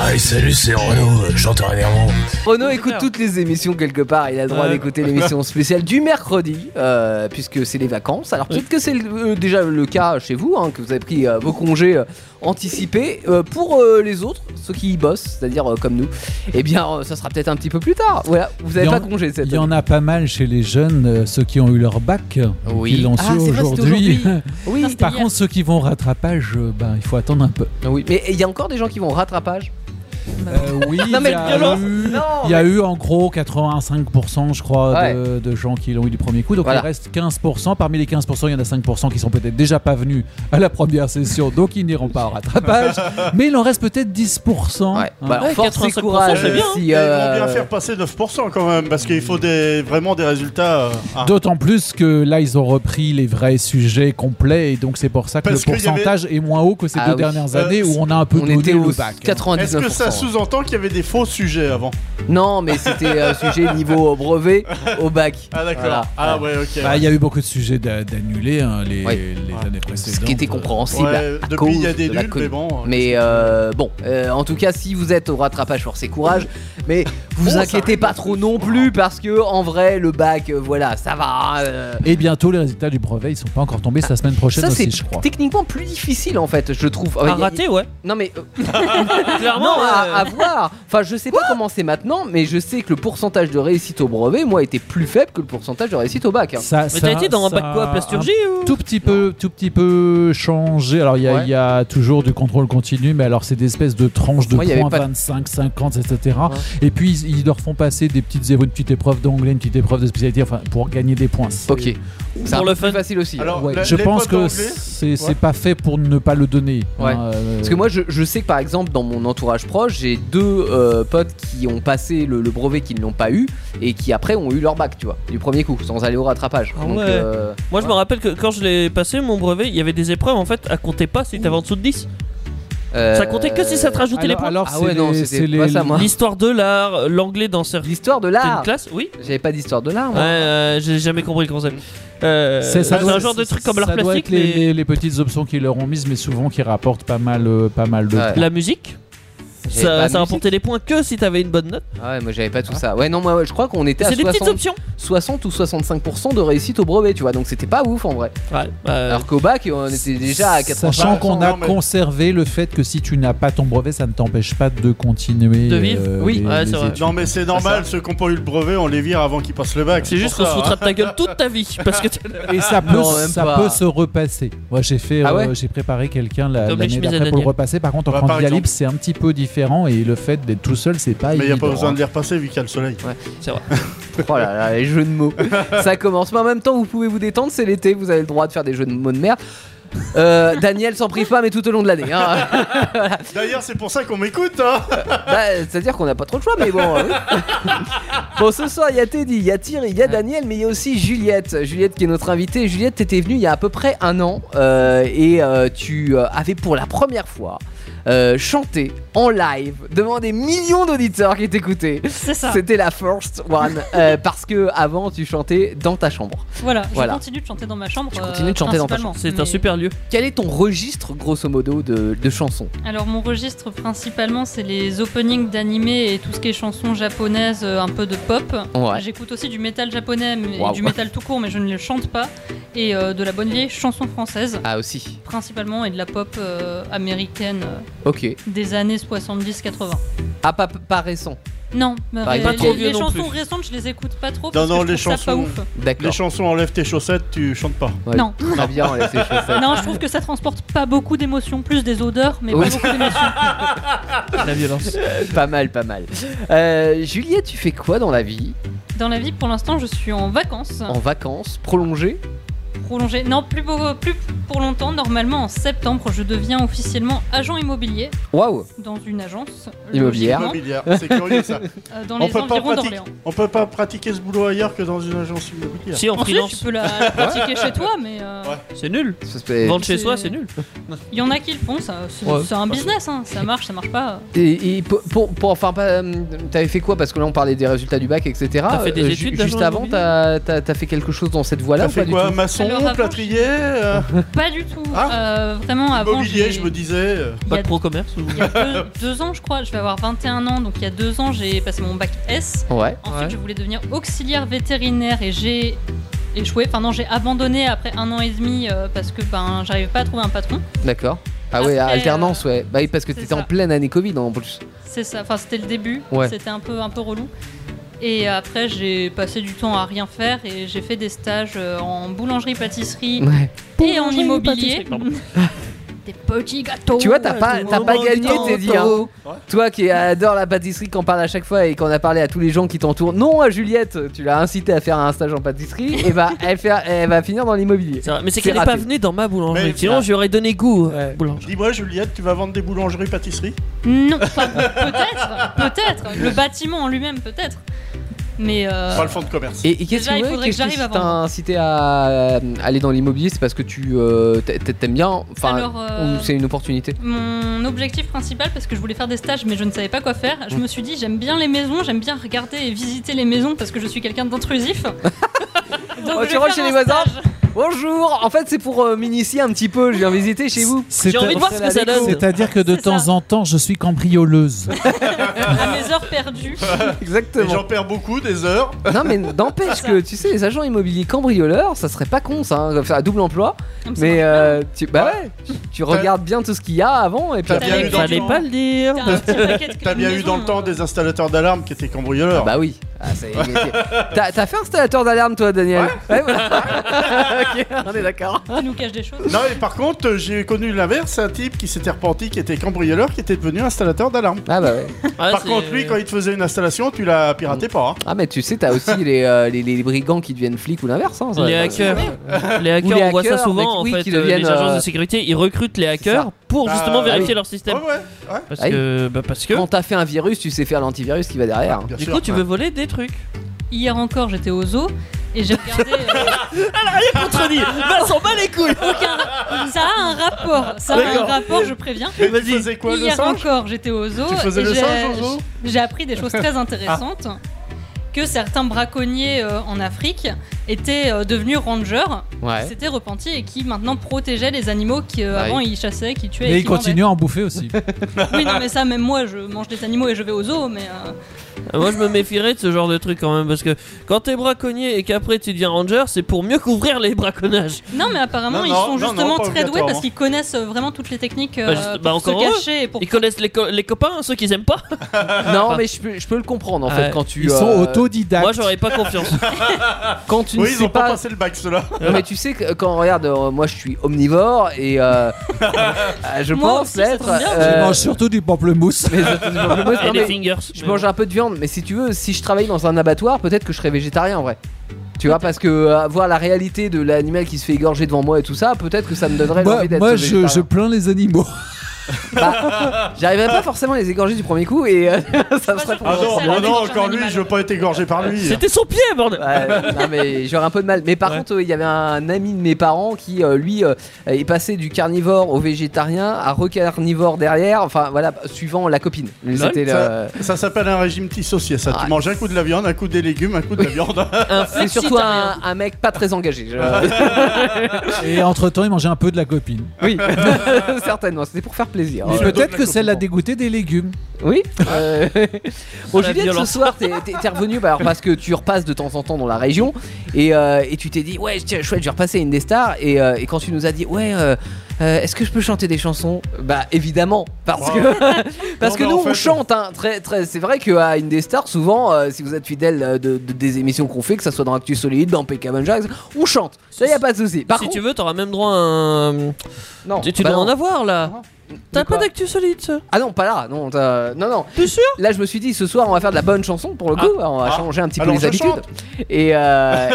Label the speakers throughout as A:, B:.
A: Hey, salut, c'est Renaud, chanteur énervant.
B: Renaud écoute toutes les émissions quelque part. Il a le droit
C: Ouais.
B: d'écouter l'émission spéciale du mercredi, euh, puisque c'est les vacances. Alors peut-être que c'est le- euh, déjà le cas chez vous, hein, que vous avez pris euh, vos congés euh, anticipés. Euh, pour euh, les autres, ceux qui y bossent, c'est-à-dire euh, comme nous, eh bien, euh, ça sera peut-être un petit peu plus tard. Voilà, vous n'avez
C: Il y
B: pas
C: en-
B: congé cette
C: Il y
B: année.
C: en a pas mal chez les jeunes, euh, ceux qui ont eu leur bac, euh,
B: Oui.
C: qui l'ont
D: Ah,
C: su
D: c'est vrai, c'était
C: aujourd'hui.
D: aujourd'hui.
B: Oui,
D: c'était
C: Par
D: hier.
C: contre, ceux qui vont au rattrapage, euh, ben, il faut attendre un peu.
B: oui, mais il y a encore des gens qui vont au rattrapage.
C: Euh, oui,
B: Non, mais
C: il y a,
B: violence.
C: eu,
B: Non,
C: il y a eu en gros 85% je crois de, de gens qui l'ont eu du premier coup. Donc
B: Voilà.
C: il reste 15%. Parmi les 15%, il y en a 5% qui sont peut-être déjà pas venus à la première session, donc ils n'iront pas au rattrapage. mais il en reste peut-être 10%.
B: Ouais.
C: hein.
B: Bah, alors,
D: Ouais,
B: force et
D: 85%,
B: courage.
E: c'est bien.
B: si,
E: Et
B: euh,
E: Ils vont bien faire passer 9% quand même, parce qu'il faut des, vraiment des résultats. euh, à-
C: Ah. D'autant plus que là, ils ont repris les vrais sujets complets, et donc c'est pour ça que
E: Parce
C: le
E: qu'il y avait-
C: pourcentage est moins haut que ces
B: Ah
C: deux
B: oui.
C: dernières
E: Euh,
C: années où on a un peu
B: on
C: donné
B: était
C: le
B: au
C: bac. hein.
B: 99%.
E: Est-ce que ça sous-entend qu'il y avait des faux sujets avant
B: Non, mais c'était un sujet niveau brevet au bac.
E: Ah d'accord.
B: Voilà.
E: Ah ouais, ok.
C: Bah, Il y a eu beaucoup de sujets d'a- d'annulés hein, les,
B: Oui.
C: les
E: Ouais.
C: années
B: Ce
C: précédentes.
B: qui était compréhensible
E: Ouais,
B: à
E: depuis, il y a
B: cause
E: des
B: de la
E: nuls,
B: Covid.
E: mais bon. euh,
B: Mais euh, bon, euh, en tout cas, si vous êtes au rattrapage, forcez courage. Mais vous
E: Bon, Oh, ça
B: inquiétez
E: arrive.
B: pas trop non plus parce que en vrai, le bac, euh, voilà, ça va. euh.
C: Et bientôt, les résultats du brevet, ils sont pas encore tombés. C'est la semaine prochaine
B: Ça c'est
C: aussi, je crois.
B: techniquement plus difficile en fait, je trouve. Ah,
D: À
B: y a- y a-
D: rater, ouais.
B: Non mais euh,
D: Clairement.
B: non, à,
D: euh,
B: à voir. Enfin, je sais pas comment c'est maintenant, mais je sais que le pourcentage de réussite au brevet, moi, était plus faible que le pourcentage de réussite au bac. hein.
C: Ça,
D: Mais
C: ça-
D: t'as été dans un
C: ça-
D: bac quoi, plasturgie ou
C: tout petit peu tout petit peu changé alors il y, a-
B: Ouais.
C: il y a toujours du contrôle continu mais alors c'est des espèces de tranches de
B: Moi, il y avait
C: points
B: pas de-
C: 25 50 etc
B: Ouais.
C: et puis ils, ils leur font passer des petites évo- une petite épreuve d'anglais une petite épreuve de spécialité enfin pour gagner des points C'est-
B: Ok. C'est un
D: Pour
B: peu
D: le
B: plus
D: fun.
B: facile aussi.
E: Alors,
C: Ouais,
E: la-
C: je
E: les
C: pense
E: potes
C: que
E: anglais
C: c'est c'est
E: Ouais.
C: pas fait pour ne pas le donner
B: Ouais.
C: hein, euh,
B: Parce que moi, je, je sais que par exemple, dans mon entourage proche, j'ai deux euh, potes qui ont passé le, le brevet qu'ils n'ont pas eu et qui après ont eu leur bac, tu vois, du premier coup, sans aller au rattrapage.
D: Ah
B: Donc,
D: ouais.
B: euh,
D: Moi je me rappelle que quand je l'ai passé mon brevet, il y avait des épreuves en fait, à compter pas si t'avais en dessous de 10.
B: euh,
D: Ça comptait que si ça te rajoutait les
C: alors,
D: points.
C: alors
B: Ah
C: c'est
B: ouais, non,
C: les-
B: c'était
C: c'est les-
B: pas ça, moi. Ah.
D: L'histoire de l'art, l'anglais dans certaines
B: L'histoire de l'art.
D: classes, oui.
B: J'avais pas d'histoire de l'art,
D: Ouais,
B: moi.
D: euh, j'ai jamais compris le concept. Euh, c'est
C: C'est ça doit-
D: un genre de truc comme l'art
C: ça doit
D: plastique,
C: être les,
D: mais
C: les- les petites options qu'ils leur ont mises mais souvent qui rapportent pas mal euh, pas mal de
B: Ouais.
C: points.
D: la musique,
B: J'avais pas
D: ça,
B: de
D: ça
B: musique.
D: rapportait des points que si t'avais une bonne note.
B: Ah ouais, moi j'avais pas tout ça. Ouais, non, moi ouais, je crois qu'on était à
D: C'est des petites
B: 60,
D: options.
B: 60 ou 65% de réussite au brevet, tu vois, donc c'était pas ouf en vrai.
D: Ouais, euh,
B: Alors qu'au bac, on était déjà à 80%.
C: Sachant qu'on a
E: Non, mais-
C: conservé le fait que si tu n'as pas ton brevet, ça ne t'empêche pas de continuer.
D: De vivre.
C: euh,
B: Oui.
C: les-
D: Ouais, c'est
C: les
D: vrai.
C: études.
E: Non mais c'est normal, ceux qui n'ont pas eu le brevet, on les vire avant qu'ils passent le bac.
D: c'est juste qu'on
E: pour
D: se
E: ça,
D: foutra
E: hein.
D: de ta gueule toute ta vie parce que t'es-
C: Et ça peut,
B: Non, même
C: ça
B: pas.
C: peut se repasser. Moi, j'ai fait,
B: Ah ouais
C: euh, j'ai préparé quelqu'un la-
D: Comme les
C: l'année
D: chemises à
C: d'après pour
D: Daniel.
C: le repasser. Par contre, en
E: Bah, par
C: candidat
E: exemple.
C: libre, c'est un petit peu différent et le fait d'être tout seul, c'est pas
E: Mais il n'y a
C: évident.
E: pas besoin de
C: hein.
E: les repasser vu qu'il y a le soleil.
D: c'est vrai.
B: Oh là là, les jeux de mots. Ça commence. Mais en même temps, vous pouvez vous détendre, c'est l'été, vous avez le droit de faire des jeux de mots de merde. Euh, Daniel s'en prive pas, mais tout au long de l'année. hein.
E: D'ailleurs, c'est pour ça qu'on m'écoute. Hein
B: Bah, c'est-à-dire qu'on n'a pas trop le choix, mais bon. euh, oui. bon, ce soir, il y a Teddy, il y a Thierry, il y a Daniel, mais il y a aussi Juliette. Juliette qui est notre invitée. Juliette, t'étais venue il y a à peu près un an euh, et euh, tu euh, avais pour la première fois euh, chanté en live devant des millions d'auditeurs qui t'écoutaient.
F: C'est ça.
B: C'était la first one euh, parce que avant tu chantais dans ta chambre.
F: Voilà,
B: Voilà.
F: je continue de chanter dans ma chambre.
B: Tu
F: euh,
B: continues de chanter dans ta
F: principalement,
D: C'est un
F: mais-
D: super lieu.
B: Quel est ton registre grosso modo de, de chansons
F: Alors, mon registre principalement, c'est les openings d'animés et tout ce qui est chansons japonaises, euh, un peu de pop.
B: Ouais.
F: J'écoute aussi du métal japonais mais-
B: Waouh.
F: et du métal tout court, mais je ne le chante pas. Et euh, de la bonne vieille chanson française,
B: Ah aussi.
F: principalement, et de la pop euh, américaine euh,
B: Ok.
F: des années 70-80.
B: Ah pas, pas récent.
F: Non, mais
B: Bah, Pas
F: les,
B: trop
F: les
D: vieux non
F: chansons
D: plus.
F: récentes, je les écoute pas trop.
E: Non,
F: parce que
E: non,
F: je
E: les
F: trouve ça pas
E: chansons-
F: ouf.
E: Les
B: D'accord.
E: chansons enlève tes chaussettes, tu chantes pas.
B: Ouais.
F: Non.
B: Très bien, on laisse les chaussettes.
F: Non, je trouve que ça transporte pas beaucoup d'émotions, plus des odeurs, mais
B: Oui.
F: pas beaucoup d'émotions.
D: La violence.
B: Pas mal, pas mal. Euh, Juliette, tu fais quoi dans la vie
F: Dans la vie, pour l'instant, je suis en vacances.
B: En vacances Prolongées
F: Prolongée. Non, plus, beau- plus pour longtemps. Normalement, en septembre, je deviens officiellement agent immobilier
B: Waouw
F: dans une agence.
B: Immobilière.
F: logiquement,
E: Immobilière, c'est curieux ça.
F: euh, dans
E: On
F: les
E: peut, pas
F: environs
E: pratiquer,
F: d'Orléans.
E: on peut pas pratiquer ce boulot ailleurs que dans une agence immobilière.
D: Si en
F: Ensuite, tu
D: freelance,
F: peux la, la pratiquer chez toi, mais euh, il
E: Ouais.
D: c'est nul.
B: Ça se fait-
D: Vendre chez
F: C'est-
D: soi, c'est nul.
F: y en a qui le font. ça- C'est
D: Ouais.
F: c'est un business, hein, ça marche, ça marche pas.
B: Et, et pour, pour- pour- enfin, pas, euh, t'avais fait quoi Parce que là, on parlait des résultats du bac, etc.
D: T'as fait des
B: ju-
D: études d'agent
B: Juste avant,
D: immobilier
B: t'as, t'as- t'as fait quelque chose dans cette voie-là
E: T'as
B: ou pas
E: fait
B: du
E: quoi
B: tout
E: Maçon,
F: Alors, avant,
E: plâtrier euh,
F: Pas du tout.
E: Ah.
F: Euh, vraiment, avant.
E: Mobilier,
F: j'ai-
E: je me disais. euh,
F: il y
D: Pas
F: a
D: de pro-commerce ou...
F: il y a deux, deux ans, je crois. Je vais avoir 21 ans, donc il y a deux ans, j'ai passé mon bac S.
B: Ouais.
F: Ensuite,
D: Ouais.
F: je voulais devenir auxiliaire vétérinaire et j'ai échoué. Enfin, non, j'ai abandonné après un an et demi euh, parce que ben, j'arrivais pas à trouver un patron.
B: D'accord. Ah ouais,
F: Après,
B: alternance, ouais. Bah oui, parce que
F: c'est
B: t'étais en
F: ça.
B: pleine année Covid en plus.
F: C'est ça. Enfin, c'était le début.
B: Ouais.
F: C'était un peu, un peu relou. Et après, j'ai passé du temps à rien faire et j'ai fait des stages euh, en boulangerie-pâtisserie
B: Ouais.
F: et en immobilier.
D: pardon.
F: Des petits gâteaux.
B: Tu vois, t'as pas, t'as pas gagné, Teddy. Hein. Toi qui adore la pâtisserie, qu'on parle à chaque fois et qu'on a parlé à tous les gens qui t'entourent. Non, à Juliette, tu l'as incité à faire un stage en pâtisserie et bah elle, fait- elle va finir dans l'immobilier.
D: C'est vrai, Mais c'est
B: C'est
D: qu'elle n'est pas
B: raté.
D: venue dans ma boulangerie.
E: Mais
D: Sinon,
E: voilà.
D: j'aurais donné goût. euh,
B: Ouais.
D: Boulangerie.
E: Dis-moi, Juliette, tu vas vendre des boulangeries-pâtisseries
F: Non, enfin, peut-être, peut-être. Le bâtiment en lui-même, peut-être. Mais euh,
E: Pas le fonds de commerce.
B: Et, et qu'est-ce
F: Déjà,
B: que
F: il
B: ouais,
F: faudrait que
B: qu'est-ce
F: j'arrive hein.
B: qui t'a
F: à vendre.
B: incité à euh, aller dans l'immobilier C'est parce que tu euh, t'a- t'a- t'aimes bien enfin,
F: Alors, euh,
B: Ou c'est une opportunité
F: mon objectif principal, parce que je voulais faire des stages, mais je ne savais pas quoi faire, je me suis dit j'aime bien les maisons, j'aime bien regarder et visiter les maisons parce que je suis quelqu'un d'intrusif. Donc, je vais
B: Oh, tu rentres
F: faire
B: chez
F: un
B: les voisins
F: stage.
B: Bonjour En fait, c'est pour euh, m'initier un petit peu. Je viens visiter chez vous.
C: C'est-
D: J'ai envie de voir ce que ça donne.
C: C'est-à-dire que de
F: C'est ça.
C: temps en temps, je suis cambrioleuse.
F: à mes heures perdues.
E: Et j'en
B: Exactement.
E: perds beaucoup, des heures.
B: Non, mais n'empêche que tu sais, les agents immobiliers cambrioleurs, ça serait pas con ça, hein, faire à double emploi.
F: Comme ça,
B: Mais euh, tu, bah ouais, tu, tu
E: T'as-
B: regardes bien tout ce qu'il y a avant et puis
E: T'as
B: après-
E: bien eu dans le
D: Fallait
E: temps.
D: pas le dire.
F: t'as un petit paquet de
E: euh, T'as
F: clés
E: bien
F: de
E: eu
F: maison,
E: dans le temps des installateurs d'alarme qui étaient cambrioleurs.
B: Ah bah oui. Ah, c'est- T'as t'as fait un installateur d'alarme toi, Daniel Ouais, voilà. Ok, on est d'accord.
F: hein, qui nous cache des choses.
E: Non, et par contre, euh, j'ai connu l'inverse, un type qui s'était repenti, qui était cambrioleur, qui était devenu installateur d'alarme.
B: Ah bah ouais.
D: Ouais,
E: par
D: c'est-
E: contre, lui, quand il te faisait une installation, tu la piratais pas. hein.
B: Ah mais tu sais, t'as aussi les, euh, les, les brigands qui deviennent flics ou l'inverse. Hein, ça-
D: Les hackers, les hackers,
B: Ou les
D: on voit ça
B: hackers,
D: souvent
B: mais
D: en
B: oui,
D: fait.
B: qui
D: euh,
B: deviennent,
D: les agences
B: euh,
D: de sécurité, ils recrutent les
B: ça.
D: hackers pour
E: Bah,
D: justement
E: ah oui.
D: vérifier leur système.
E: Ouais, ouais, ouais.
D: Parce
B: Ah oui.
D: que, bah, parce que.
B: Quand t'as fait un virus, tu sais faire l'antivirus qui va derrière.
E: Bien
D: Du
E: sûr.
D: coup, tu veux voler des trucs.
F: Hier encore, j'étais au zoo et j'ai regardé. euh,
D: Contredit. Bah, s'en bat les couilles.
F: aucun- Ça a un rapport, ça a un
E: D'accord.
F: rapport, je préviens.
E: Mais tu faisais quoi, le
F: Hier
E: singe
F: encore, j'étais au zoo.
E: Tu faisais
F: et
E: le
F: j'ai-
E: singe au zoo Ah.
F: J'ai appris des choses très intéressantes. Que certains braconniers euh, en Afrique étaient euh, devenus rangers, qui s'étaient repentis et qui maintenant protégeaient les animaux
E: Bah
B: Ouais.
F: qu'avant ils chassaient, qui tuaient. et
C: Mais il
F: qui vendaient.
C: continue à en bouffer aussi.
F: Oui, non, mais ça, même moi, je mange des animaux et je vais au zoo, mais. euh,
D: Moi, je me méfierais de ce genre de truc quand même parce que quand t'es braconnier et qu'après tu deviens ranger, c'est pour mieux couvrir les braconnages.
F: Non, mais apparemment,
E: Non,
F: ils
E: non,
F: sont
E: non,
F: justement
E: non, pas
F: très doués
E: obligatoirement.
F: parce qu'ils connaissent euh, vraiment toutes les techniques euh,
D: Bah, juste- bah,
F: pour se
D: encore heureux.
F: cacher et pour.
D: Ils connaissent les, co- les copains, ceux qu'ils aiment pas.
B: Non mais je peux, je peux le comprendre en fait
D: Ouais.
B: quand tu
C: Ils sont
B: euh,
C: autodidactes.
D: Moi, j'aurais pas confiance.
B: quand tu ne
E: Oui, ils
B: sais
E: ont pas
B: pas
E: passé le bac, ceux-là.
B: Non, mais tu sais que quand regarde euh, moi je suis omnivore et euh, euh, je
F: Moi
B: pense
F: aussi, ça
B: l'être
F: tombe bien.
C: Je
B: euh,
C: mange surtout du pamplemousse.
B: mais ça, c'est du pamplemousse.
D: et
B: Non,
D: Ah, les
B: mais
D: fingers.
B: je mange un peu de viande mais si tu veux si je travaillais dans un abattoir peut-être que je serais végétarien en vrai tu vois parce que euh, voir la réalité de l'animal qui se fait égorger devant moi et tout ça peut-être que ça me donnerait
C: Moi,
B: l'envie d'être
C: moi, je, je
B: végétarien.
C: plains les animaux.
B: Bah, j'arriverais pas forcément à les égorger du premier coup et euh, ça me serait pour
E: Ah non,
F: Ça,
E: non,
F: la
E: non,
F: défense
E: encore
F: d'un
E: lui,
F: animal.
E: je veux pas être égorgé par lui.
D: C'était son pied, bordel.
B: Ouais, non mais j'aurais un peu de mal. Mais par
D: Ouais.
B: contre, euh, il y avait un ami de mes parents qui, euh, lui, euh, est passé du carnivore au végétarien à recarnivore derrière. Enfin voilà, suivant la copine. Lui,
D: Lol,
B: c'était le-
E: Ça s'appelle un régime petit saucier, ça.
B: Ah.
E: Tu manges un coup de la viande, un coup des légumes, un coup de la viande.
D: Un
B: C'est surtout un, un mec pas très engagé. je-
C: Et entre-temps, ils mangeaient un peu de la copine.
B: Oui, certainement. C'était pour faire plaisir.
C: Mais
E: Ouais. Donne
C: peut-être
E: Ah,
C: que
E: la
C: celle l'a
E: copine.
C: dégoûté des légumes.
B: Oui. euh, Bon,
D: la
B: Juliette, ce
D: violence.
B: soir, t'es t'es- t'es revenue bah, alors, parce que tu repasses de temps en temps dans la région et, euh, et tu t'es dit, ouais, tiens, chouette, je vais repasser à une des stars. Et, euh, et quand tu nous as dit, ouais, euh, euh, est-ce que je peux chanter des chansons Bah, évidemment, parce
E: Ouais.
B: que, parce
E: Non,
B: que
E: mais
B: nous,
E: en
B: on
E: fait-
B: chante. hein, très, très, C'est vrai qu'à une des stars, souvent, euh, si vous êtes fidèle euh, de, de- des émissions qu'on fait, que ça soit dans Actu Solide, dans PK Jacks, on chante. Ça, y a pas de souci. Par
D: si
B: contre,
D: tu veux, t'auras même droit à un.
B: non,
D: Tu, tu
B: bah
D: dois en
B: non.
D: avoir là. T'as
B: quoi
D: pas d'actu solide, ça.
B: Ah non, pas là. Non, t'as- non, non.
D: T'es sûr
B: Là, je me suis dit, ce soir, on va faire de la bonne chanson pour le coup. on va
E: ah,
B: changer un petit peu
E: alors
B: les
E: je
B: habitudes.
E: chante.
B: Et, euh,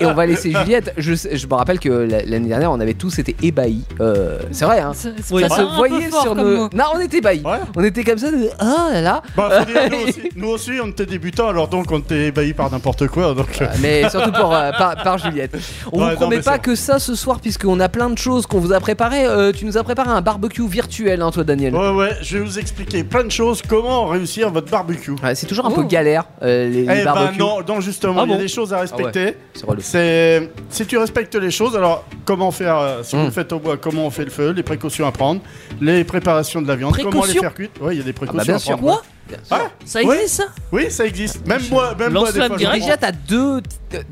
B: et on va laisser Juliette. Je, sais- je me rappelle que la- l'année dernière, on avait tous été ébahis. Euh, c'est vrai, hein.
F: C'est-
D: Oui.
F: ça
B: Ça
F: sent
B: se
F: un peu
B: voyait
F: fort
B: sur
F: comme
B: nos.
F: mot.
B: Non, on était ébahis.
E: Ouais.
B: On était comme ça, de, ah là là.
E: Bah, faut dire, nous, aussi, nous aussi, on était débutants, alors donc on était ébahis par n'importe quoi. Donc, euh,
B: Mais surtout pour, euh, par, par Juliette. On
E: Ouais,
B: vous
E: non,
B: promet
E: mais
B: pas
E: c'est-
B: que ça ce soir, puisqu'on a plein de choses qu'on vous a préparées. Euh, tu nous as préparé un barbecue virtuel. virtuel, hein, toi, Daniel.
E: euh, Ouais, ouais, je vais vous expliquer plein de choses. Comment réussir votre barbecue
B: Ouais, c'est toujours un peu
F: Oh.
B: galère, euh, les, les
E: Eh ben
B: barbecues.
E: non, non, justement,
B: Ah
E: il y a
B: bon
E: des choses à respecter.
B: C'est relou.
E: C'est si tu respectes les choses. Alors comment faire euh, si
B: Mm.
E: vous le faites au bois Comment on fait le feu Les précautions à prendre, les préparations de la viande, comment les
D: Précautions
E: faire cuire. Oui, il y a des précautions
B: bah, bien
E: à
B: sûr.
E: prendre.
D: Quoi
B: Bien sûr.
E: Ah,
D: Ça existe ça
E: oui, ça existe. Même moi, même moi,
D: Lance
E: des
D: la
E: fois, je
D: direct.
E: prends.
B: Déjà, t'as deux,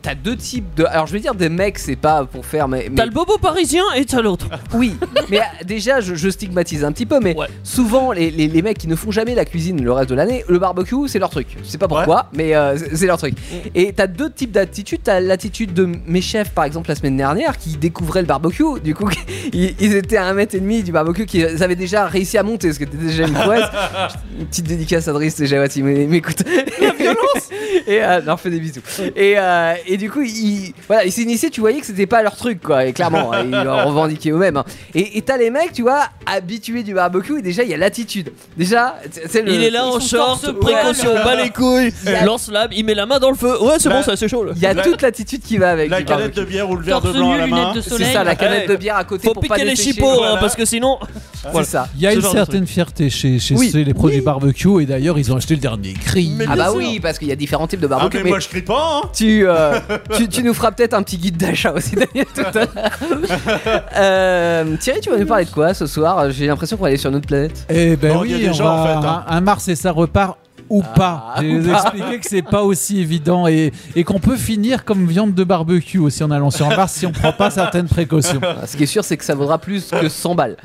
B: t'as deux types de. Alors, je vais dire des mecs, c'est pas pour faire, mais. mais-
D: T'as le bobo parisien et t'as l'autre.
B: Oui, mais euh, déjà, je, je stigmatise un petit peu, mais
D: Ouais.
B: souvent, les, les- les mecs qui ne font jamais la cuisine le reste de l'année, le barbecue, c'est leur truc. Je sais pas pourquoi, mais euh, c'est c'est leur truc. Et t'as deux types d'attitudes. T'as l'attitude de mes chefs, par exemple, la semaine dernière, qui découvraient le barbecue. Du coup, ils, ils étaient à 1m30 du barbecue, qu'ils avaient déjà réussi à monter, ce qui était déjà une prouesse. une petite dédicace à Driss et Jawati, mais, mais écoute. La violence Et euh, leur fait des bisous. Et, euh, et du coup, ils voilà, ils s'initiaient, tu voyais que c'était pas leur truc, quoi. Et clairement, ils leur revendiquaient eux-mêmes. hein. Et et t'as les mecs, tu vois, habitués du barbecue, et déjà, il y a l'attitude. Déjà, c'est c'est le.
D: Il est là en
F: Ils sont torse
D: short, précaution,
B: poil.
D: bas les couilles,
B: Il y a-
D: lance l'âme, il met la main dans le feu. Ouais, c'est
E: Bah,
D: bon, ça c'est chaud là.
B: Il y a
E: La-
B: toute l'attitude qui va avec.
E: La
B: du
E: canette
B: barbecue.
E: de bière ou le verre
F: Torse
E: de blanc à
F: nu,
E: la main.
F: lunettes de soleil.
B: C'est ça, la canette de bière à côté
D: Faut
B: pour pas
D: piquer les
B: dessécher.
D: chipots hein,
E: Voilà.
D: parce que sinon.
B: C'est ça.
C: Il y a
D: Ce
C: une
D: genre de
C: certaine fierté chez, chez
B: Oui.
C: ceux- les produits barbecue et d'ailleurs ils ont acheté le dernier cri.
E: Mais
B: Ah
E: bien
B: bah
E: sûr.
B: oui, parce qu'il y a différents types de
E: Ah
B: barbecue.
E: mais
B: mais
E: moi je crie pas. Hein.
B: tu, euh, tu, tu nous feras peut-être un petit guide d'achat aussi, Daniel, tout à l'heure. Euh, Thierry, tu vas nous parler de quoi ce soir J'ai l'impression qu'on va aller sur notre planète.
C: Eh ben
E: Non,
C: oui,
E: il y a
C: on
E: des gens,
C: va-
E: en fait, hein. Ah.
C: un, un Mars et ça repart ou pas. Je vais vous expliquer que c'est pas aussi évident et, et qu'on peut finir comme viande de barbecue aussi en allant sur un Mars si on prend pas certaines précautions.
B: Ah, Ce qui est sûr, c'est que ça vaudra plus que 100 balles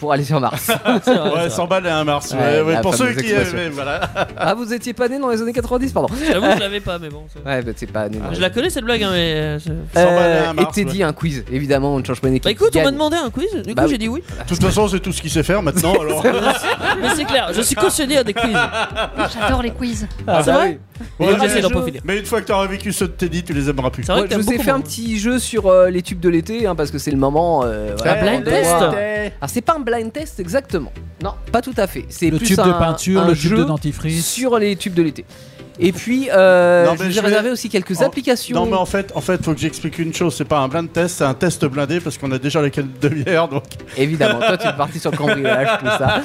B: pour aller sur Mars.
E: Ouais, 100 balles et un mars. ouais,
B: Ouais,
E: ouais,
B: la
E: pour ceux
B: fameuse
E: qui
B: expression.
E: euh, voilà.
B: Ah, vous étiez pas né dans les années 90, pardon.
D: J'avoue, je l'avais pas, mais bon. c'est-
B: Ouais, bah, t'es pas
E: Ah,
B: né. dans les-
D: Je la connais cette blague, hein, mais. euh, c'est-
E: Cent balles et un
B: et
E: hein, Mars,
B: t'es dit un quiz, évidemment, on ne change pas une équipe.
D: Bah écoute,
B: qui
D: on m'a
B: gagne.
D: demandé un quiz, du coup
B: Bah oui.
D: j'ai dit oui.
E: De toute façon, c'est tout ce qu'il sait faire hein, maintenant. Alors,
D: Mais c'est clair, je suis cautionné à des quiz.
F: J'adore les quiz.
B: Ah,
D: C'est
B: bah
D: vrai
B: oui.
E: Ouais,
D: Dommage,
E: mais-
D: il en peut finir.
E: mais une fois que t'auras vécu ceux de Teddy, tu les aimeras plus.
D: C'est vrai
B: Moi,
D: que
B: je
D: t'aimes
B: vous ai
D: beaucoup,
B: fait
D: moi.
B: un petit jeu sur euh, les tubes de l'été, hein, parce que c'est le moment. euh, voilà,
D: blind
B: pour voir.
D: test.
B: Alors, c'est pas un blind test exactement. Non, pas tout à fait. C'est
C: Le
B: plus
C: tube
B: un-
C: de peinture,
B: un
C: le tube
B: jeu
C: de dentifrice.
B: sur les tubes de l'été. Et puis, euh,
E: Non, mais
B: je vous
E: je
B: ai
E: vais-
B: réservé aussi quelques
E: Oh,
B: applications.
E: Non mais en fait, en fait, faut que j'explique une chose. C'est pas un blind test, c'est un test blindé parce qu'on a déjà les canettes de bière. Donc
B: Évidemment, toi tu es parti sur le cambriolage, tout ça.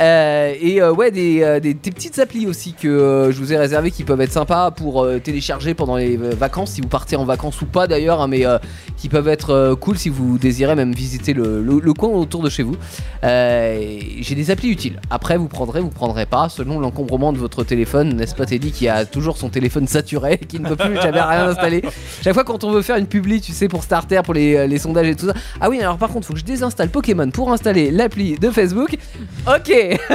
B: Euh, et euh, ouais, des, euh, des- des petites applis aussi que euh, je vous ai réservées qui peuvent être sympas pour euh, télécharger pendant les euh, vacances, si vous partez en vacances ou pas d'ailleurs, hein, mais euh, qui peuvent être euh, cool si vous désirez même visiter le, le- le coin autour de chez vous. Euh, J'ai des applis utiles. Après, vous prendrez, vous prendrez pas, selon l'encombrement de votre téléphone. N'est-ce pas Teddy qui a toujours son téléphone saturé, qui ne peut plus jamais rien installer Chaque fois quand on veut faire une publi, tu sais, pour Starter, pour les, euh, les sondages et tout ça, ah oui, alors par contre, faut que je désinstalle Pokémon pour installer l'appli de Facebook. Ok.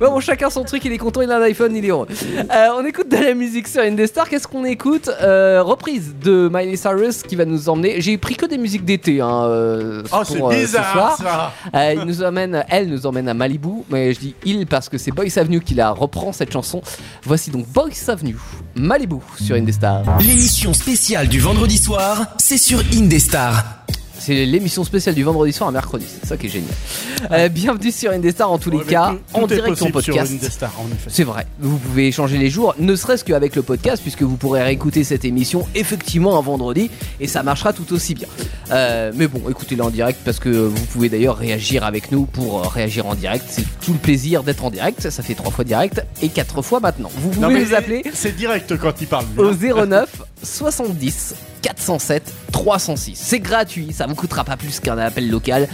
B: bon, bon, chacun son truc, il est content, il a un iPhone, il est heureux. Euh, on écoute de la musique sur Indestar. Qu'est-ce qu'on écoute Euh, Reprise de Miley Cyrus qui va nous emmener. J'ai pris que des musiques d'été. Hein, euh,
E: Oh,
B: pour,
E: c'est
B: euh, ce
E: bizarre
B: soir.
E: ça
B: Euh, il nous emmène, elle nous emmène à Malibu, mais je dis il parce que c'est Boys Avenue qui la reprend cette chanson. Voici donc Boys Avenue, Malibu sur Indestar.
A: L'émission spéciale du vendredi soir, c'est sur Indestar.
B: C'est l'émission spéciale du vendredi soir à mercredi, c'est ça qui est génial. Euh, bienvenue sur Indestar en tous les
E: Ouais, mais
B: cas,
E: tout-
B: en
E: tout est
B: direct sur
E: possible
B: podcast.
E: Sur une des stars, en effet.
B: C'est vrai, vous pouvez échanger les jours, ne serait-ce qu'avec le podcast, puisque vous pourrez réécouter cette émission effectivement un vendredi, et ça marchera tout aussi bien. Euh, mais bon, écoutez-la en direct, parce que vous pouvez d'ailleurs réagir avec nous pour euh, réagir en direct. C'est tout le plaisir d'être en direct, ça, ça fait trois fois direct, et quatre fois maintenant. Vous
E: Non,
B: pouvez
E: mais
B: nous appeler
E: C'est direct quand il parle. lui.
B: au 09 70 407 306. C'est gratuit, ça vous coûtera pas plus qu'un appel local,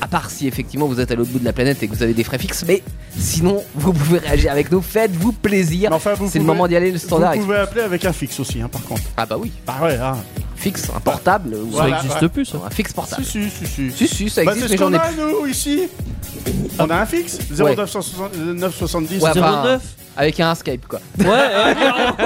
B: à part si effectivement vous êtes à l'autre bout de la planète et que vous avez des frais fixes, mais sinon vous pouvez réagir avec nous, faites-vous plaisir.
E: Mais enfin, vous
B: C'est le
E: pouvez-
B: moment d'y aller, le standard.
E: Vous pouvez appeler avec un fixe aussi, hein, par contre.
B: Ah bah oui,
E: Bah ouais, hein.
B: fixe, un portable ou
E: Voilà,
D: ça existe
E: ouais.
D: plus ça.
B: un fixe portable.
E: Si, si, si, si.
B: Si, si, ça
E: Bah,
B: existe,
E: c'est
B: mais
E: ce
B: j'en
E: qu'on
B: ai
E: a, nous, ici. On a un fixe 0970.
B: Ouais, enfin,
D: 09
B: avec un Skype quoi.
D: Ouais, ouais, clairement.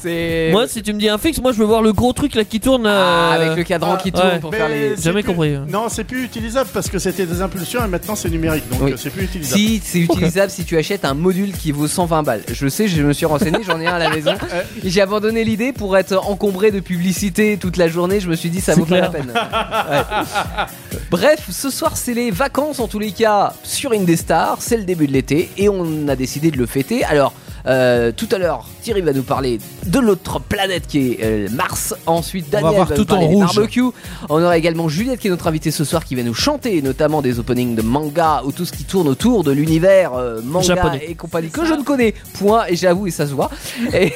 B: C'est.
D: Moi si tu me dis un fixe, moi je veux voir le gros truc là qui tourne.
B: Ah,
D: euh,
B: avec le cadran
E: ah,
B: qui tourne
D: ouais.
B: pour
E: Mais
B: faire les.
E: c'est
D: Jamais
E: plus-
D: compris, hein.
E: Non, c'est plus utilisable parce que c'était des impulsions et maintenant c'est numérique, donc
B: Oui.
E: euh, c'est plus utilisable.
B: Si c'est utilisable si tu achètes un module qui vaut 120 balles. Je sais, je me suis renseigné, j'en ai un à la maison. Et J'ai abandonné l'idée pour être encombré de publicité toute la journée. Je me suis dit ça
D: C'est
B: vaut pas la
D: clair.
B: peine. Ouais. Bref, ce soir c'est les vacances en tous les cas sur Indestar. C'est le début de l'été et on a décidé de le fêter. Alors. Euh, tout à l'heure, Thierry va nous parler de l'autre planète qui est euh, Mars. Ensuite,
C: va
B: Daniel
C: voir
B: nous
C: tout en
B: parler des
C: rouge.
B: barbecues. On aura également Juliette qui est notre invitée ce soir qui va nous chanter notamment des openings de manga ou tout ce qui tourne autour de l'univers euh, manga
D: Japonais.
B: et compagnie
F: C'est
B: que
F: ça.
B: je ne connais point et j'avoue et ça se voit. Et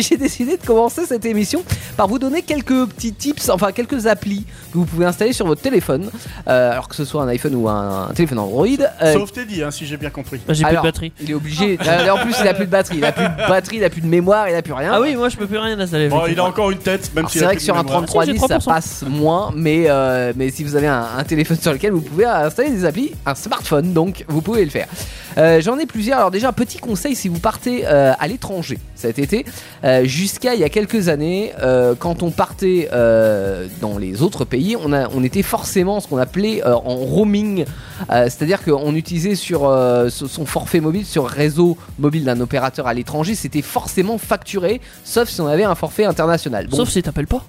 B: j'ai décidé de commencer cette émission par vous donner quelques petits tips, enfin quelques applis que vous pouvez installer sur votre téléphone, euh, alors que ce soit un iPhone ou un, téléphone Android. Euh,
E: Sauf Teddy, hein, si j'ai bien compris.
D: Ah, J'ai plus de
B: alors,
D: batterie.
B: Il est obligé. euh, en plus, il a plus de batterie, il a plus de batterie, il a plus de mémoire, il a plus rien.
D: Ah oui, moi je peux plus rien installer.
E: Bon, Oh, il a
D: effectivement.
E: encore une tête, même
B: Alors,
E: si
B: c'est vrai que sur un
D: Ah, si, j'ai
B: 3310 ça
D: 3%.
B: passe moins, mais, euh, mais si vous avez un, un téléphone sur lequel vous pouvez euh, installer des applis, un smartphone donc, vous pouvez le faire. Euh, J'en ai plusieurs. Alors déjà, un petit conseil si vous partez euh, à l'étranger cet été, euh, jusqu'à il y a quelques années, euh, quand on partait euh, dans les autres pays, on, a, on était forcément ce qu'on appelait euh, en roaming, Euh, c'est-à-dire qu'on utilisait sur euh, so- son forfait mobile, sur réseau mobile d'un opérateur à l'étranger, c'était forcément facturé, sauf si on avait un forfait international. Bon,
D: Sauf si t'appelles pas.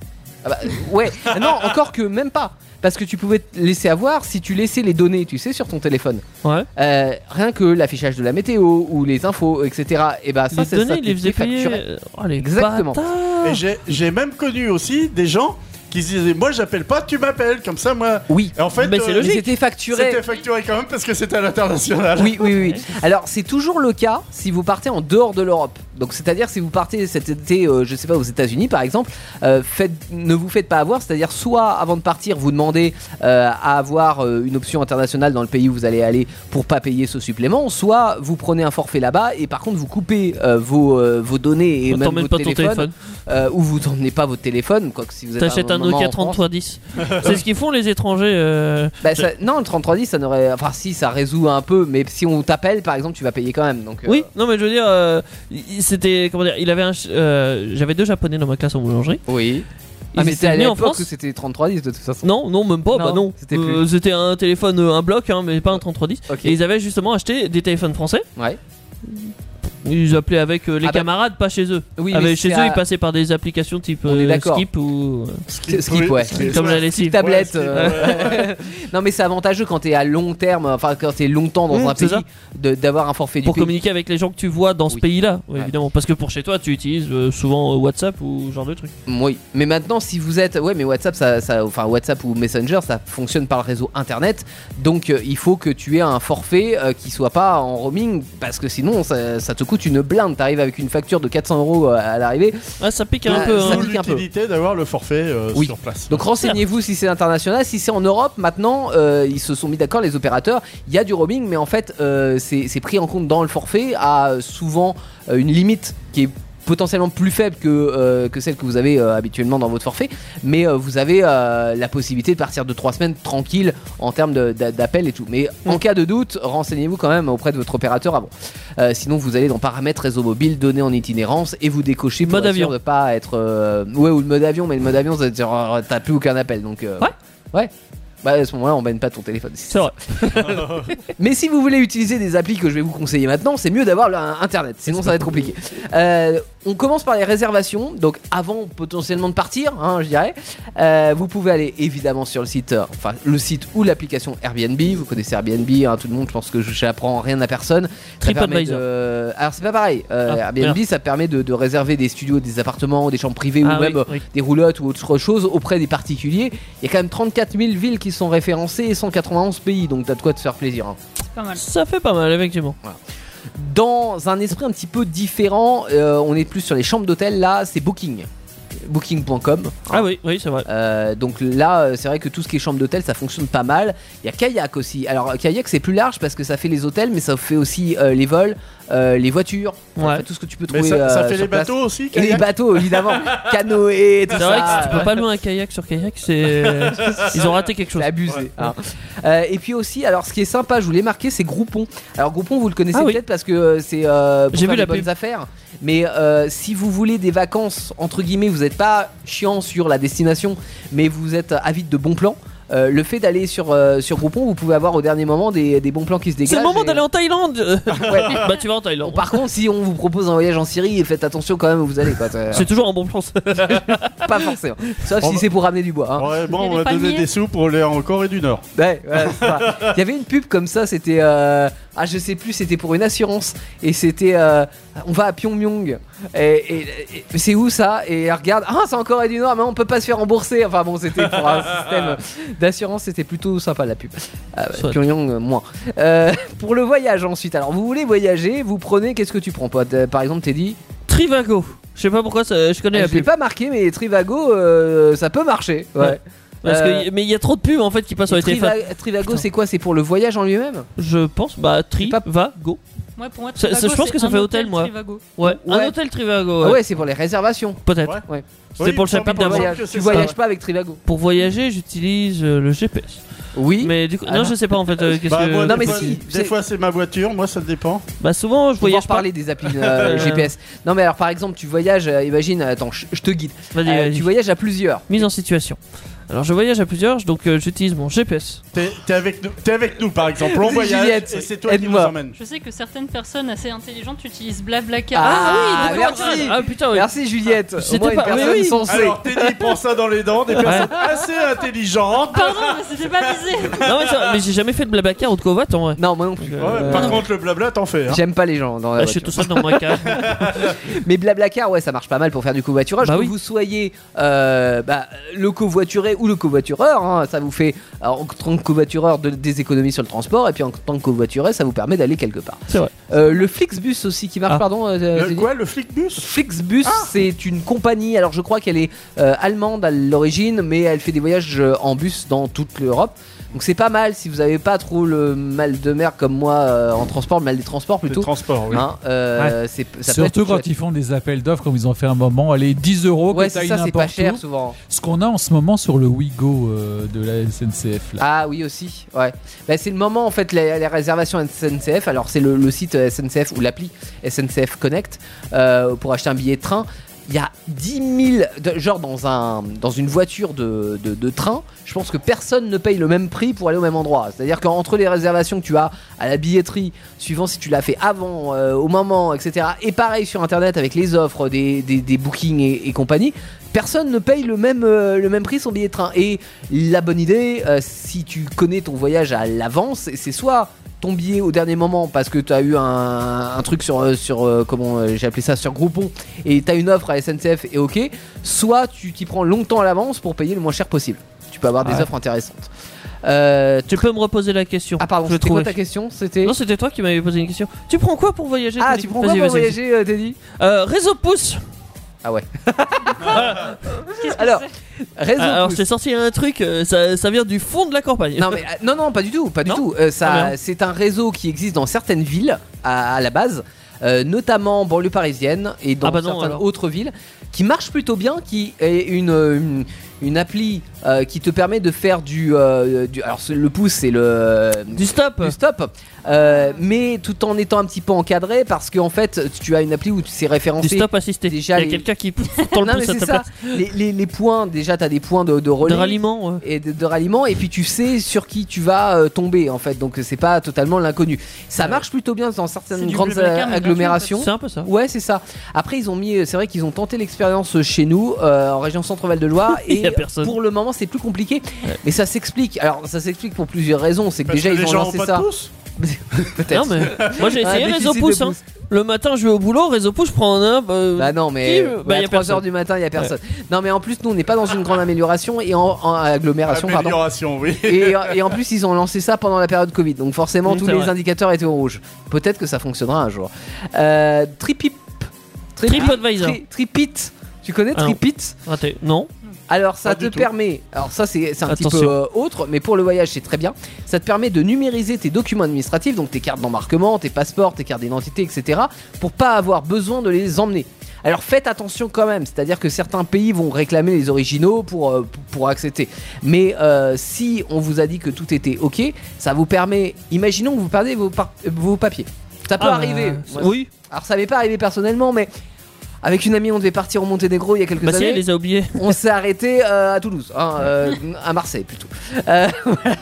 B: ah bah, euh, ouais, Ah non, encore que même pas. Parce que tu pouvais te laisser avoir si tu laissais les données, tu sais, sur ton téléphone.
D: Ouais.
B: Euh, rien que l'affichage de la météo ou les infos, etc. Et bah ça,
D: les
B: c'est
D: données,
B: ça
D: il
B: qui
D: les
B: te
D: faisait
B: fait
D: payer.
B: facturer.
D: euh, Oh, les
B: Exactement.
D: bâtards.
E: Et j'ai- j'ai même connu aussi des gens qui se disaient Moi, j'appelle pas, tu m'appelles, comme ça, moi.
B: Oui.
E: Et en fait,
D: Mais c'est
E: euh,
B: Mais
D: logique.
B: c'était facturé.
E: c'était facturé quand même parce que c'était à l'international.
B: Oui, oui, oui. Alors, c'est toujours le cas si vous partez en dehors de l'Europe. Donc, c'est-à-dire si vous partez cet été, euh, je sais pas, aux États-Unis par exemple, euh, faites, ne vous faites pas avoir. C'est-à-dire, soit avant de partir, vous demandez euh, à avoir euh, une option internationale dans le pays où vous allez aller pour pas payer ce supplément, soit vous prenez un forfait là-bas et par contre vous coupez euh, vos, euh, vos données et
D: On
B: même
D: t'emmène
B: votre
D: Oh, pas ton
B: téléphone,
D: téléphone.
B: euh, ou vous n'emmenez pas votre téléphone, quoi que si vous êtes à
D: T'achètes un
B: moment
D: Nokia
B: en France.
D: 3310. C'est ce qu'ils font les étrangers. euh,
B: Bah, ça- non, le 3310, ça n'aurait. Enfin, si, ça résout un peu, mais si on t'appelle, par exemple, tu vas payer quand même. Donc, euh,
D: Oui, non mais je veux dire, euh, il- il- c'était comment dire, il avait un, ch- euh, j'avais deux japonais dans ma classe en boulangerie.
B: Oui.
D: Ils
B: Ah, mais
D: étaient
B: c'était à
D: venus en
B: l'époque
D: France.
B: où c'était 3310 de toute façon.
D: Non, non même pas,
B: Non,
D: bah non.
B: c'était
D: Euh, C'était un téléphone, euh, un bloc, hein, mais pas un 3310.
B: Ok.
D: Et ils avaient justement acheté des téléphones français.
B: Ouais.
D: Ils appelaient avec euh, les
B: Ah bah-
D: camarades, pas chez eux.
B: Oui,
D: Avec-
B: Ah, mais
D: chez
B: c'est
D: eux,
B: à-
D: ils passaient par des applications type
B: On est
D: euh,
B: d'accord.
D: Skip ou
B: Skip, ouais.
E: skip,
D: comme
E: ouais.
D: la lessive.
B: tablette.
E: Ouais,
B: euh, non, mais c'est avantageux quand t'es à long terme, enfin quand t'es longtemps dans
D: Mmh,
B: un
D: c'est
B: pays,
D: ça.
B: de- d'avoir un forfait du
D: Pour
B: pays.
D: communiquer avec les gens que tu vois dans ce
B: Oui.
D: pays-là, oui,
B: Ouais.
D: évidemment. Parce que pour chez toi, tu utilises euh, souvent euh, WhatsApp ou ce genre de truc.
B: Oui, mais maintenant si vous êtes, ouais, mais WhatsApp, ça, ça- enfin WhatsApp ou Messenger, ça fonctionne par le réseau internet, donc euh, il faut que tu aies un forfait euh, qui soit pas en roaming, parce que sinon ça, ça te coûte une blinde. T'arrives avec une facture de 400 euros euh, à l'arrivée.
D: Ah, ça pique un
B: Ah,
D: peu.
B: ça
D: hein.
E: D'où
B: pique un peu.
E: l'utilité d'avoir le forfait euh,
B: Oui.
E: sur place.
B: Donc renseignez-vous si c'est international. Si c'est en Europe, maintenant, euh, ils se sont mis d'accord, les opérateurs. Il y a du roaming, mais en fait, euh, c'est c'est pris en compte dans le forfait à euh, souvent euh, une limite qui est potentiellement plus faible que, euh, que celle que vous avez euh, habituellement dans votre forfait. Mais euh, vous avez euh, la possibilité de partir de 3 semaines tranquille en termes de- d'a- d'appel et tout. Mais
D: Mm.
B: en cas de doute, renseignez-vous quand même auprès de votre opérateur avant. Euh, sinon, vous allez dans paramètres réseau mobile, données en itinérance et vous décochez pour
D: Mode
B: être
D: avion.
B: sûr de pas être. euh, Ouais, ou le mode avion, mais le mode avion, ça veut dire, euh, t'as plus aucun appel. Donc, euh,
D: Ouais.
B: Ouais. Bah, à ce moment-là, on baigne pas ton téléphone.
D: C'est vrai.
B: Mais si vous voulez utiliser des applis que je vais vous conseiller maintenant, c'est mieux d'avoir un- internet, sinon ça va être compliqué. Euh, on commence par les réservations, donc avant potentiellement de partir, hein, je dirais. Euh, vous pouvez aller évidemment sur le site, euh, enfin le site ou l'application Airbnb. Vous connaissez Airbnb, hein, tout le monde. Je pense que je j'apprends rien à personne. Ça
D: TripAdvisor.
B: permet de- Alors c'est pas pareil. Euh,
D: Ah,
B: Airbnb,
D: merde.
B: ça permet de, de réserver des studios, des appartements, des chambres privées
D: Ah
B: ou
D: oui,
B: même euh,
D: oui.
B: des roulottes ou autre chose auprès des particuliers. Il y a quand même 34 000 villes qui sont référencées et 191 pays, donc t'as de quoi te faire plaisir. hein.
F: C'est pas mal.
D: Ça fait pas mal, effectivement.
B: Dans un esprit un petit peu différent, euh, on est plus sur les chambres d'hôtel, là c'est Booking. Booking.com.
D: Ah oui, oui, c'est vrai.
B: Euh, donc là, euh, c'est vrai que tout ce qui est chambre d'hôtel, ça fonctionne pas mal. Il y a kayak aussi. Alors euh, kayak, c'est plus large parce que ça fait les hôtels, mais ça fait aussi euh, les vols, euh, les voitures, Enfin,
D: Ouais.
B: fait, tout ce que tu peux
E: Mais
B: trouver.
E: ça, ça
B: euh,
E: fait
B: sur
E: les
B: place.
E: bateaux aussi
B: Et les
E: kayak
B: bateaux, évidemment. Canoë, tout
D: C'est
B: ça.
D: vrai que si tu
B: euh,
D: peux pas louer un kayak sur kayak, c'est. Ils ont raté quelque chose.
B: C'est abusé. hein. Euh, et puis aussi, alors ce qui est sympa, je voulais marquer, c'est Groupon. Alors Groupon, vous le connaissez
D: Ah oui.
B: peut-être parce que euh, c'est euh, pour
D: J'ai
B: faire
D: vu
B: des
D: la
B: bonnes
D: pub.
B: affaires. Mais euh, si vous voulez des vacances entre guillemets, vous n'êtes pas chiant sur la destination, mais vous êtes avide de bons plans. euh, le fait d'aller sur, euh, sur Groupon, vous pouvez avoir au dernier moment des, des bons plans qui se dégagent.
D: C'est le moment
B: et-
D: d'aller en Thaïlande
B: Ouais.
D: Bah, tu vas en Thaïlande.
B: Par contre, si on vous propose un voyage en Syrie, faites attention quand même où vous allez. Quoi.
D: C'est toujours un bon plan. ça.
B: Pas forcément. Sauf
E: On
B: si
E: va-
B: c'est pour ramener du bois. hein.
E: Ouais,
F: Il y
E: bon,
F: a
E: on
F: des
E: va donner
F: palmiers.
E: des sous pour aller en Corée du Nord.
B: Ouais, voilà, c'est ça. Il y avait une pub comme ça, c'était. euh, ah, Ah, je sais plus, c'était pour une assurance. Et c'était. euh, on va à Pyongyang. Et, et- et- c'est où ça Et elle regarde. Ah, c'est en Corée du Nord, mais on peut pas se faire rembourser. Enfin bon, c'était pour un système d'assurance. C'était plutôt sympa la pub. Ah, bah,
D: Soit.
B: Pyongyang, euh, moins. Euh, pour le voyage ensuite. Alors, vous voulez voyager, vous prenez. Qu'est-ce que tu prends pote Euh, Par exemple, t'es dit.
D: Trivago. Je sais pas pourquoi ça- je connais
B: Ah, Je
D: la
B: l'ai
D: pub.
B: pas marqué, mais Trivago, euh, ça peut marcher. Ouais.
D: Ouais. Parce que-
B: euh,
D: mais il y a trop de pubs en fait qui passent sur les
B: Triva-
D: téléphones.
B: Trivago,
D: Putain.
B: c'est quoi C'est pour le voyage en lui-même
D: Je pense, bah, tri,
B: C'est pas-
D: va, go.
F: Moi, pour moi,
D: Ça- ça- je
F: Trivago,
D: pense que
F: c'est
D: ça
F: un
D: fait hôtel, moi.
F: Trivago.
D: Ouais,
B: Ouais.
D: un hôtel Trivago.
B: Ah
D: ouais.
B: ouais, c'est pour les réservations.
D: Peut-être.
B: Ouais.
D: C'est pour le chapitre
B: Pour le
D: d'avant.
B: voyage. Tu voyages pas avec Trivago.
D: Pour voyager, j'utilise euh, le GPS.
B: Oui.
D: Mais du coup,
B: Ah
D: non,
B: non.
D: je sais pas en fait. euh, qu'est-ce
E: Bah,
D: que...
E: moi,
B: Non,
E: des
B: mais
E: fois-
B: si, c'est-
E: Des fois, c'est ma voiture, moi, ça dépend.
D: Bah, souvent,
B: On
D: je
B: va
D: voyage pas.
B: reparler des applis euh, GPS. Non mais alors par exemple tu voyages, euh, imagine, attends, je je te guide.
D: Vas-y,
B: Euh,
D: vas-y.
B: tu voyages à plusieurs.
D: Mise en situation. Alors, je voyage à plusieurs, donc euh, j'utilise mon GPS.
E: T'es t'es avec, nous- t'es avec nous, par exemple.
B: Vas-y,
E: On voyage
B: Juliette,
E: et c'est toi qui nous
B: aide-moi.
E: emmène.
F: Je sais que certaines personnes assez intelligentes utilisent Blablacar.
B: Ah,
D: oui,
B: merci.
D: Ah putain, oui.
B: Merci Juliette. Au
D: C'était
B: moins une
D: pas- oui,
B: personne
D: oui.
B: sensée.
E: Alors, Teddy prend ça dans les dents, des personnes assez intelligentes.
F: Pardon, mais c'était pas visé.
D: Non, mais, ça- mais j'ai jamais fait de Blablacar ou de Covat en vrai.
B: Non moi non plus.
D: Donc, euh,
E: Ouais, par contre, le blabla, t'en fais. hein.
B: J'aime pas les gens dans la
D: là, Ah, je suis
B: voiture.
D: tout seul dans ma cave.
B: Mais Blablacar, ouais, ça marche pas mal pour faire du covoiturage.
D: Bah
B: que
D: oui.
B: vous soyez euh, bah, le covoituré ou le covoitureur, hein, ça vous fait euh, en tant que covoitureur de- des économies sur le transport, et puis en tant que covoituré, ça vous permet d'aller quelque part.
D: C'est vrai.
B: Euh, le Flixbus aussi qui marche,
D: Ah.
B: pardon. euh, j'ai
E: Le
B: dit
E: quoi, le flic bus
B: Flixbus, c'est une compagnie. Alors, je crois qu'elle est euh, allemande à l'origine, mais elle fait des voyages euh, en bus dans toute l'Europe. Donc, c'est pas mal si vous avez pas trop le mal de mer comme moi euh, en transport, le mal des transports plutôt.
E: transport, oui.
B: Hein, euh, c'est- ça peut être
C: Surtout quand
B: chouette.
C: ils font des appels d'offres comme ils ont fait un moment, allez 10 euros
B: Ouais,
C: que
B: c'est
C: t'ailles
B: ça, c'est pas
C: n'importe
B: cher
C: où.
B: souvent.
C: Ce qu'on a en ce moment sur le Wigo euh, de la SNCF là.
B: Ah oui aussi, ouais. Bah, c'est le moment en fait les, les réservations SNCF. Alors c'est le, le site euh, SNCF ou l'appli SNCF Connect euh, pour acheter un billet de train. Il y a 10 000, de- genre dans, un, dans une voiture de, de- de train, je pense que personne ne paye le même prix pour aller au même endroit. C'est-à-dire qu'entre les réservations que tu as à la billetterie, suivant si tu l'as fait avant, euh, au moment, etc. Et pareil sur Internet avec les offres des, des- des bookings et, et compagnie, personne ne paye le même, euh, le même prix son billet de train. Et la bonne idée, euh, si tu connais ton voyage à l'avance, c'est soit ton billet au dernier moment parce que tu as eu un, un truc sur, euh, sur euh, comment euh, j'ai appelé ça, sur Groupon, et tu as une offre à SNCF et ok, soit tu t'y prends longtemps à l'avance pour payer le moins cher possible. Tu peux avoir des offres intéressantes. Euh,
D: tu peux me reposer la question.
B: ah pardon,
D: je
B: c'était quoi ta
D: trouve.
B: question C'était...
D: Non, c'était toi qui m'avais posé une question. Tu prends quoi pour voyager
B: Ah,
D: Tony
B: tu prends
D: Vas-y,
B: quoi pour
D: vas-y, vas-y.
B: voyager, euh, Teddy
D: Euh, Réseau Pouce.
F: Qu'est-ce que
B: Alors,
F: c'est
B: Réseau
D: Ah, Alors,
B: Pouce.
D: c'est sorti un truc, euh, ça, ça vient du fond de la campagne.
B: Non, mais, euh, non, non, pas du tout, pas du
D: Non
B: tout. Euh, ça,
D: Ah, merde.
B: c'est un réseau qui existe dans certaines villes à, à la base, euh, notamment banlieue parisienne et dans
D: Ah bah non,
B: certaines
D: alors.
B: autres villes, qui marche plutôt bien, qui est une, euh, une, une appli euh, qui te permet de faire du, euh, du- alors c'est- le pouce c'est le
D: Du stop.
B: du stop, euh, mais tout en étant un petit peu encadré parce qu'en fait tu as une appli où tu sais
D: Du
B: référencer
D: stop assisté. Il y
B: déjà
D: a
B: les-
D: quelqu'un qui tend le
B: Non, mais
D: pouce à
B: c'est
D: ta
B: ça.
D: place.
B: Les, les- les points, déjà, t'as des points de, de
D: De
B: relais
D: ralliement. ouais.
B: et de, de ralliement, et puis tu sais sur qui tu vas euh, tomber en fait. Donc c'est pas totalement l'inconnu. Ça marche plutôt bien dans
F: C'est
B: certaines
F: du
B: grandes euh,
F: blabla car, mais gratuit, en fait.
B: agglomérations.
D: C'est un peu ça.
B: Ouais, c'est ça. Après, ils ont mis, euh, c'est vrai qu'ils ont tenté l'expérience euh, chez nous, euh, en région Centre-Val de Loire,
D: Il y
B: et
D: a personne.
B: pour le moment, c'est plus compliqué. Mais ça s'explique. Alors, ça s'explique pour plusieurs raisons. C'est que
E: Parce
B: déjà, ils
E: que les
B: ont
E: gens ont
B: lancé
E: pas
B: ça.
E: de pouce
B: Peut-être.
D: Non, mais moi j'ai
B: Ah,
D: essayé
B: déficit
D: Réseau
B: de
D: Pouce. hein.
B: pouce.
D: Le matin, je vais au boulot, Réseau Pouce, je prends un. euh,
B: Bah non, mais
D: Qui veut
B: bah,
D: Bah, y
B: à
D: a
B: 3h
D: personne.
B: du matin, il y a personne. Non, mais en plus, nous, on n'est pas dans une grande amélioration et en, en agglomération, pardon.
E: Amélioration, oui.
B: Et, et en plus, ils ont lancé ça pendant la période Covid. Donc forcément,
D: Mm,
B: tous
D: c'est
B: les
D: vrai.
B: indicateurs étaient au rouge. Peut-être que ça fonctionnera un jour. Euh, Tripip. Trip-
D: TripAdvisor.
B: Tri- Tripit. Tu connais
D: Ah non.
B: Tripit
D: raté. Non.
B: Alors ça
E: Pas
B: te
E: du tout.
B: permet, alors ça c'est c'est un petit peu
D: Attention.
B: euh, autre, mais pour le voyage c'est très bien, ça te permet de numériser tes documents administratifs, donc tes cartes d'embarquement, tes passeports, tes cartes d'identité, etc., pour pas avoir besoin de les emmener. Alors faites attention quand même, c'est-à-dire que certains pays vont réclamer les originaux pour, euh, pour- pour accepter. Mais euh, si on vous a dit que tout était ok, ça vous permet, imaginons que vous perdez vos, par- vos papiers. Ça peut
D: Ah,
B: arriver.
D: bah,
B: Moi,
D: oui.
B: Alors ça m'est pas arrivé personnellement, mais avec une amie on devait partir au Monténégro il y a quelques
D: Bah si,
B: années
D: elle les a oubliés.
B: on s'est arrêté euh, à Toulouse, hein, euh, à Marseille plutôt. Euh, voilà.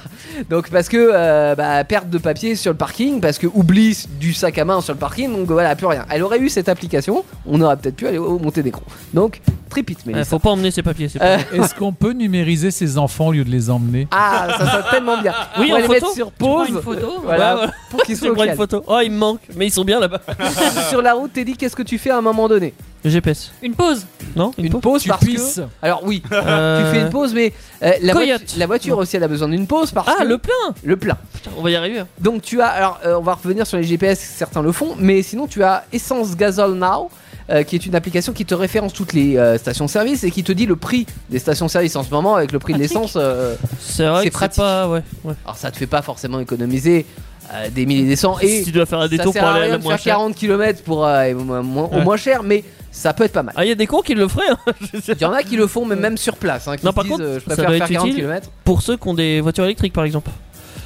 B: donc parce que euh, bah, perte de papier sur le parking, parce que oubli du sac à main sur le parking, donc voilà plus rien. Elle aurait eu cette application, on aurait peut-être pu aller au Monténégro. Donc trépite, mais
D: Euh, faut pas emmener ses papiers. c'est
B: Euh,
D: pas-
C: Est-ce qu'on peut numériser ses enfants au lieu de les emmener
B: Ah, ça serait tellement bien.
D: Oui,
B: on va
D: en
B: les
D: photo.
B: mettre sur
F: Tu prends
B: pause.
F: une photo.
B: Voilà,
D: Ouais, voilà.
B: pour qu'ils
D: Je
B: soient au
D: prends une
B: calme.
D: photo. Oh, ils me manquent, mais ils sont bien là-bas.
B: Sur la route, Teddy, qu'est-ce que tu fais à un moment donné
D: Le GPS.
F: Une pause.
D: Non
B: Une pause
C: Tu
B: parce
C: pisses
B: que. Alors oui,
D: Euh,
B: tu fais une pause, mais euh, la, voiture-
D: Coyote.
B: la voiture aussi, elle a besoin d'une pause parce
D: Ah,
B: que
D: le plein
B: le plein.
D: Putain, On va y arriver.
B: Donc tu as, alors euh, on va revenir sur les GPS, certains le font, mais sinon tu as Essence Gasol Now, euh, qui est une application qui te référence toutes les euh, stations-service et qui te dit le prix des stations-service en ce moment avec le prix de
F: Pratique.
B: l'essence. euh,
D: C'est vrai
B: C'est
D: que c'est
B: pratique.
D: pas. Ouais. ouais.
B: alors ça te fait pas forcément économiser euh, des milliers des cents et
D: si tu dois faire un
B: ça
D: détour
B: sert
D: pour
B: à
D: aller à
B: rien
D: la
B: de
D: moins
B: faire
D: chère.
B: 40 km pour euh, et au moins- au
D: Ouais.
B: moins cher, mais ça peut être pas mal.
D: Ah, il y a des cons qui le feraient. hein. Je sais.
B: Il y en a qui le font, mais même sur place, hein, qui
D: Non,
B: se
D: par
B: disent
D: contre,
B: euh, je
D: ça
B: préfère
D: doit
B: faire
D: être
B: 40
D: utile.
B: km.
D: Pour ceux qui ont des voitures électriques, par exemple.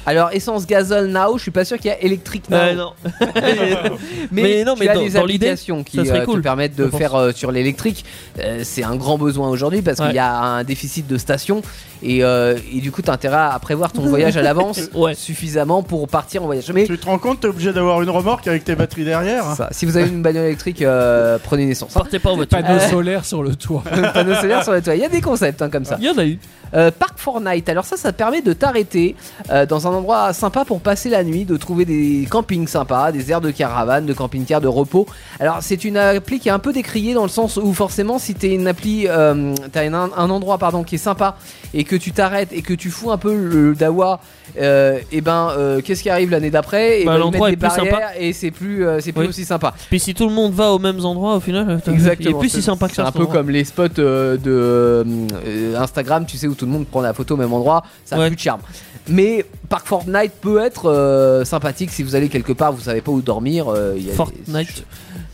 B: Alors Essence Gasol Now, je suis pas sûr qu'il y a électrique Now.
D: Euh, non.
B: Mais,
D: Mais non,
B: tu
D: mais
B: as
D: dans-
B: des
D: dans l'idée,
B: applications qui
D: ça serait
B: euh, te
D: cool,
B: permettent
D: je
B: de
D: pense.
B: faire euh, sur l'électrique. Euh, c'est un grand besoin aujourd'hui parce
D: Ouais.
B: qu'il y a un déficit de stations et, euh, et du coup, t'as intérêt à prévoir ton voyage à l'avance
D: ouais.
B: suffisamment pour partir en voyage. Mais
E: Tu te rends compte, t'es obligé d'avoir une remorque avec tes batteries derrière.
D: hein.
B: ça, si vous avez une bagnole électrique, euh, prenez naissance.
D: Partez pas en voiture.
C: Panneau
B: Euh.
C: solaire sur le toit.
B: Panneau solaire sur les toits. Il y a des concepts hein, comme ça.
D: Il y en a eu.
B: Euh, Park Fortnite, alors ça, ça te permet de t'arrêter euh, dans un endroit sympa pour passer la nuit, de trouver des campings sympas, des aires de caravane, de camping-car, de repos. Alors c'est une appli qui est un peu décriée dans le sens où forcément si t'es une appli, euh, t'as une- un endroit pardon qui est sympa et que tu t'arrêtes et que tu fous un peu le dawa, euh, et ben euh, qu'est-ce qui arrive l'année d'après Et
D: Bah,
B: ben, ils
D: l'endroit
B: mettent
D: est
B: des
D: plus
B: barrières et c'est plus, euh, c'est plus
D: Oui.
B: aussi sympa.
D: Puis si tout le monde va aux mêmes endroits, au final, euh, t'as-
B: Exactement.
D: il est plus si
B: c'est-
D: sympa que ça.
B: C'est un
D: cet
B: peu
D: endroit.
B: comme les spots euh, de euh, euh, Instagram, tu sais, où tout le monde prend la photo au même endroit. Ça a
D: Ouais.
B: plus de charme. Mais Park Fortnite peut être euh, sympathique si vous allez quelque part, vous savez pas où dormir. euh, il y a des-
D: Fortnite.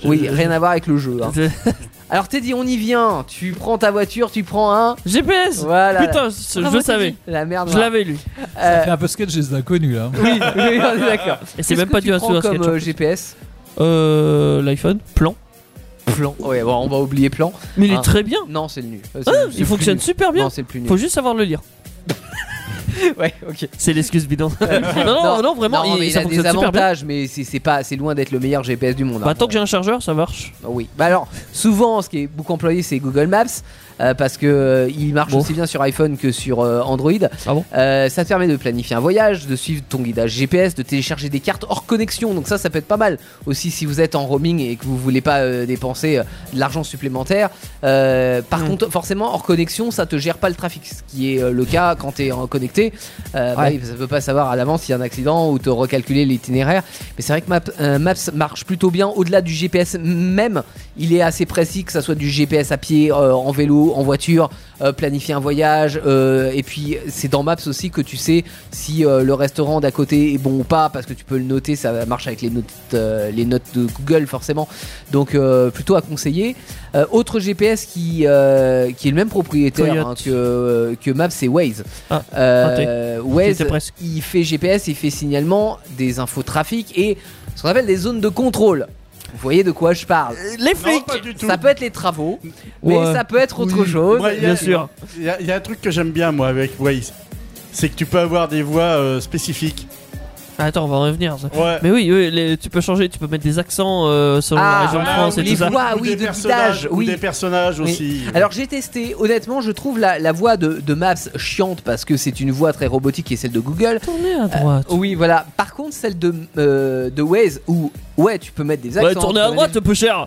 B: Oui,
D: Je-
B: rien à voir avec le jeu. hein. Alors Teddy, on y vient. Tu prends ta voiture, tu prends un.
D: GPS
B: Voilà. Ah, bah,
D: Putain, je, je
F: Bravo,
D: savais.
B: La merde.
D: Je
B: noire.
D: l'avais lu.
B: Euh,
C: C'est un peu sketch des inconnus là.
B: oui, oui, on est d'accord.
D: Et c'est
B: Qu'est-ce
D: même
B: que
D: pas
B: tu
D: du
B: prends
D: Asura
B: comme
D: Sketch.
B: euh, GPS.
D: Euh, L'iPhone, plan.
B: Plan. Ouais, bon, on va oublier plan.
D: Mais il
B: Ah.
D: est très bien.
B: Non, c'est le nu. Euh, c'est
D: Ah,
B: le nu, c'est
D: il
B: le
D: fonctionne
B: plus
D: super
B: nu.
D: bien.
B: Non, c'est le plus nu.
D: Faut juste savoir le lire.
B: Ouais, ok.
D: C'est l'excuse bidon. non, non,
B: Non,
D: non, vraiment,
B: Non,
D: il,
B: mais il
D: ça
B: a des
D: fonctionne super bien.
B: avantages, mais c'est c'est pas, c'est loin d'être le meilleur GPS du monde.
D: Bah,
B: hein.
D: tant que j'ai un chargeur, ça marche.
B: Ah Oui. Bah alors, souvent, ce qui est beaucoup employé, c'est Google Maps. euh, parce que euh, il marche
D: Bon.
B: aussi bien sur iPhone que sur euh, Android.
D: Ah bon
B: Euh, ça te permet de planifier un voyage, de suivre ton guidage GPS, de télécharger des cartes hors connexion. Donc ça, ça peut être pas mal. Aussi, si vous êtes en roaming et que vous voulez pas euh, dépenser euh, de l'argent supplémentaire. Euh, par
D: Mm.
B: contre, forcément, hors connexion, ça te gère pas le trafic, ce qui est euh, le cas quand t'es en connecté. Euh, bah,
D: Ouais.
B: ça peut pas savoir à l'avance s'il y a un accident ou te recalculer l'itinéraire. Mais c'est vrai que Map- euh, Maps marche plutôt bien au-delà du GPS même. Il est assez précis, que ça soit du GPS à pied, euh, en vélo, en voiture, euh, planifier un voyage. euh, et puis c'est dans Maps aussi que tu sais si euh, le restaurant d'à côté est bon ou pas, parce que tu peux le noter, ça marche avec les notes, euh, les notes de Google forcément. Donc euh, plutôt à conseiller. Euh, autre GPS qui, euh, qui est le même propriétaire
D: Coyote.
B: hein, que, euh, que Maps, c'est Waze.
D: Ah,
B: Euh, Waze,
D: J'étais presque.
B: il fait GPS, il fait signalement des infos trafic et ce qu'on appelle des zones de contrôle. Vous voyez de quoi je parle
D: Les
E: Non,
D: flics
E: pas du tout.
B: Ça peut être les travaux, mais
D: Ouais.
B: ça peut être autre
D: Oui.
B: chose.
E: Ouais, il y a-
D: Bien sûr.
E: Il y, a- il y a un truc que j'aime bien moi avec Waze, c'est que tu peux avoir des voix euh, spécifiques.
D: Attends, on va en revenir. ça.
E: Ouais.
D: Mais oui, oui, les- tu peux changer, tu peux mettre des accents euh, selon
B: Ah,
D: la région de
B: voilà,
D: France et
B: les
D: tout ça.
B: voix. Ah
E: Ou
B: oui,
E: des
B: de
E: personnages,
B: guidage,
E: ou
B: oui.
E: des personnages
B: Oui.
E: aussi.
B: Alors j'ai testé, honnêtement je trouve la, la voix de, de Maps chiante parce que c'est une voix très robotique qui est celle de Google.
D: Tournez à droite.
B: Oui voilà, par contre celle de, euh, de Waze où ouais tu peux mettre des accents.
D: Ouais, tournez
B: tu
D: à
B: peux
D: droite, peu cher.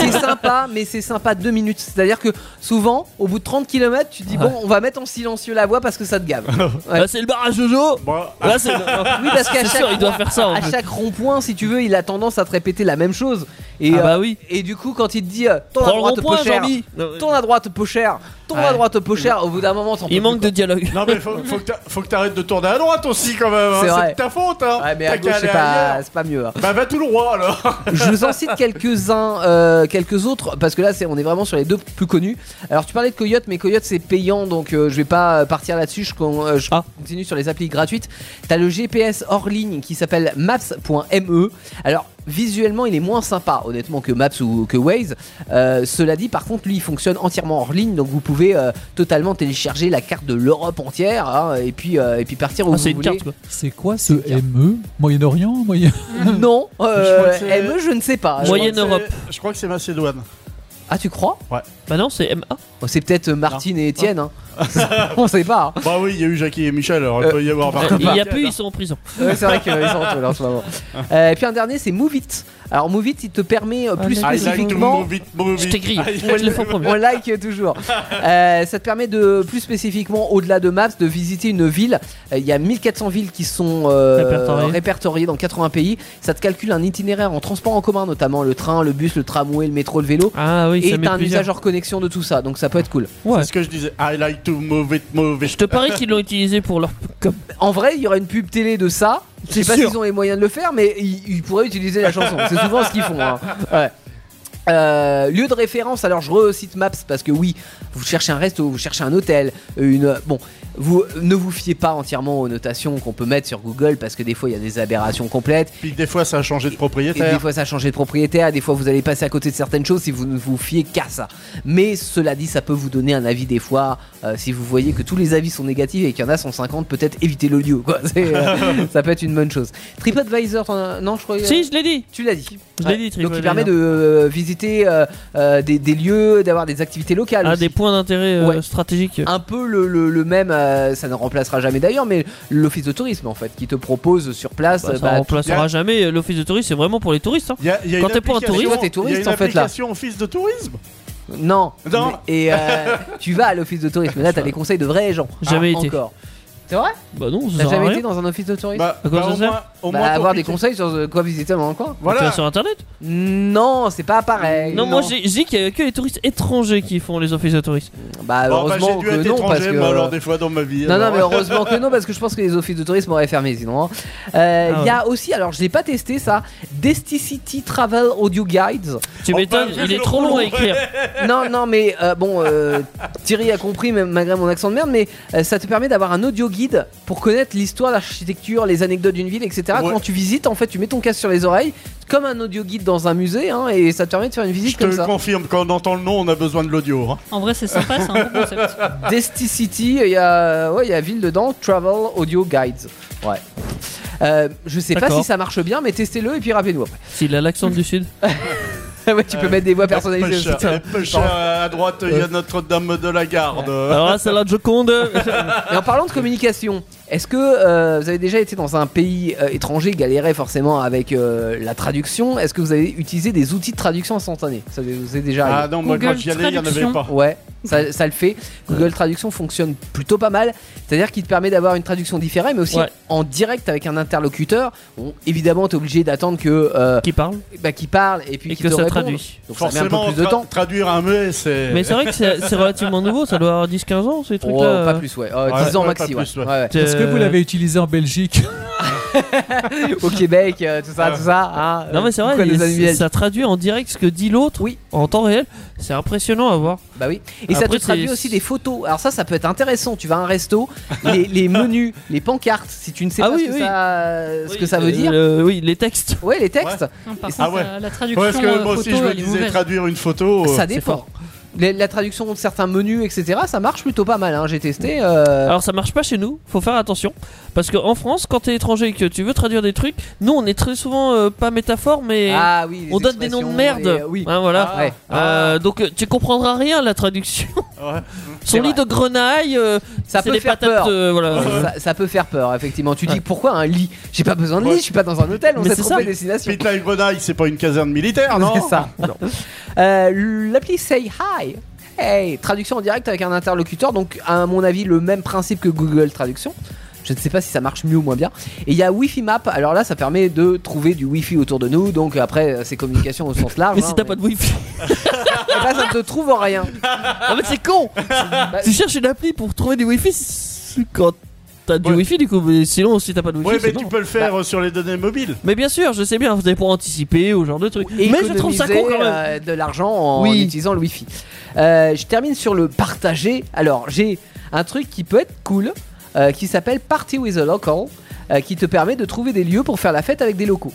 B: c'est sympa, mais c'est sympa deux minutes. C'est-à-dire que souvent, au bout de 30 km, tu te dis
D: Ouais.
B: bon, on va mettre en silencieux la voix parce que ça te gave. Ouais.
D: Là, c'est le barrage Jojo.
E: Bon,
D: Là, c'est. C'est
B: Oui, parce qu'à
D: sûr, il
B: chaque,
D: doit faire ça. en
B: à
D: fait.
B: chaque rond-point, si tu veux, il a tendance à te répéter la même chose. Et,
D: Ah
B: euh,
D: bah oui.
B: et du coup, quand il te dit euh, tourne à
D: Prends le
B: droite,
D: rond-point,
B: peu cher,
D: Jean-Mi.
B: tourne à droite, peu cher, tourne
D: Ouais.
B: à droite, peu cher, au bout d'un moment, t'en
D: Il
B: peux
D: manque
B: plus,
D: de dialogue.
E: Non mais faut, faut que t'a- faut que t'arrêtes de tourner à droite aussi quand même. hein.
B: C'est vrai.
E: C'est de ta faute. Hein.
B: quoi. Ouais, mais à
E: T'as
B: gauche,
E: qu'à aller
B: c'est pas,
E: ailleurs.
B: c'est pas mieux. hein.
E: Bah va tout le droit alors.
B: Je vous en cite quelques-uns, euh, quelques autres, parce que là, c'est, on est vraiment sur les deux plus connus. Alors, tu parlais de Coyote, mais Coyote, c'est payant, donc euh, je vais pas euh, partir là-dessus. Je, con- euh, je
D: Ah.
B: continue sur les applis gratuites. T'as le GPS hors ligne qui s'appelle maps.me. Alors, visuellement, il est moins sympa, honnêtement, que Maps ou que Waze. Euh, cela dit, par contre, lui, il fonctionne entièrement hors ligne, donc vous pouvez euh, totalement télécharger la carte de l'Europe entière hein, et, puis, euh, et puis partir où
D: Ah,
B: vous
D: c'est une
B: voulez.
D: carte quoi.
C: C'est quoi ce ME Moyen-Orient Moyen
B: Non,
E: Je crois
B: euh,
E: que c'est-
B: ME, Ah, je ne sais pas.
D: Moyenne
E: Je crois que
D: Europe.
E: c'est- Je crois que c'est Macédoine.
B: Ah, tu crois
D: Bah non, c'est MA.
B: Oh, C'est peut-être euh, Martine et Étienne. hein. On sait pas. hein.
E: Bah oui, il y a eu Jackie et Michel, alors il
B: Euh,
E: peut y avoir par
D: Il y a
E: contre-
D: plus, ils sont en prison.
B: Ouais, c'est vrai qu'ils sont entre eux, là, en ce moment. Euh, et puis un dernier, c'est Move It. Alors Move It, il te permet euh, plus
D: Ah,
E: I like to
B: spécifiquement.
E: move it, move
D: Je
E: it.
D: t'ai grillé.
E: I
D: Ouais, je le fais en premier.
B: On like toujours. Euh, ça te permet de plus spécifiquement, au-delà de Maps, de visiter une ville. Euh, Il y a 1400 villes qui sont euh,
D: Répertoriées.
B: répertoriées dans 80 pays. Ça te calcule un itinéraire en transport en commun, notamment le train, le bus, le tramway, le métro, le vélo.
D: Ah oui,
B: et
D: ça met
B: t'as un
D: plusieurs.
B: usage hors connexion de tout ça, donc ça peut être cool.
D: Ouais.
E: C'est ce que je disais. I like to move it, move
D: Je
E: it.
D: te parie qu'ils l'ont utilisé pour leur com.
B: En vrai, il y aurait une pub télé de ça. Je sais
D: C'est
B: pas
D: sûr.
B: s'ils ont les moyens de le faire, mais ils, ils pourraient utiliser la chanson. C'est souvent ce qu'ils font. hein. Ouais. Euh, lieu de référence, alors je recite Maps parce que oui, vous cherchez un resto, vous cherchez un hôtel, une bon, vous ne vous fiez pas entièrement aux notations qu'on peut mettre sur Google parce que des fois il y a des aberrations complètes
E: Puis des fois, ça a changé de
B: et des
E: propriétaire.
B: fois ça a changé de propriétaire, des fois vous allez passer à côté de certaines choses si vous ne vous fiez qu'à ça. Mais cela dit, ça peut vous donner un avis des fois. euh, si vous voyez que tous les avis sont négatifs et qu'il y en a 150, peut-être évitez le lieu. Quoi. C'est, euh, ça peut être une bonne chose. TripAdvisor, t'en as- non, je crois.
D: Si, je l'ai dit.
B: Tu l'as dit.
D: Je l'ai dit,
B: Donc il
D: TripAdvisor.
B: permet de euh, visiter euh, euh, des, des lieux, d'avoir des activités locales.
D: Ah,
B: aussi.
D: des points d'intérêt euh,
B: Ouais.
D: stratégiques.
B: Un peu le, le- le même, euh, ça ne remplacera jamais d'ailleurs, mais l'office de tourisme en fait, qui te propose sur place.
D: Bah,
B: euh,
D: ça
B: bah,
D: remplacera
E: y a-
D: jamais euh, l'office de tourisme, c'est vraiment pour les touristes. hein.
E: Il y a- il y a
D: Quand
E: une
D: t'es pas un
E: application-
B: touriste, t'es touriste,
E: il y a
B: en
E: une
B: fait, là.
E: application office de tourisme.
B: Non.
E: Non.
B: Mais- Et euh, tu vas à l'office de tourisme. Là, t'as des conseils de vrais gens. Hein,
D: Jamais été.
B: Encore. C'est vrai
D: Bah non, ça
B: T'as
D: sert à
B: jamais été
D: rien.
B: dans un office de tourisme
E: Bah,
D: À quoi
E: bah,
D: ça
E: au
D: sert
E: moins, au
B: Bah,
E: moins
B: avoir
E: pour
B: des
E: piquer-
B: conseils sur euh, quoi visiter dans un coin.
D: Tu vas
E: Voilà.
D: sur internet
B: Non, c'est pas pareil.
D: Non, moi j'ai j'ai dit qu'il y a que les touristes étrangers qui font les offices de tourisme.
B: Bah,
E: Bon, bah,
B: heureusement
E: j'ai dû
B: que
E: être
B: non, parce
E: étranger,
B: que. euh,
E: moi, alors, des fois dans ma vie.
B: Non, non,
E: alors.
B: mais heureusement que non, parce que je pense que les offices de tourisme auraient fermé sinon. hein. Euh, Il
D: Ah
B: y a aussi, alors je l'ai pas testé ça, Desticity Travel Audio Guides.
D: Tu
E: Enfin,
D: m'étonnes,
E: juste
D: il est
E: le
D: trop long à
E: boulot.
D: écrire.
B: non, non, mais euh, bon, euh, Thierry a compris même malgré mon accent de merde, mais euh, ça te permet d'avoir un audio guide pour connaître l'histoire, l'architecture, les anecdotes d'une ville, etc.
E: Ouais.
B: Quand tu visites, en fait, tu mets ton casque sur les oreilles, comme un audio guide dans un musée, hein, et ça te permet de faire une
E: Je
B: visite
E: te
B: comme ça.
E: confirme, quand on entend le nom, on a besoin de l'audio. hein.
F: En vrai, c'est sympa, c'est un bon concept.
B: Desticity, il y a, ouais, il y a ville dedans, Travel Audio Guides. Ouais. Euh, je sais pas
D: D'accord.
B: si ça marche bien, mais testez-le et puis rappelez-nous après.
D: S'il a l'accent du sud.
B: Ah ouais, tu
E: Euh,
B: peux mettre des voix personnalisées aussi.
E: Pusher, pusher, à droite, il y a Notre-Dame de la Garde.
D: Alors là, c'est la Joconde. euh,
B: Et en parlant de communication, est-ce que euh, vous avez déjà été dans un pays euh, étranger, galéré forcément avec euh, la traduction Est-ce que vous avez utilisé des outils de traduction instantanée Ça vous est déjà
E: Ah
B: arrivé
E: non, moi quand
F: Google
E: j'y allais, il n'y en avait
F: Traduction.
D: Ah.
E: pas.
B: Ouais, ça, ça le fait. Google Traduction fonctionne plutôt pas mal. C'est-à-dire qu'il te permet d'avoir une traduction différente, mais aussi
D: Ouais.
B: en direct avec un interlocuteur. Bon, évidemment, t'es obligé d'attendre que euh,
D: Qui parle
B: bah, qu'il parle et puis
D: et
B: qu'il
D: que
B: te
D: ça
B: réponde.
D: traduit.
B: Donc ça met un
E: Forcément,
B: peu plus de
E: tra-
B: temps.
E: traduire un mot, c'est.
D: Mais c'est vrai que c'est c'est relativement nouveau, ça doit avoir 10-15 ans ces
B: Oh,
D: trucs-là. Euh,
B: pas plus, ouais. Euh,
E: Ouais,
B: 10 ans
E: ouais,
B: maxi,
E: pas
B: ouais.
E: plus, ouais.
B: Ouais, ouais.
C: Est-ce que vous l'avez utilisé en Belgique
B: Euh. Au Québec, euh, tout ça, tout ça. hein,
D: euh, Non mais c'est vrai,
B: pourquoi
D: il-
B: les animaux-
D: ça traduit en direct ce que dit l'autre
B: Oui.
D: en temps réel. C'est impressionnant à voir.
B: Bah oui. Et ça
D: Après,
B: te traduit
D: c'est-
B: aussi des photos. Alors ça, ça peut être intéressant. Tu vas à un resto, les, les menus, les pancartes, si tu ne sais
D: Ah
B: pas
D: oui,
B: ce, que
D: oui.
B: ça, ce que ça
D: Euh,
B: veut dire.
D: euh, Oui, les textes.
B: Ouais, les textes,
F: Non, par
B: Ah
F: contre,
E: ouais.
F: la, la
E: Ouais,
F: traduction
E: Parce que
F: euh,
E: moi
F: photo,
E: aussi, je me
F: elle est
E: disais
F: mauvaise.
E: traduire une photo. euh,
B: ça dépend.
D: Oh, fort.
B: La, la traduction de certains menus, etc., ça marche plutôt pas mal. hein. J'ai testé. euh,
D: Alors ça marche pas chez nous, faut faire attention. Parce qu'en France, quand t'es étranger et que tu veux traduire des trucs, nous on est très souvent euh, pas métaphore mais
B: ah oui. les
D: on donne des noms de merde.
B: expressions, et, euh, oui.
D: Hein, voilà.
B: Ouais. Ah.
D: Euh, donc euh, tu comprendras rien à la traduction.
E: Ouais.
B: C'est
D: Son lit
B: vrai.
D: de grenaille, euh,
B: Ça
D: c'est
B: peut
D: des
B: faire
D: patates,
B: peur.
D: euh, voilà.
B: Ça, ça peut faire peur, effectivement. Tu dis pourquoi un lit J'ai pas besoin de lit, je suis pas dans un hôtel, on
D: Mais
B: s'est
D: c'est
B: trompé
D: ça.
B: de destination.
E: Pete la Grenaille, c'est pas une caserne militaire, non
B: C'est ça. Euh, L'appli Say Hi. Hey, traduction en direct avec un interlocuteur, donc à mon avis le même principe que Google Traduction. Je ne sais pas si ça marche mieux ou moins bien. Et il y a Wi-Fi Map, alors là ça permet de trouver du Wi-Fi autour de nous, donc après euh, c'est communication au sens large.
D: Mais
B: hein,
D: si t'as pas de wifi,
B: Eh ben, ça ne te trouve en rien. Ah,
D: en fait c'est con.
B: Bah,
D: tu cherches une appli pour trouver du wifi c'est quand t'as du
E: Ouais.
D: wifi du coup, mais sinon si t'as pas de wifi,
E: Ouais,
D: c'est
E: mais
D: mort.
E: tu peux le
B: Bah.
E: faire euh, sur les données mobiles.
D: Mais bien sûr, je sais bien, c'est pour anticiper ou ce genre de truc.
B: Et
D: mais je trouve ça con
B: économiser,
D: quand même.
B: euh, de l'argent en
D: Oui.
B: utilisant le Wi-Fi. Euh, je termine sur le partager. Alors, j'ai un truc qui peut être cool euh, qui s'appelle Party with a Local euh, qui te permet de trouver des lieux pour faire la fête avec des locaux.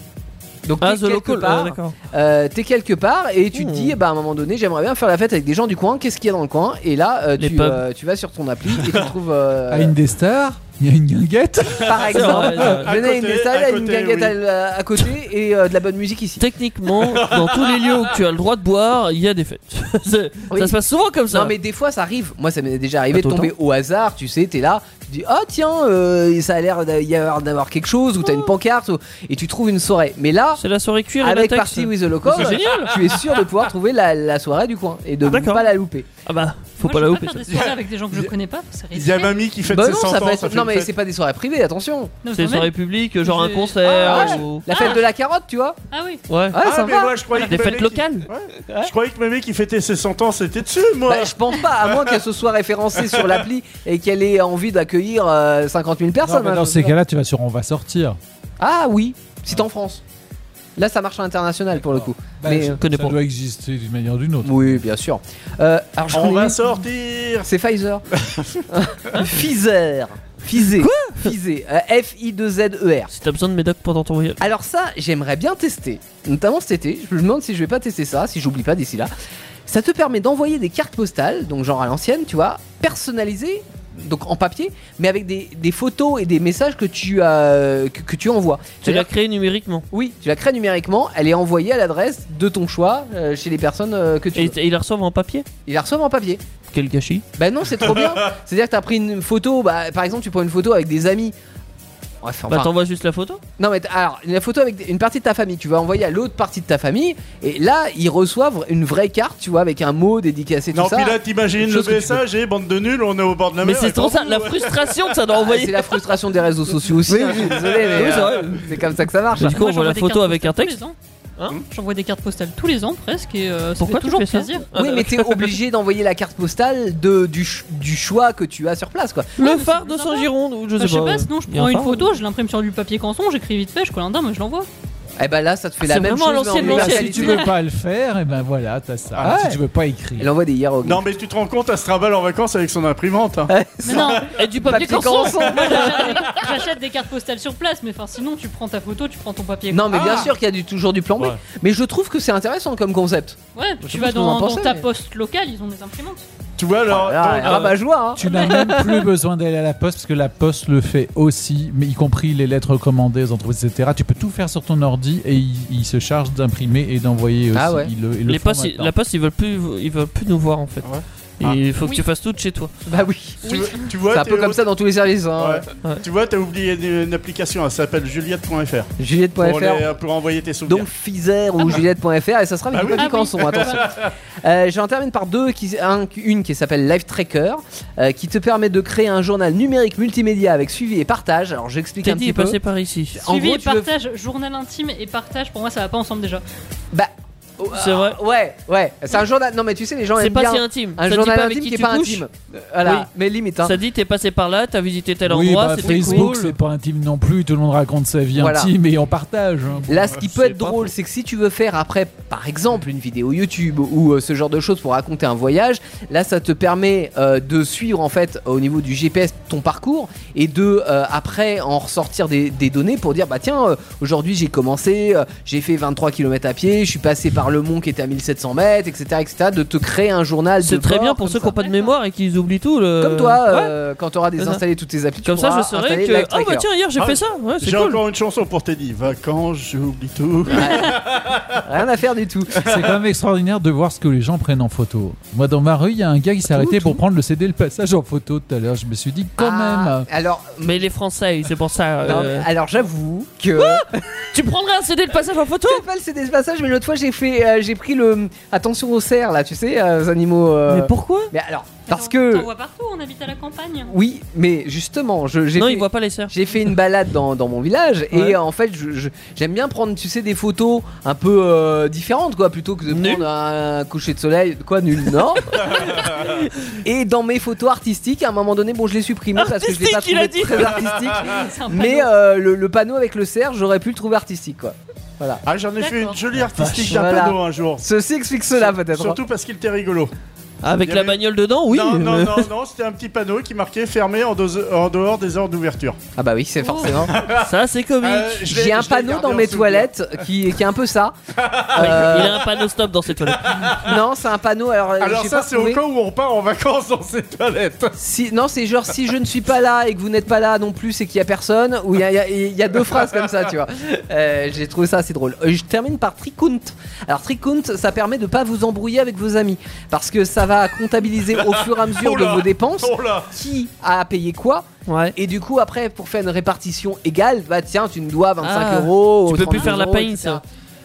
B: Donc,
D: Ah,
B: t'es
D: The
B: quelque,
D: Local, ah,
B: part,
D: d'accord.
B: euh, t'es quelque part et tu te
D: Hmm.
B: dis, eh ben, à un moment donné, j'aimerais bien faire la fête avec des gens du coin. Qu'est-ce qu'il y a dans le coin Et là, euh,
D: Les
B: tu,
D: pubs.
E: Ah,
B: euh, tu vas sur ton appli et tu trouves. euh,
C: À une des stars Il y a une guinguette
B: Par exemple,
D: vrai, ça.
B: je venais à une
E: côté,
B: salle, il
E: à
B: y a une
E: côté,
B: guinguette
E: oui.
B: à la- à côté et euh, de la bonne musique ici.
D: Techniquement, dans tous les lieux où tu as le droit de boire, il y a des fêtes. C'est-
B: Oui.
D: Ça se passe souvent comme ça.
B: Non mais des fois ça arrive. Moi ça m'est déjà arrivé de
D: Pas tout le
B: tomber au hasard, tu sais, t'es là, tu dis ah tiens euh, ça a l'air d'a- y avoir- d'avoir quelque chose ou t'as une pancarte ou- et tu trouves une soirée. Mais là
D: C'est la soirée cuir et
B: avec
D: latex.
B: Party with the Local,
D: C'est génial.
B: tu es sûr de pouvoir trouver la, la soirée du coin et de ne
D: d'accord.
B: pas la louper.
D: Ah bah, faut
F: Moi,
D: pas
F: je
D: la
F: veux
D: louper.
F: faire des soirées avec des gens que je connais pas, c'est
E: Il y
F: risqué.
E: a mamie qui fête
B: Bah
E: ses
B: non,
E: 100
B: ça
E: ans.
B: peut
E: ça
B: être...
E: fait
B: non
E: une
B: mais
E: fête.
B: c'est pas des soirées privées, attention.
F: Non,
D: C'est
F: quand
D: une soirée
F: même.
D: publique, genre un
F: Je-
D: concert
B: Ah ouais.
D: ou.
B: La fête de la carotte, tu vois
F: Ah oui.
D: Ouais.
B: Ouais,
E: Ah,
B: sympa.
E: mais moi, je croyais que
D: Des
E: mamie
D: fêtes
E: qui-
D: locales.
E: Ouais. Je croyais que mamie qui fêtait ses 100 ans, c'était dessus, moi.
B: Bah, je pense pas, à moins qu'elle se soit référencée sur l'appli et qu'elle ait envie d'accueillir euh, 50 000
C: Non,
B: personnes.
C: mais
B: hein,
C: Dans
B: je-
C: ces cas-là, tu vas sur On va sortir.
B: Ah oui, si t'es en France. Là, ça marche à l'international pour le coup. Mais,
C: ça,
B: euh,
D: connais
C: ça
D: pas.
C: doit exister d'une manière ou d'une autre.
B: Oui, bien sûr. Euh, alors, j'en
E: On
B: ai
E: va
B: mis-
E: sortir.
B: C'est Pfizer. Pfizer. Pfizer. Pfizer. Euh, F-I-2-Z-E-R.
D: Si t'as besoin de médoc pendant ton voyage.
B: Alors ça, j'aimerais bien tester, notamment cet été. Je me demande si je vais pas tester ça, si j'oublie pas d'ici là. Ça te permet d'envoyer des cartes postales, donc genre à l'ancienne, tu vois, personnalisées, donc en papier, mais avec des, des photos et des messages que tu, as, que, que tu envoies.
D: Tu l'as
B: C'est-à-dire-
D: créé numériquement.
B: Oui, tu la crées numériquement, elle est envoyée à l'adresse de ton choix euh, chez les personnes euh, que tu
D: Et
B: veux.
D: t- il la reçoivent en papier
B: Ils la reçoivent en papier.
D: Quel gâchis.
B: Bah non, c'est trop bien. C'est-à-dire que t'as pris une photo, bah, par exemple, tu prends une photo avec des amis. Bref, enfin, Ah,
D: Bah t'envoies juste la photo
B: non mais t- alors la photo avec une partie de ta famille, tu vas envoyer à l'autre partie de ta famille et là ils reçoivent une vraie carte, tu vois, avec un mot dédicacé tout
E: Non,
B: ça.
E: puis là, t'imagines le
B: Chose que tu
E: message et bande de nuls, on est au bord de la
D: Mais
E: mer.
D: c'est
E: et
D: trop
E: tant
D: ça,
E: pis,
D: la
E: ouais.
D: frustration que ça doit
B: Ah,
D: envoyer.
B: c'est la frustration des réseaux sociaux aussi. hein, je suis désolé, mais
D: Oui, c'est
B: euh,
D: vrai. Ah,
B: c'est comme ça que ça marche.
D: Mais du coup,
F: Moi,
D: on voit
F: j'envoie
D: la
F: des
D: photo
F: cartes
D: avec un
F: postales tous
D: texte.
F: les ans.
D: Hein
F: J'envoie des cartes postales tous les ans presque et euh, ça
D: Pourquoi
F: fait
D: tu
F: toujours
D: fais ça
F: plaisir.
D: Ah,
B: Oui, mais t'es obligé d'envoyer la carte postale de, du, ch- du choix que tu as sur place, quoi.
D: Le
F: mais
D: phare
F: c'est
D: de
F: sympa.
D: Saint-Gironde, ou je
F: Bah,
D: sais
F: je sais
D: pas. euh,
F: pas, sinon je
D: Il y a
F: prends
D: un
F: une
D: phare,
F: photo, je l'imprime sur du papier canson, j'écris vite fait, je colle un dame et je l'envoie.
B: Et bah là, ça te fait
D: Ah,
B: la
D: c'est
B: même
D: vraiment
B: chose.
D: l'ancienne,
B: mais en
D: l'ancienne.
B: qualité.
C: Si tu veux pas le faire, et ben voilà, t'as ça.
B: Ah ouais.
C: Si tu veux pas écrire.
B: Elle envoie des hiéroglyphes.
E: Non, mais tu te rends compte, elle se trimballe en vacances avec son imprimante. hein.
F: Mais non,
D: Et du papier
B: Papier canson.
D: canson.
F: j'achète des cartes postales sur place, mais enfin sinon tu prends ta photo, tu prends ton papier.
B: Non, mais bien
E: Ah.
B: sûr qu'il y a du, toujours du plan B.
D: Ouais.
B: Mais je trouve que c'est intéressant comme concept.
F: Ouais,
B: sais
F: tu
B: pas
F: vas
B: ce que vous en
F: dans, dans
B: pensez,
F: ta
B: mais-
F: poste locale, ils ont des imprimantes.
E: Tu vois, alors.
B: Ah,
E: dans-
B: ah, bah, joie. Hein.
C: Tu n'as même plus besoin d'aller à la poste parce que la poste le fait aussi, mais y compris les lettres commandées, les entreprises, etc. Tu peux tout faire sur ton ordi et il, il se charge d'imprimer et d'envoyer aussi.
B: Ah ouais.
C: Ils le- ils le
D: Les
C: font
D: postes, ils-
C: maintenant.
D: la poste, ils veulent plus, ils veulent plus nous voir en fait.
E: Ouais.
D: Et
E: Ah.
D: Il faut que
F: Oui.
D: tu fasses tout de chez toi.
B: Bah oui.
E: tu, tu vois,
B: C'est un
E: t'es
B: peu comme
E: au-
B: ça dans tous les services. Hein.
E: Ouais.
D: Ouais.
E: Tu vois, t'as oublié une, une application, elle s'appelle juliette.fr.
B: Juliette.fr.
E: Pour, les- pour envoyer tes souvenirs.
B: Donc Fizer ou Juliette.fr et ça sera avec
E: Ah
B: du
E: oui.
B: papier
F: Ah oui.
B: canson, attention. Euh, J'en termine par deux, qui, un- une qui s'appelle Life Tracker, euh, qui te permet de créer un journal numérique multimédia avec suivi et partage. Alors j'explique un
D: Teddy
B: petit
D: est
B: peu.
D: passé par ici.
B: En
F: Suivi
B: gros,
F: et
B: tu veux-
F: partage, journal intime et partage, pour moi ça va pas ensemble déjà.
B: Bah, oh,
D: C'est
B: ah,
D: vrai.
B: Ouais, ouais. C'est un journal. Non mais tu sais, les gens
D: C'est
B: aiment
D: pas
B: bien
D: si intime.
B: un
D: ça dit
B: journal
D: pas avec
B: intime qui
D: qui
B: est
D: tu
B: pas
D: couches.
B: intime. Euh, Voilà,
D: Oui.
B: mais limite. hein.
D: Ça dit t'es passé par là, t'as visité tel
C: Oui,
D: endroit,
C: bah,
D: c'était
C: Facebook,
D: cool.
C: c'est pas intime non plus. Tout le monde raconte sa vie
B: Voilà.
C: intime et on partage. hein.
B: Là, ce qui
D: Ouais,
B: peut
D: c'est
B: être
D: pas
B: drôle, c'est que si tu veux faire après, par exemple, une vidéo YouTube ou euh, ce genre de choses pour raconter un voyage, là, ça te permet euh, de suivre en fait au niveau du GPS ton parcours et de euh, après en ressortir des, des données pour dire bah tiens, euh, aujourd'hui j'ai commencé, euh, j'ai fait 23 km à pied, je suis passé par le mont qui était à 1700 mètres, etc., etc. De te créer un journal. de
D: C'est très
B: bord,
D: bien pour
B: comme
D: ceux qui n'ont
B: ça.
D: pas de mémoire et qui oublient tout. le-
B: Comme toi,
D: Ouais.
B: euh, quand tu auras désinstallé toutes tes applis, tu
D: Comme ça,
B: pourras
D: je saurais
B: installer
D: que.
B: Life
D: Ah bah
B: Tracker.
D: tiens, hier j'ai
E: Ah,
D: fait ça. Ouais, c'est
E: J'ai
D: cool.
E: encore une chanson pour Teddy. Vacances, j'oublie tout.
B: Rien à faire du tout.
C: C'est quand même extraordinaire de voir ce que les gens prennent en photo. Moi, dans ma rue, il y a un gars qui s'est arrêté pour prendre le CD, le passage en photo tout à l'heure. Je me suis dit, quand
B: Ah,
C: même.
B: Alors,
D: Mais les Français, c'est pour ça.
B: Non,
D: euh,
B: mais ah, alors j'avoue que
D: Tu prendrais un CD de passage en photo
B: c'est pas le CD de passage, mais l'autre fois j'ai fait, euh, j'ai pris le attention aux cerfs là, tu sais, euh, aux animaux. euh,
D: Mais pourquoi
B: mais alors, parce
F: Attends, T'en
B: que
F: vois partout, on habite à la campagne.
B: oui, mais justement, je- j'ai
D: Non,
B: fait,
D: ils voient pas les sœurs.
B: j'ai fait une balade dans, dans mon village
D: Ouais.
B: et euh, en fait, je- je- j'aime bien prendre, tu sais, des photos un peu euh, différentes quoi, plutôt que de
D: Nul.
B: prendre un coucher de soleil, quoi, nul, non. et dans mes photos artistiques, à un moment donné, bon, je les supprimé parce que je l'ai pas
D: Artistique, il
B: trouvé
D: a dit.
B: très artistique,
F: C'est un
B: mais
F: panneau.
B: euh, le, le panneau avec le cerf, j'aurais pu le trouver artistique quoi.
E: Ah, j'en ai fait
F: D'accord.
E: une jolie artistique d'un
B: Voilà.
E: panneau un jour.
B: Ceci explique cela peut-être. hein.
E: Surtout parce qu'il était rigolo.
D: Avec
E: Il y
D: la
E: avait-
D: bagnole dedans, oui.
E: Non, non, non, non, c'était un petit panneau qui marquait fermé en, deux- en dehors des heures d'ouverture.
B: Ah bah oui, c'est forcément.
D: Ça, c'est comique.
E: Euh, Oh. je l'ai-
B: J'ai un
E: je l'ai
B: panneau
E: gardé
B: dans
E: en
B: mes
E: souvenir.
B: toilettes qui, qui est un peu ça.
D: Il
B: Euh,
D: a un panneau stop dans ses toilettes.
B: non, c'est un panneau. Alors, euh,
E: Alors
B: j'ai
E: ça,
B: pas
E: c'est au
B: trouvé.
E: cas où on part en vacances dans ces toilettes.
B: Si, non, c'est genre si je ne suis pas là et que vous n'êtes pas là non plus et qu'il y a personne, ou il y a, il y a- il y a deux phrases comme ça, tu vois. Euh, J'ai trouvé ça assez drôle. Euh, Je termine par Tricount. Alors Tricount, ça permet de pas vous embrouiller avec vos amis parce que ça va comptabiliser au fur et à mesure
E: Oh
B: de
E: là.
B: vos dépenses
E: Oh là
B: qui a payé quoi.
D: Ouais.
B: Et du coup, après, pour faire une répartition égale, bah tiens, tu me dois 25
D: Ah,
B: euros.
D: tu
B: ou
D: peux plus
B: 30
D: faire la
B: euros,
D: paye,
B: etc.
D: ça.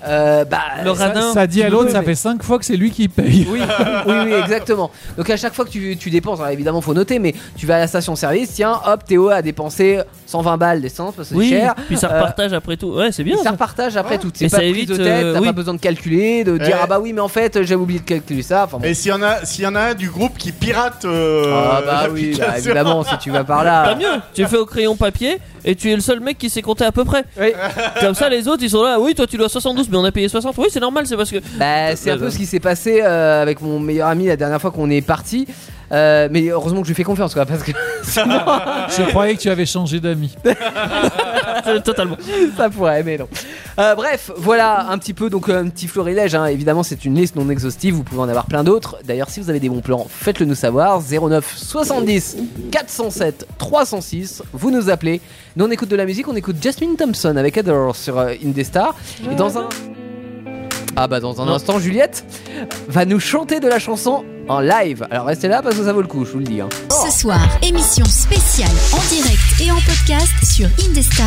B: Euh, bah,
D: Le
B: ça-
D: radin.
C: Ça dit à l'autre,
B: Oui,
C: ça
B: mais-
C: fait 5 fois que c'est lui qui paye.
B: oui, oui, oui, exactement. Donc à chaque fois que tu, tu dépenses, alors évidemment, faut noter, mais tu vas à la station-service, tiens, hop, Théo a dépensé 120 balles d'essence parce que
D: Oui,
B: c'est cher.
D: puis ça
B: Euh,
D: repartage après tout. Ouais, c'est
B: Et
D: bien.
B: ça
D: ça.
B: repartage après tout.
D: Et
B: C'est pas
D: ça
B: prise
D: évite,
B: de tête,
D: euh,
B: t'as
D: oui.
B: pas besoin de calculer, de dire
E: Eh.
B: ah bah oui, mais en fait, j'avais oublié de calculer ça. Enfin bon.
D: Eh,
E: Et s'il y, en a- s'il y en a un du groupe qui pirate euh,
B: ah bah oui, bah,
E: l'application.
B: évidemment, si tu vas par
D: Pas
B: là.
D: mieux. Tu fais au crayon papier et tu es le seul mec qui sait compter à peu près.
B: Oui.
D: Comme ça, les autres ils sont là. Oui, toi tu dois 72, mais on a payé 60. Oui, c'est normal, c'est parce que.
B: Bah, c'est un peu
D: Bah,
B: ce qui s'est passé euh, avec mon meilleur ami la dernière fois qu'on est parti. Euh, mais heureusement que je lui fais confiance, quoi, parce que
C: Je croyais que tu avais changé d'amis.
D: euh, Totalement.
B: ça pourrait, mais non. Euh, bref, voilà un petit peu, donc un petit florilège. hein. Évidemment, c'est une liste non exhaustive, vous pouvez en avoir plein d'autres. D'ailleurs, si vous avez des bons plans, faites-le nous savoir. 09 70 407 306, vous nous appelez. Nous, on écoute de la musique, on écoute Jasmine Thompson avec Adore sur euh, Indestar. Et dans un. Ah bah, dans un
D: Non.
B: instant, Juliette va nous chanter de la chanson en live. Alors restez là parce que ça vaut le coup, je vous le dis. hein.
G: Ce soir, émission spéciale en direct et en podcast sur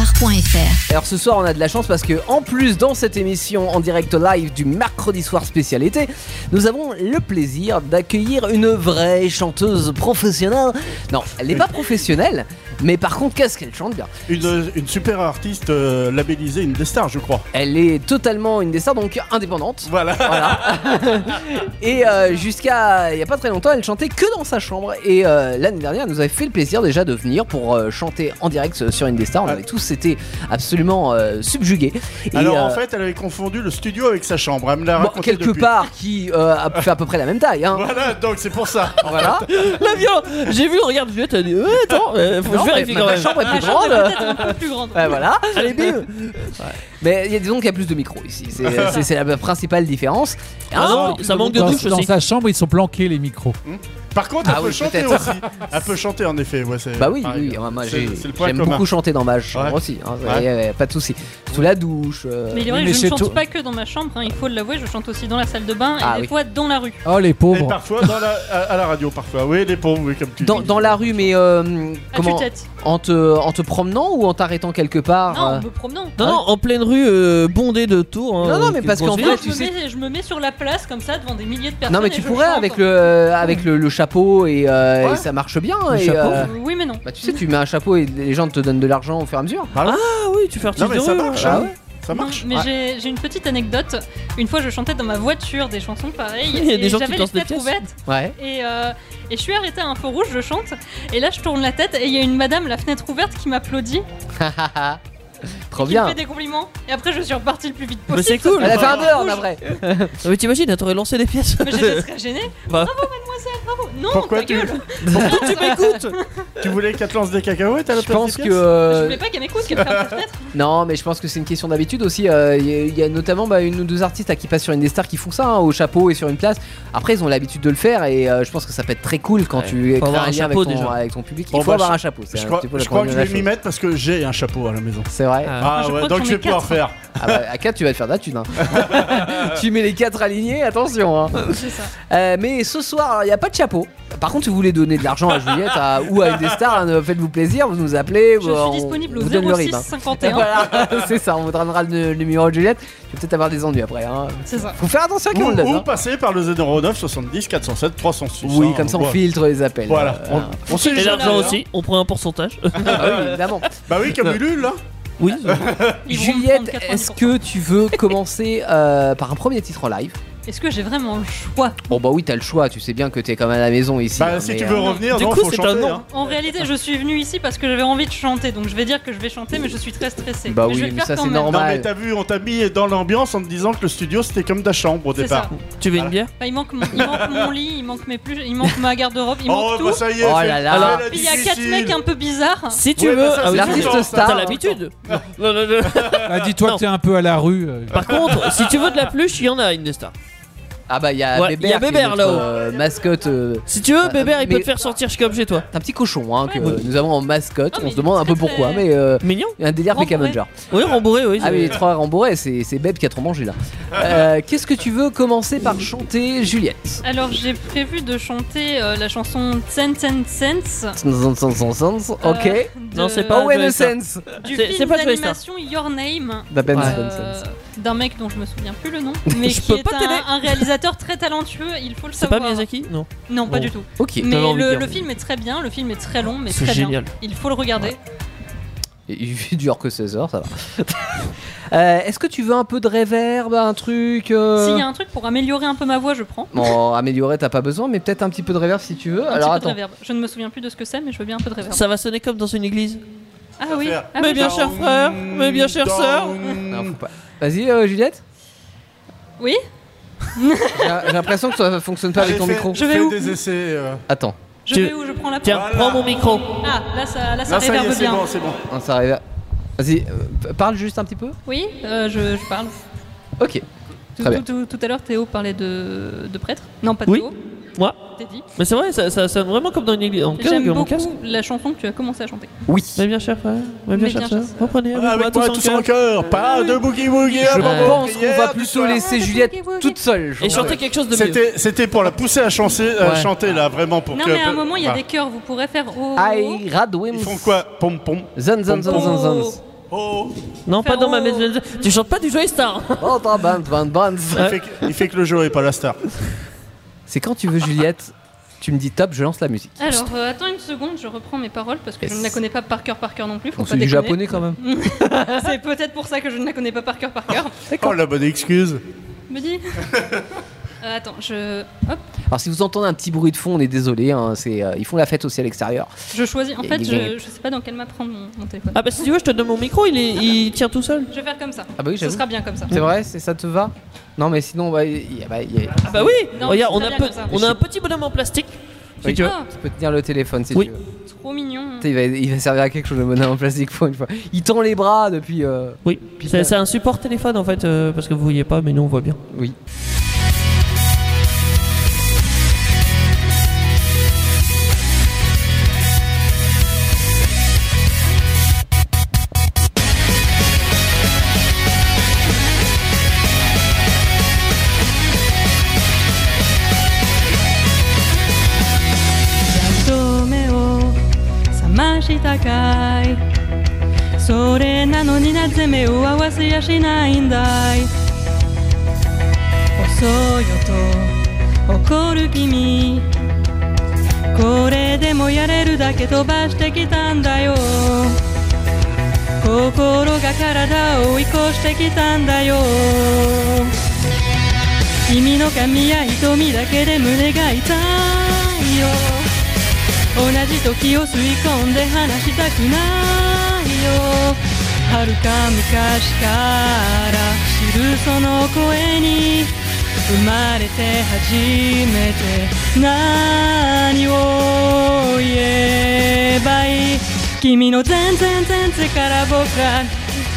G: indestar.fr.
B: Alors ce soir on a de la chance parce que en plus dans cette émission en direct live du mercredi soir spécial été, nous avons le plaisir d'accueillir une vraie chanteuse professionnelle. Non, elle n'est pas professionnelle, mais par contre qu'est-ce qu'elle chante bien
E: Une, une super artiste euh, labellisée, une des stars, je crois.
B: Elle est totalement une des stars donc indépendante.
E: Voilà.
B: Voilà. et euh, jusqu'à il y a pas très longtemps, elle chantait que dans sa chambre. Et euh, l'année dernière, elle nous avait fait le plaisir déjà de venir pour euh, chanter en direct sur Indestar.
E: Ah.
B: On avait tous été absolument euh, subjugués. Et,
E: Alors
B: euh,
E: en fait, elle avait confondu le studio avec sa chambre. Elle me l'a
B: Bon,
E: raconté
B: Bah, quelque
E: depuis.
B: part qui euh, a fait à peu près la même taille. Hein.
E: Voilà, donc c'est pour ça.
B: Voilà.
D: La violence. J'ai vu le regard de Juliette. Elle dit Ouais, attends, euh, faut que
B: Non,
D: je
B: mais-
D: vérifie
B: mais
D: quand
B: ma
D: même.
B: chambre est
F: Ma
B: plus
F: chambre est
B: grande.
F: peut-être un peu plus grande.
B: euh, Ouais, voilà.
D: Allez, bim.
B: Mais il y a- disons qu'il y a plus de micros ici. C'est- C'est c'est la principale différence.
D: Ah non,
C: Dans-
D: ça manque de
C: dans,
D: douche
C: dans
D: aussi.
C: sa chambre, ils sont planqués les micros.
E: Par contre, elle
B: Ah
E: peut
B: oui,
E: chanter
B: peut-être.
E: aussi. Elle peut chanter en effet. Ah, Ouais, c'est
B: Bah oui,
E: pareil.
B: oui. moi, moi, j'ai-
E: C'est- c'est le point
B: j'aime
E: commun.
B: beaucoup chanter dans ma chambre
E: Ouais.
B: aussi. hein.
E: Ouais.
B: Ouais, ouais, pas de souci. Sous la douche. euh,
F: Mais il est vrai que
C: Mais
F: je
C: chez
F: ne chante
C: toi-
F: pas que dans ma chambre, hein, il faut l'avouer, je chante aussi dans la salle de bain
B: Ah
F: et des
B: oui.
F: fois dans la rue.
C: Oh les
E: Et
C: pauvres.
E: parfois dans la, à, à la radio, parfois. Oui, les pauvres, oui, comme tu
B: Dans,
E: dis.
B: dans la rue, mais euh,
F: À
B: comment
F: tue-tête.
B: en te, en te promenant ou en t'arrêtant quelque part
F: Ah, Non,
B: euh,
F: me promenant.
D: Non, non, en pleine rue, euh, bondée de tours. hein,
B: Non, non, mais
D: qui-
B: parce qu'en
D: qu'on se
B: vrai,
D: dit,
F: je,
B: tu
F: me
B: sais-
F: mets, je me mets sur la place comme ça devant des milliers de personnes.
B: Non, mais
F: et
B: tu
F: je
B: pourrais
F: chante.
B: avec le, euh, avec le, le chapeau et, euh,
E: Ouais.
B: et ça marche bien.
C: Le
B: et,
C: chapeau.
B: euh,
F: Oui, mais non.
B: bah, tu sais, tu mets un chapeau et les gens te donnent de l'argent au fur et à mesure.
D: Ah oui, tu fais artiste
E: Non mais
D: de
E: ça
D: rue,
E: marche.
D: ouais.
E: hein.
B: ah ouais. Ah,
E: Ça marche.
F: Non, mais j'ai- j'ai une petite anecdote. Une fois, je chantais dans ma voiture des chansons pareilles.
D: Il y a des
F: et
D: gens qui
F: j'avais les
D: dansent des
F: fenêtres
D: pièces.
F: ouvertes.
B: Ouais.
F: Et, euh, et je suis arrêtée à un feu rouge, je chante. Et là, je tourne la tête et il y a une madame, la fenêtre ouverte, qui m'applaudit,
B: Trop
F: qui me
B: bien.
F: fait des compliments. Et après, je suis repartie le plus vite
D: Mais
F: possible.
D: c'est cool.
B: Elle a fait un
F: Feu rouge.
B: burn après.
E: hein.
D: Ah, mais t'imagines, elle t'aurait lancé des pièces.
F: Mais j'étais très gênée.
D: Bah.
F: Bravo, mademoiselle, bravo. Non,
E: Pourquoi
F: ta
E: tu-
F: gueule.
D: tu m'écoutes
E: Tu voulais qu'elle te lance des cacahuètes à la
B: Je
E: place
B: pense
E: des
B: que
E: pièces
F: Je
B: euh,
F: voulais pas qu'elle m'écoute, qu'elle ferme la fenêtre.
B: non, mais je pense que c'est une question d'habitude aussi. euh, Il y, a- il y a notamment bah, une ou deux artistes à qui passent sur une des stars qui font ça hein, au chapeau et sur une place. Après, ils ont l'habitude de le faire et euh, je pense que ça peut être très cool quand
D: Ouais,
B: tu crées
D: faut avoir
B: un
D: un
B: lien avec
D: chapeau,
B: ton,
D: déjà.
B: avec ton public. Il
E: Bon,
B: faut
E: bah,
B: avoir un chapeau. C'est
E: Je
B: un
E: crois,
B: petit peu
E: je
B: la
E: crois que je vais
B: première
E: m'y
B: chose.
E: mettre parce que j'ai un chapeau à la maison.
B: C'est vrai.
D: Ah.
E: Ah
F: Je
E: ouais,
F: crois
E: donc
F: qu'on
E: je vais
F: est
E: pouvoir
F: quatre.
E: faire.
B: Ah bah, à 4 tu vas te faire de la thune. hein. tu mets les 4 alignés, attention. hein.
F: C'est ça.
B: Euh, mais ce soir, il n'y a pas de chapeau. Par contre, si vous voulez donner de l'argent à Juliette à- ou à une des stars, hein, faites-vous plaisir, vous nous appelez.
F: Je
B: bah, on-
F: suis disponible
B: on vous donne le
F: au
B: RIB,
F: 06
B: hein.
F: 51.
B: Voilà, c'est ça, on vous donnera le, le numéro de Juliette. Tu vas peut-être avoir des ennuis après. Hein.
F: C'est ça.
B: Faut faire attention à qui
E: Ou,
B: on le donne,
E: ou
B: hein.
E: passer par le 09 70 407 306.
B: Oui,
E: hein,
B: comme ça on
E: voilà.
B: filtre les appels.
E: Voilà,
B: Euh,
E: on, on sait
D: Et
E: jamais,
D: l'argent
E: hein.
D: aussi, on prend un pourcentage.
B: ah oui, évidemment.
E: Bah oui, comme Ulule, là.
D: Oui,
F: Ils vont me prendre
B: Juliette,
F: 90%.
B: est-ce que tu veux commencer euh, par un premier titre en live
F: est-ce que j'ai vraiment le choix
B: Bon, bah oui, t'as le choix. Tu sais bien que t'es quand même à la maison ici.
E: Bah,
B: hein,
E: si
B: mais,
E: tu
B: euh,
E: veux revenir,
D: Du
E: non,
D: coup,
E: faut
D: c'est un
E: chanter.
D: non.
E: hein.
F: En réalité, je suis venue ici parce que j'avais envie de chanter, donc je vais dire que je vais chanter, mais je suis très stressée.
B: Bah
F: mais je
B: oui,
F: vais le
B: mais
F: faire
B: ça,
F: quand
B: c'est
F: même.
E: Non,
B: normal.
E: mais t'as vu, on t'a mis dans l'ambiance en te disant que le studio c'était comme ta chambre au
F: C'est
E: départ.
F: ça.
D: Tu veux une bière
F: Bah, il, manque mon, il manque mon lit, il manque mes plus, il manque ma garde-robe, il
E: Oh,
F: manque
E: bah
F: tout.
E: ça y est,
B: Oh
E: c'est-
B: là là.
E: c'est
D: Alors,
E: la
F: Puis il y a quatre
E: difficile.
F: mecs un peu bizarres.
D: Si tu
E: Ouais,
D: veux,
E: bah ça,
D: ah,
E: c'est
D: oui,
E: tout le
B: l'artiste
E: temps, ça.
B: star.
D: t'as l'habitude. Non, non, non.
C: Ah, Dis-toi
D: Non.
C: que t'es un peu à la rue. euh,
D: Par contre, si tu veux de la pluche, il y en a une des stars.
B: Ah, bah, il y a
D: Ouais,
B: Bébert,
D: il y a
B: qui est
D: Bébert,
B: notre,
D: là-haut.
B: euh, mascotte. euh,
D: Si tu veux,
B: Ouais,
D: Bébert, il
B: mais-
D: peut te faire sortir comme chez toi.
B: un petit cochon hein, que
F: Ouais.
B: nous avons en mascotte.
F: Ah,
B: On
F: mais
B: se
F: il
B: demande
F: est
B: un peu
F: très,
B: pourquoi,
F: très-
B: mais euh,
D: Mignon
B: il y a un délire avec
F: Rembourré.
B: Avenger.
D: Oui, rembourré, oui.
B: Ah,
D: c'est-
B: oui, les trois rembourrés, c'est c'est Beb qui a trop mangé là. Euh, Qu'est-ce que tu veux commencer par chanter, Juliette
F: Alors j'ai prévu de chanter euh, la chanson Ten Ten Sense.
B: Euh, Ok.
F: euh,
D: Non,
F: de-
D: c'est pas-
B: Oh, ouais,
D: Joey
B: le
D: Star.
B: sense
F: Du
D: C'est- c'est
F: film
D: pas Joey Star.
F: d'animation Your Name.
B: D'Aben
D: Ouais.
B: Sense,
F: euh,
B: Sense.
F: D'un mec dont je me souviens plus le nom, mais
D: Je
F: qui
D: peux
F: est
D: pas t'aider.
F: un, un réalisateur très talentueux, il faut le
D: C'est pas
F: savoir.
D: Miyazaki Non.
F: non, pas
D: Bon.
F: du tout.
B: Oh, Euh, Ok.
D: t'avais
F: Mais
D: envie de
F: le,
D: dire.
F: le film est très bien, le film est très long, mais
D: C'est
F: très
D: génial.
F: bien. Il faut le regarder.
B: Il fait dur que 16 heures, ça va. Euh, Est-ce que tu veux un peu de réverb, un truc euh,
F: S'il y a un truc pour améliorer un peu ma voix, je prends.
B: Bon, améliorer, t'as pas besoin, mais peut-être un petit peu de réverb si tu veux.
F: Un
B: Alors
F: petit peu de
B: attends.
F: réverb. Je ne me souviens plus de ce que c'est, mais je veux bien un peu de réverb.
D: Ça va sonner comme dans une église.
F: Ah oui,
E: faire.
F: ah
D: Mais
F: oui,
D: bien
F: je-
D: cher frère, mais bien cher sœur.
B: Non, faut pas. Vas-y, euh, Juliette.
F: Oui
B: J'ai j'ai l'impression que ça fonctionne
F: Ah,
B: pas avec ton
E: J'ai fait-
B: micro.
F: Je vais
E: fait
F: où
E: des essais. euh.
B: Attends.
F: Je
D: Tu-
F: vais où Je prends la
D: Tiens,
F: parole.
D: prends mon micro.
F: Ah, là ça, là, ça
E: Là, ça y
F: réverbe
E: est, c'est
F: bien.
E: bon, c'est bon.
B: Non, Hein, ça arrive. à- Vas-y, euh, parle juste un petit peu.
F: Oui, euh, je, je parle.
B: Ok.
F: Tout,
B: Très bien.
F: tout- tout- tout à l'heure, Théo parlait de, de prêtre. Non, pas de
D: Oui.
F: Théo.
D: Moi
F: T'es dit.
D: Mais c'est vrai, ça, ça sonne vraiment comme dans une église. En cas,
F: J'aime
D: mon
F: beaucoup
D: casque.
F: la chanson que tu as commencé à chanter.
B: Oui.
D: Mais bien cher frère, mais bien
F: Mais
D: cher
F: bien
D: sœur.
F: cher sœur.
D: Reprenez
E: Ah, Avec moi, tous en cœur, pas de boogie ah, boogie.
B: Je
E: avant mon
B: pense qu'on va
E: prière du
B: plutôt
E: soir.
B: laisser Juliette toute seule. je
D: Et
B: crois.
D: chanter quelque chose de mieux.
E: C'était, c'était pour la pousser à chanter, euh,
B: Ouais.
E: chanter là, vraiment pour
F: Non,
E: que.
F: mais à un moment, il y a
E: Bah,
F: des chœurs. Vous pourrez faire oh.
B: I Radwims.
E: Ils font quoi Pom pom.
B: Zan zan zan zan zan.
F: Oh.
E: Oh.
D: Non, pas
F: Faire
D: dans ma
F: oh.
D: maison. Tu chantes pas du Joy Star.
B: Oh, ban, ban, ban.
E: Il, fait que, il fait que le jeu est pas la star.
B: C'est quand tu veux, Juliette, tu me dis top, je lance la musique.
F: Alors, euh, attends une seconde, je reprends mes paroles parce que je
B: Yes.
F: ne la connais pas par cœur par cœur non plus. Faut
B: On
F: pas
B: c'est du
F: déconner.
B: japonais
F: Mm.
B: quand même.
F: C'est peut-être pour ça que je ne la connais pas par cœur par cœur.
E: Oh la bonne excuse.
F: Me dis. Euh, attends, je. Hop,
B: Alors si vous entendez un petit bruit de fond, on est désolé. hein, c'est, euh, ils font la fête aussi à l'extérieur.
F: je choisis. En
B: Et
F: fait,
B: il
F: je,
B: est-
F: je sais pas dans quelle main prendre mon, mon téléphone.
D: Ah bah si tu veux, je te donne mon micro, il, est, il tient tout seul.
F: Je vais faire comme ça.
B: Ah bah oui,
F: Ce
B: j'avoue.
F: sera bien comme ça.
B: C'est vrai, c'est ça te va Non, mais sinon, bah, il y a- bah, il y a-
D: Ah bah oui,
F: Non,
D: regarde,
F: c'est
D: on
F: très
D: a,
F: bien
D: peu-
F: comme ça.
D: on a un petit bonhomme en plastique. Si tu veux.
F: Ah,
B: tu peux tenir le téléphone si
D: Oui.
B: tu veux.
F: trop mignon.
B: Putain, Il va, il va servir à quelque chose le bonhomme en plastique pour une fois. Il tend les bras depuis. euh,
D: Oui, c'est c'est un support téléphone en fait, euh, parce que vous voyez pas, mais nous on voit bien.
B: Oui.
F: Tomeo, samashitakai. それなのになぜ目を合わせやしないんだい遅いよと怒る君これでもやれるだけ飛ばしてきたんだよ心が体を追い越してきたんだよ君の髪や瞳だけで胸が痛いよ同じ時を吸い込んで話したくないよはるか昔から知るその声に生まれて初めて何を言えばいい君の全然全然から僕は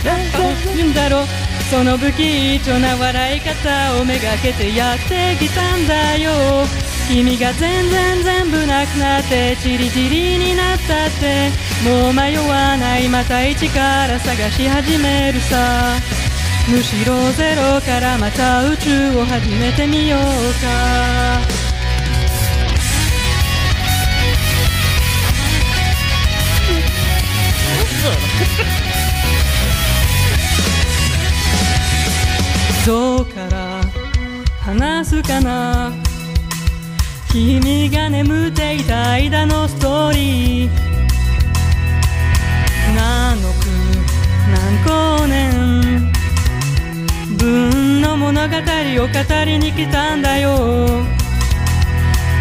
F: 何言うんだろうその不器一な笑い方をめがけてやってきたんだよ君が全然全部なくなってチリチリになったってもう迷わないまた一から探し始めるさむしろゼロからまた宇宙を始めてみようかどうから話すかな君が眠っていた間のストーリー何億何光年分の物語語を語りに来たんだよ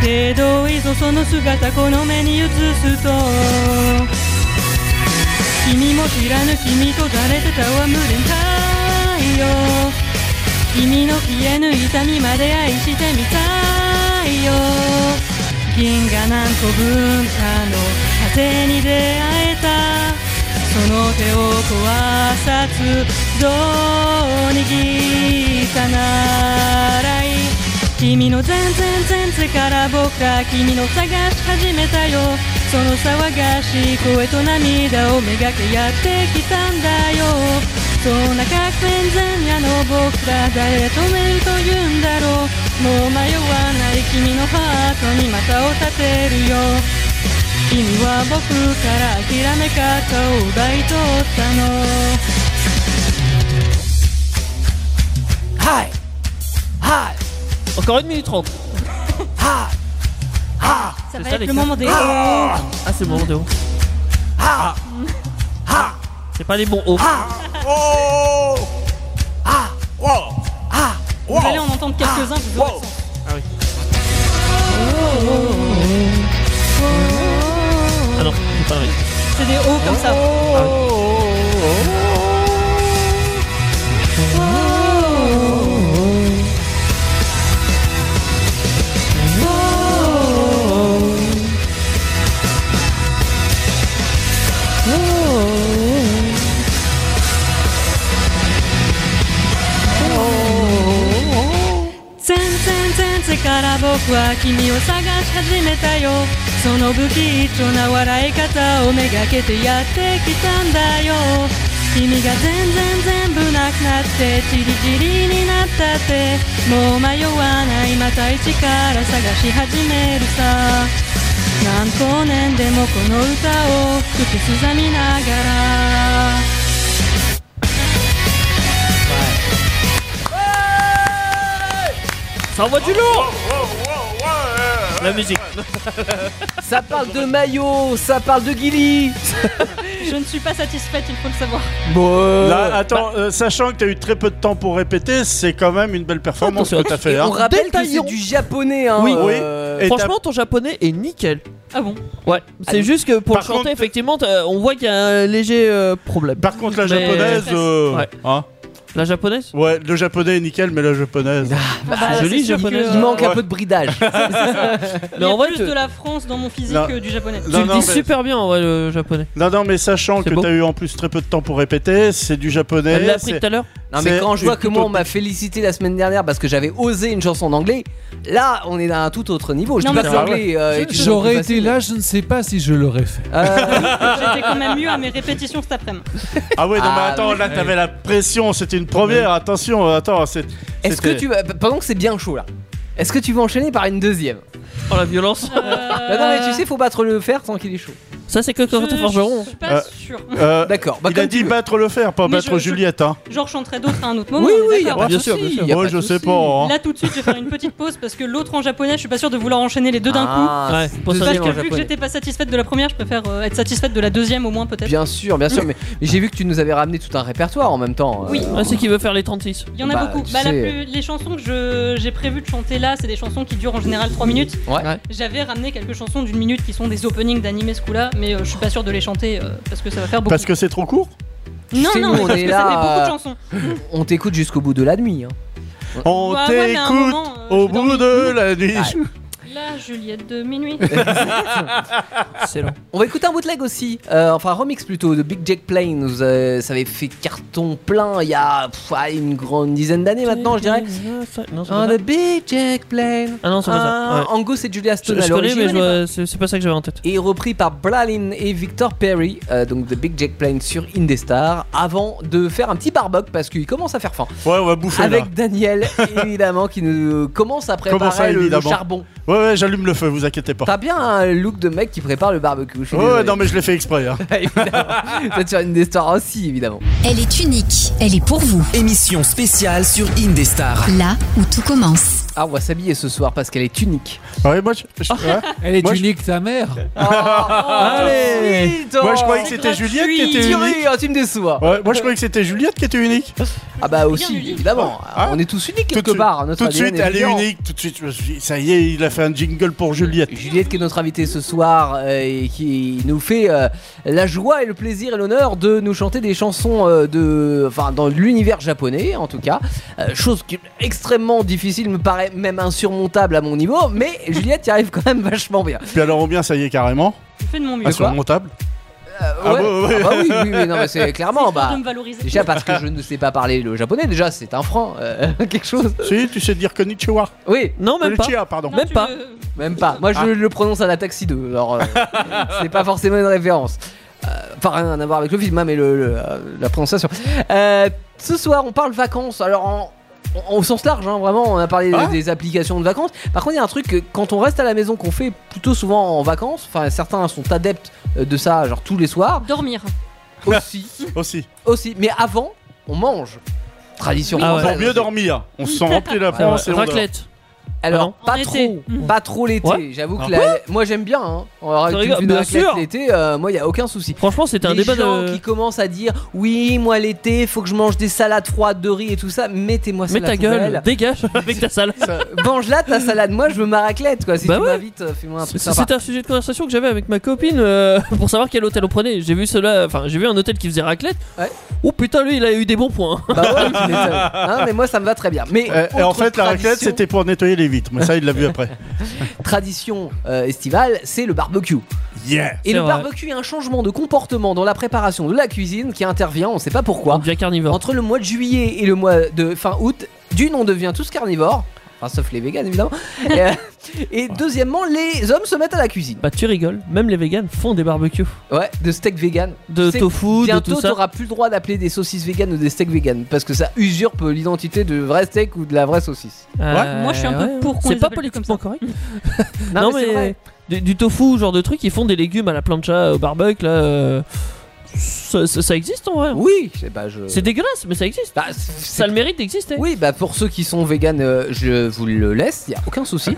F: けどいぞその姿この目に映すと君も知らぬ君と誰れて戯れたいよ君の消えぬ痛みまで愛してみたいよ銀河何個文化の風に出会えたその手を壊さずどう握ったならいい君の全然全世から僕は君の探し始めたよその騒がしい声と涙をめがけやってきたんだよそんな核戦前夜の僕ら誰止めると言うんだろうもう迷わない君のハートに股を立てるよ君は僕から諦め方を奪い取ったの
B: Hi Hi
D: Encore une minute trente.
B: Hi
F: Ça
D: C'est
F: va
D: ça,
F: être
D: les
F: le
D: gars.
F: moment des
D: Ah, c'est le moment de haut. C'est pas les bons hauts.
F: Vous allez en entendre quelques-uns, vous aurez le sens.
D: Ah non, c'est pas vrai.
F: C'est des hauts comme ça.全然全然から僕は君を探し始めたよその不器用な笑い方をめがけてやってきたんだよ君が全然全部なくなってチリチリになったってもう迷わないまた一から探し始めるさ何光年でもこの歌を口ずさみながら
D: Ça envoie du lourd La musique.
B: Ça parle de maillot, ça parle de Guilly
F: Je ne suis pas satisfaite, il faut le savoir.
E: Là, attends, euh, sachant que t'as eu très peu de temps pour répéter, c'est quand même une belle performance que t'as fait.
B: Et
E: hein.
B: on rappelle que c'est
D: Détaillons.
B: du japonais hein,
D: Oui.
B: euh,
E: Oui. Et
D: Franchement, ton japonais est nickel.
F: Ah bon
D: Ouais, c'est
B: Allez.
D: juste que pour
E: Par
D: chanter,
E: contre-
D: effectivement, t'as- on voit qu'il y a un léger euh, problème.
E: Par contre, la
D: Mais-
E: japonaise. euh,
D: Ouais.
E: hein.
D: La japonaise
E: Ouais, le japonais est nickel, mais la japonaise.
F: Bah,
D: joli,
F: c'est sûr
D: japonais.
F: que-
B: Il manque un
E: Ouais.
B: peu de bridage.
F: Il y
D: Mais
F: a
D: en vrai,
F: plus
D: tu,
F: de la France dans mon physique
E: Non.
F: que du japonais.
D: tu
E: Non,
D: le
E: non,
D: dis
E: mais-
D: super bien en vrai, le japonais.
E: Non, non, mais sachant
D: C'est
E: que
D: beau.
E: t'as eu en plus très peu de temps pour répéter, c'est du japonais.
D: Elle l'a appris
E: Eh, c'est-
D: tout à l'heure
B: Non mais
E: C'est
B: quand je vois
E: une
B: que moi
E: toute
B: on m'a félicité la semaine dernière parce que j'avais osé une chanson d'anglais, là on est à un tout autre niveau. Je
F: Non,
B: dis pas
F: mais
B: que
F: c'est
B: l'anglais euh, est une langue
C: J'aurais
B: plus
C: été
B: facile.
C: là, je ne sais pas si je l'aurais fait.
B: Euh,
F: J'étais quand même mieux à mes répétitions cet après-midi.
E: Ah ouais, non, mais
B: Ah,
E: attends,
B: ouais.
E: là, t'avais la pression, c'était une première, attention, attends, c'est.
B: Est-ce que
E: c'était-
B: tu vas- bah, pendant que c'est bien chaud là, est-ce que tu vas enchaîner par une deuxième
D: Oh la violence
B: Bah Non
F: Euh.
B: mais tu sais faut battre le fer tant qu'il est chaud.
D: Ça, c'est que quand t'es
F: Je
D: forgeron.
F: suis pas
E: Euh,
F: sûr.
E: Euh,
B: D'accord. Bah,
E: il a
B: comme tu
E: dit
B: veux.
E: battre le fer, pas
F: Mais
E: battre
F: je- je-
E: Juliette, hein.
F: J'en rechanterai d'autres à un autre moment.
B: Oui
F: on est
B: oui, y a
F: d'accord.
B: pas de
D: Bien sûr,
B: souci,
D: bien sûr.
B: y a
E: Moi,
B: pas de
E: je sais
B: souci.
E: pas, hein.
F: Là tout de suite, je vais faire une petite pause parce que l'autre en japonais, je suis pas sûr de vouloir enchaîner les deux d'un coup.
B: Ah,
D: Ouais,
B: c'est
D: pour ça,
F: Parce
B: deuxième
F: que
B: en
F: vu que
B: japonais.
F: j'étais pas satisfaite de la première, je préfère euh, être satisfaite de la deuxième au moins peut-être.
B: Bien sûr, bien sûr, mais, mais j'ai vu que tu nous avais ramené tout un répertoire en même temps. euh.
F: Oui.
D: Ah, c'est qui veut faire les 36.
F: Il y en a
B: Bah,
F: beaucoup.
B: tu
F: Bah, la
B: sais-
F: plus- les chansons que je- j'ai prévu de chanter là, c'est des chansons qui durent en général 3 minutes.
B: Ouais.
F: J'avais ramené quelques chansons d'une minute qui sont des openings d'animés ce coup-là, mais euh, je suis pas sûr de les chanter euh, parce que ça va faire beaucoup.
E: Parce que c'est trop court
F: Non,
B: Tu sais,
F: non,
B: nous,
F: mais
B: on
F: parce
B: est
F: que
B: là,
F: ça fait beaucoup de
B: euh,
F: chansons.
B: On t'écoute jusqu'au bout de la nuit. hein.
E: On
F: Ouais, ouais, mais à un
E: t'écoute
F: moment, euh,
E: au
F: je dormais.
E: bout de la nuit.
B: Ouais.
F: La Juliette de minuit.
D: C'est long.
B: On va écouter un bootleg aussi, euh, enfin un remix plutôt de Big Jack Plains. euh, ça avait fait carton plein il y a pff, ah, une grande dizaine d'années maintenant, je dirais.
D: Ah, Non, c'est
B: Oh,
D: pas ça.
B: the Big Jack Plains.
D: Ah non, c'est pas ça.
B: Ah,
D: Ouais.
B: Ango, c'est Julia
D: Je,
B: Stone
D: je
B: à
D: connais, mais
B: l'origine.
D: je vois- c'est c'est pas ça que j'avais en tête.
B: et repris par Bralin et Victor Perry, euh, donc The Big Jack Plane sur Indestar, avant de faire un petit barboc parce qu'il commence à faire faim.
E: Ouais, on va bouffer là.
B: Avec Daniel, évidemment, qui nous commence à préparer
E: Comment ça,
B: le, le
E: évidemment
B: charbon.
E: Ouais, ouais, j'allume le feu, vous inquiétez pas.
B: T'as bien un look de mec qui prépare le barbecue. je suis
E: Ouais, ouais,
B: désolé.
E: non, mais je l'ai fait exprès, hein.
B: Évidemment. Peut-être sur Indestar aussi, évidemment.
G: Elle est unique, elle est pour vous,
A: Émission spéciale sur Indestar.
G: là où tout commence.
B: Arbre Ah, va s'habiller ce soir parce qu'elle est tunique.
E: Ouais, moi, je, je- ouais.
C: Elle est
E: Moi, je-
C: unique, ta mère.
E: Ah,
B: Allez
E: Moi, je croyais que
F: c'est
E: c'était Juliette qui
F: gratuit.
E: était unique.
B: tu me déçois.
E: Ouais, moi, je croyais que c'était Juliette qui était unique.
B: Ah bah
F: Bien
B: aussi,
F: unique.
B: évidemment.
E: Ah.
B: On est tous uniques
E: Tout de
B: quelque
E: suite-
B: part. Notre
E: Tout de
B: ADN
E: suite, elle est
B: différent.
E: unique. Tout de suite, je me suis dit, ça y est, il a fait un jingle pour Juliette.
B: Juliette qui est notre invitée ce soir euh, et qui nous fait euh, la joie et le plaisir et l'honneur de nous chanter des chansons euh, de, enfin, dans l'univers japonais en tout cas. Euh, chose qui est extrêmement difficile, me paraît même insurmontable à mon niveau, mais Juliette y arrive quand même vachement bien. Euh,
E: Puis alors, on bien, ça y est, carrément.
F: Je fais de mon mieux.
B: Ah, quoi
E: Insurmontable.
B: Euh,
E: Ah bon, ouais.
B: Ah bah oui, oui, oui, non mais c'est clairement
F: Histoire
B: bah.
F: de me valoriser.
B: Déjà parce que je ne sais pas parler le japonais, déjà c'est un franc, euh, quelque chose.
E: Si, tu sais dire Konnichiwa.
B: Oui,
D: Non, même pas.
E: Konnichiwa, pardon.
F: Non,
D: même
F: tu
D: pas.
F: veux-
B: Même pas. Moi,
E: Ah.
B: je le prononce à la Taxi 2. Alors, euh, c'est pas forcément une référence. Euh, Enfin, rien à voir avec le film, hein, mais le, le- euh, la prononciation. Euh, ce soir, on parle vacances. Alors, en- en- au sens large, hein, vraiment, on a parlé
E: Ah.
B: des applications de vacances. Par contre, il y a un truc que quand on reste à la maison, qu'on fait plutôt souvent en vacances. Enfin, certains sont adeptes euh, de ça, genre tous les soirs.
F: Dormir.
B: Aussi,
E: Aussi.
B: aussi. Mais avant, on mange. Tradition.
D: Ah ouais.
E: Pour
B: française.
E: mieux dormir. On se sent rempli la
D: Ah ouais.
E: France et on dort.
D: Raclette.
B: Alors,
F: Ah non.
B: pas
F: En
B: trop,
F: été. Mm.
B: pas trop l'été.
D: Ouais.
B: J'avoue que
E: Ah
B: la- moi j'aime bien. Hein. Alors,
D: Ça
B: tu me
D: rigole,
B: fais une
D: bien
B: raclette
D: sûr.
B: l'été, euh, moi il y a aucun souci.
D: Franchement, c'était un
B: Les
D: débat
B: gens
D: de.
B: qui commencent à dire oui, moi l'été, faut que je mange des salades froides de riz et tout ça, mettez-moi ça
D: Mets
B: à la
D: ta gueule,
B: poubelle.
D: dégage avec ta salle.
B: Mange là ta salade, moi je veux ma raclette quoi. Si
D: Bah
B: tu
D: ouais.
B: m'invites, euh, fais-moi un truc sympa.
D: C'était un sujet de conversation que j'avais avec ma copine euh, pour savoir quel hôtel on prenait. J'ai vu cela, enfin j'ai vu un hôtel qui faisait raclette.
B: Ouais.
D: Oh putain, lui il a eu des bons points.
B: Bah ouais, tu m'étonnes. Hein, mais moi ça me va très bien. Mais
E: Euh, Et en
B: autre
E: fait, la raclette,
B: tradition-
E: c'était pour nettoyer les vitres. Mais ça, il l'a vu après.
B: tradition euh, estivale, c'est le barbecue.
E: Yeah.
B: Et
D: C'est
B: le
D: vrai.
B: barbecue est un changement de comportement dans la préparation de la cuisine qui intervient, on sait pas pourquoi.
D: Bien carnivore.
B: Entre le mois de juillet et le mois de fin août, d'une, on devient tous carnivores. Enfin, sauf les véganes, évidemment. et, euh, et deuxièmement, les hommes se mettent à la cuisine.
D: Bah tu rigoles, même les véganes font des barbecues.
B: Ouais, de steak vegan.
D: De
B: Tu sais,
D: tofu, de
B: Bientôt,
D: tout ça.
B: t'auras plus le droit d'appeler des saucisses véganes ou des steaks véganes parce que ça usurpe l'identité de vrai steak ou de la vraie saucisse.
D: Euh,
F: Moi, je suis un peu pour qu'on
D: C'est
F: les
D: pas
F: appelle plus comme
D: politiquement correct.
B: Non, mais c'est vrai.
D: du, du tofu, genre de truc, ils font des légumes à la plancha, au barbecue, là. euh, ça, ça- ça existe en vrai.
B: Oui, je sais pas, je.
D: C'est dégueulasse, mais ça existe.
B: Bah, c'est- c'est-
D: Ça a le mérite d'exister.
B: Oui, bah pour ceux qui sont véganes, euh, je vous le laisse, il a aucun souci.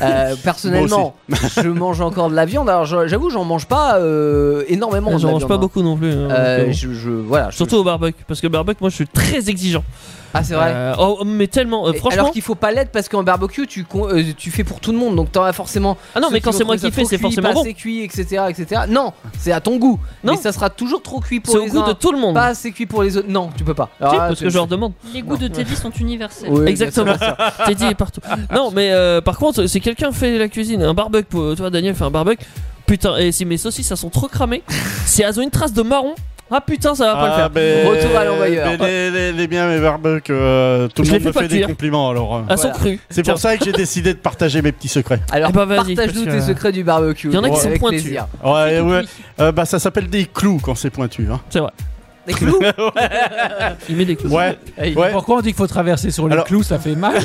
B: Euh, personnellement, je mange encore de la viande. Alors je- j'avoue, j'en mange pas euh, énormément.
D: J'en
B: de la
D: mange
B: viande,
D: pas
B: hein.
D: beaucoup non plus. hein,
B: Euh,
D: donc, euh,
B: je, je- voilà. je-
D: Surtout au barbecue, parce que le barbecue, moi je suis très exigeant.
B: ah c'est vrai.
D: Euh, oh, mais tellement, euh,
B: Et-
D: franchement.
B: Alors qu'il faut pas l'être parce qu'en barbecue tu con- euh, tu fais pour tout le monde donc t'en as forcément.
D: Ah non,
B: ceux
D: mais quand
B: vont
D: c'est moi
B: trouver
D: qui
B: ça bah,
D: fais,
B: trop
D: c'est
B: cuit,
D: forcément
B: pas
D: bon.
B: assez cuit, etc., etc. Non, c'est à ton goût.
D: Non.
B: Mais ça sera toujours trop cuit pour
D: C'est au
B: les
D: goût de
B: uns,
D: tout le monde.
B: pas assez cuit pour les autres. Non, tu peux pas.
D: Tu
B: Alors
D: sais,
B: là,
D: parce
B: tu-
D: que je leur demande.
F: Les goûts de Teddy sont universels.
B: Oui, bien
D: Exactement.
B: sûr.
D: Teddy est partout. Non, mais euh, par contre, si quelqu'un fait la cuisine, un barbecue, pour- toi Daniel fait un barbecue, putain, et si mes saucisses elles sont trop cramées, si elles ont une trace de marron, ah putain, ça va pas le faire.
E: ben,
B: Retour à l'envoyeur.
E: mais les, les, les biens, mes barbecues, euh, tout le
D: Je les
E: monde
D: fais
E: me
D: pas Ah,
E: fait des
D: cuire.
E: compliments alors. euh.
D: Elles sont
B: Voilà.
D: crues.
E: C'est pour ça que j'ai décidé de partager mes petits secrets.
B: Alors
D: Eh ben, vas-y,
B: partage-nous
D: parce que-
B: tes secrets du barbecue.
D: Il y en a qui sont
B: avec
D: pointus.
B: plaisir.
E: Ouais, ouais.
F: Oui.
E: Euh, bah, ça s'appelle des clous quand c'est pointu. Hein.
D: C'est vrai.
B: Des clous
D: Il met des clous.
E: Ouais,
B: Hey,
E: ouais.
C: Pourquoi on dit qu'il faut traverser sur les
E: Alors-
C: clous Ça fait mal.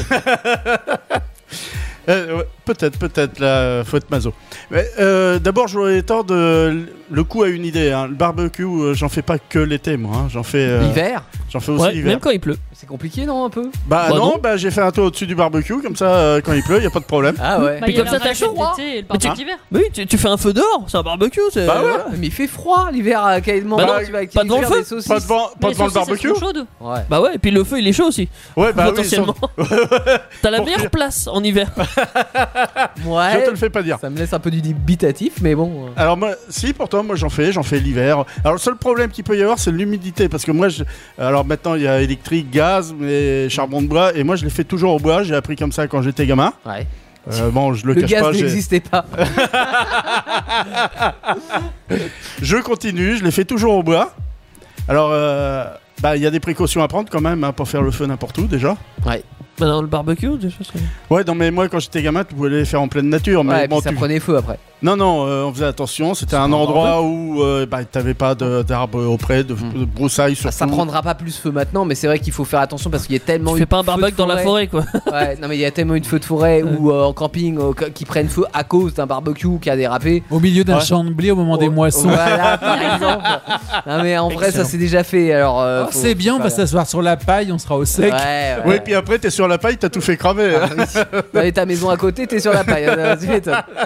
E: Euh, ouais, peut-être, peut-être, là, faut être maso. Mais, euh, d'abord, j'aurais tort de. euh, Le coup a une idée. hein. Le barbecue, euh, j'en fais pas que l'été, moi. hein. J'en fais, euh,
B: L'hiver,
E: j'en fais aussi
D: Ouais,
E: l'hiver.
D: même quand il pleut.
B: c'est compliqué non un peu
E: Bah,
D: Bah,
E: non,
D: non.
E: bah, j'ai fait un toit au-dessus du barbecue, comme ça, euh, quand il pleut, y a pas de problème.
B: Ah ouais.
F: Bah,
D: Puis
F: il y a
D: comme
F: la
D: ça, t'as
F: raclette
D: chaud, hein.
F: d'été et le
D: Mais tu-
F: barbecue d'hiver.
D: Mais oui, tu, tu fais un feu dehors, c'est un barbecue. c'est-
E: Bah ouais.
B: Mais il fait froid l'hiver à quel moment
D: Bah
E: non,
B: tu vas
D: pas devant le
B: cuire des
D: feu.
B: saucisses
E: Pas devant, pas
F: Mais
E: devant le
F: saucisses, elles
E: barbecue
F: sont chaudes.
B: Ouais.
D: Bah ouais, et puis le feu il est chaud aussi,
E: Ouais, bah oui,
D: potentiellement.
E: sans-
D: T'as la
E: Pour
D: meilleure
E: cuire.
D: place en hiver.
E: je te
B: Ouais.
E: le fais pas dire.
B: Ça me laisse un peu du débitatif mais bon. euh.
E: Alors moi, si pourtant moi j'en fais, j'en fais l'hiver. Alors le seul problème qu'il peut y avoir c'est l'humidité parce que moi, je... alors maintenant il y a électrique, gaz, mais charbon de bois et moi je les fais toujours au bois. J'ai appris comme ça quand j'étais gamin.
B: Ouais.
E: Euh, bon, je le,
B: Le
E: cache
B: gaz
E: pas. j'ai-
B: n'existait pas.
E: Je continue, je les fais toujours au bois. Alors euh, bah il y a des précautions à prendre quand même hein, pour faire le feu n'importe où déjà.
D: Bah dans le barbecue, des choses comme ça.
E: Ouais, non mais moi quand j'étais gamin tu pouvais les faire en pleine nature, mais
B: Ouais, et
E: bon
B: puis ça
E: tu-
B: prenait feu après.
E: Non, non, euh, on faisait attention. C'était un endroit où euh, bah, t'avais pas de- d'arbres auprès, de,
B: Mm.
E: de broussailles surtout.
B: Ça prendra pas plus feu maintenant, mais c'est vrai qu'il faut faire attention parce qu'il y a tellement
D: Tu
B: eu
D: fais
B: de
D: pas un
B: feux de
D: barbecue dans la forêt quoi.
B: Ouais, non mais il y a tellement eu de feux de forêt ou euh, en camping euh, qui prennent feu à cause d'un barbecue qui a dérapé.
C: Au milieu d'un
E: Ouais.
C: champ de blé au moment des
B: Oh,
C: moissons.
B: Voilà, par exemple. Non mais en vrai, ça
E: Excellent.
B: s'est déjà fait. Alors euh,
C: Ah,
B: faut-
C: c'est bien, on va
B: voilà.
C: s'asseoir sur la paille, on sera au sec.
B: Ouais,
E: Oui,
B: ouais.
E: puis après, t'es sur la paille, t'as tout fait cramer.
B: Ah,
E: hein.
B: Dans les- ta maison à côté, t'es sur la paille. hein, tu m'étonnes.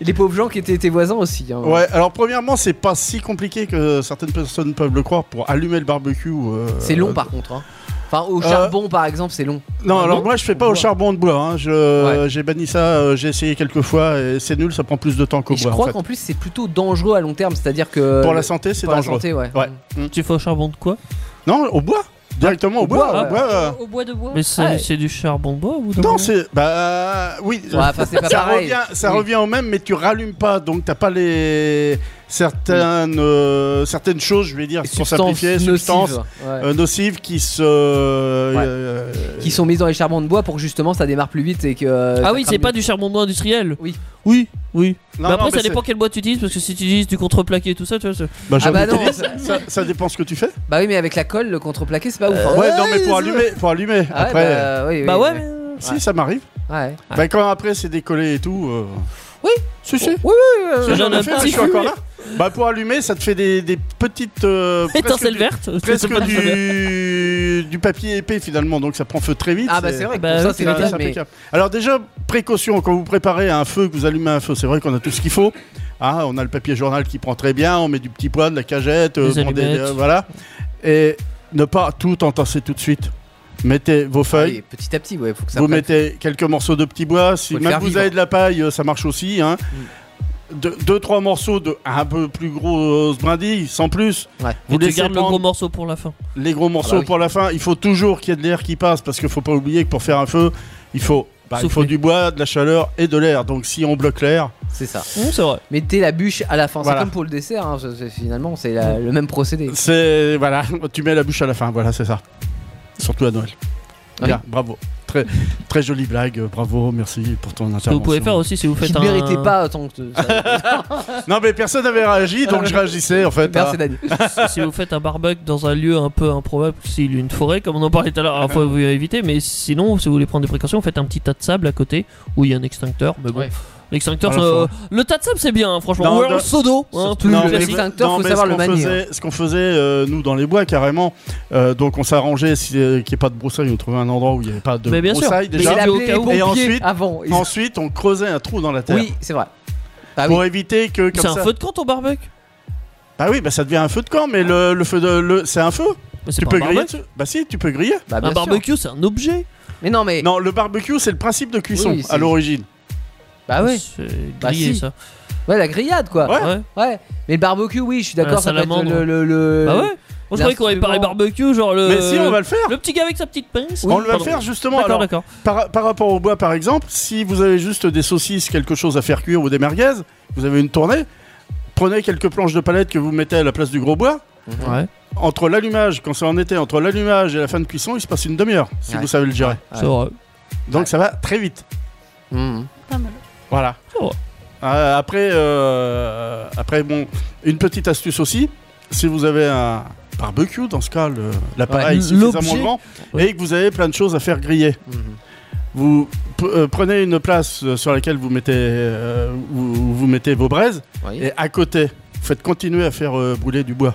B: les pauvres gens qui étaient tes voisins aussi. hein.
E: Ouais, alors premièrement, c'est pas si compliqué que certaines personnes peuvent le croire pour allumer le barbecue. euh,
B: C'est long par contre. hein. Enfin, au
E: Euh,
B: charbon par exemple, c'est long.
E: Non,
B: Ah
E: alors
B: non
E: moi je fais pas
B: Au
E: au
B: bois.
E: charbon de bois. hein. Je- J'ai banni ça, euh, j'ai essayé quelques fois et c'est nul, ça prend plus de temps qu'au
B: Et je
E: bois. en
B: crois
E: fait.
B: qu'en plus, c'est plutôt dangereux à long terme. C'est-à-dire que.
E: Pour la santé, c'est
B: pour la
E: dangereux.
B: santé, ouais.
E: Ouais.
D: tu fais au charbon de quoi
E: Non, au bois Directement au
B: au
E: bois,
B: bois,
E: au
B: ouais.
E: bois, euh.
F: Au bois de bois.
D: Mais c'est
B: Ouais.
D: c'est du charbon de bois ou de bois
E: Non, c'est. Bah oui.
B: Ouais, enfin, c'est pas
E: ça
B: pareil.
E: revient, ça
B: Oui.
E: revient au même, mais tu rallumes pas, donc t'as pas les. Certaines, euh, certaines choses, je vais dire,
B: Les
E: pour simplifier, substances
B: nocives, ouais.
E: euh, nocives qui se. euh,
B: qui sont mises dans les charbons de bois pour que justement ça démarre plus vite et que. euh, ça
D: Ah oui,
B: crame
D: c'est pas
B: mieux.
D: du charbon de bois industriel.
B: Oui.
D: Oui, oui.
B: Bah,
D: mais
E: Non, non,
D: après,
E: mais
D: ça dépend quel bois tu utilises, parce que si tu utilises du contreplaqué et tout ça, tu vois. c'est-
E: c'est- Bah, j'en
B: Ah bah non.
E: utilise. ça, ça dépend ce que tu fais.
B: Bah oui, mais avec la colle, le contreplaqué, c'est pas ouf. hein.
E: ouais, non, mais pour allumer, pour allumer.
B: Ah ouais,
E: après,
B: bah, oui, oui,
D: Bah ouais,
B: oui.
D: mais-
E: si ça m'arrive.
B: Ouais.
E: Bah, quand après c'est décollé et tout. euh,
B: Oui.
E: Si, si.
B: Oui, oui, oui,
E: Si,
B: oui.
D: Je
E: j'en
D: donne
E: ai
D: un
E: fait, hein,
D: petit
E: je suis
D: coup.
E: encore là. Bah, pour allumer, ça te fait des, des petites. euh, presque
D: Étincelle
E: du-
D: verte.
E: Presque du... du papier épais finalement, donc ça prend feu très vite.
B: Ah bah
E: c'est-
B: c'est vrai que
D: Bah
B: pour ça
D: oui,
B: c'est
E: c'est-
B: létal,
E: c'est
B: mais.
E: impeccable. Alors déjà, précaution, quand vous préparez un feu, que vous allumez un feu, c'est vrai qu'on a tout ce qu'il faut. Ah, on a le papier journal qui prend très bien, on met du petit poids, de la cagette, euh,
D: Des allumettes.
E: voilà. Et ne pas tout entasser tout de suite. Mettez vos feuilles,
B: Allez, petit à petit, ouais, faut que Ah ça.
E: vous
B: prenne.
E: mettez quelques morceaux de petit bois. Si
B: Faut le
E: même
B: faire
E: vous
B: vivre. Mm.
E: avez de la paille, euh, ça marche aussi. Hein. De- deux, trois morceaux de un peu plus grosse brindilles, sans plus.
B: Ouais.
E: Vous
D: Vous tu
E: laissez
D: gardes le
E: prendre-
D: gros morceau pour la fin.
E: les gros morceaux
B: bah oui.
E: pour la fin. Il faut toujours qu'il y ait de l'air qui passe parce qu'il faut pas oublier que pour faire un feu, il faut, bah, il
D: Souffler.
E: faut du bois, de la chaleur et de l'air. Donc si on bloque l'air,
B: C'est ça.
D: Hum, c'est vrai.
B: Mettez la bûche à la fin.
E: Voilà.
B: C'est comme pour le dessert, hein, c'est- c'est- finalement, c'est la- le même procédé.
E: c'est voilà, tu mets la bouche à la fin. Voilà, c'est ça. Surtout à Noël.
B: Ah Oui.
E: Bien, bravo. Très, très jolie blague. euh, Bravo, merci pour ton
D: Ce que
E: intervention.
D: vous pouvez faire aussi si vous
B: Qui
D: faites
B: ne
D: un.
B: méritait pas tant que.
E: Non, mais personne n'avait réagi, donc je réagissais en fait. hein.
B: Merci Dani.
D: si vous faites un barbecue dans un lieu un peu improbable, s'il y a une forêt, comme on en parlait tout à l'heure, alors faut vous éviter, mais sinon, si vous voulez prendre des précautions, faites un petit tas de sable à côté où il y a un extincteur.
E: Bah
D: Mais bon,
B: Ouais.
D: l'extincteur,
E: Dans la
D: ça-
E: forêt.
D: le tas de sable, c'est bien, hein, franchement.
E: Non,
D: Ou alors
E: de-
D: le seau d'eau, hein,
B: Surtout
D: plus
B: le-
D: classique.
B: l'extincteur, faut
E: mais
B: savoir
E: ce
B: le
E: qu'on
B: manier,
E: faisait- ce qu'on faisait, euh, nous, dans les bois, carrément, euh, donc on s'arrangeait si, euh, qu'il n'y ait pas de broussailles, on trouvait un endroit où il n'y avait pas de
D: Mais bien sûr.
E: broussailles
B: Mais
E: déjà.
B: il a
D: au
B: appelé
D: cas
B: les
D: où.
B: pompiers
E: Et ensuite-
B: avant. Ils-
E: Ensuite, on creusait un trou dans la terre
B: Oui, c'est vrai. Ah oui.
E: pour éviter que comme
D: C'est un
E: ça.
D: feu de camp ton barbecue
E: Bah oui, bah ça devient un feu de camp, mais le, le feu de le c'est un feu.
D: Mais c'est
E: Tu
D: pas
E: peux
D: un
E: griller.
D: barbecue.
E: dessus. Bah si, tu peux griller.
B: Bah, bien
D: Un
B: sûr.
D: barbecue, c'est un objet.
B: Mais non, mais.
E: Non, le barbecue, c'est le principe de cuisson
B: Oui, c'est-
E: à l'origine.
B: Bah
E: Ah
B: ouais.
D: C'est
B: Bah
D: grillé,
B: si.
D: ça.
B: Ouais, la grillade quoi.
E: Ouais.
D: Ouais.
B: Ouais, mais le barbecue, oui, je suis d'accord,
D: La
B: ça peut être
D: salamandre.
B: le. le, le-
D: Bah ouais. Moi, je croyais qu'on réparait
B: l'instrument.
D: barbecue, genre le.
E: Euh, mais si, on va le faire.
D: Le petit gars avec sa petite pince.
E: on le va
D: Pardon.
E: faire justement.
D: D'accord,
E: Alors,
D: d'accord.
E: par, par rapport au bois, par exemple, si vous avez juste des saucisses, quelque chose à faire cuire ou des merguez, vous avez une tournée, prenez quelques planches de palette que vous mettez à la place du gros bois.
D: Ouais,
E: Entre l'allumage, quand c'est en été, entre l'allumage et la fin de cuisson, il se passe une demi-heure, si
B: Ouais.
E: vous savez le gérer.
D: c'est vrai.
E: Donc ça va très vite.
B: Mhm.
F: Pas mal.
E: Voilà.
D: Oh.
E: Euh, après, euh, après, bon, une petite astuce aussi. Si vous avez un barbecue, dans ce cas, le- l'appareil
C: Ouais,
E: suffisamment
C: l'objet.
E: grand,
D: Ouais.
E: et que vous avez plein de choses à faire griller,
B: Mhm.
E: vous p- euh, prenez une place euh, sur laquelle vous mettez, euh, vous, vous mettez vos braises,
B: Oui.
E: et à côté, faites continuer à faire euh, brûler du bois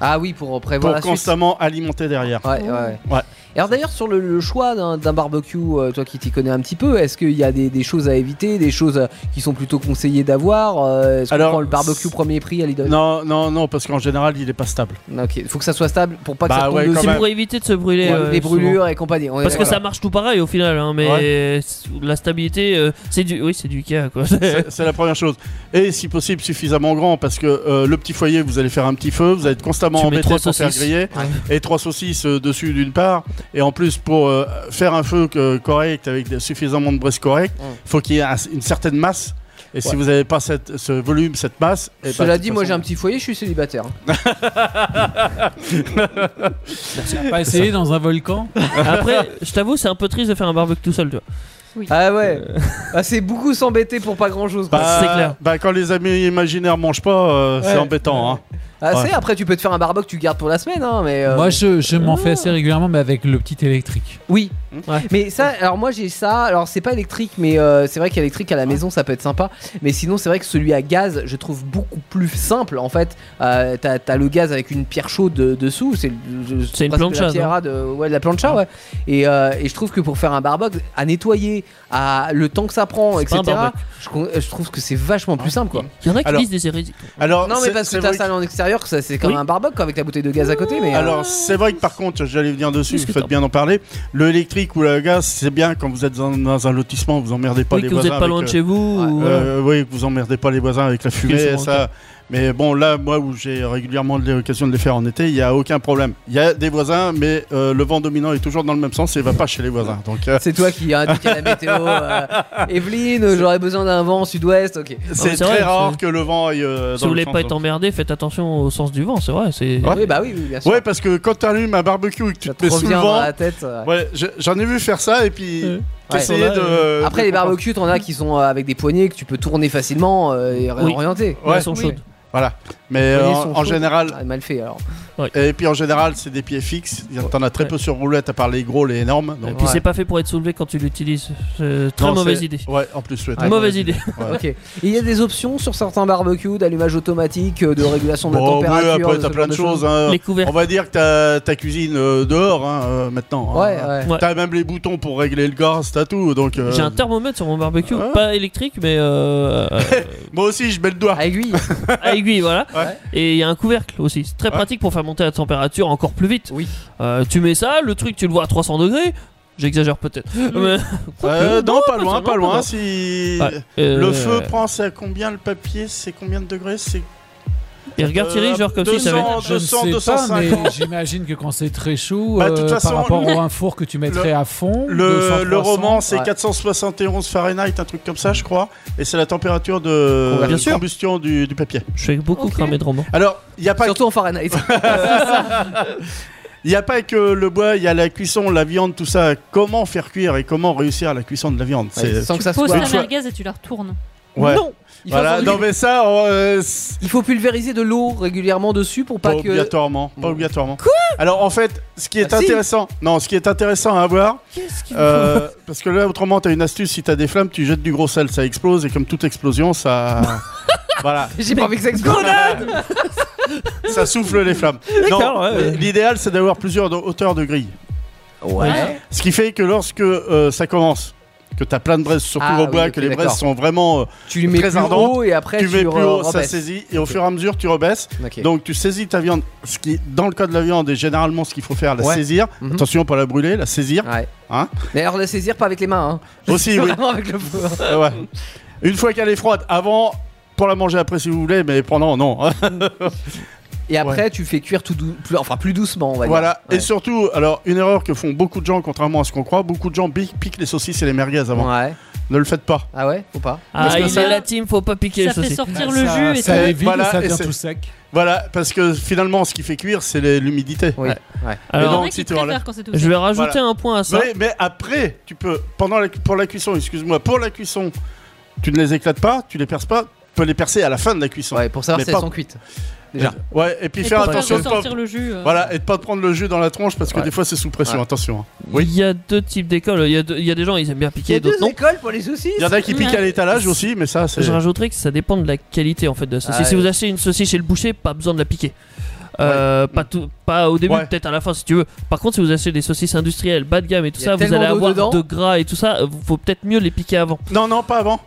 B: Ah oui, pour
E: pour
B: prévoir la suite.
E: constamment alimenter derrière.
B: Ouais, ouais.
E: Ouais.
B: Et alors d'ailleurs sur le, le choix d'un d'un barbecue, euh, toi qui t'y connais un petit peu, est-ce qu'il y a des, des choses à éviter, des choses euh, qui sont plutôt conseillées d'avoir euh, Est-ce qu'on
E: Alors,
B: prend le barbecue
E: c'est-
B: premier prix à l'idole
E: Non, non, non, parce qu'en général, il est pas stable.
B: Ok, faut que ça soit stable pour pas que
E: Bah
B: ça tombe
E: ouais, quand
B: dessus.
D: C'est
E: même.
D: pour éviter de se brûler.
B: Les,
D: euh,
B: les
D: souvent.
B: brûlures et compagnie. on est
D: Parce que
B: d'accord.
D: ça marche tout pareil au final, hein, mais la stabilité, euh, c'est du, oui, c'est du Ikea quoi.
E: C'est- C'est la première chose. Et si possible, suffisamment grand, parce que euh, le petit foyer, vous allez faire un petit feu, vous allez être constamment
D: Tu mets
E: embêté
D: trois
E: pour faire
D: saucisses.
E: griller, et trois saucisses euh, dessus d'une part, et en plus pour euh, faire un feu que- correct avec des- suffisamment de braises correctes,
B: Mm.
E: faut qu'il y ait un- une certaine masse. Et si
B: Ouais.
E: vous n'avez pas cette, ce volume, cette masse, eh ben,
B: Cela
E: de toute
B: dit, moi j'ai
E: façon-
B: un petit foyer, je suis célibataire.
C: Pas essayer dans un volcan.
D: Après, je t'avoue, c'est un peu triste de faire un barbecue tout seul, tu vois.
F: Oui.
B: Ah ouais. Ah, c'est beaucoup s'embêter pour pas grand chose. Quoi.
D: Euh. Bah, c'est clair.
E: bah, quand les amis imaginaires mangent pas, euh,
C: Ouais.
E: c'est embêtant. Hein.
B: ah,
E: ouais.
B: c'est après tu peux te faire un barbecue que tu gardes pour la semaine hein, mais euh,
C: Moi, je, je m'en fais
E: Ah.
C: assez régulièrement, mais avec le petit électrique.
B: oui.
D: Ouais.
B: Mais ça alors moi j'ai ça, alors c'est pas électrique mais euh, c'est vrai qu'électrique à la maison ça peut être sympa, mais sinon c'est vrai que celui à gaz, je trouve beaucoup plus simple en fait. Euh, t'as, t'as le gaz avec une pierre chaude de- dessous, c'est, le-
D: C'est une
B: presque
D: plancha, Ah.
B: la pierre de ouais, de la plancha ouais. Et, euh, et je trouve que pour faire un barbecue à nettoyer, à le temps que ça prend
D: C'est pas
B: etc.
D: un barbecue.
B: Je, con- je trouve que c'est vachement plus simple quoi.
D: Il y en a qui
E: Alors-
D: disent des hérésies.
E: Alors,
B: Non mais
E: Oh, c'est-
B: parce que
E: c'est
B: t'as
E: vrai
B: ça en extérieur, que ça, c'est quand
D: Oui.
B: même un barbecue quoi, avec la bouteille de gaz à côté. Mais euh,
E: Alors c'est vrai que par contre, j'allais venir dessus,
D: Qu'est-ce
E: vous
D: que
E: faites
D: t'as
E: bien d'en parler. Le électrique ou le gaz, c'est bien quand vous êtes dans, dans un lotissement, vous emmerdez pas
D: Oui,
E: les
D: que vous
E: voisins.
D: êtes pas
E: avec,
D: loin de
E: euh,
D: chez vous.
B: ouais.
D: ou-
E: euh, Oui, que vous emmerdez pas les voisins avec la
D: c'est
E: fumée,
D: bon,
E: ça. Mais bon, là, moi, où j'ai régulièrement l'occasion de les faire en été, il n'y a aucun problème. Il y a des voisins, mais euh, le vent dominant est toujours dans le même sens et il va pas chez les voisins. Donc, euh,
B: C'est toi qui a indiqué la météo. euh, Evelyne, euh, j'aurais besoin d'un vent sud-ouest, ok.
E: c'est
D: Ah c'est
E: très
D: vrai,
E: rare
D: c'est-
E: que le vent aille euh,
D: Si
E: dans
D: vous
E: le
D: voulez
E: sens
D: pas
E: de-
D: être emmerdé, faites attention au sens du vent, c'est vrai. C'est
E: Ouais.
B: Oui, bah oui, oui, bien sûr.
E: Ouais, parce que quand tu allumes un barbecue et que tu
B: ça
E: te
B: te
E: mets sous le
B: revient dans
E: vent,
B: la tête. euh.
E: ouais, je- j'en ai vu faire ça et puis
D: Ouais.
E: t'essayais
D: Ouais.
E: de.
B: Après,
E: de
B: les
E: comprendre.
B: barbecues, t'en as qui sont euh, avec des poignées que tu peux tourner facilement euh, et
D: Oui.
B: orienter.
D: Elles
E: Ouais.
D: sont
B: Oui.
D: chaudes.
E: Voilà. Mais euh,
B: Poignées
E: en,
B: sont
E: en
B: chaudes.
E: général,
B: Ah, mal fait alors.
E: Et puis en général, c'est des pieds fixes. Il y en- T'en as très
D: Ouais.
E: peu sur roulette à part les gros, les énormes.
D: Et
E: Donc,
D: puis
B: Ouais.
D: c'est pas fait pour être soulevé quand tu l'utilises. C'est Très
E: Non,
D: mauvaise
E: c'est-
D: idée.
E: Ouais, en plus, ouais,
D: Mauvaise,
E: très
D: idée.
E: Ouais.
B: Ok. Et Il y a des options sur certains barbecues d'allumage automatique, euh, de régulation de la
E: Bon, Bah, ouais,
B: température.
E: après,
B: de
E: t'as
B: ce
E: plein
B: genre
E: de choses. hein.
D: Les couverts.
E: On va dire que t'as ta cuisine euh, dehors hein, euh, maintenant.
B: Ouais,
E: hein.
B: ouais.
D: Ouais.
E: T'as même les boutons pour régler le gaz, t'as tout. Donc, euh,
D: J'ai un thermomètre sur mon barbecue,
E: Ah.
D: pas électrique, mais euh, euh,
E: Moi aussi, je mets le doigt.
B: À aiguille.
D: à aiguille, voilà.
E: Ouais.
D: Et il y a un couvercle aussi. C'est très
E: Ouais.
D: pratique pour faire monter la température encore plus vite.
B: Oui.
D: Euh, tu mets ça, le truc, tu le vois à 300 degrés. J'exagère peut-être. Mais-
E: Euh, non, pas
D: ça,
E: loin,
D: non,
E: pas
D: pas
E: loin.
D: loin.
E: Si
D: Ouais. Euh,
E: le feu prend, c'est à combien le papier C'est combien de degrés C'est
D: Et regarde Thierry,
E: euh,
D: genre comme si ça avait.
E: 200. En
C: Je ne
E: 200,
C: sais pas,
E: 250.
C: mais j'imagine que quand c'est très chaud,
E: Bah, de toute
C: euh,
E: façon,
C: par rapport
E: le-
C: à un four que tu mettrais à fond,
E: le,
C: 200,
E: le
C: 300,
E: roman, c'est
C: ouais.
E: 471 Fahrenheit, un truc comme ça, je crois. Et c'est la température de
D: Bien
E: de
D: sûr.
E: combustion du, du papier.
D: Je fais beaucoup
F: Ok.
D: cramer de romans.
E: Alors, il n'y a pas
B: Surtout en Fahrenheit.
E: Il n'y a pas que le bois, il y a la cuisson, la viande, tout ça. Comment faire cuire et comment réussir à la cuisson de la viande
B: Ouais,
E: c'est...
B: sans que ça
F: Pose
B: soit.
F: ta
E: soit-
F: merguez et tu la retournes.
E: Ouais.
B: Non. Il faut-
E: Voilà, non mais ça, on, euh, c'est
B: Il faut pulvériser de l'eau régulièrement dessus pour
E: pas,
B: pas que.
E: obligatoirement. Pas
B: Mm.
E: obligatoirement. Alors en fait, ce qui est
B: Ah, si.
E: intéressant, non, ce qui est intéressant à voir, euh, parce que là autrement, t'as une astuce, si t'as des flammes, tu jettes du gros sel, ça explose et comme toute explosion, ça, voilà,
B: J'ai pas envie que ça explose.
E: ça souffle les flammes. euh,
D: D'accord, ouais, ouais.
E: L'idéal, c'est d'avoir plusieurs de- hauteurs de grille.
B: Ouais.
E: Ce qui fait que lorsque euh, ça commence, que t'as plein de braises, surtout
B: Ah
E: au
B: oui,
E: bois,
B: ok,
E: que les
B: d'accord.
E: braises sont vraiment euh,
B: Tu lui mets
E: Très
B: plus
E: ardente.
B: haut et après
E: tu
B: tu,
E: mets plus haut, ça
B: rebaisses.
E: saisit, et au fur et à mesure, tu rebaisses.
B: Ok.
E: Donc, tu saisis ta viande. Ce qui, dans le cas de la viande, est généralement ce qu'il faut faire, la
B: Ouais.
E: saisir.
B: Mhm.
E: Attention, pas la brûler, la saisir.
B: Ouais.
E: Hein
B: Mais alors la saisir pas avec les mains, hein.
E: Aussi, oui.
B: Vraiment avec le feu.
E: euh, ouais. Une fois qu'elle est froide, avant, pour la manger après si vous voulez, mais pendant, non.
B: Et après tu fais cuire tout dou- plus, enfin plus doucement, on va dire.
E: voilà.
B: Ouais.
E: Et surtout, alors, une erreur que font beaucoup de gens, contrairement à ce qu'on croit, beaucoup de gens pi- piquent les saucisses et les merguez avant.
B: Ouais.
E: Ne le faites pas.
B: Ah ouais, ou pas
D: Ah,
E: que
D: il
E: ça-
D: est la team, faut pas piquer
F: Ça
D: ça.
F: fait
D: c'est-
F: sortir
C: Ah, Ça-
F: le jus et
C: ça
E: tout.
C: est vide,
E: Voilà,
C: ça
E: et
C: vient
E: c'est-
C: tout sec.
E: Voilà, parce que finalement, ce qui fait cuire, c'est les- l'humidité.
B: Oui.
E: Ouais.
B: Ouais.
E: Mais
F: Il y en
D: Alors,
E: non,
F: a qui
E: si tu enlèves-
F: préfèrent quand c'est tout
D: je
F: sec.
D: vais rajouter
E: Voilà.
D: un point à ça.
E: Mais, mais après, tu peux, pendant la, pour la cuisson, excuse-moi, pour la cuisson, tu ne les éclates pas, tu les perces pas, tu peux les percer à la fin de la cuisson.
B: Ouais, pour savoir
E: Mais
B: si
E: pas-
B: elles sont cuites.
E: Et-
B: Déjà.
E: Ouais, et puis
F: Et
E: faire
F: pour
E: attention de pas,
F: ressortir le jus. euh,
E: voilà, et de pas te prendre le jus dans la tronche parce que
B: Ouais.
E: des fois c'est sous pression,
B: Ouais.
E: attention. hein.
D: Il y a deux types d'écoles. Il y, a deux- il y a des gens, ils aiment bien
B: Il y
D: piquer,
B: a
D: d'autres
B: deux
D: non.
B: écoles pour les saucisses.
E: Il y en a qui piquent à
F: Ouais.
E: l'étalage aussi, mais ça c'est.
D: Je rajouterais que ça dépend de la qualité en fait de la saucisse.
B: Ah,
D: si
B: oui.
D: vous achetez une saucisse chez le boucher, pas besoin de la piquer. Euh, pas, tout, pas au début,
E: Ouais.
D: peut-être à la fin si tu veux. Par contre, si vous achetez des saucisses industrielles, bas de gamme et tout
B: Il y a
D: ça, vous
B: tellement
D: allez
B: d'eau
D: avoir
B: dedans.
D: de gras et tout ça. euh, Faut peut-être mieux les piquer avant.
E: Non, non, pas avant.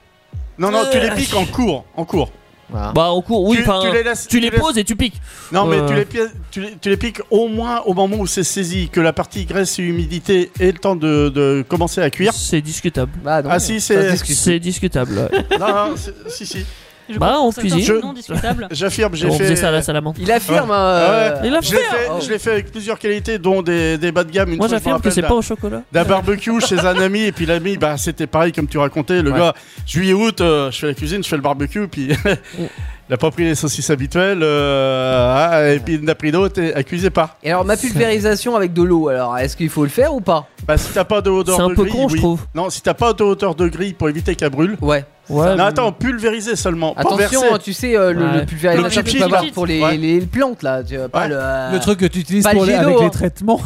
E: Non, non, tu les
D: Euh.
E: piques en cours, en cours.
B: Voilà.
D: Bah, en cours, oui,
E: tu,
D: enfin,
E: tu les laisses.
D: tu les
E: laisses-
D: poses et tu piques.
E: Non, mais
D: Euh.
E: tu les, pi- tu, les, tu les piques au moins au moment où c'est saisi, que la partie graisse et humidité ait le temps de, de commencer à cuire.
D: C'est discutable.
B: Bah, non,
E: Ah, si,
B: ça
E: c'est-
B: se discute.
D: C'est discutable. ouais.
E: non, non, c'est- si, si.
F: je
D: Bah,
F: crois
D: en
F: que ça sorte
D: cuisine.
F: Non discutable.
E: J'affirme, j'ai
D: On
E: fait.
D: faisait ça à la salamandre.
B: Il affirme. hein,
D: Il a
E: Ah Je l'ai fait,
B: Oh.
E: je l'ai fait avec plusieurs qualités, dont des, des bas de gamme. Une
D: Moi,
E: fois, je me
D: j'affirme que
E: rappelle
D: c'est
E: d'un-
D: pas au chocolat.
E: D'un barbecue chez un ami, et puis l'ami, bah, c'était pareil comme tu racontais. Le
B: Ouais.
E: gars, juillet-août, je fais la cuisine, je fais le barbecue, puis. n'a pas pris les saucisses habituelles, euh, ah, et puis il en a pris d'autres, et accusé pas.
B: Et alors, ma pulvérisation avec de l'eau, alors, est-ce qu'il faut le faire ou pas
E: Bah, si t'as pas de hauteur
D: C'est un
E: de
D: peu
E: grille,
D: con, je
E: oui.
D: trouve.
E: Non, si t'as pas de hauteur de grille pour éviter qu'elle brûle.
B: Ouais.
D: Ouais,
E: non,
D: Ah, mais-
E: attends, pulvériser seulement, pas verser.
B: Attention, hein, tu sais, euh, le,
D: Ouais.
B: le pulvérisateur
E: Le
B: que tu
E: chichi,
B: peux avoir
E: là.
B: pour les,
E: Ouais.
B: les plantes, là. tu vois, pas
E: Ouais.
B: le, euh,
C: Le truc que tu utilises
B: Pas le
C: pour les-
B: jet d'eau,
C: avec
B: hein.
C: les traitements.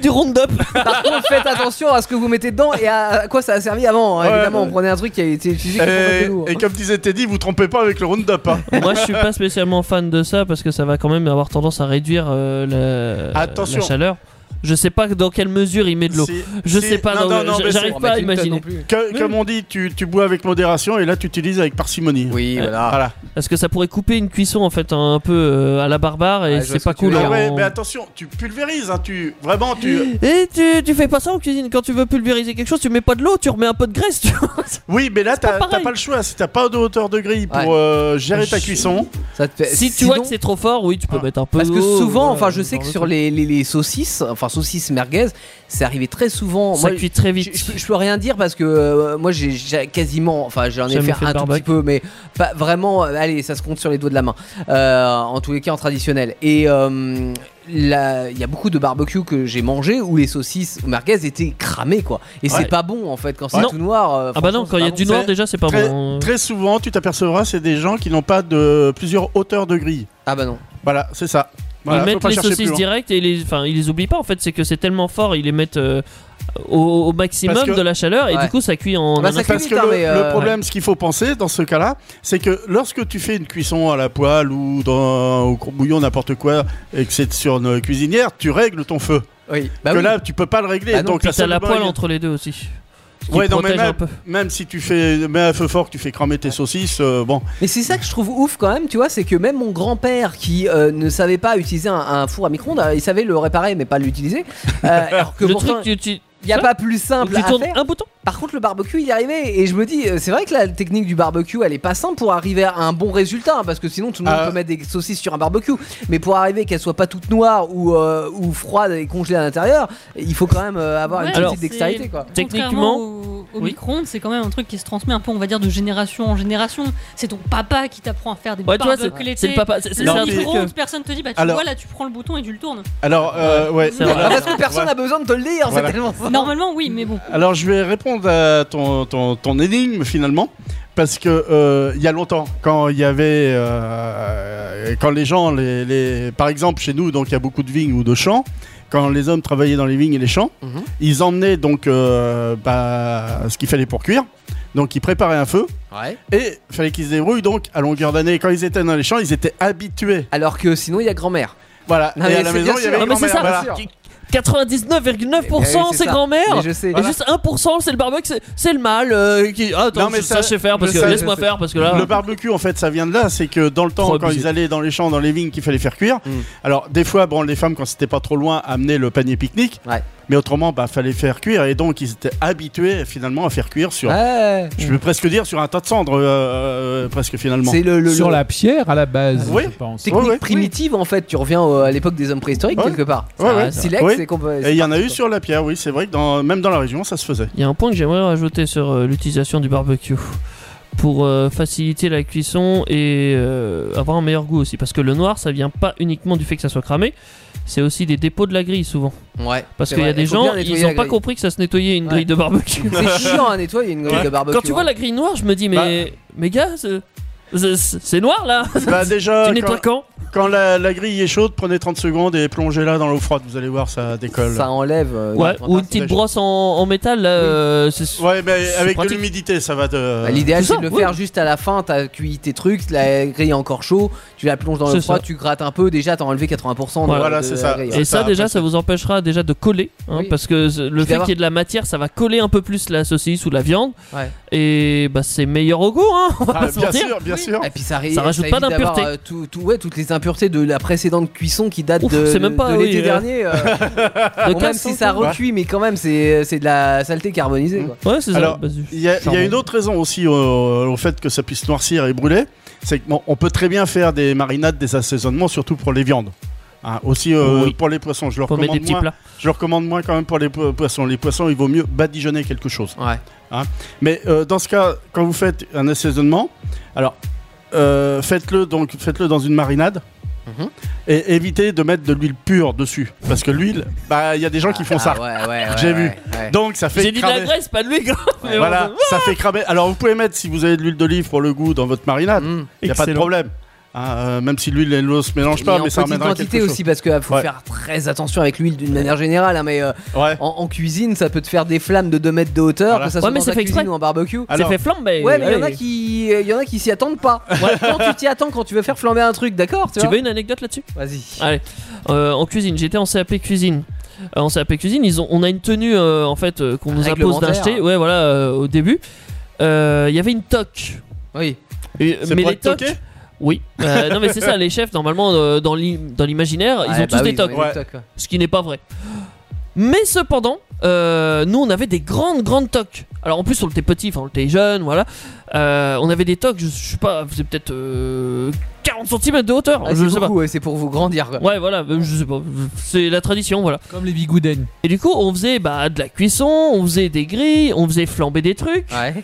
D: du round-up.
B: Par contre, faites attention à ce que vous mettez dedans et à quoi ça a servi avant. hein.
E: Ouais,
B: Évidemment,
E: ouais.
B: on prenait un truc qui a été utilisé contre un
E: Et,
B: peu
D: hein.
B: lourd.
E: Euh, et comme disait Teddy, vous trompez pas avec le Roundup. Hein.
D: Moi, je suis pas spécialement fan de ça parce que ça va quand même avoir tendance à réduire euh, la,
E: Attention.
D: la chaleur. Je sais pas dans quelle mesure il met de l'eau.
E: Si-
D: Je
E: si-
D: sais pas,
E: non,
D: dans-
E: non, non, mais
D: j'arrive
B: On
D: pas à
B: mettait une tonne
D: imaginer.
B: non plus.
E: Que- Comme on dit, tu, tu bois avec modération et là tu utilises avec parcimonie.
B: Oui, Ah. voilà.
E: Voilà.
D: Parce que ça pourrait couper une cuisson en fait un peu euh, à la barbare et
B: Ouais, je vois
D: c'est
B: ce
D: pas
B: que tu veux
D: cool.
E: Ah
B: dire.
D: hein.
E: ouais, mais attention, tu pulvérises, hein, tu vraiment tu.
D: Et tu, tu fais pas ça en cuisine quand tu veux pulvériser quelque chose, tu mets pas de l'eau, tu remets un peu de graisse. Tu vois
E: Oui, mais là t'as
D: pas pareil.
E: t'as pas le choix. Si t'as pas de hauteur de grille pour
B: Ouais.
E: euh, gérer ta
D: Je-
E: cuisson,
B: Ça te fait-
D: si tu
B: sinon-
D: vois que c'est trop fort, oui, tu peux
E: Ah.
D: mettre un peu.
B: Parce que
D: d'eau,
B: souvent,
D: voilà,
B: enfin, je
D: dans
B: sais que
D: le
B: sur
D: truc.
B: les, les- les saucisses, enfin, saucisses merguez, c'est arrivé très souvent.
D: ça
B: Moi,
D: cuit très
B: je,
D: vite.
B: je- je peux rien dire parce que euh, moi, j'ai- j'ai quasiment, enfin, j'en ai
D: Jamais
B: fait
D: fait de
B: un tout petit
D: barbecue.
B: peu, mais pas vraiment. euh, Allez, ça se compte sur les doigts de la main. Euh, en tous les cas, en traditionnel. Et euh, là, il y a beaucoup de barbecues que j'ai mangé où les saucisses merguez étaient cramées, quoi. Et
E: Ouais.
B: c'est pas bon, en fait, quand c'est
D: Non.
B: tout noir. euh,
D: Ah bah
B: franchement,
D: non,
B: c'est
D: quand il y
B: pas
D: a
B: bon.
D: du noir
E: C'est
D: déjà, c'est pas
E: très-
D: bon.
E: très souvent tu t'apercevras c'est des gens qui n'ont pas de plusieurs hauteurs de grille.
B: Ah bah non.
E: Voilà, c'est ça.
D: ils
E: Voilà, faut
D: mettent
E: pas
D: les
E: chercher
D: saucisses
E: plus loin.
D: direct et les, enfin, ils les oublient pas en fait, c'est que c'est tellement fort, ils les mettent euh, au, au maximum
E: Parce que-
D: de la chaleur et
B: Ouais.
D: du coup ça cuit en.
B: Bah,
D: en
B: ça
D: un-
B: cuit
E: Parce
B: vite,
E: que
B: hein,
E: le,
B: mais,
E: le
B: euh,
E: problème, ce qu'il faut penser dans ce cas-là, c'est que lorsque tu fais une cuisson à la poêle ou dans, au bouillon, n'importe quoi, et que c'est sur une cuisinière, tu règles ton feu.
B: Oui. Bah
E: que
B: oui.
E: là, tu peux pas le régler.
B: Bah non,
E: donc
D: Puis
E: la
D: t'as
E: seule
D: la poêle
E: moyen-
D: entre les deux aussi. Ce qui
E: Ouais, non, mais
D: protège
E: même-
D: un peu.
E: Même si tu fais mets à feu fort, que tu fais cramer tes saucisses, euh, bon.
B: Mais c'est ça que je trouve ouf quand même, tu vois, c'est que même mon grand-père qui euh, ne savait pas utiliser un, un four à micro-ondes, euh, il savait le réparer mais pas l'utiliser. Euh, alors que
D: Le
B: pourtant,
D: truc, tu, tu,
B: il n'y a
D: ça,
B: pas plus simple
D: tu
B: à
D: tournes
B: faire.
D: un bouton.
B: Par contre, le barbecue, il y arrivait. Et je me dis, euh, c'est vrai que la technique du barbecue, elle est pas simple pour arriver à un bon résultat, hein, parce que sinon tout le monde
E: Ah.
B: peut mettre des saucisses sur un barbecue. Mais pour arriver qu'elle soit pas toute noire ou, euh, ou froide et congelée à l'intérieur, il faut quand même euh, avoir
F: Ouais,
B: une
D: alors,
B: petite dextérité, quoi.
D: Techniquement-
F: Contrairement au, au
D: Oui.
F: micro-ondes, c'est quand même un truc qui se transmet un peu, on va dire, de génération en génération. C'est ton papa qui t'apprend à faire des
D: Ouais, tu vois,
F: barbecues
D: c'est c'est le
F: l'été.
D: papa. c'est- C'est
F: Le
D: un
E: mais-
D: truc. euh,
F: micro-ondes, personne te dit, bah tu
E: Alors-
F: vois là, tu prends le bouton et tu le tournes.
E: Alors, euh, ouais.
D: C'est
B: Ah,
D: vrai.
B: parce que personne n'a besoin de te le dire,
E: Voilà.
B: c'est tellement fort.
F: Normalement, oui, mais bon.
E: Alors, je vais répondre à ton, ton, ton énigme finalement. Parce que euh, il y a longtemps, quand il y avait, euh, quand les gens, les, les- par exemple chez nous, donc il y a beaucoup de vignes ou de champs, quand les hommes travaillaient dans les vignes et les champs,
B: Mhm.
E: ils emmenaient donc euh, bah, ce qu'il fallait pour cuire, donc ils préparaient un feu
B: Ouais.
E: et fallait qu'ils se débrouillent donc à longueur d'année. Quand ils étaient dans les champs, ils étaient habitués.
B: Alors que sinon, il y a grand-mère.
E: Voilà.
B: Non,
E: et
B: mais
E: à la
B: c'est
E: maison,
B: bien
E: il y avait
B: sûr.
D: Ah, mais c'est
E: grand-mère.
D: ça.
E: Voilà.
D: qui-
B: Eh oui,
D: 99,9%
B: c'est
D: c'est
B: ça.
D: grand-mère.
B: Mais je sais.
D: Et juste 1%, c'est le barbecue, c'est- c'est le mâle euh, qui. Ah, Attends,
E: Non, mais
D: je- ça,
E: ça-
D: je sais faire parce
E: je
D: que
E: sais,
D: laisse-moi
E: je
D: faire parce que là.
E: Le barbecue, en fait, ça vient de là. C'est que dans le temps,
D: Trop
E: quand
D: abusé.
E: ils allaient dans les champs, dans les vignes qu'il fallait faire cuire,
B: Mm.
E: alors des fois, bon, les femmes, quand c'était pas trop loin, amenaient le panier pique-nique.
B: Ouais.
E: Mais autrement, bah, fallait faire cuire. Et donc, ils étaient habitués, finalement, à faire cuire sur.
B: Ouais. Mm.
E: Je peux presque dire sur un tas de cendres, euh, euh, presque finalement.
B: C'est le, le-
C: Sur
B: le-
C: la pierre à la base,
E: Oui.
C: je pense.
B: technique
E: Ouais, ouais.
B: primitive en fait. Tu reviens au- à l'époque des hommes préhistoriques
E: Ouais.
B: quelque part.
E: Ouais, ouais.
B: Silex,
E: Oui.
B: c'est qu'on peut.
E: Et il y en a eu sur la pierre, oui, c'est vrai que dans, même dans la région, ça se faisait.
D: Il y a un point que j'aimerais rajouter sur euh, l'utilisation du barbecue pour euh, faciliter la cuisson et euh, avoir un meilleur goût aussi. Parce que le noir, ça vient pas uniquement du fait que ça soit cramé, c'est aussi des dépôts de la grille souvent.
B: Ouais.
D: Parce
B: C'est
D: qu'il y a
B: vrai,
D: des
B: il faut bien
D: gens,
B: nettoyer
D: ils
B: la
D: ont pas
B: grille.
D: compris que ça se nettoyait une
B: Ouais.
D: grille de barbecue.
B: C'est chiant à hein, nettoyer une grille de barbecue.
D: Quand tu vois
B: hein. Bah.
D: la grille noire, je me dis, mais, mais gars, c'est- c'est c'est noir là
E: bah, déjà,
D: Tu nettoies
E: quand,
D: Euh, quand
E: quand la, la grille est chaude, prenez 30 secondes et plongez-la dans l'eau froide. Vous allez voir, ça décolle.
B: ça enlève. euh,
D: Ouais,
B: une-
D: ou une petite
E: déjà.
D: brosse en, en métal là. euh, c'est-
E: Ouais, mais
D: C'est
E: avec de
D: pratique.
E: l'humidité, ça va de.
B: Bah, L'idéal
D: C'est
B: c'est
D: ça,
B: de le
D: oui.
B: faire juste à la fin, t'as cuit tes trucs, la grille est encore chaud, tu la plonges dans le
D: C'est
B: froid,
D: ça.
B: tu grattes un peu, déjà t'as enlevé 80% de,
E: Voilà,
B: de
E: c'est
B: la
E: ça.
B: grille, ouais.
D: Et ça,
E: ça,
D: déjà,
E: après,
D: ça vous empêchera déjà de coller, hein,
B: Oui.
D: parce que le fait
B: d'avoir-
D: qu'il y ait de la matière, ça va coller un peu plus la saucisse ou la viande,
B: Ouais.
D: et bah c'est meilleur au goût, hein, on va
E: Ah,
D: pas se
E: bien
D: mentir.
E: sûr, bien
F: Oui.
E: sûr.
B: Et puis ça, ri-
D: Ça rajoute pas
B: évite d'avoir,
D: d'impureté.
B: euh, tout, tout- ouais, toutes les impuretés de la précédente cuisson qui date
D: Ouf,
B: de,
D: c'est même pas,
B: de
D: oui,
B: l'été
D: euh,
B: dernier. euh,
D: De
B: bon, même si ça
D: ouais,
B: recuit, mais quand même c'est c'est de la saleté carbonisée.
E: Mmh.
B: Quoi.
D: ouais c'est ça.
E: Alors,
D: bah, c'est-
E: Il y, a- il y a une autre raison aussi au, au fait que ça puisse noircir et brûler, c'est qu'on peut très bien faire des marinades, des assaisonnements, surtout pour les viandes. Hein, aussi euh,
D: Oui.
E: pour les poissons, je le,
D: Faut mettre des
E: recommande
D: petits
E: moins,
D: plats.
E: je le recommande moins quand même pour les po- poissons. Les poissons, il vaut mieux badigeonner quelque chose.
B: Ouais.
E: Mais euh, dans ce cas, quand vous faites un assaisonnement, alors euh, faites-le donc faites-le dans une marinade.
B: Mhm.
E: Et évitez de mettre de l'huile pure dessus. Parce que l'huile, bah, il y a des gens qui font ça.
B: Ouais, ouais, ouais,
E: J'ai vu.
B: ouais, Ah ouais.
E: Donc ça fait
D: J'ai dit de la
E: cramer.
D: graisse, pas de l'huile. gros. Mais
E: Voilà, ça fait cramer. Alors vous pouvez mettre, si vous avez de l'huile d'olive pour le goût, dans votre marinade. Il
B: Mm.
E: n'y a pas de
H: Excellent.
E: problème. Hein, euh, même si l'huile et l'eau se mélangent
B: Mais
E: pas, mais
B: en
E: ça
B: petite
E: ramènera
B: quantité
E: quelque chose.
B: aussi parce que ah, faut
E: Ouais.
B: faire très attention avec l'huile d'une manière générale hein, mais euh,
E: Ouais.
B: en, en cuisine ça peut te faire des flammes de 2 mètres de hauteur
E: Voilà.
B: que ça
D: Ouais,
B: soit
D: mais
B: dans
D: c'est
B: ta
D: fait
B: cuisine
D: exprès.
B: ou en barbecue
D: C'est
E: Alors-
D: fait flamber.
B: ouais mais il y en a
D: Allez.
B: qui euh, il y en a qui s'y attendent pas Quand tu t'y attends quand tu veux faire flamber un truc d'accord tu,
D: Tu
B: vois
D: veux une anecdote là-dessus
B: vas-y
D: Allez, euh, en cuisine, j'étais en CAP cuisine. Euh, en CAP cuisine, ils ont, on a une tenue euh, en fait euh, qu'on nous impose
B: Réglementaire.
D: d'acheter. Ouais, voilà, euh, au début, Euh, il y avait une toque.
B: oui
D: Et-
E: C'est
D: Euh, mais
E: pour
D: les
E: être toqué
D: toques- Oui. Euh, non mais c'est ça, les chefs normalement euh, dans l'i- dans l'imaginaire, ils
B: Ouais,
D: ont
B: bah
D: tous
B: oui,
D: des toques,
B: ont
E: Ouais.
B: toques, ouais.
D: ce qui n'est pas vrai. Mais cependant, euh, nous on avait des grandes grandes toques. Alors en plus on était petit, enfin on était jeune, voilà. Euh, on avait des toques, je, je sais pas, c'est peut-être euh, 40 cm de hauteur,
B: Ah,
D: je
B: c'est
D: sais
B: beaucoup, ouais, c'est pour vous grandir quoi.
D: pas. Ouais voilà, euh, je sais pas, c'est la tradition voilà.
C: Comme les bigoudens.
D: Et du coup, on faisait bah, de la cuisson, on faisait des grilles, on faisait flamber des trucs.
B: ouais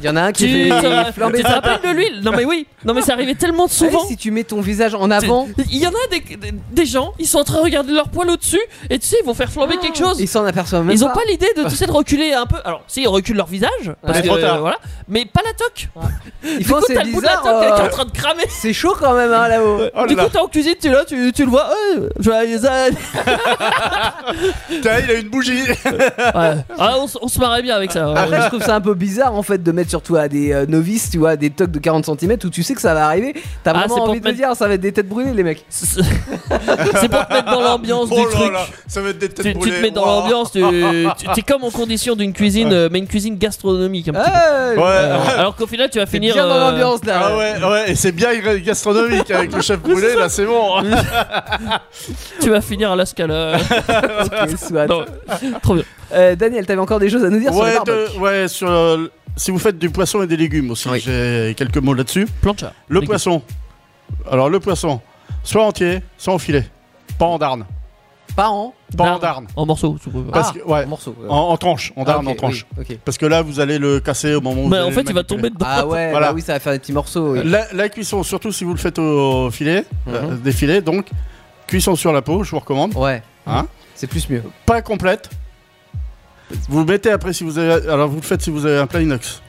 B: il y en a un qui
D: Tu
B: fait
D: te
B: flamber Ah,
D: tu te
B: sa
D: rappelles de l'huile Non mais oui, non mais ça arrivait tellement souvent.
B: Ouais, si tu mets ton visage en avant
D: Il y en a des, des- des gens, ils sont en train de regarder leur poil au-dessus et tu sais, ils vont faire flamber quelque chose.
B: Ah. ils s'en aperçoivent même
D: Ils ont pas l'idée de, tu sais, de reculer un peu. Alors, si ils reculent leur visage, parce
B: Ouais.
D: que,
E: Trop tard.
D: voilà, mais pas la toque.
B: ils
D: Du
B: font
D: coup,
B: c'est
D: t'as le bout de la
B: bizarre
D: toque qui est en
B: euh,
D: train de cramer.
B: c'est chaud quand même hein, là-haut
E: Oh là
D: du
E: là.
D: coup, t'es en cuisine, tu es là, tu, tu le vois. euh, joyeux anniversaire.
E: Tiens, il a une bougie.
D: Ouais. Ah, on, s- on se marrait bien avec ça. ouais.
E: Ah
B: Après, je trouve ça un peu bizarre en fait de mettre surtout à des euh, novices, tu vois, des tocs de 40 cm où tu sais que ça va arriver. T'as
D: Ah, c'est
B: vraiment
D: pour
B: envie
D: te
B: de
D: mettre-
B: dire, ça va être des têtes brûlées, les mecs.
D: C'est c'est pour te mettre dans l'ambiance
E: oh
D: du
E: là
D: truc.
E: là, ça va être des
D: tu,
E: têtes
D: tu
E: brûlées.
D: te mets dans
E: Ouah.
D: l'ambiance, tu, tu- t'es comme en condition d'une cuisine, euh, mais une cuisine gastronomique. un petit peu.
B: Ouais,
E: Ouais,
D: Euh, alors qu'au final, tu vas
B: Ah. t'es
D: finir.
B: bien dans
D: euh,
B: l'ambiance là.
E: Ah ouais, ouais, et c'est bien gastronomique avec le chef brûlé, là c'est bon.
D: tu vas finir à la scala.
B: Ok, soit.
D: non, trop bien.
B: Euh, Daniel, t'avais encore des choses à nous dire sur
E: Ouais,
B: le barbecue
E: de- ouais, sur, euh, si vous faites du poisson et des légumes aussi,
D: Oui.
E: j'ai quelques mots là-dessus.
D: Plancha.
E: Le
D: Légumes.
E: poisson. Alors le poisson, soit entier, soit en filet. Pas en darne.
B: Pas en
E: Pas
D: Darne.
E: en darne.
D: En morceaux. tu peux-
E: Parce que, ouais,
B: morceaux. euh.
E: en, en tranche, en darne
B: Ah,
E: en
B: ok,
E: tranche.
B: oui, ok.
E: Parce que là, vous allez le casser au moment
D: Mais
E: où. vous
D: Bah, en
E: allez
D: fait,
E: le
D: il va
E: manipuler.
D: tomber dedans.
B: Ah ouais,
E: Voilà.
B: bah oui, ça va faire des petits morceaux. oui.
E: La, la cuisson, surtout si vous le faites au filet, euh,
B: Mhm.
E: des filets, donc cuisson sur la peau, je vous recommande.
B: Ouais.
E: Hein
B: c'est plus mieux.
E: Pas complète. Vous mettez après si vous avez. Alors vous le faites si vous avez un plat inox.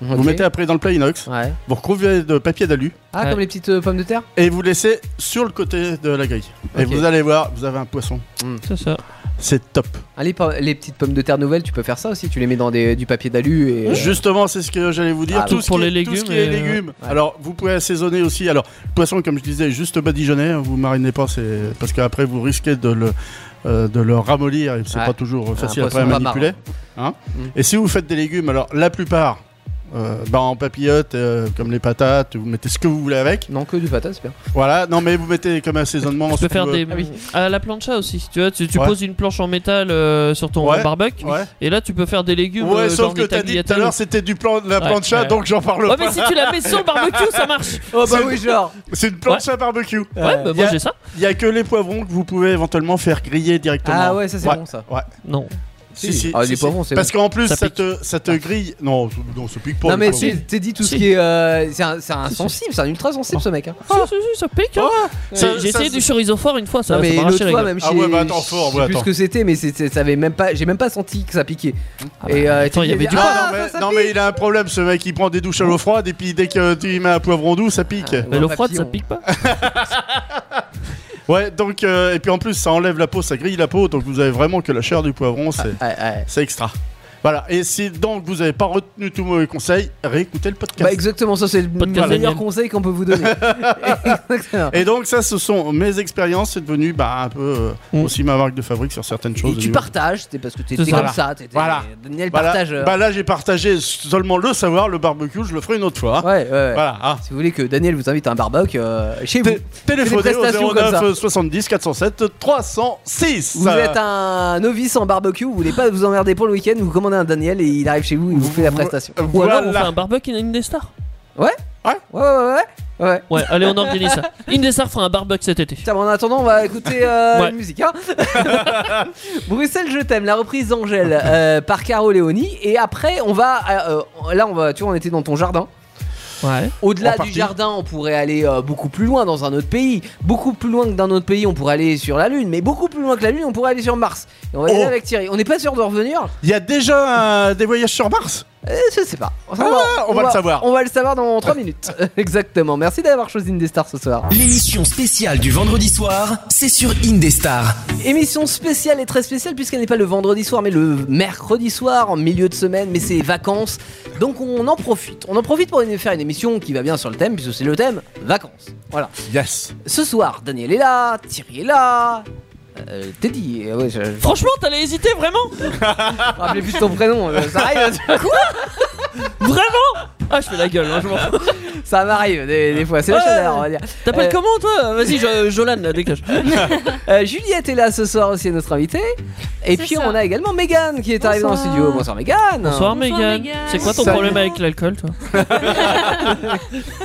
E: Vous
B: Ok.
E: mettez après dans le plat inox.
B: Ouais.
E: Vous recouvrez de papier d'alu
B: Ah,
D: Ouais.
B: comme les petites euh, pommes de terre
E: et vous laissez sur le côté de la grille. Et
B: Ok.
E: vous allez voir, vous avez un poisson.
D: C'est ça.
E: C'est top.
B: Ah, les, po- les petites pommes de terre nouvelles, tu peux faire ça aussi. Tu les mets dans des, du papier d'alu et. euh,
E: Justement, c'est ce que j'allais vous dire.
B: Ah,
E: tout,
D: donc
E: ce
D: pour
E: qui,
D: les
E: est- tout ce
D: légumes,
E: qui est
D: euh,
E: légumes.
B: ouais.
E: Alors, vous pouvez assaisonner aussi. Alors, le poisson, comme je disais, juste badigeonner. hein, Vous marinez pas, c'est parce qu'après vous risquez de le euh, de le ramollir. et C'est
B: Ouais.
E: pas toujours euh, facile
B: poisson
E: après à
B: pas
E: manipuler. Hein
B: Mm.
E: Et si vous faites des légumes, alors la plupart, euh, bah, en papillote, euh, comme les patates, vous mettez ce que vous voulez avec.
B: Non, que du patate, c'est bien.
E: Voilà. Non, mais vous mettez comme assaisonnement.
D: Tu peux
E: surtout,
D: faire des.
E: euh,
B: Ah oui.
D: À la plancha aussi. Tu vois, tu, tu
E: Ouais.
D: poses une planche en métal euh, sur ton
E: Ouais.
D: barbecue.
E: Ouais.
D: Et là, tu peux faire des légumes.
E: Ouais,
D: euh,
E: sauf
D: genre
E: que
D: des
E: t'as dit tout à
D: tagliatelles.
E: l'heure c'était du plan de la
D: Ouais,
E: plancha,
D: ouais.
E: donc j'en parle
D: Ouais,
E: pas.
D: mais si tu la mets sur le barbecue, ça marche.
B: Oh bah
E: C'est-
B: oui, genre.
E: C'est une plancha barbecue.
D: Ouais, bah
E: y
D: moi
E: a-
D: j'ai ça.
E: Il y a que les poivrons que vous pouvez éventuellement faire griller directement.
B: Ah ouais, ça c'est bon ça.
D: Non.
E: Si, si,
B: Ah,
E: si,
B: les
E: si.
B: poivrons, c'est
E: Parce qu'en plus,
D: Ça
E: ça,
D: pique.
E: te, ça te
B: Ah.
E: grille. Non, ça- non, ça pique pas.
B: Non
E: les
B: mais
E: poivrons.
B: tu t'es dit tout ce
D: Si.
B: qui est euh, c'est un, c'est un sensible, c'est un ultra sensible ce mec. Hein.
D: Si, si, si, ça pique. hein.
E: Ah. Ça-
D: J'ai
E: ça-
D: essayé du chorizo fort une fois, ça
B: non mais
D: ça
B: l'autre
D: m'a arraché la
B: fois
D: gueule.
B: même chez
E: Ah ouais, bah attends, fort,
B: je sais
E: ouais,
B: plus
E: attends.
B: ce que c'était mais c'était ça avait même pas j'ai même pas senti que ça piquait. Et euh,
D: Ah bah, attends, il y
B: t'es
D: avait
B: dit,
D: du
E: Ah,
B: ah,
E: non, mais,
B: ça, ça
E: non,
B: pique.
E: mais il a un problème, ce mec. Il prend des douches à l'eau froide et puis dès que tu y mets un poivron doux, ça pique.
B: Ah,
D: Mais
B: Ouais,
D: l'eau froide, ça
B: papillon.
D: pique pas.
E: Ouais, donc, euh, et puis en plus, ça enlève la peau, ça grille la peau. Donc vous avez vraiment que la chair du poivron, c'est
B: Ouais, ouais.
E: c'est extra. Voilà, et si donc vous n'avez pas retenu tous mes conseils, réécoutez le podcast.
B: Bah exactement ça c'est le
D: Podcast
B: meilleur
D: Daniel.
B: conseil qu'on peut vous donner. Exactement.
E: et donc, ça, ce sont mes expériences. C'est devenu bah, un peu euh,
D: Mm.
E: aussi ma marque de fabrique sur certaines choses.
B: Et
E: au
B: tu
E: niveau-
B: partages, c'est parce que t'es
D: C'est
B: t'es
D: ça.
B: comme ça, t'es t'es-
E: Voilà.
B: Daniel
E: Voilà.
B: partage. euh,
E: Bah là, j'ai partagé seulement le savoir, le barbecue, je le ferai une autre fois.
B: Ouais, ouais, ouais.
E: Voilà, hein.
B: Si vous voulez que Daniel vous invite à un barbecue euh, chez vous.
E: Té- Téléphonez
B: Fais des prestations
E: au
B: comme ça.
E: 09 70 407 306.
B: Vous êtes un novice en barbecue, vous voulez pas vous emmerder pour le week-end, vous commandez un Daniel et il arrive chez vous, il vous fait la prestation.
D: Ou alors on fait
E: Voilà.
D: un barbecue in Indestar.
B: Ouais, ouais, ouais. ouais.
D: Ouais, allez, on organise ça. Indestar fera un barbecue cet été.
B: Tiens, mais en attendant, on va écouter euh,
D: Ouais.
B: une musique. hein. Bruxelles, je t'aime, la reprise d'Angèle euh, par Caro Léoni. Et après, on va. euh, euh, là, on va, tu vois, on était dans ton jardin.
D: Ouais.
B: Au-delà
E: En
B: du
E: partie.
B: jardin, on pourrait aller euh, beaucoup plus loin dans un autre pays. Beaucoup plus loin que dans notre pays, on pourrait aller sur la Lune. Mais beaucoup plus loin que la Lune, on pourrait aller sur Mars. Et on va y aller
E: Oh.
B: avec Thierry. On n'est pas sûr de revenir
E: Il y a déjà euh, des voyages sur Mars
B: Euh, Je sais pas. On,
E: Ah, on va le savoir.
B: On va le savoir dans 3 minutes. Euh, Exactement. Merci d'avoir choisi Indestar ce soir.
A: L'émission spéciale du vendredi soir, c'est sur Indestar.
B: Émission spéciale et très spéciale puisqu'elle n'est pas le vendredi soir mais le mercredi soir en milieu de semaine mais c'est vacances donc on en profite on en profite pour faire une émission qui va bien sur le thème puisque c'est le thème vacances voilà
E: Yes.
B: ce soir Daniel est là Thierry est là euh, Teddy euh, ouais, je, je me
D: Franchement, t'allais hésiter vraiment
B: rappelais plus de ton prénom euh, ça arrive
D: Vraiment Ah, je fais la gueule, hein, je m'en fous.
B: ça m'arrive des, des fois c'est la
D: Ouais.
B: chaleur on va dire
D: T'appelles
B: Euh,
D: comment toi Vas-y, Jo- Jolan, là, dégage.
B: Euh, Juliette est là ce soir aussi notre invitée et
F: C'est
B: puis
F: ça.
B: on a également Megan qui est arrivée dans le
F: Bonsoir.
B: studio bonsoir Megan
D: Bonsoir, Megan.
F: Mégane.
D: C'est quoi ton
E: Salut.
D: problème avec l'alcool, toi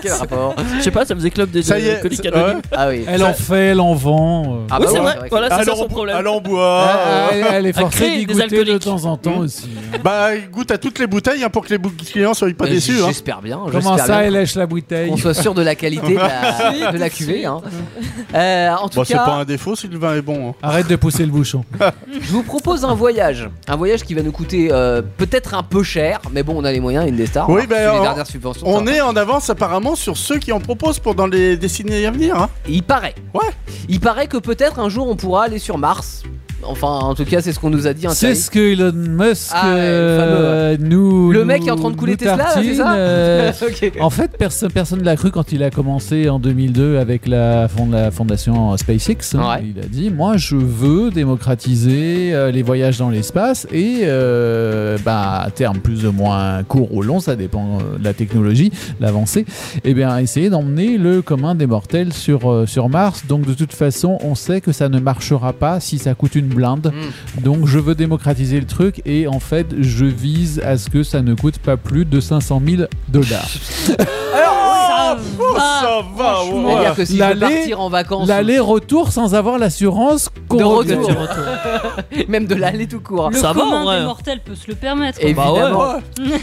B: quel rapport
D: Je sais pas, ça faisait club des
E: Ça y est.
D: alcooliques
E: c'est-
D: anonymes.
E: ouais.
B: ah oui
C: Elle en fait, elle en vend. euh.
B: Ah
D: oui,
B: bah
D: c'est
B: ouais,
D: vrai.
B: c'est vrai que-
D: Voilà, c'est ça
E: Alors,
D: son
E: on boit-
D: problème.
E: alors, on boit.
C: Ah, elle, elle est
D: créer
C: forcée
D: des
C: d'y goûter de
D: alcooliques.
C: temps en temps
B: Hmm.
E: Mmh.
C: aussi. hein.
E: Bah, goûte à toutes les bouteilles hein, pour que les bou- clients soient pas
B: Mais
E: déçus.
B: j-
E: hein.
B: J'espère bien.
C: Comment
B: j'espère
C: ça,
B: bien
C: elle lèche la bouteille
B: Qu'on soit sûr de la qualité de la, de la cuvée. hein. Euh, en tout
E: Bon, c'est
B: cas,
E: pas un défaut si le vin est bon. hein.
C: Arrête de pousser le bouchon.
B: je vous propose un voyage. Un voyage qui va nous coûter euh, peut-être un peu cher, mais bon, on a les moyens, une des stars.
E: Oui,
B: hein,
E: ben,
B: parce que les
E: on-
B: dernières subventions.
E: On
B: ça-
E: est en avance apparemment sur ceux qui en proposent pour dans les décennies à venir. hein.
B: Il paraît.
E: Ouais.
B: Il paraît que peut-être un jour on pourra aller sur Mars. Enfin, en tout cas, c'est ce qu'on nous a dit. hein,
C: C'est
B: Thierry.
C: ce que Elon Musk
B: Ah ouais, le
C: euh, nous.
B: Le mec
C: nous-
B: qui est en train de couler
C: nous
B: Tesla, là, c'est
C: tartine,
B: ça
C: euh,
B: Ok.
C: En fait, perso- personne ne l'a cru quand il a commencé en 2002 avec la, fond- la fondation SpaceX. hein.
B: Ouais.
C: Il a dit Moi, je veux démocratiser euh, les voyages dans l'espace et, euh, bah, à terme plus ou moins court ou long, ça dépend euh, de la technologie, l'avancée, et bien essayer d'emmener le commun des mortels sur, euh, sur Mars. Donc, de toute façon, on sait que ça ne marchera pas si ça coûte une blinde.
B: Mm.
C: Donc je veux démocratiser le truc et en fait je vise à ce que ça ne coûte pas plus de 500 000 dollars.
F: Ça
E: Oh,
F: va.
E: ça va, ouais.
B: C'est-à-dire que si je veux
C: L'aller-
B: partir en vacances,
C: L'aller-retour sans avoir l'assurance qu'on
B: De
C: revient.
B: retour.
D: Tu retournes.
B: même de l'aller tout court.
F: Le
D: Ça va, en
F: commun
D: vrai.
F: des mortels peut se le permettre.
B: Et-
D: Bah ouais.
B: Évidemment.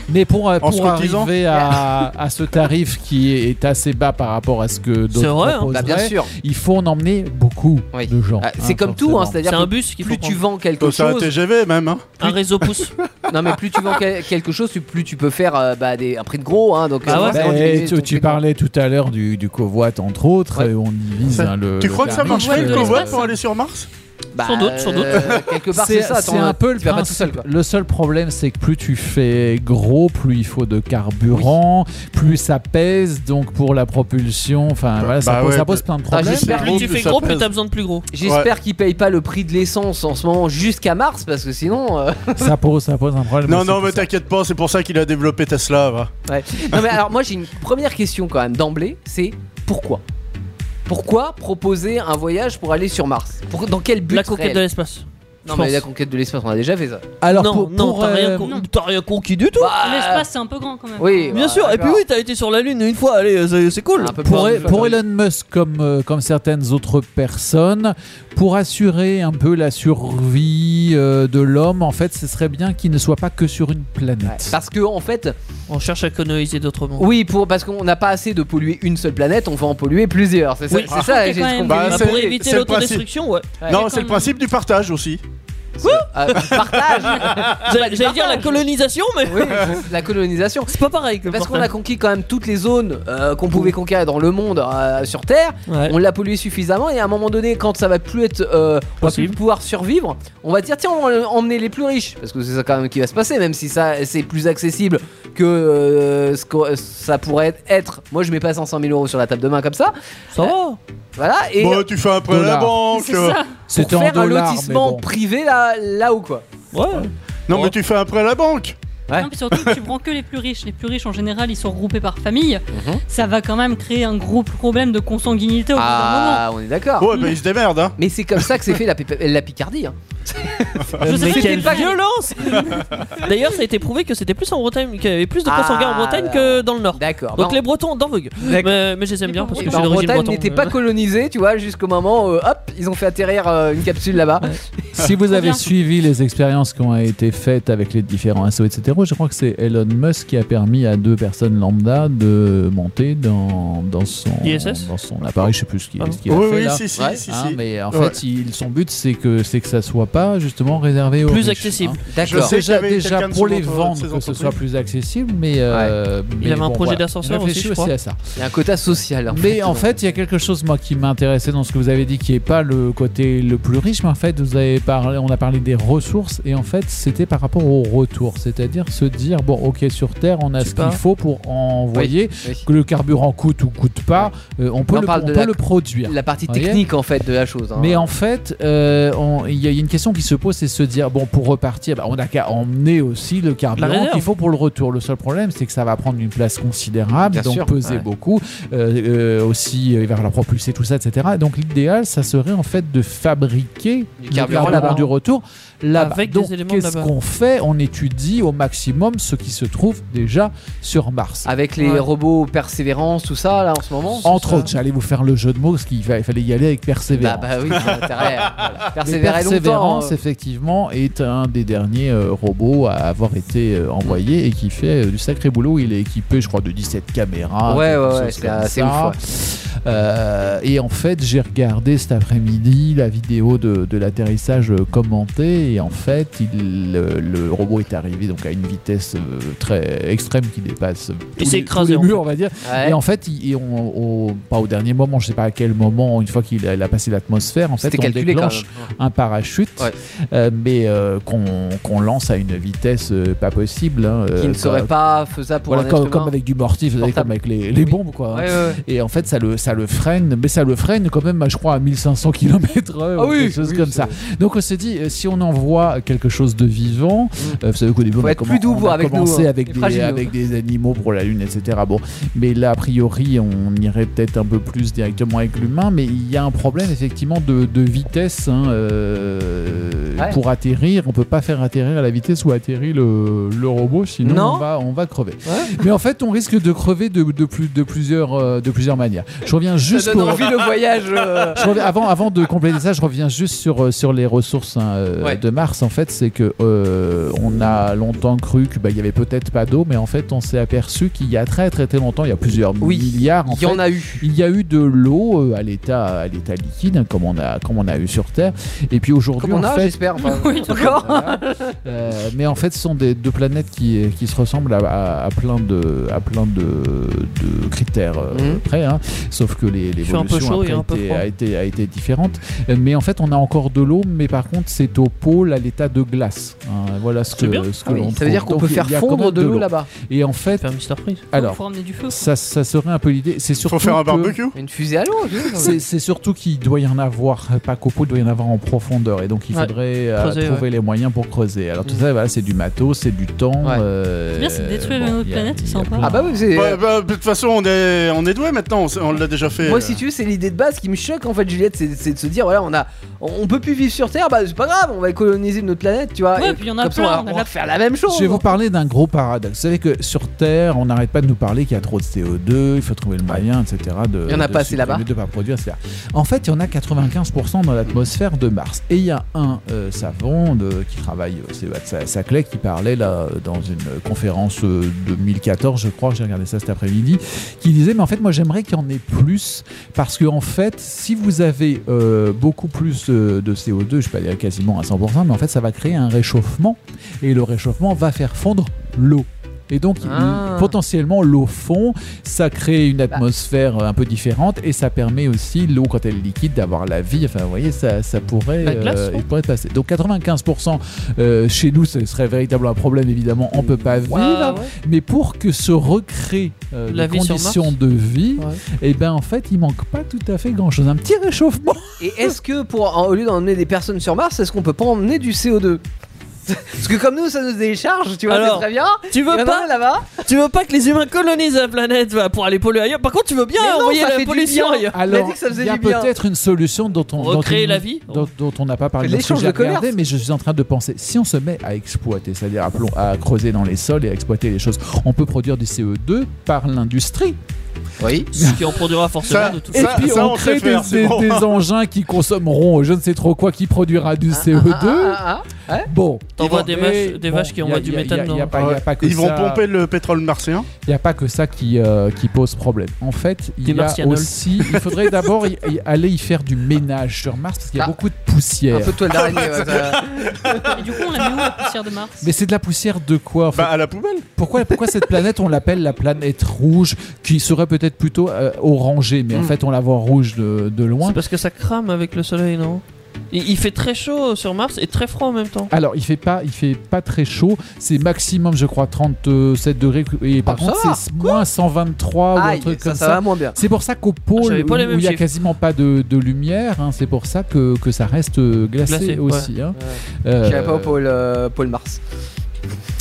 C: Mais pour, euh,
E: En
C: pour
E: se cotisant.
C: arriver à, à ce tarif qui est assez bas par rapport à ce que
D: C'est
C: d'autres
D: vrai, hein.
B: Bah,
C: proposeraient,
B: bien sûr.
C: il faut en emmener beaucoup
B: Oui.
C: de gens.
B: Ah, C'est
C: hein,
B: comme tout, hein,
C: forcément.
B: c'est-à-dire
D: C'est
B: que
D: un bus qu'il faut
B: plus tu
D: prendre.
B: vends quelque
E: Faut ça, un
B: chose,
E: TGV même. hein.
D: Un réseau pouce.
B: Non mais plus tu vends quel- quelque chose, plus tu peux faire euh, bah, des, un prix de gros. Hein, donc,
D: Ah
B: euh,
D: ouais.
B: forcément,
C: Bah,
B: diminuer ton
C: tu,
B: prix
C: tu
B: de-
C: parlais tout à l'heure du, du covoit entre autres,
B: Ouais.
C: et on divise
E: Ça-
C: hein, le.
E: Tu
C: le
E: crois que ça
C: tarif,
E: marcherait
C: euh,
E: le
D: l'espace,
E: combat pour aller sur Mars
B: Bah,
D: Sans doute, sans doute.
B: euh, quelque part c'est ça.
C: c'est
B: t'en-
C: un peu le
B: tu vas pas tout
C: principe.
B: seul. Quoi.
C: Le seul problème, c'est que plus tu fais gros, plus il faut de carburant, plus ça pèse. Donc pour la propulsion, enfin voilà, ça,
E: bah
C: pose,
E: ouais,
C: ça pose plein de problèmes.
B: j'espère
D: Plus tu
E: Gros,
D: fais
E: ça
D: gros,
E: pèse.
D: plus t'as besoin de plus gros.
B: J'espère qu'ils payent pas le prix de l'essence en ce moment jusqu'à mars parce que sinon. euh,
C: ça pose, ça pose un problème.
E: Non,
C: aussi,
E: non,
C: tout
E: mais
C: ça.
E: t'inquiète pas, c'est pour ça qu'il a développé Tesla. va.
B: ouais. Non mais alors moi j'ai une première question quand même d'emblée, c'est pourquoi Pourquoi proposer un voyage pour aller sur Mars Pour- Dans quel but
D: La conquête de
B: réel
D: l'espace.
B: Non
D: je
B: mais la
D: pense.
B: conquête de l'espace on a déjà fait ça.
C: Alors
D: non,
C: pour,
D: non,
C: pour,
D: t'as
C: euh,
D: rien, con-
F: non.
D: t'as rien conquis du tout.
B: Bah,
F: L'espace, c'est un peu grand quand même.
B: Oui.
D: Bien
B: bah,
D: sûr. Et puis
B: d'accord.
D: oui, t'as été sur la lune une fois. Allez, euh, c'est c'est cool.
B: Un peu
C: pour-
B: plus,
C: pour
B: plus.
C: Elon Musk, comme, euh, comme certaines autres personnes, pour assurer un peu la survie euh, de l'homme, en fait, ce serait bien qu'il ne soit pas que sur une
B: Ouais,
C: planète.
B: Parce que en fait,
D: On cherche à coloniser d'autres mondes.
B: Oui, pour, parce qu'on n'a pas assez de polluer une seule planète, on va en polluer plusieurs. C'est ça,
D: Oui.
B: c'est ça,
F: C'est
B: j'ai
F: quand
B: ce
F: même-
B: qu'on-
E: Bah,
D: Bah,
E: c'est-
D: pour éviter
E: c'est le principe.
D: l'autodestruction, ouais.
B: Ouais.
E: Non,
F: Et
E: c'est le
F: comme-
E: principe du partage aussi.
B: Euh, partage
D: J'allais j'allais dire la colonisation, mais
B: Oui, la colonisation.
D: c'est pas pareil. que le
B: Parce qu'on a
D: partage.
B: conquis quand même toutes les zones euh, qu'on pouvait conquérir dans le monde euh, sur Terre,
D: Ouais.
B: on l'a pollué suffisamment et à un moment donné, quand ça va plus être euh, on va plus
D: Possible.
B: pouvoir survivre, on va dire tiens, on va emmener les plus riches parce que c'est ça quand même qui va se passer, même si ça c'est plus accessible que euh, ce que ça pourrait être. Moi, je mets pas 500 000 euros sur la table de main comme ça,
D: Ça va.
B: voilà. Et
E: Bon, tu fais un prêt à la
C: Dollars.
E: banque.
F: C'est
E: euh,
F: ça.
B: Bah, pour
C: C'était en
B: faire un
C: dollars, mais
B: lotissement
C: bon.
B: privé là, là-haut quoi.
D: Ouais.
E: Non, mais tu fais un prêt à la banque.
B: Ouais.
F: Non, puis surtout, tu prends que les plus riches. Les plus riches, en général, ils sont regroupés par famille. Ça va quand même créer un gros problème de consanguinité au bout d'un moment.
B: Ah, on est d'accord.
E: Ouais, bah, il se démerde. Hein.
B: Mais c'est comme ça que s'est fait la, pipa- la Picardie. hein.
D: Je sais
B: Mais
D: Euh, pas
B: quelle
D: quelle violence D'ailleurs, ça a été prouvé que c'était plus en Bretagne, qu'il y avait plus de consanguins en
B: Ah,
D: Bretagne
B: là.
D: que dans le Nord.
B: D'accord.
D: Donc
B: Bah,
D: les Bretons ont d'envogue.
B: D'accord.
D: Mais, mais je les aime bien parce que
B: Bah,
D: je suis
B: en
D: d'origine Euh,
B: Bretagne
D: breton.
B: n'était pas colonisée, tu vois, jusqu'au moment où euh, hop, ils ont fait atterrir euh, une capsule là-bas.
C: Si
D: Ah,
C: vous avez
F: bien.
C: suivi les expériences qui ont été faites avec les différents assos, etc., je crois que c'est Elon Musk qui a permis à deux personnes lambda de monter dans, dans, son,
D: ISS?
C: dans son appareil, je sais plus ce qu'il
D: Ah.
C: ce qu'il a
E: Oui,
C: fait
E: oui,
C: là.
E: si, si,
B: Ouais,
E: si,
C: Hein,
E: si.
C: mais en
E: Ouais.
C: fait, il- son but, c'est que c'est que ça soit pas justement réservé aux
D: Plus
C: riches,
D: accessible.
C: hein.
E: Je
B: D'accord.
E: sais
C: Déjà,
E: qu'il y avait
C: déjà
E: quelqu'un de
C: pour
E: son
C: les
E: entre-
C: ventes,
E: ses
C: que ce
E: entreprises.
C: soit plus accessible, mais, euh, mais
D: avait un projet
C: voilà.
D: d'ascenseur aussi,
C: Réfléchis
D: je crois.
C: à ça.
B: Il y a un quota social.
C: Mais en fait, il y a quelque chose moi qui m'intéressait dans ce que vous avez dit qui est pas le côté le plus riche, mais en fait, vous avez parlé, on a parlé des ressources et en fait, c'était par rapport au retour, c'est-à-dire se dire bon, OK, sur terre, on a
D: Tu
C: ce
D: pars.
C: qu'il faut pour envoyer
B: Oui.
C: que le carburant coûte ou coûte pas, euh, on peut,
B: On
C: le,
B: parle
C: on
B: de
C: peut
B: la-
C: le produire.
B: la partie
C: Voyez
B: technique en fait de la chose. hein.
C: Mais en fait, euh, on- il y a une question qui se pose, c'est se dire bon, pour repartir, bah, on n'a qu'à emmener aussi le
D: La
C: carburant
D: réserve.
C: qu'il faut pour le retour. Le seul problème, c'est que ça va prendre une place considérable,
B: Bien
C: donc
B: sûr,
C: peser
B: ouais.
C: beaucoup. Euh, euh, aussi, euh, il va falloir propulser tout ça, etc. Et donc l'idéal, ça serait en fait de fabriquer
B: Du
C: le
B: carburant
C: carburant
B: là-bas.
C: du retour là-bas.
D: Avec des
C: donc
D: éléments
C: qu'est-ce
D: là-bas.
C: qu'on fait On étudie au maximum ce qui se trouve déjà sur
D: Ah
C: Mars.
B: Avec les
D: Ouais.
B: robots persévérance, tout ça là en ce moment.
C: Entre
D: ça.
C: autres, j'allais vous faire le jeu de mots, parce qu'il fa- il fallait y aller avec
B: Bah,
C: persévérance.
B: bah oui, ça a intérêt. Voilà.
C: Mais
B: Persévérer Ah, longtemps. euh.
C: Persévérance, effectivement, est un des derniers euh, robots à avoir été euh, envoyé et qui fait euh, du sacré boulot. Il est équipé, je crois, de 17 caméras.
B: Ouais,
C: quelque
B: ouais,
C: chose
B: ouais, c'est
C: comme
B: assez
C: ça. Euh, et en fait, j'ai regardé cet après-midi la vidéo de, de l'atterrissage euh, commentée. Et en fait, il, le, le robot est arrivé donc à une vitesse euh, très extrême qui dépasse tous
D: s'est
C: les-
D: écrasé,
C: tous
D: en
C: les murs,
D: fait.
C: on va dire.
B: euh, ouais.
C: Et en fait, il- il- on- au- pas au dernier moment, je sais pas à quel moment, une fois qu'il a, il a passé l'atmosphère, en fait,
B: C'était
C: on
B: calculé quand
C: déclenche
B: même.
C: un parachute,
B: Ouais.
C: euh, mais euh, qu'on qu'on lance à une vitesse euh, pas possible. hein, euh,
B: Qui ne serait
C: comme-
B: pas faisable pour
C: voilà,
B: un
C: comme,
B: être humain.
C: comme avec du mortif, vous savez,
B: Portable.
C: comme avec les, les
B: Oui.
C: bombes, quoi. hein.
B: Ouais, ouais, ouais.
C: Et en fait, ça le, ça le freine, mais ça le freine quand même, je crois, à 1500 km heure,
B: Ah
C: ou
B: oui,
C: quelque chose
B: oui,
C: comme
B: c'est-
C: ça. Donc on s'est dit, euh, si on envoie quelque chose de vivant,
B: Mm.
C: euh, vous savez qu'au début,
B: Faut
C: on a,
B: être plus
C: commen-
B: doux
C: on a
B: avec nous,
C: commencé
B: hein,
C: avec,
B: les
C: des,
B: fragiles.
C: avec des animaux pour la Lune, etc. Bon, mais là, a priori, on irait peut-être un peu plus directement avec l'humain, mais il y a un problème, effectivement, de, de vitesse. hein, euh,
B: Ouais.
C: Pour atterrir, on peut pas faire atterrir à la vitesse où atterrit le, le robot, sinon
B: Non.
C: on va, on va crever.
B: Ouais.
C: Mais en fait, on risque de crever de, de, plus, de, plusieurs, euh, de plusieurs manières. Je reviens juste
B: Ça donne
C: pour-
B: envie le voyage. euh,
C: je reviens- avant, avant de compléter ça, je reviens juste sur, euh, sur les ressources hein, euh,
B: Ouais.
C: de Mars. En fait, c'est que euh, on a longtemps cru qu'il bah, il y avait peut-être pas d'eau, mais en fait, on s'est aperçu qu'il y a très très très longtemps, il y a plusieurs
B: Oui.
C: milliards. En
B: Il y en
C: fait,
B: a eu.
C: il y a eu de l'eau euh, à l'état à l'état liquide, hein, comme on a comme on a eu sur Terre. Et puis aujourd'hui,
B: Comme on
C: en
B: a,
C: fait,
B: j'espère. enfin,
F: Oui,
B: encore.
C: euh, mais en fait, ce sont des, deux planètes qui, qui se ressemblent à, à- à plein de, à plein de, de critères euh,
B: Mhm.
C: près, hein. sauf que les-
D: suis un peu
C: l'évolution
D: chaud
C: après
D: et un
C: a
D: peu
C: été,
D: froid.
C: a, été, a été différente. Euh, Mais en fait, on a encore de l'eau, mais par contre, c'est au pôle à l'état de glace. hein. Voilà ce
D: C'est bien.
C: que, ce que
B: Ah oui,
C: l'on
B: Ça veut dire
C: trouve.
B: qu'on peut
C: Donc,
B: faire
C: il y a quand
B: fondre
C: même
B: de l'eau
C: l'eau.
B: là-bas.
C: Et en fait,
D: Faire Mister Freeze.
C: alors,
F: Faut ramener du feu.
C: ça, ça serait un peu l'idée. C'est surtout
E: Faut faire un
C: que-
E: barbecue
B: Une fusée à l'eau. tu sais,
C: c'est c'est surtout qu'il doit y en avoir, euh, pas qu'au pot, il doit y en avoir en profondeur. Et donc il
D: Ouais.
C: faudrait euh,
D: Creuser,
C: trouver les moyens pour creuser. Alors tout
D: Mm.
C: ça, voilà, c'est du matos, c'est du temps.
B: Ouais.
C: euh,
F: C'est bien, c'est de détruire
C: bon,
F: notre
C: il y a-
F: planète,
C: il y a
F: c'est sympa.
C: plein-
B: Ah bah oui, c'est.
C: euh,
E: Bah, bah, De toute façon, on est, on est doué maintenant, on, s- on l'a déjà fait.
B: Moi,
E: euh.
B: si tu veux, c'est l'idée de base qui me choque en fait, Juliette, c'est c'est de se dire voilà, on a, on, on peut plus vivre sur Terre, bah c'est pas grave, on va coloniser notre planète, tu vois.
F: Ouais,
B: et
F: puis il y en a
B: comme ça,
F: plein,
B: on
F: on
B: va,
F: a
B: on
F: la-
B: va faire la même chose.
C: Je vais vous parler d'un gros paradoxe. Vous savez que sur Terre, on n'arrête pas de nous parler qu'il y a trop de CO2, il faut trouver le moyen, etc. De,
B: Il y en a
C: de
B: pas assez
C: supprimer,
B: là-bas.
C: De pas produire, etc. En fait, il y en a 95% dans l'atmosphère de Mars. Et il y a un euh, savant de- qui travaille, euh, c'est Matt Sa- Saclay, qui parlait là euh, dans une conférence euh, 2014, je crois, j'ai regardé ça cet après-midi, qui disait mais en fait moi j'aimerais qu'il y en ait plus parce que en fait si vous avez euh, beaucoup plus euh, de CO2 je peux dire quasiment à 100% mais en fait ça va créer un réchauffement et le réchauffement va faire fondre l'eau et donc il-
B: Ah.
C: potentiellement l'eau fond, ça crée une atmosphère euh, un peu différente et ça permet aussi l'eau quand elle est liquide d'avoir la vie. Enfin vous voyez ça, ça pourrait, euh,
D: La glace, fond.
C: il pourrait passer. Donc 95% euh, chez nous ce serait véritablement un problème évidemment, on peut pas vivre.
D: Ah, ouais.
C: Mais pour que se recréent euh,
D: La
C: les
D: vie sur
C: conditions
D: Mars
C: de vie,
D: Ouais.
C: et ben en fait, il manque pas tout à fait grand-chose. Un petit réchauffement.
B: Et est-ce que pour en- au lieu d'emmener des personnes sur Mars, est-ce qu'on peut pas emmener du CO2 Parce que comme nous, ça nous décharge, tu vois,
D: Alors,
B: c'est très bien.
D: Tu
B: Il y en
D: veux
B: a un
D: pas,
B: là-bas
D: tu veux pas que les humains colonisent la planète bah, pour aller polluer ailleurs. Par contre, tu veux bien
B: Mais non,
D: envoyer
B: ça fait
D: la
B: du
D: pollution
B: bien.
D: ailleurs.
B: Il a
C: Alors,
B: dit que ça faisait
C: il y a
B: du bien.
C: peut-être une solution dont on dont
D: Recréer
C: on-
D: la vie
C: dont, dont on n'a pas parlé.
B: C'est
C: parce que
B: l'échange
C: j'ai
B: de commerce.
C: regardé, mais je suis en train de penser si on se met à exploiter, c'est-à-dire à, plom- à creuser dans les sols et à exploiter les choses, on peut produire du CO2 par l'industrie.
B: Oui.
D: Ce qui en produira forcément
E: Ça-
D: de tout
C: Et
E: ça-
C: puis on,
E: on
C: crée
E: sait faire,
C: des,
E: c'est
C: des-
E: bon.
C: des engins qui consommeront je ne sais trop quoi qui produira du CO2.
B: Ah, ah,
C: Bon,
D: T'envoies des vaches-
C: Et
D: des vaches qui
C: y a-
D: envoient du
C: y a- y a-
D: méthane
C: y a
D: dans-
C: pas- y a pas que
E: Ils vont
C: ça.
E: pomper le pétrole martien.
C: Il n'y a pas que ça qui, euh, qui pose problème. En fait, il
D: Des
C: y a
D: martianols.
C: aussi. Il faudrait d'abord y- y aller y faire du ménage sur Mars parce qu'il y a
B: Ah.
C: beaucoup de
B: ah.
C: poussière.
B: Un peu de toile d'araignée. ouais,
C: Ah,
B: ça-
F: Et du coup, on l'a mis où la poussière de Mars
C: Mais c'est de la poussière de quoi en fait
E: Bah, à la poubelle.
C: pourquoi, pourquoi cette planète on l'appelle la planète rouge qui serait peut-être plutôt euh, orangée mais en
B: Hmm.
E: Mm.
C: fait on la voit rouge de, de
D: C'est
C: loin
D: parce que ça crame avec le soleil, non il, il fait très chaud sur Mars et très froid en même temps.
C: alors il fait pas il fait pas très chaud c'est maximum je crois 37 degrés et par
B: Ah, ça va.
C: contre c'est moins 123 ou un
B: Aïe,
C: truc
B: ça,
C: comme
B: ça va moins bien.
C: C'est pour ça qu'au
D: Ah,
C: pôle,
D: j'avais pas les
C: où
D: mêmes
C: il n'y a
D: chiffres.
C: quasiment pas de, de lumière, hein, c'est pour ça que, que ça reste euh, glacé,
D: Glacé,
C: aussi. hein. Euh,
B: J'irai pas au pôle, euh, pôle Mars.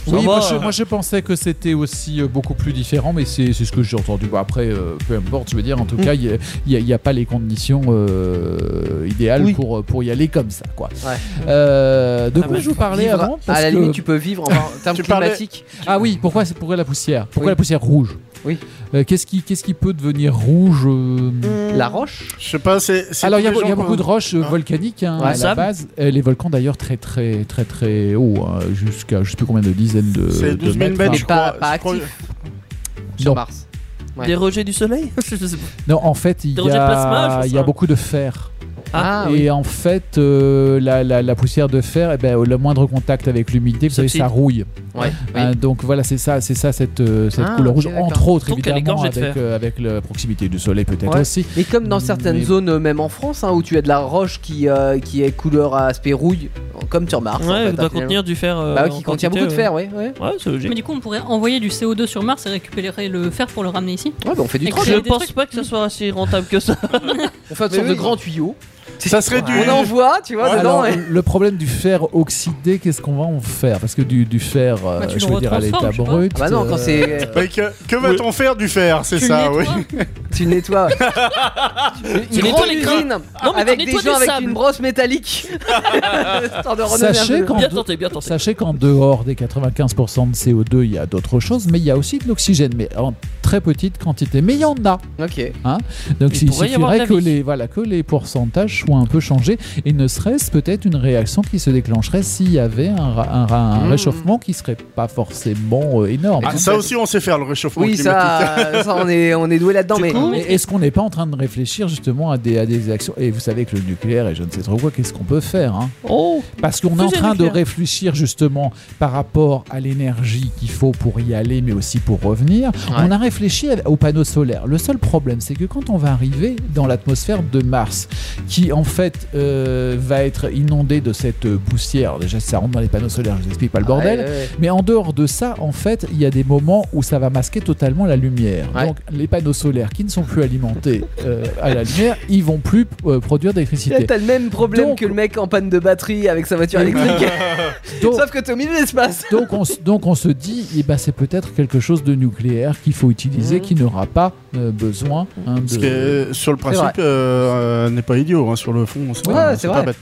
C: oui,
D: Ça
C: moi,
D: va,
C: je,
D: euh.
C: moi, je pensais que c'était aussi euh, beaucoup plus différent, mais c'est c'est ce que j'ai entendu. Bon, après, euh, peu importe, je veux dire, en
B: Mm.
C: tout cas, il n'y a, il y a pas les conditions euh, idéales
B: Oui.
C: pour, pour y aller comme ça. Quoi.
B: Ouais.
C: Euh, de
D: Ah,
C: quoi
D: mais
C: je vous parlais
B: Vivre,
C: avant parce
B: à la
C: que-
B: limite, tu peux vivre en termes
E: Tu parlais-
B: climatiques.
C: Ah oui, pourquoi, c'est- pourquoi la poussière Pourquoi
B: Oui.
C: la poussière rouge
B: Oui.
C: Euh, Qu'est-ce qui, qu'est-ce qui peut devenir rouge euh,
B: La roche
E: Je sais pas, c'est. c'est
C: Alors il
E: tous
C: y a,
E: les
C: il y a
E: gens,
C: beaucoup de
E: quoi.
C: roches euh,
E: Ah.
C: volcaniques hein,
D: Ouais.
C: à la
D: Sable.
C: base. Euh, les volcans d'ailleurs très très très très haut, hein, jusqu'à je sais plus combien de dizaines de,
E: C'est
C: Euh, de mètres.
E: 12 000
C: hein.
E: mètres,
B: Mais
E: je
B: pas-
E: crois.
B: pas
E: je crois-
B: actif. sur
C: Non.
B: Mars. Ouais.
D: Des rejets du soleil Je sais pas.
C: non, en fait il
D: Des
C: y
D: rejets de plasma,
C: a,
D: je
C: il y a
D: sais.
C: beaucoup de fer.
B: Ah,
C: et
B: oui.
C: en fait euh, la, la- la poussière de fer, eh ben, le moindre contact avec l'humidité, vous savez,
D: S'oxyde.
C: ça rouille.
B: Ouais, oui.
C: Hein, donc voilà, c'est ça, c'est ça cette, euh, cette
B: Ah,
C: couleur
B: ok,
C: rouge,
B: d'accord.
C: entre autres
D: Donc, elle est
C: évidemment
D: gorgée de
C: avec,
D: fer.
C: euh, avec la proximité du soleil peut-être
B: Ouais.
C: aussi.
B: Mais comme dans certaines
C: Mais-
B: zones, euh, même en France, hein, où tu as de la roche qui, euh, qui est couleur à aspect rouille, comme sur Mars. en
D: Ouais,
B: fait, hein,
D: doit
B: finalement.
D: contenir du fer. euh,
B: Bah, ouais,
D: en
B: qui contient
D: quantité,
B: beaucoup de
D: euh.
B: fer, ouais. Ouais,
D: Ouais, c'est
F: Mais
D: logique.
F: du coup, on pourrait envoyer du CO2 sur Mars et récupérer le fer pour le ramener ici.
B: Ouais, bah, on fait du
F: Et
B: troc.
F: que-
D: Je
F: des
D: pense
F: trucs.
D: pas que ça soit assez rentable que ça.
B: On fait Ah, une
E: Mais
B: sorte de
E: oui.
B: grand tuyau.
E: Ça serait du.
B: On envoie, tu vois,
E: Ouais,
B: dedans.
C: Alors,
B: Ah ouais.
C: le problème du fer oxydé, qu'est-ce qu'on va en faire Parce que du, du fer, euh,
F: Bah, tu
C: je
F: le
C: veux dire, à l'état
F: retransformes, je sais pas.
C: brut.
B: Ah bah non, quand
C: euh,
B: c'est.
E: Mais que que va-t-on faire du fer C'est
F: Tu
E: ça,
F: le
E: oui.
F: nettoies.
B: Tu nettoies.
D: Tu
B: Une
D: nettoies
B: grande
D: les grains.
B: usine
D: mais tu
B: avec des
D: nettoies
B: gens
D: du
B: avec
D: sable.
B: une brosse métallique. Histoire de renommer un
C: Sachez
B: peu.
C: qu'en
D: Bien
C: de-
D: tenté, bien tenté.
C: Sachez qu'en dehors des 95% de CO2, il y a d'autres choses, mais il y a aussi de l'oxygène, mais en très petite quantité. Mais il y en a.
B: Ok.
C: Donc
D: Il
C: il
D: pourrait y avoir de
C: suffirait
D: la
C: que
D: vie.
C: les, voilà, que les pourcentages soient un peu changés et ne serait-ce peut-être une réaction qui se déclencherait s'il y avait un, ra- un ra- un
B: Mmh.
C: réchauffement qui serait pas forcément euh, énorme.
E: Ah, ça aussi, on sait faire le réchauffement
B: Oui,
E: climatique.
B: ça, ça, on est, on est doué là-dedans,
E: Du
B: mais.
E: coup-
C: Mais est-ce qu'on n'est pas en train de réfléchir justement à des, à des actions Et vous savez que le nucléaire et je ne sais trop quoi, qu'est-ce qu'on peut faire hein
D: Oh
C: Parce qu'on est en
D: Fusée
C: train de
D: nucléaire.
C: réfléchir justement par rapport à l'énergie qu'il faut pour y aller, mais aussi pour revenir. On a réfléchi à- aux panneaux solaires. Le seul problème, c'est que quand on va arriver dans l'atmosphère de Mars, qui en fait euh, va être inondée de cette euh, poussière, Alors déjà ça rentre dans les panneaux solaires, je vous explique pas le bordel.
B: Ouais, ouais.
C: Mais en dehors de ça, en fait, il y a des moments où ça va masquer totalement la lumière.
B: Ouais.
C: Donc les panneaux solaires qui ne sont plus alimentés euh, à la lumière, ils vont plus euh, produire
B: Là,
C: d'électricité.
B: T'as le même problème
C: Donc-
B: que le mec en panne de batterie avec sa voiture électrique.
C: Donc,
B: Sauf que t'es au milieu de l'espace.
C: donc, on, se- donc on se dit, eh ben, c'est peut-être quelque chose de nucléaire qu'il faut utiliser,
B: Mhm.
C: qui n'aura pas euh, besoin hein,
E: Parce
C: de...
E: que euh, sur le
B: vrai.
E: principe, euh, euh, n'est pas idiot. hein, sur le fond, c'est
B: Ouais,
E: pas,
B: c'est
E: pas
B: vrai.
E: bête.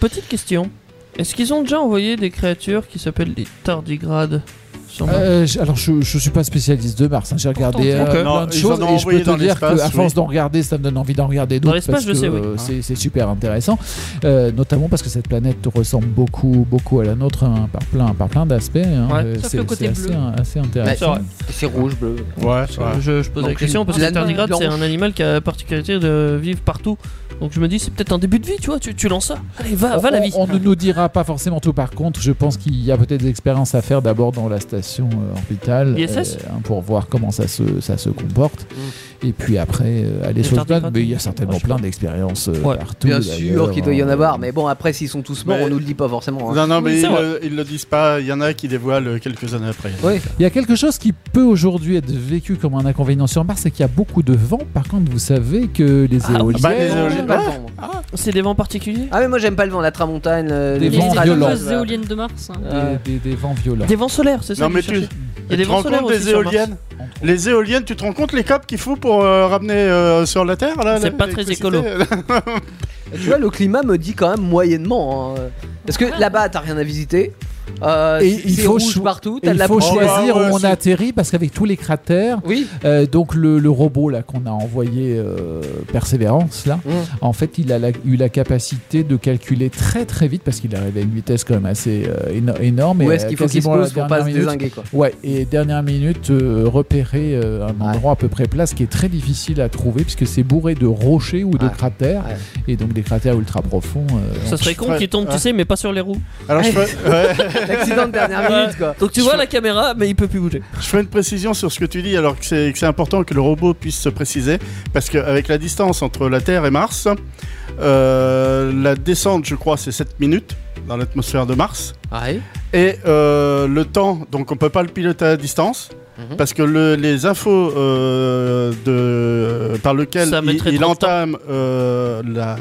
D: Petite question. Est-ce qu'ils ont déjà envoyé des créatures qui s'appellent des tardigrades sur Mars
C: Euh, je- alors je, je suis pas spécialiste de Mars, hein, j'ai
D: Pourtant,
C: regardé euh,
D: ok.
C: plein
E: Non,
C: de
E: ils
C: choses
E: en ont
C: et je peux
E: envoyé dans
C: te dire
E: l'espace,
C: qu'à force
E: oui.
C: d'en regarder, ça me donne envie d'en regarder d'autres
D: l'espace,
C: parce
D: je
C: que
D: sais, oui.
C: euh, c'est c'est super intéressant, Euh, notamment parce que cette planète ressemble beaucoup beaucoup à la nôtre hein, par plein par plein d'aspects. hein.
D: Ouais.
C: Euh,
F: Sauf
C: c'est
F: le côté
C: c'est assez,
F: bleu.
C: assez intéressant.
D: Ouais,
B: C'est rouge, bleu.
E: Ouais,
D: Parce que Je, je pose la
B: Donc,
D: question parce que
B: la
D: le tardigrade
B: blanche.
D: c'est un animal qui a la particularité de vivre partout. Donc je me dis c'est peut-être un début de vie, tu vois, tu, tu lances ça. Allez, va, va Ah, la vie.
C: On, on ne nous dira pas forcément tout. Par contre, je pense qu'il y a peut-être des expériences à faire d'abord dans la station euh, orbitale
D: ISS?
C: hein, pour voir comment ça se, ça se comporte.
D: Mm.
C: Et puis après, euh, aller
D: Les
C: sur le
D: tardigrades.
C: plan. Mais il y a certainement
D: Ouais, Ah, je
C: plein d'expériences euh,
D: Ouais.
C: partout.
B: Bien sûr
C: d'ailleurs,
B: qu'il doit y en
C: hein.
B: avoir, mais bon, après, s'ils sont tous morts,
E: Mais-
B: on nous le dit pas forcément. hein.
E: Non, non, mais
D: C'est
E: ils,
D: vrai.
E: le- ils le disent pas. Il y en a qui dévoilent euh, quelques années après.
B: Oui.
C: Il y a quelque chose qui peut aujourd'hui être vécu comme un inconvénient sur Mars, c'est qu'il y a beaucoup de vent. Par contre, vous savez que les
D: Ah,
C: éoliennes.
E: bah, les éoliennes.
B: J'ai pas le temps, moi.
D: C'est des vents particuliers
B: Ah mais moi j'aime pas le vent, la euh, tramontagne, le-
C: Des
B: le
F: Les
C: vents
B: Mistral,
C: violents.
B: tout
F: fameuses
B: ça, là.
F: éoliennes de Mars. hein.
B: Euh,
C: Des, des- des vents violents.
D: Ah. Des vents solaires, c'est ça
E: Non,
D: que
E: mais
D: je
E: tu-
D: cherchais. Il y a
E: Tu
D: des
E: te
D: vents
E: rends
D: solaires
E: compte
D: aussi
E: des
D: sur Mars.
E: éoliennes Les éoliennes, tu te rends compte les câbles qu'il faut pour euh, ramener euh, sur la Terre là,
D: C'est pas très
E: l'électricité
D: écolo.
B: Tu vois, le climat me dit quand même moyennement. hein. Parce que là-bas, t'as rien à visiter. Euh,
C: Et
B: c'est-
C: il
B: c'est
C: faut
B: rouge
C: choi-
B: partout.
C: Et
B: T'as de
C: il
B: la
C: faut
B: poussière.
C: choisir où
E: Ouais, ouais,
C: on
E: c'est-
C: atterrit parce qu'avec tous les cratères,
B: Oui.
C: euh, donc le, le robot là qu'on a envoyé euh, Persévérance là,
B: Mm.
C: en fait il a la- eu la capacité de calculer très très vite parce qu'il arrivait à une vitesse quand même assez euh, éno- énorme.
B: Où
C: et,
B: est-ce
C: euh,
B: qu'il faut qu'il se
C: quasiment la
B: pose pour pas
C: dernière
B: se
C: minute.
B: désinguer quoi.
C: Ouais, et dernière minute, euh, repérer euh, un endroit à peu près plat, ce qui est très difficile à trouver puisque c'est bourré de rochers ou de
B: Ouais.
C: cratères,
B: Ouais.
C: et donc des cratères ultra profonds. euh,
D: Ça serait con qu'il tombe, tu
E: Ouais.
D: sais, mais pas sur les roues.
E: Alors je fais, ouais,
B: L'accident de dernière
C: Euh,
B: minute quoi.
D: Donc tu vois la caméra, mais il peut plus bouger.
E: je fais une précision sur ce que tu dis, alors que c'est que c'est important que le robot puisse se préciser, parce qu'avec la distance entre la Terre et Mars, euh, la descente, je crois, c'est 7 minutes dans l'atmosphère de Mars.
B: Ouais.
E: Et euh, le temps, donc on peut pas le piloter à distance.
B: Mhm.
E: Parce que le- les infos euh, de, par lesquelles
D: Ça
E: il,
D: mettrait
E: il
D: trop de
E: entame euh, la, la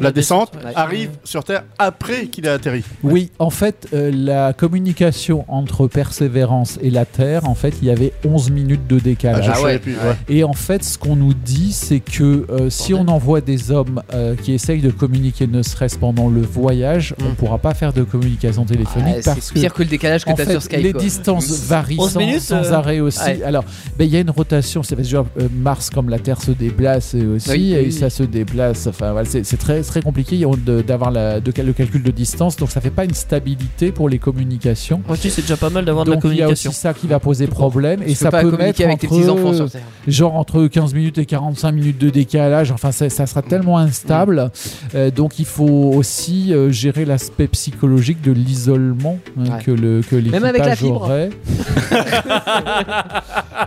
D: La
E: descente,
D: descente,
B: ouais.
E: arrive sur Terre après qu'il a atterri.
B: Ah
C: Oui, en fait, euh, la communication entre Persévérance et la Terre, en fait, il y avait 11 minutes de décalage.
B: Ah
E: je
B: ouais,
E: savais plus,
B: ouais.
C: Et en fait, ce qu'on nous dit, c'est que euh, si on envoie des hommes euh, qui essayent de communiquer, ne serait-ce pendant le voyage, on
B: Mm.
C: ne pourra pas faire de communication téléphonique
B: Ouais,
C: parce
B: c'est
C: que.
B: pire que le décalage que
C: en
B: t'as
C: fait,
B: sur Skype.
C: les
B: quoi.
C: distances varient
D: 11
C: sans,
D: minutes,
C: sans
D: euh,
C: arrêt aussi.
B: ouais.
C: Alors, ben, il y a une rotation. C'est parce que euh, Mars, comme la Terre se déplace euh, aussi,
B: Oui,
C: et
B: oui,
C: ça
B: oui.
C: se déplace. Enfin, voilà, c'est c'est très, très compliqué de- d'avoir la- de cal- le calcul de distance. Donc, ça fait pas une stabilité pour les communications.
D: Moi, tu sais, c'est déjà pas mal d'avoir de la
C: Donc, il y a
D: communication.
C: aussi ça qui va poser problème. Et
B: Tu peux
C: ça
B: pas
C: peut mettre
B: communiquer avec tes petits enfants sur
C: entre,
B: Terre.
C: genre entre 15 minutes et 45 minutes de décalage. Enfin, ça, ça sera tellement instable. Euh, donc, il faut aussi euh, gérer l'aspect psychologique de l'isolement hein,
B: Ouais.
C: que le que
B: Même avec la
C: l'équipage
B: fibre.
C: aurait.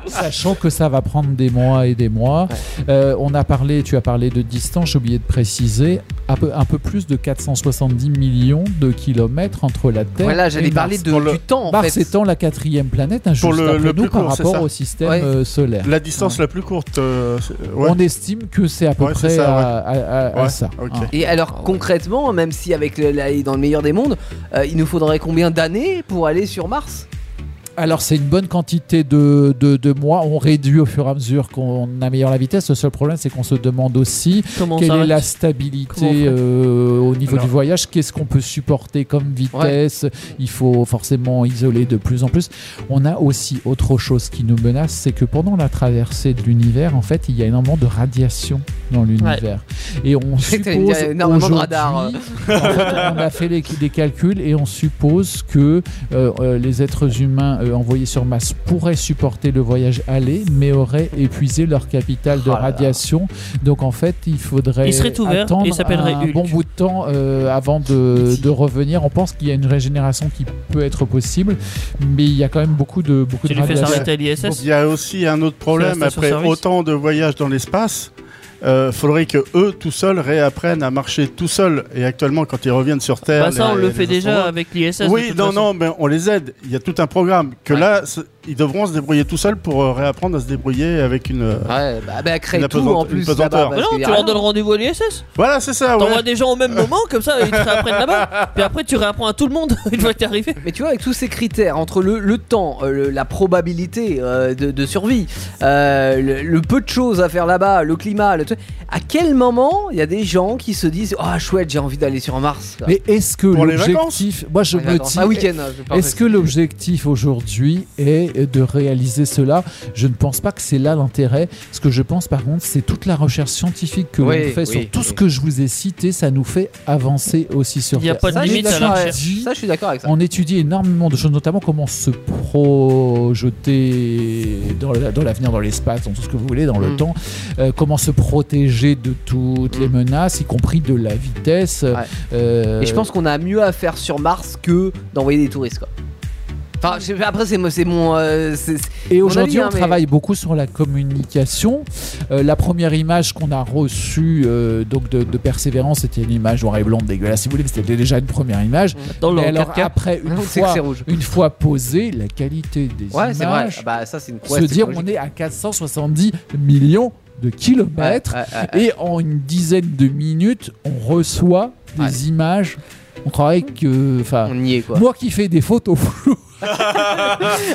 C: Sachant que ça va prendre des mois et des mois. Euh, on a parlé, tu as parlé de distance. J'ai oublié de préciser un peu, un peu plus de 470 millions de kilomètres entre la Terre.
B: Voilà,
C: et
B: j'allais
C: Mars.
B: parler de-
E: Pour le-
B: du temps en
C: Mars
B: fait.
C: étant la quatrième planète, hein, juste
E: Pour le-
C: après
E: le
C: nous,
E: plus
C: par
E: court, c'est
C: rapport
E: ça.
C: au système
B: Ouais. Ah.
C: euh, solaire.
E: La distance la plus courte, euh, c'est- ouais.
C: On estime que c'est à peu
E: Ouais, c'est
C: près
E: ça,
C: à,
E: ouais.
C: à- à- à
E: Ouais,
C: ça.
E: ok.
C: hein.
B: Et alors concrètement, même si avec le, la- dans le meilleur des mondes, euh, il nous faudrait combien d'années pour aller sur Mars
C: Alors c'est une bonne quantité de, de, de mois. On réduit au fur et à mesure qu'on améliore la vitesse. Le seul problème c'est qu'on se demande aussi
D: Comment
C: quelle
D: ça
C: est la
D: Comment on
C: stabilité
D: fait
C: euh, au niveau
E: Alors-
C: du voyage. Qu'est-ce qu'on peut supporter comme vitesse Il faut forcément isoler de plus en plus. On a aussi autre chose qui nous menace, c'est que pendant la traversée de l'univers, en fait, il y a énormément de radiation dans l'univers. Et on
B: J'allais dire, il y a
C: suppose
B: énormément de
C: aujourd'hui-
B: radars. euh.
C: En fait, on a fait les- des calculs et on suppose que euh, euh, les êtres humains euh, envoyés sur Mars pourraient supporter le voyage aller, mais auraient épuisé leur capital de
B: Oh là là.
C: radiation. Donc en fait, il faudrait
D: Il serait tout vert et
C: attendre
D: il s'appellerait
C: un
D: Hulk.
C: bon bout de temps euh, avant de, de revenir. On pense qu'il y a une régénération qui peut être possible, mais il y a quand même beaucoup de beaucoup
D: Tu
C: de
D: lui fais
C: radiation.
D: s'arrêter à
E: Donc,
D: l'ISS
E: Il y a aussi un autre
D: Sur
E: problème
D: la station
E: après
D: service.
E: autant de voyages dans l'espace. Euh, faudrait que eux tout seuls réapprennent à marcher tout seuls. Et actuellement, quand ils reviennent sur Terre,
D: Bah ça, on
E: les-
D: le
E: les
D: fait déjà
E: astronautes-
D: avec l'ISS. de
E: Oui,
D: toute
E: non,
D: façon.
E: non, mais on les aide. Il y a tout un programme que
B: Ouais.
E: là, c'est- ils devront se débrouiller tout seuls pour euh, réapprendre à se débrouiller avec une. euh,
B: Ouais, bah, bah crée
E: Une
B: tout
E: apesanteur-
B: en
E: une
B: plus
E: apesanteur.
B: là-bas.
D: Mais
B: parce qu'il
D: non, tu
B: y a
D: leur
B: rien.
D: donnes rendez-vous à l'ISS.
E: Voilà, c'est ça.
D: T'envoies
E: ouais.
D: des gens au même moment, comme ça, ils te réapprennent là-bas. Puis après, tu réapprends à tout le monde une fois que t'es arrivé.
B: Mais tu vois, avec tous ces critères, entre le, le temps, euh, le- la probabilité euh, de, de survie, euh, le, le peu de choses à faire là-bas, le climat, le truc, à quel moment il y a des gens qui se disent Ah, chouette, j'ai envie d'aller sur Mars quoi.
C: Mais est-ce que
E: Pour les
C: l'objectif, moi je
B: Ouais,
C: me
B: Ah, attends,
C: dis,
B: un week-end, hein, je parle
C: Est-ce
B: de-
C: que l'objectif aujourd'hui est de réaliser cela Je ne pense pas que c'est là l'intérêt. Ce que je pense par contre, c'est toute la recherche scientifique que
B: Oui,
C: l'on fait
B: oui,
C: sur tout
B: oui.
C: ce que je vous ai cité, ça nous fait avancer aussi sur
D: Il n'y a
C: Terre.
B: Ça,
D: pas de
B: je suis
D: limite à la
B: d'accord avec-
D: recherche.
B: Ça, je suis d'accord avec ça.
C: On étudie énormément de choses, notamment comment se projeter dans la- dans l'avenir, dans l'espace, dans tout ce que vous voulez, dans le
B: Mm.
C: temps, euh, comment se protéger de toutes les menaces, y compris de la vitesse.
B: Ouais.
C: euh,
B: Et je pense qu'on a mieux à faire sur Mars que d'envoyer des touristes. Quoi. Enfin, je sais pas, après, c'est mo- c'est mon. euh, c'est- c'est-
C: Et
B: Mon
C: aujourd'hui,
B: avis, hein,
C: on
B: mais-
C: travaille beaucoup sur la communication. Euh, la première image qu'on a reçue euh, donc de, de Persévérance, c'était une image noire et blonde dégueulasse, si vous voulez, mais c'était déjà une première image.
B: Oh,
D: Dans le
C: Mais alors
D: 4K,
C: après, une
B: on sait que
C: fois,
B: c'est rouge.
C: une fois posée, la qualité des
B: Ouais, c'est vrai.
C: images,
B: Ah Bah, ça, c'est une
C: se dire on est à 470 millions de kilomètres et en une dizaine de minutes, on reçoit des
B: Ouais.
C: images. On travaille que, enfin,
B: on y est quoi.
C: moi qui fais des photos floues,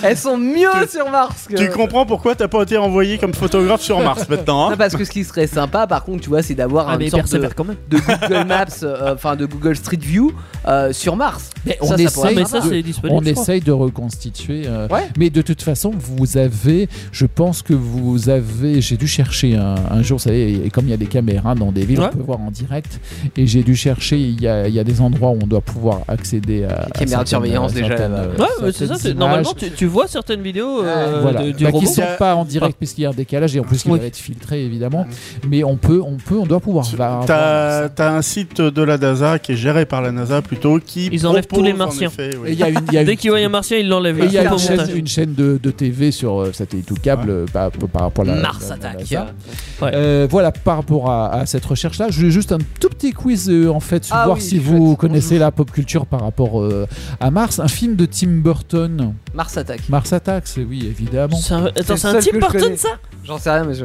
B: Elles sont mieux sur Mars que.
E: Tu comprends pourquoi t'as pas été envoyé comme photographe sur Mars maintenant hein
B: Non, parce que ce qui serait sympa, par contre, tu vois, c'est d'avoir
D: ah,
B: un
D: mais
B: une sorte de,
D: persévère quand même.
B: de Google Maps, euh, enfin de Google Street View euh, sur Mars.
C: Mais
B: Ça,
C: on
B: ça
C: essaye
B: pourrait
D: Ah,
B: être
D: mais
B: sympa.
D: ça, c'est disponible.
C: on
D: je crois.
C: essaye de reconstituer. euh,
B: Ouais.
C: Mais de toute façon, vous avez, je pense que vous avez, j'ai dû chercher un, un jour, vous savez, et comme il y a des caméras dans des villes,
D: Ouais.
C: on peut voir en direct, et j'ai dû chercher, il y, a, il y a des endroits où on doit pouvoir accéder à. euh,
B: Les caméras de surveillance, déjà, euh, là-bas.
D: Ouais, mais c'est ça. c'est- Normalement, tu, tu vois certaines vidéos euh,
C: Voilà.
D: de- du
C: Bah, qui
D: robot.
C: ne sont pas en direct puisqu'il y a un décalage et en plus qui
D: Oui.
C: va être filtré évidemment mais on peut on peut on doit
D: Ah
C: pouvoir
D: bah,
C: voir- voir
E: T'as
C: ça.
E: t'as un site de la NASA qui est géré par la NASA plutôt qui
D: Ils enlèvent
E: propose,
D: tous les
E: en
D: Martiens.
E: effet, oui.
C: et il y a une il y a
D: Dès
C: une-
D: qu'il voit un martien, il l'enlève.
C: et il y a
D: Pas
C: une
D: au
C: chaîne,
D: montage.
C: une chaîne de, de TV sur euh, satellite ou câble euh, par, par rapport à la
B: Mars
C: la- la- la-
B: attaque.
C: ça. Euh, voilà par rapport à, à cette recherche là je voulais juste un tout petit quiz euh, en fait
B: Ah
C: voir
B: oui,
C: si
B: chouette.
C: vous
B: On
C: connaissez
B: joue.
C: la pop culture par rapport euh, à Mars un film de Tim Burton
B: Mars attaque.
C: Mars Attack c'est oui évidemment
D: C'est un- Attends, c'est
B: le
D: un
B: seul
D: type
B: que je
D: Burton
B: connais.
D: ça
B: J'en sais rien, mais je.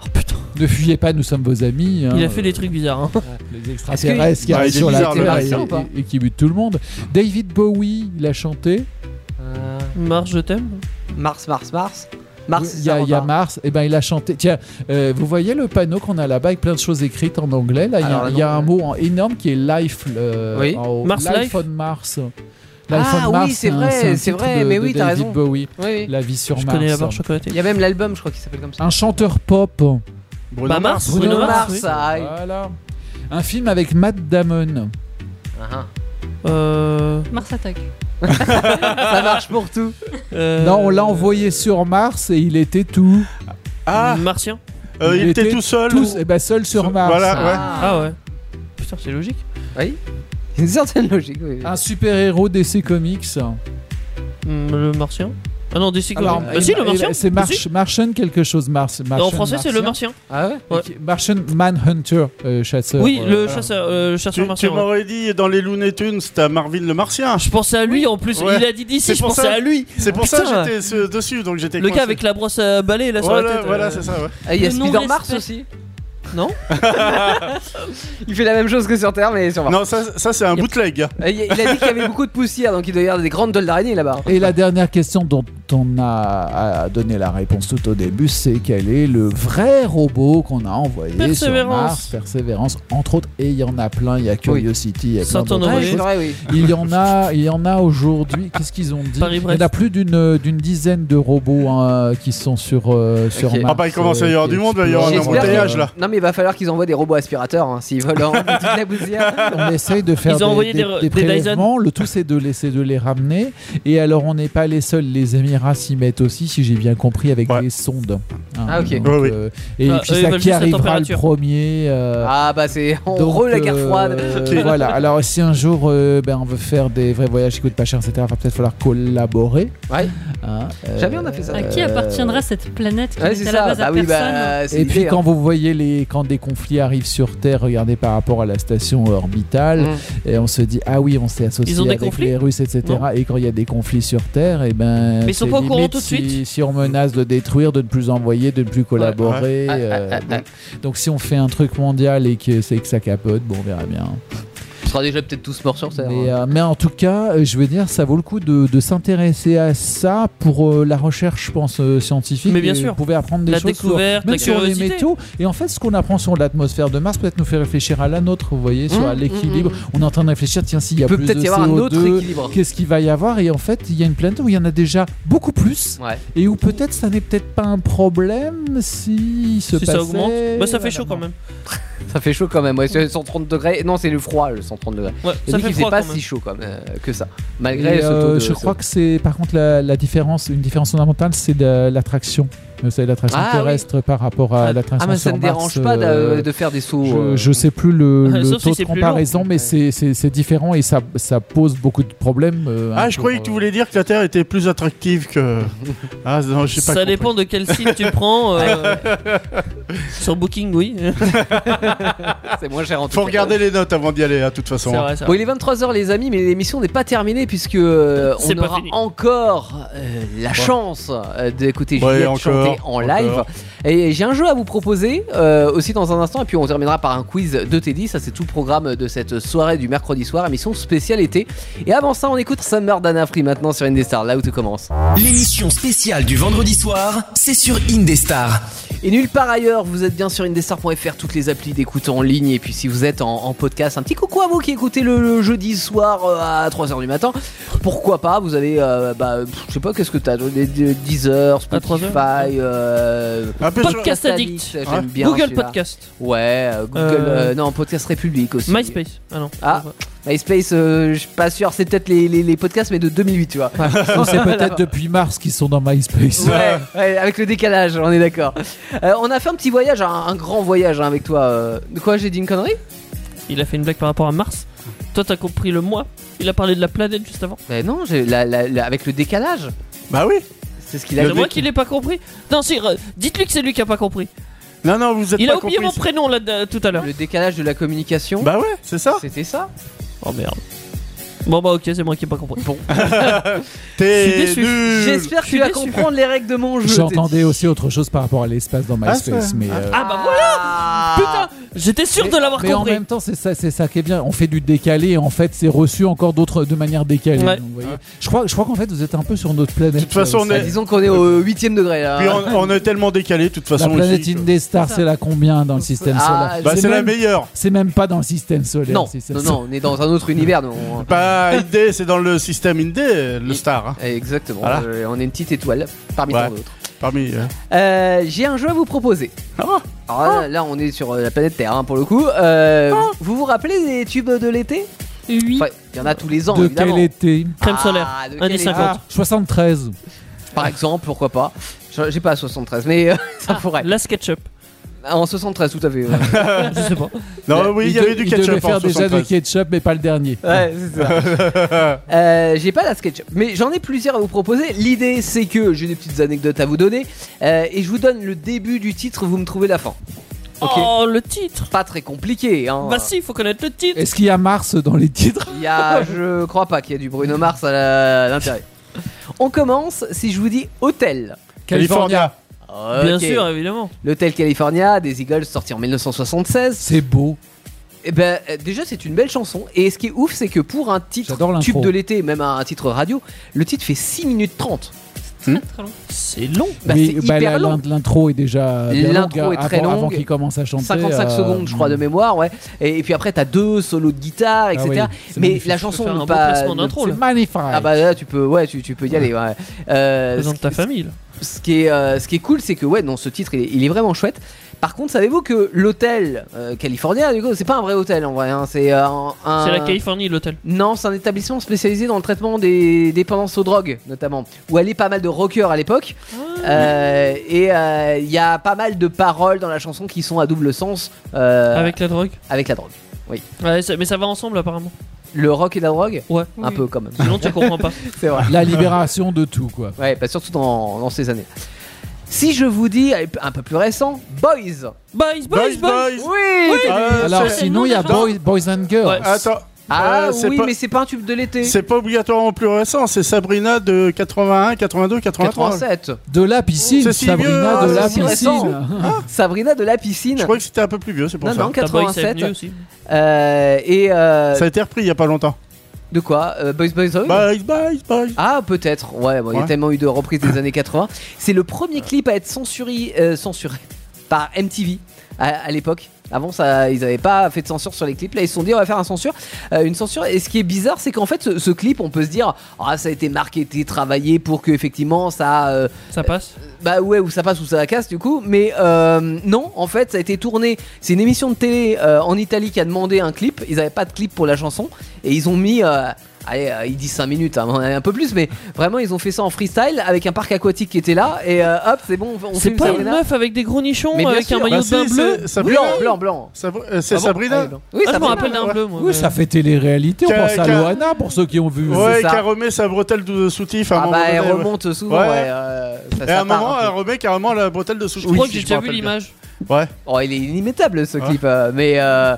D: Oh putain,
C: ne fuyez pas nous sommes vos amis hein.
D: il a fait des trucs bizarres. hein.
C: les extraterrestres qui
E: Bah,
C: arrivent
E: il est
C: sur la
E: bizarre, le
C: Terre
B: martien, ou pas
C: et, et qui butent tout le monde. David Bowie, il a chanté.
B: Euh,
D: Marche, je t'aime.
B: Mars, Mars, Mars. Mars,
C: il y a,
B: ça
C: il y a
B: repart.
C: Mars. Et ben il a chanté. Tiens, euh, vous voyez le panneau qu'on a là-bas avec plein de choses écrites en anglais. Là, il y a-
B: Alors, là,
C: il y, a
B: non.
C: un mot en- énorme qui est Life. euh,
B: Oui.
C: en haut.
D: Mars
C: Life
D: Life.
C: on Mars. Life
B: Ah
C: on
B: oui,
C: Mars,
B: c'est
C: un-
B: vrai,
C: un
B: c'est
C: titre
B: vrai,
C: de-
B: mais
C: de
B: oui, t'as
C: David
B: raison.
C: Bowie,
B: Oui, oui.
C: La vie sur
D: Je
C: Mars.
D: connais la barre
B: Il
D: chocolatée.
B: y a même l'album, je crois, qui s'appelle comme ça.
C: Un chanteur pop.
E: Bruno
D: Bah, Mars,
C: Bruno
D: Bruno Mars.
B: Mars,
D: oui.
B: ah, oui.
C: Voilà. Un film avec Matt Damon.
B: Ah, ah.
D: Euh,
F: Mars attaque.
B: Ça marche pour tout.
D: euh,
C: Non, on l'a envoyé sur Mars et il était tout.
E: Ah,
D: Martien.
E: euh, il
C: il
E: était
C: était
E: tout seul.
C: Tous, eh ben, seul sur
E: Sur-
C: Mars.
E: voilà. Ah, ouais.
D: Ah ouais. Putain, c'est logique.
B: Il y a une certaine logique, oui. oui.
C: Un super-héros DC Comics.
D: Hum, Le martien. Ah non, DC
C: Alors,
D: Comics.
C: il-
D: Bah si, le
C: il-
D: martien.
C: C'est
D: Bah
C: March-
D: si.
C: Martian quelque chose. Mars,
D: Non,
C: Martian
D: En français, c'est le
C: Martien.
B: Ah
D: martien.
B: ouais
D: ouais.
C: Ok, Martian Manhunter, euh, chasseur.
D: Oui,
C: euh,
D: le
E: voilà.
D: chasseur, euh, le
E: Tu,
D: chasseur
E: tu
D: martien. ouais.
E: m'aurais dit dans les Looney Tunes, t'as Marvin le Martien.
D: Je pensais à lui en plus.
E: Ouais.
D: Il a dit d'ici,
E: C'est
D: je
E: pour
D: pensais
E: ça.
D: à lui.
E: C'est pour
D: Putain.
E: ça que j'étais ce- dessus, donc j'étais
D: Le
E: coincé.
D: gars avec la brosse à balai là sur
E: Voilà,
D: la tête.
E: voilà,
D: euh,
E: c'est ça. Ouais.
B: Ah, Il y a
F: Le
B: Spider Mars
F: non-respect.
B: aussi.
D: Non
B: Il fait la même chose que sur Terre, mais sur Mars.
E: Non, ça, ça c'est un
D: Yep.
E: bootleg. hein.
B: Euh, Il il a dit qu'il y avait beaucoup de poussière, donc il doit y avoir des grandes toiles d'araignée là-bas.
C: Et la dernière question dont on a a donné la réponse tout au début, c'est quel est le vrai robot qu'on a envoyé sur
D: Persévérance.
C: Mars Persévérance, entre autres, et il y en a plein. Il y a Curiosity, il y a plein d'autres
D: Saint-Honoré.
B: Ouais,
D: oui.
B: c'est vrai, oui.
C: Il y en a, il y en a aujourd'hui. Qu'est-ce qu'ils ont dit Il y
D: Paris-Brest.
C: en a plus d'une d'une dizaine de robots hein, qui sont sur euh, sur
B: Ok.
C: Mars.
E: Ah bah, il commence à y avoir
C: euh,
E: du
C: qui
E: monde, il va y avoir un
C: explosent.
B: J'espère qu'il y a-
E: embouteillage là.
B: Non, mais il va falloir qu'ils envoient des robots aspirateurs hein, s'ils veulent enlever toute la poussière.
C: On essaye de faire
D: Ils ont
C: des,
D: envoyé
C: des-
D: des-
C: des
D: des Dyson.
C: prélèvements. Le tout, c'est de les, c'est de les ramener. Et alors, on n'est pas les seuls. Les Émirats s'y mettent aussi, si j'ai bien compris, avec
E: Ouais.
C: des sondes. Hein,
B: Ah, ok.
C: donc,
E: Ouais, ouais.
C: euh, et
D: Ah,
C: puis,
D: eux, ils veulent
C: ça, qui
D: juste la
C: arrivera le
D: température.
C: premier euh,
B: Ah bah c'est on
C: donc,
B: re la guerre
C: euh,
B: froide.
C: euh, voilà. Alors, si un jour euh, ben, on veut faire des vrais voyages qui coûtent pas cher, etc., il va peut-être falloir collaborer.
B: Ouais.
C: hein, euh,
B: Jamais on a fait ça.
F: À qui appartiendra cette planète qui
B: Ouais,
F: n'est
B: c'est
F: à la
B: ça.
F: base à
B: Bah oui,
F: personne
B: bah c'est
C: Et puis
B: l'idée,
C: quand vous voyez les quand des conflits arrivent sur Terre, regardez par rapport à la station orbitale,
B: Mm.
C: et on se dit ah oui on s'est associé
D: Ils ont des
C: avec
D: conflits
C: les Russes etc.
D: Non.
C: Et quand il y a des conflits sur Terre, et ben
D: Mais ils sont
C: c'est
D: pas au courant
C: limite
D: tout de
C: si-
D: suite.
C: Si on menace de détruire, de ne plus envoyer, de ne plus collaborer. euh,
B: ah, ah,
C: donc- Donc si on fait un truc mondial et que c'est que ça capote, bon on verra bien.
B: On sera déjà peut-être tous morts sur Terre.
C: Mais,
B: hein.
C: euh, mais en tout cas, euh, je veux dire, ça vaut le coup de, de s'intéresser à ça pour euh, la recherche, je pense, euh, scientifique.
D: Mais bien
C: Et
D: sûr.
C: Vous pouvez apprendre des
D: La
C: choses sur-
D: découverte,
C: même
D: la
C: sur les
D: curiosité.
C: métaux. Et en fait, ce qu'on apprend sur l'atmosphère de Mars peut-être nous fait réfléchir à la nôtre, vous voyez, sur
B: Mmh,
C: l'équilibre. On est en train de réfléchir, tiens, s'il y
B: Il
C: a
B: peut
C: plus
B: peut-être
C: de
B: y avoir un autre
C: CO2,
B: équilibre.
C: Qu'est-ce qu'il va y avoir Et en fait, il y a une planète où il y en a déjà beaucoup plus
B: Ouais.
C: et où peut-être ça n'est peut-être pas un problème si se
D: Si ça
C: passait- euh,
D: augmente, bah, ça fait
C: voilà.
D: chaud quand même.
B: Ça fait chaud quand même. Ouais, c'est 130 degrés. Non, c'est le froid, le 130 degrés.
D: Ouais,
B: Et
D: ça
B: lui,
D: fait
B: il fait
D: froid
B: pas
D: quand
B: si
D: même.
B: chaud comme euh, que ça. Malgré
C: Et,
B: ce
C: euh,
B: taux de.
C: je crois que c'est par contre la, la différence, une différence fondamentale, c'est de l'attraction. Euh, C'est l'attraction
B: Ah,
C: terrestre par rapport à
B: Ah,
C: l'attraction
B: ah, mais ça
C: sur
B: ne
C: Mars,
B: dérange pas
C: euh,
B: d'a- de faire des sauts.
C: Je,
B: euh,
C: je sais plus le, le
D: Sauf si
C: taux
D: c'est
C: de
D: plus
C: comparaison, mais c'est- c'est c'est différent et ça, ça pose beaucoup de problèmes. euh,
E: Ah,
C: un
E: je
C: peu,
E: croyais que tu voulais dire que la Terre était plus attractive que. Ah, non, je sais
D: Ça
E: pas. compris.
D: dépend de quel site tu prends. euh, sur Booking, oui.
B: C'est moins cher en tout
E: Faut
B: cas.
E: regarder les notes avant d'y aller, à toute
D: C'est
E: façon. hein.
D: vrai, c'est
B: Bon,
D: vrai.
B: il est 23h, les amis, mais l'émission n'est pas terminée puisque euh,
D: C'est
B: on
D: pas
B: aura
D: fini.
B: encore euh, la chance euh, d'écouter
E: Ouais,
B: Juliette
E: encore,
B: chanter en
E: encore.
B: live. Et j'ai un jeu à vous proposer euh, aussi dans un instant, et puis on terminera par un quiz de Teddy. Ça, c'est tout le programme de cette soirée du mercredi soir, émission spéciale été. Et avant ça, on écoute Summer d'Anafri maintenant sur Indestar, là où tout commence.
A: L'émission spéciale du vendredi soir, c'est sur Indestar.
B: Et nulle part ailleurs, vous êtes bien sur indestar.fr, toutes les applis d'écoute en ligne. Et puis si vous êtes en, en podcast, un petit coucou à vous qui écoutez le, le jeudi soir euh, à 3h du matin. Pourquoi pas Vous avez, euh, bah, pff, je sais pas, qu'est-ce que t'as des- des- Deezer,
D: À 3 heures.
B: Spotify, euh,
E: Un peu sur-
D: Podcast Addict.
B: j'aime
E: Ouais.
B: bien
D: Google
B: celui-là.
D: Podcast,
B: Ouais, euh, Google,
D: Euh,
B: euh, non, Podcast République aussi.
D: MySpace. Ah non.
B: Ah. MySpace, euh, je suis pas sûr, c'est peut-être les, les- les podcasts, mais de 2008, tu vois.
C: Ou c'est peut-être depuis mars qu'ils sont dans MySpace.
B: Ouais, ouais, avec le décalage, on est d'accord. Euh, on a fait un petit voyage, un, un grand voyage hein, avec toi. euh. De quoi j'ai dit une connerie
D: Il a fait une blague par rapport à Mars. Toi, t'as compris le mois. Il a parlé de la planète juste avant.
B: Ben non, j'ai- la- la- la- avec le décalage.
E: Bah oui.
B: C'est ce qu'il a
D: C'est
B: dit.
D: moi qui l'ai pas compris. Non, si, re- dites-lui que c'est lui qui a pas compris.
E: Non, non, vous êtes
D: Il
E: pas
D: a oublié
E: compris.
D: mon prénom là de- tout à l'heure.
B: Le décalage de la communication.
E: Bah ouais, c'est ça.
B: C'était ça
D: Oh merde. Bon bah ok, c'est moi qui ai pas compris. Bon.
E: T'es
D: Je suis déçu.
E: nul.
B: J'espère que tu
D: je suis
B: vas
D: déçu.
B: comprendre les règles de mon jeu.
C: J'entendais aussi autre chose par rapport à l'espace dans
E: Ah, ça-
C: MySpace, mais. euh,
D: Ah bah voilà.
B: Ah.
D: Putain, j'étais sûr
C: mais-
D: de l'avoir
C: Mais en
D: compris.
C: même temps, c'est ça, c'est ça qui est bien. On fait du décalé, et en fait, c'est reçu encore d'autres de manière décalée.
D: Ouais.
C: donc, vous voyez. Je crois, je crois qu'en fait, vous êtes un peu sur notre planète.
E: De toute façon,
C: euh,
E: on
B: Bah,
E: est-
B: disons qu'on est au 8ème degré hein. là.
E: Puis on, on est tellement décalé, de toute
C: la
E: façon.
C: planète
E: ici, que-
C: Indestar, c'est la combien dans le système
B: Ah,
C: solaire
E: Bah, c'est la
C: même-
E: meilleure.
C: C'est même pas dans le système solaire.
B: Non,
C: si c'est
B: non,
C: ça.
B: non, on est dans un autre univers. nous, on-
E: Bah, Indé, c'est dans le système Indé, le star. hein,
B: Exactement,
E: Voilà.
B: euh, on est une petite étoile parmi
E: Ouais.
B: tant d'autres.
E: parmi. euh,
B: Euh, j'ai un jeu à vous proposer.
E: Ah. Ah.
B: Alors là, là, on est sur euh, la planète Terre hein, pour le coup. Euh, Vous vous rappelez des tubes de l'été
D: Oui.
B: Enfin, il y en a tous les ans,
C: De
B: évidemment.
C: quel été
D: Crème
B: Ah,
D: solaire.
B: de
D: Un
B: quel
D: des
B: été
D: 50.
C: 73.
B: Par exemple, pourquoi pas. Je- J'ai pas 73, mais euh, ça pourrait.
D: La SketchUp.
B: En 73, tout à fait. ouais.
D: Je sais pas.
E: Non, Ah oui, il y
C: de-
E: avait du
C: Il devait
E: ketchup hein, en
C: faire déjà du
E: 73.
C: ketchup, mais pas le dernier.
B: Ouais, c'est ça. Euh, j'ai pas la SketchUp, mais j'en ai plusieurs à vous proposer. L'idée, c'est que j'ai des petites anecdotes à vous donner euh, et je vous donne le début du titre, vous me trouvez la fin. Ok.
D: Oh le titre.
B: Pas très compliqué. Hein.
D: Bah si, faut connaître le titre.
C: Est-ce qu'il y a Mars dans les titres
B: Il y a, je crois pas qu'il y a du Bruno Mars à la- à l'intérieur. On commence si je vous dis hôtel.
E: California.
D: Bien
B: Ok.
D: sûr, évidemment.
B: L'hôtel California des Eagles sorti en 1976.
C: C'est beau.
B: Eh ben, euh, déjà, c'est une belle chanson. Et ce qui est ouf, c'est que pour un titre
C: J'adore l'intro.
B: tube de l'été, même un titre radio, le titre fait 6 minutes 30.
D: C'est long.
B: Bah,
C: Oui,
B: c'est
C: bah,
B: hyper
C: la-
B: long.
C: l'in- L'intro est déjà bien
B: L'intro
C: longue, hein,
B: est très
C: avant, avant
B: longue.
C: qu'il commence à chanter.
B: 55
C: euh,
B: secondes, je crois, de mémoire, ouais. Et, et puis après, t'as deux solos de guitare, etc.
C: Ah oui, c'est
B: Mais
C: magnifique.
B: la
D: Je peux
B: chanson
D: faire un
B: ne
D: bon
B: pas.
D: placement
B: ne-
D: d'intro.
C: C'est magnifique.
B: Ah bah là, tu peux, ouais, tu, tu peux y aller. Ouais. Euh,
D: Présente ta famille. là.
B: ce qui est, euh, ce qui est cool, c'est que ouais, non, ce titre, il est, il est vraiment chouette. Par contre, savez-vous que l'hôtel euh, californien, du coup, c'est pas un vrai hôtel en vrai. hein, c'est euh, un.
D: C'est la Californie l'hôtel.
B: Non, c'est un établissement spécialisé dans le traitement des dépendances aux drogues, notamment. Où allaient pas mal de rockers à l'époque. Euh, et euh, il y a pas mal de paroles dans la chanson qui sont à double sens euh, avec...
D: Avec la drogue.
B: la drogue.
D: Ouais, ça- mais ça va ensemble apparemment.
B: Le rock et la drogue
D: Ouais.
B: Un peu quand même.
D: Sinon tu comprends pas.
B: C'est vrai.
C: La libération de tout, quoi.
B: Ouais, bah, surtout dans, dans ces années. Si je vous dis un peu plus récent, Boys.
D: Boys, boys,
E: Boys,
D: boys.
E: boys.
B: Oui,
E: Ah,
C: Alors
E: c'est-
C: sinon, il y a Boy- Boys and Girls.
D: Ouais.
E: Attends.
B: Ah
E: euh, c'est
B: oui,
E: pas-
B: mais c'est pas un tube de l'été.
E: C'est pas obligatoirement plus récent, c'est Sabrina de 81, 82, 83.
B: 87.
C: De la piscine,
E: C'est si
C: Sabrina
E: vieux,
C: de la
B: c'est si récent.
C: piscine.
B: Sabrina de la
E: Je
B: piscine.
E: crois que c'était un peu plus vieux, c'est pour
B: Hein. Non,
E: ça.
B: non,
D: T'as Boys
B: 87.
D: Avenue aussi.
B: Euh, et euh,
E: Ça a été repris il y a pas longtemps.
B: de quoi Euh, Boys Boys Boys
E: Bye, bye, bye.
B: Ah, peut-être. Ouais, bon, il y a
E: Bah- Ouais.
B: tellement eu de reprises des années 80. C'est le premier clip à être censuré, euh, censuré par MTV à, à l'époque. Avant, ça, ils n'avaient pas fait de censure sur les clips. Là, ils se sont dit, on va faire un censure, euh, une censure. Et ce qui est bizarre, c'est qu'en fait, ce, ce clip, on peut se dire, ah, ça a été marketé, travaillé pour que effectivement, ça, euh,
D: Ça passe.
B: bah ouais, ou ça passe ou ça casse du coup. Mais euh, non, en fait, ça a été tourné. C'est une émission de télé euh, en Italie qui a demandé un clip. Ils n'avaient pas de clip pour la chanson. Et ils ont mis euh, Allez, euh, ils disent 5 minutes, hein, on en a un peu plus, mais vraiment, ils ont fait ça en freestyle avec un parc aquatique qui était là, et euh, hop, c'est bon, on
D: C'est
B: filme
D: pas une
B: Sabrina.
D: meuf avec des gros nichons
B: Mais bien
D: avec un
B: sûr.
D: maillot
E: Bah
D: de bain
E: si,
D: bleu
E: c'est Sabrina.
B: Blanc, blanc, blanc.
E: Sabri- euh, C'est
B: Ah bon Ah,
E: Sabrina
B: oui, blanc. Oui,
D: Ah, je me
B: Sabrina.
D: rappelle d'un
E: ouais.
D: bleu, moi.
C: Oui, ça fait télé-réalité. On
E: Qu'a-
C: pense à
E: qu'a-
C: Loana pour ceux qui ont vu.
E: Ouais,
B: c'est ça.
E: qui a remet sa bretelle de soutif à un
B: Ah
E: moment
B: bah, elle
E: donné, ouais.
B: remonte souvent,
E: Ouais.
B: ouais. euh, ça-
E: Et à
B: ça
E: un
B: part
E: moment,
B: peu.
E: elle remet carrément la bretelle de
D: Je
E: soutif.
D: crois
E: si
D: que j'ai
E: je
D: déjà
E: me
D: vu
E: rappelle bien.
D: l'image.
E: Ouais.
B: Oh, il est inimitable ce
E: Ah.
B: clip, euh, mais euh,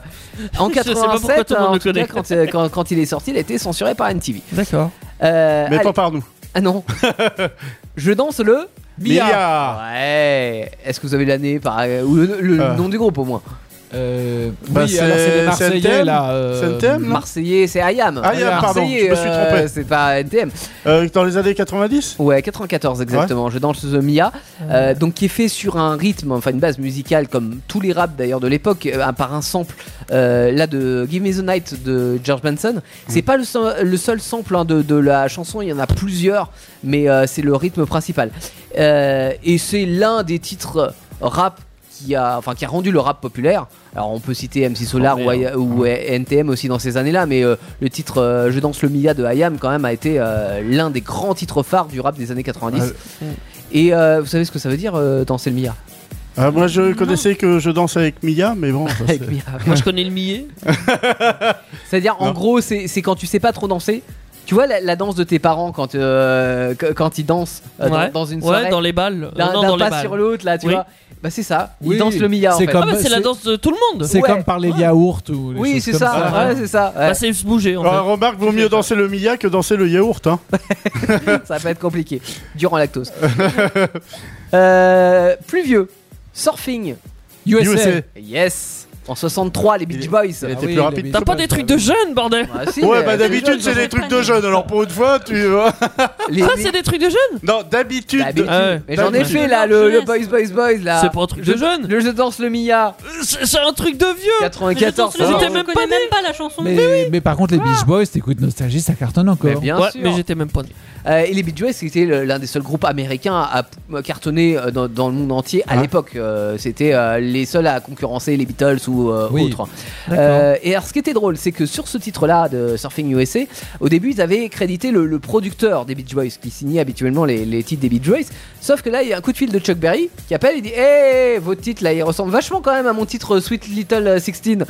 B: en
D: Je sais pas pourquoi
B: 87,
D: tout le monde
B: en
D: le
B: tout cas,
D: connaît.
B: quand, euh, quand, quand il est sorti, il a été censuré par MTV.
D: D'accord.
B: Euh,
E: Mais
B: allez.
E: pas par nous.
B: Ah non. Je danse le.
E: Mia
B: Ouais. Est-ce que vous avez l'année par... ou le, le
E: Euh.
B: nom du groupe au moins
C: Euh,
E: Bah,
C: oui, alors
E: c'est-
C: c'est les
E: c'est un
C: Marseillais
E: thème
C: là. euh,
E: C'est un thème, non
B: Marseillais, c'est Ayam.
E: Ah, Ayam, pardon,
B: Marseillais,
E: je me suis
B: euh,
E: trompé.
B: c'est pas NTM.
E: Euh, Dans les années 90
B: Ouais, 94 exactement. Je danse le Mia. Euh, donc qui est fait sur un rythme, enfin une base musicale comme tous les raps d'ailleurs de l'époque, euh, par un sample euh, là de Give Me the Night de George Benson.
E: Hmm.
B: C'est pas le, so- le seul sample hein, de, de la chanson, il y en a plusieurs, mais euh, c'est le rythme principal. Euh, et c'est l'un des titres rap qui a, enfin, qui a rendu le rap populaire. Alors on peut citer MC Solar
D: Oh,
B: ou,
D: merde.
B: I- ou NTM aussi dans ces années-là, mais euh, le titre euh, Je danse le Mia de IAM quand même a été euh, l'un des grands titres phares du rap des années 90. Et euh, vous savez ce que ça veut dire euh, danser le Mia
E: Ah, Moi, je connaissais que je danse avec Mia, mais bon. ça,
B: Avec
E: c'est-
B: Mia.
D: Moi je connais le millet.
B: C'est-à-dire en
E: Non.
B: gros c'est c'est quand tu sais pas trop danser. Tu vois la, la danse de tes parents quand, euh, qu- quand ils dansent euh, dans-
D: ouais.
B: dans, une soirée
D: Ouais, dans les balles.
B: d'un
D: Euh, non,
B: d'un
D: dans les
B: pas
D: balles.
B: sur l'autre là tu
D: Oui.
B: vois bah c'est ça
C: Oui,
B: ils dansent le Mia en
C: c'est
B: fait.
C: comme-
D: Ah bah c'est la
C: C'est-
D: danse de tout le monde.
C: C'est
B: Ouais.
C: comme par les yaourts ou les
B: oui
C: choses
B: c'est
C: comme
B: ça, ouais, c'est ça ouais.
D: Bah c'est se bouger en
E: Ah,
D: fait.
E: remarque, vaut mieux danser le Mia que danser le yaourt. Hein.
B: ça va être compliqué. Durant lactose. Euh, plus vieux, surfing.
C: USA.
E: USA.
B: Yes. En 63, les
E: Il est-
B: Beach Boys.
E: il était
C: Ah oui,
E: plus rapide.
C: les
D: T'as pas des trucs de jeunes, bordel
B: Ah, si,
E: Ouais,
B: mais-
E: bah d'habitude, c'est des trucs de jeunes. Alors pour une fois, tu.
B: les-
D: Ah c'est des trucs de jeunes
E: non, d'habitude.
B: D'habitude.
D: Ah ouais.
B: Mais j'en ai
E: Ouais.
B: fait là, le, le Boys Boys Boys là.
D: C'est pas un truc de jeune
B: Le Je danse le Mia. hein.
D: C'est c'est un truc de vieux
B: 94.
D: Mais
B: ça.
D: j'étais
F: Je
D: même
F: connais
D: pas
F: même pas la chanson.
C: Mais, mais par contre, les Beach Boys, t'écoutes Nostalgie, ça cartonne encore.
B: Mais bien
D: Ouais,
B: sûr.
D: mais j'étais même pas né.
B: Euh, et les Beach Boys, c'était le- l'un des seuls groupes américains à p- cartonner euh, dans, dans le monde entier à
D: Ah.
E: Ouais.
B: l'époque. Euh, c'était euh, les seuls à concurrencer les Beatles ou euh,
C: Oui.
B: autres. Euh, et alors, ce qui était drôle, c'est que sur ce titre-là de Surfing USA, au début, ils avaient crédité le, le producteur des Beach Boys qui signait habituellement les, les titres des Beach Boys. Sauf que là, il y a un coup de fil de Chuck Berry qui appelle et dit Hey, votre titre là, il ressemble vachement quand même à mon titre Sweet Little 16.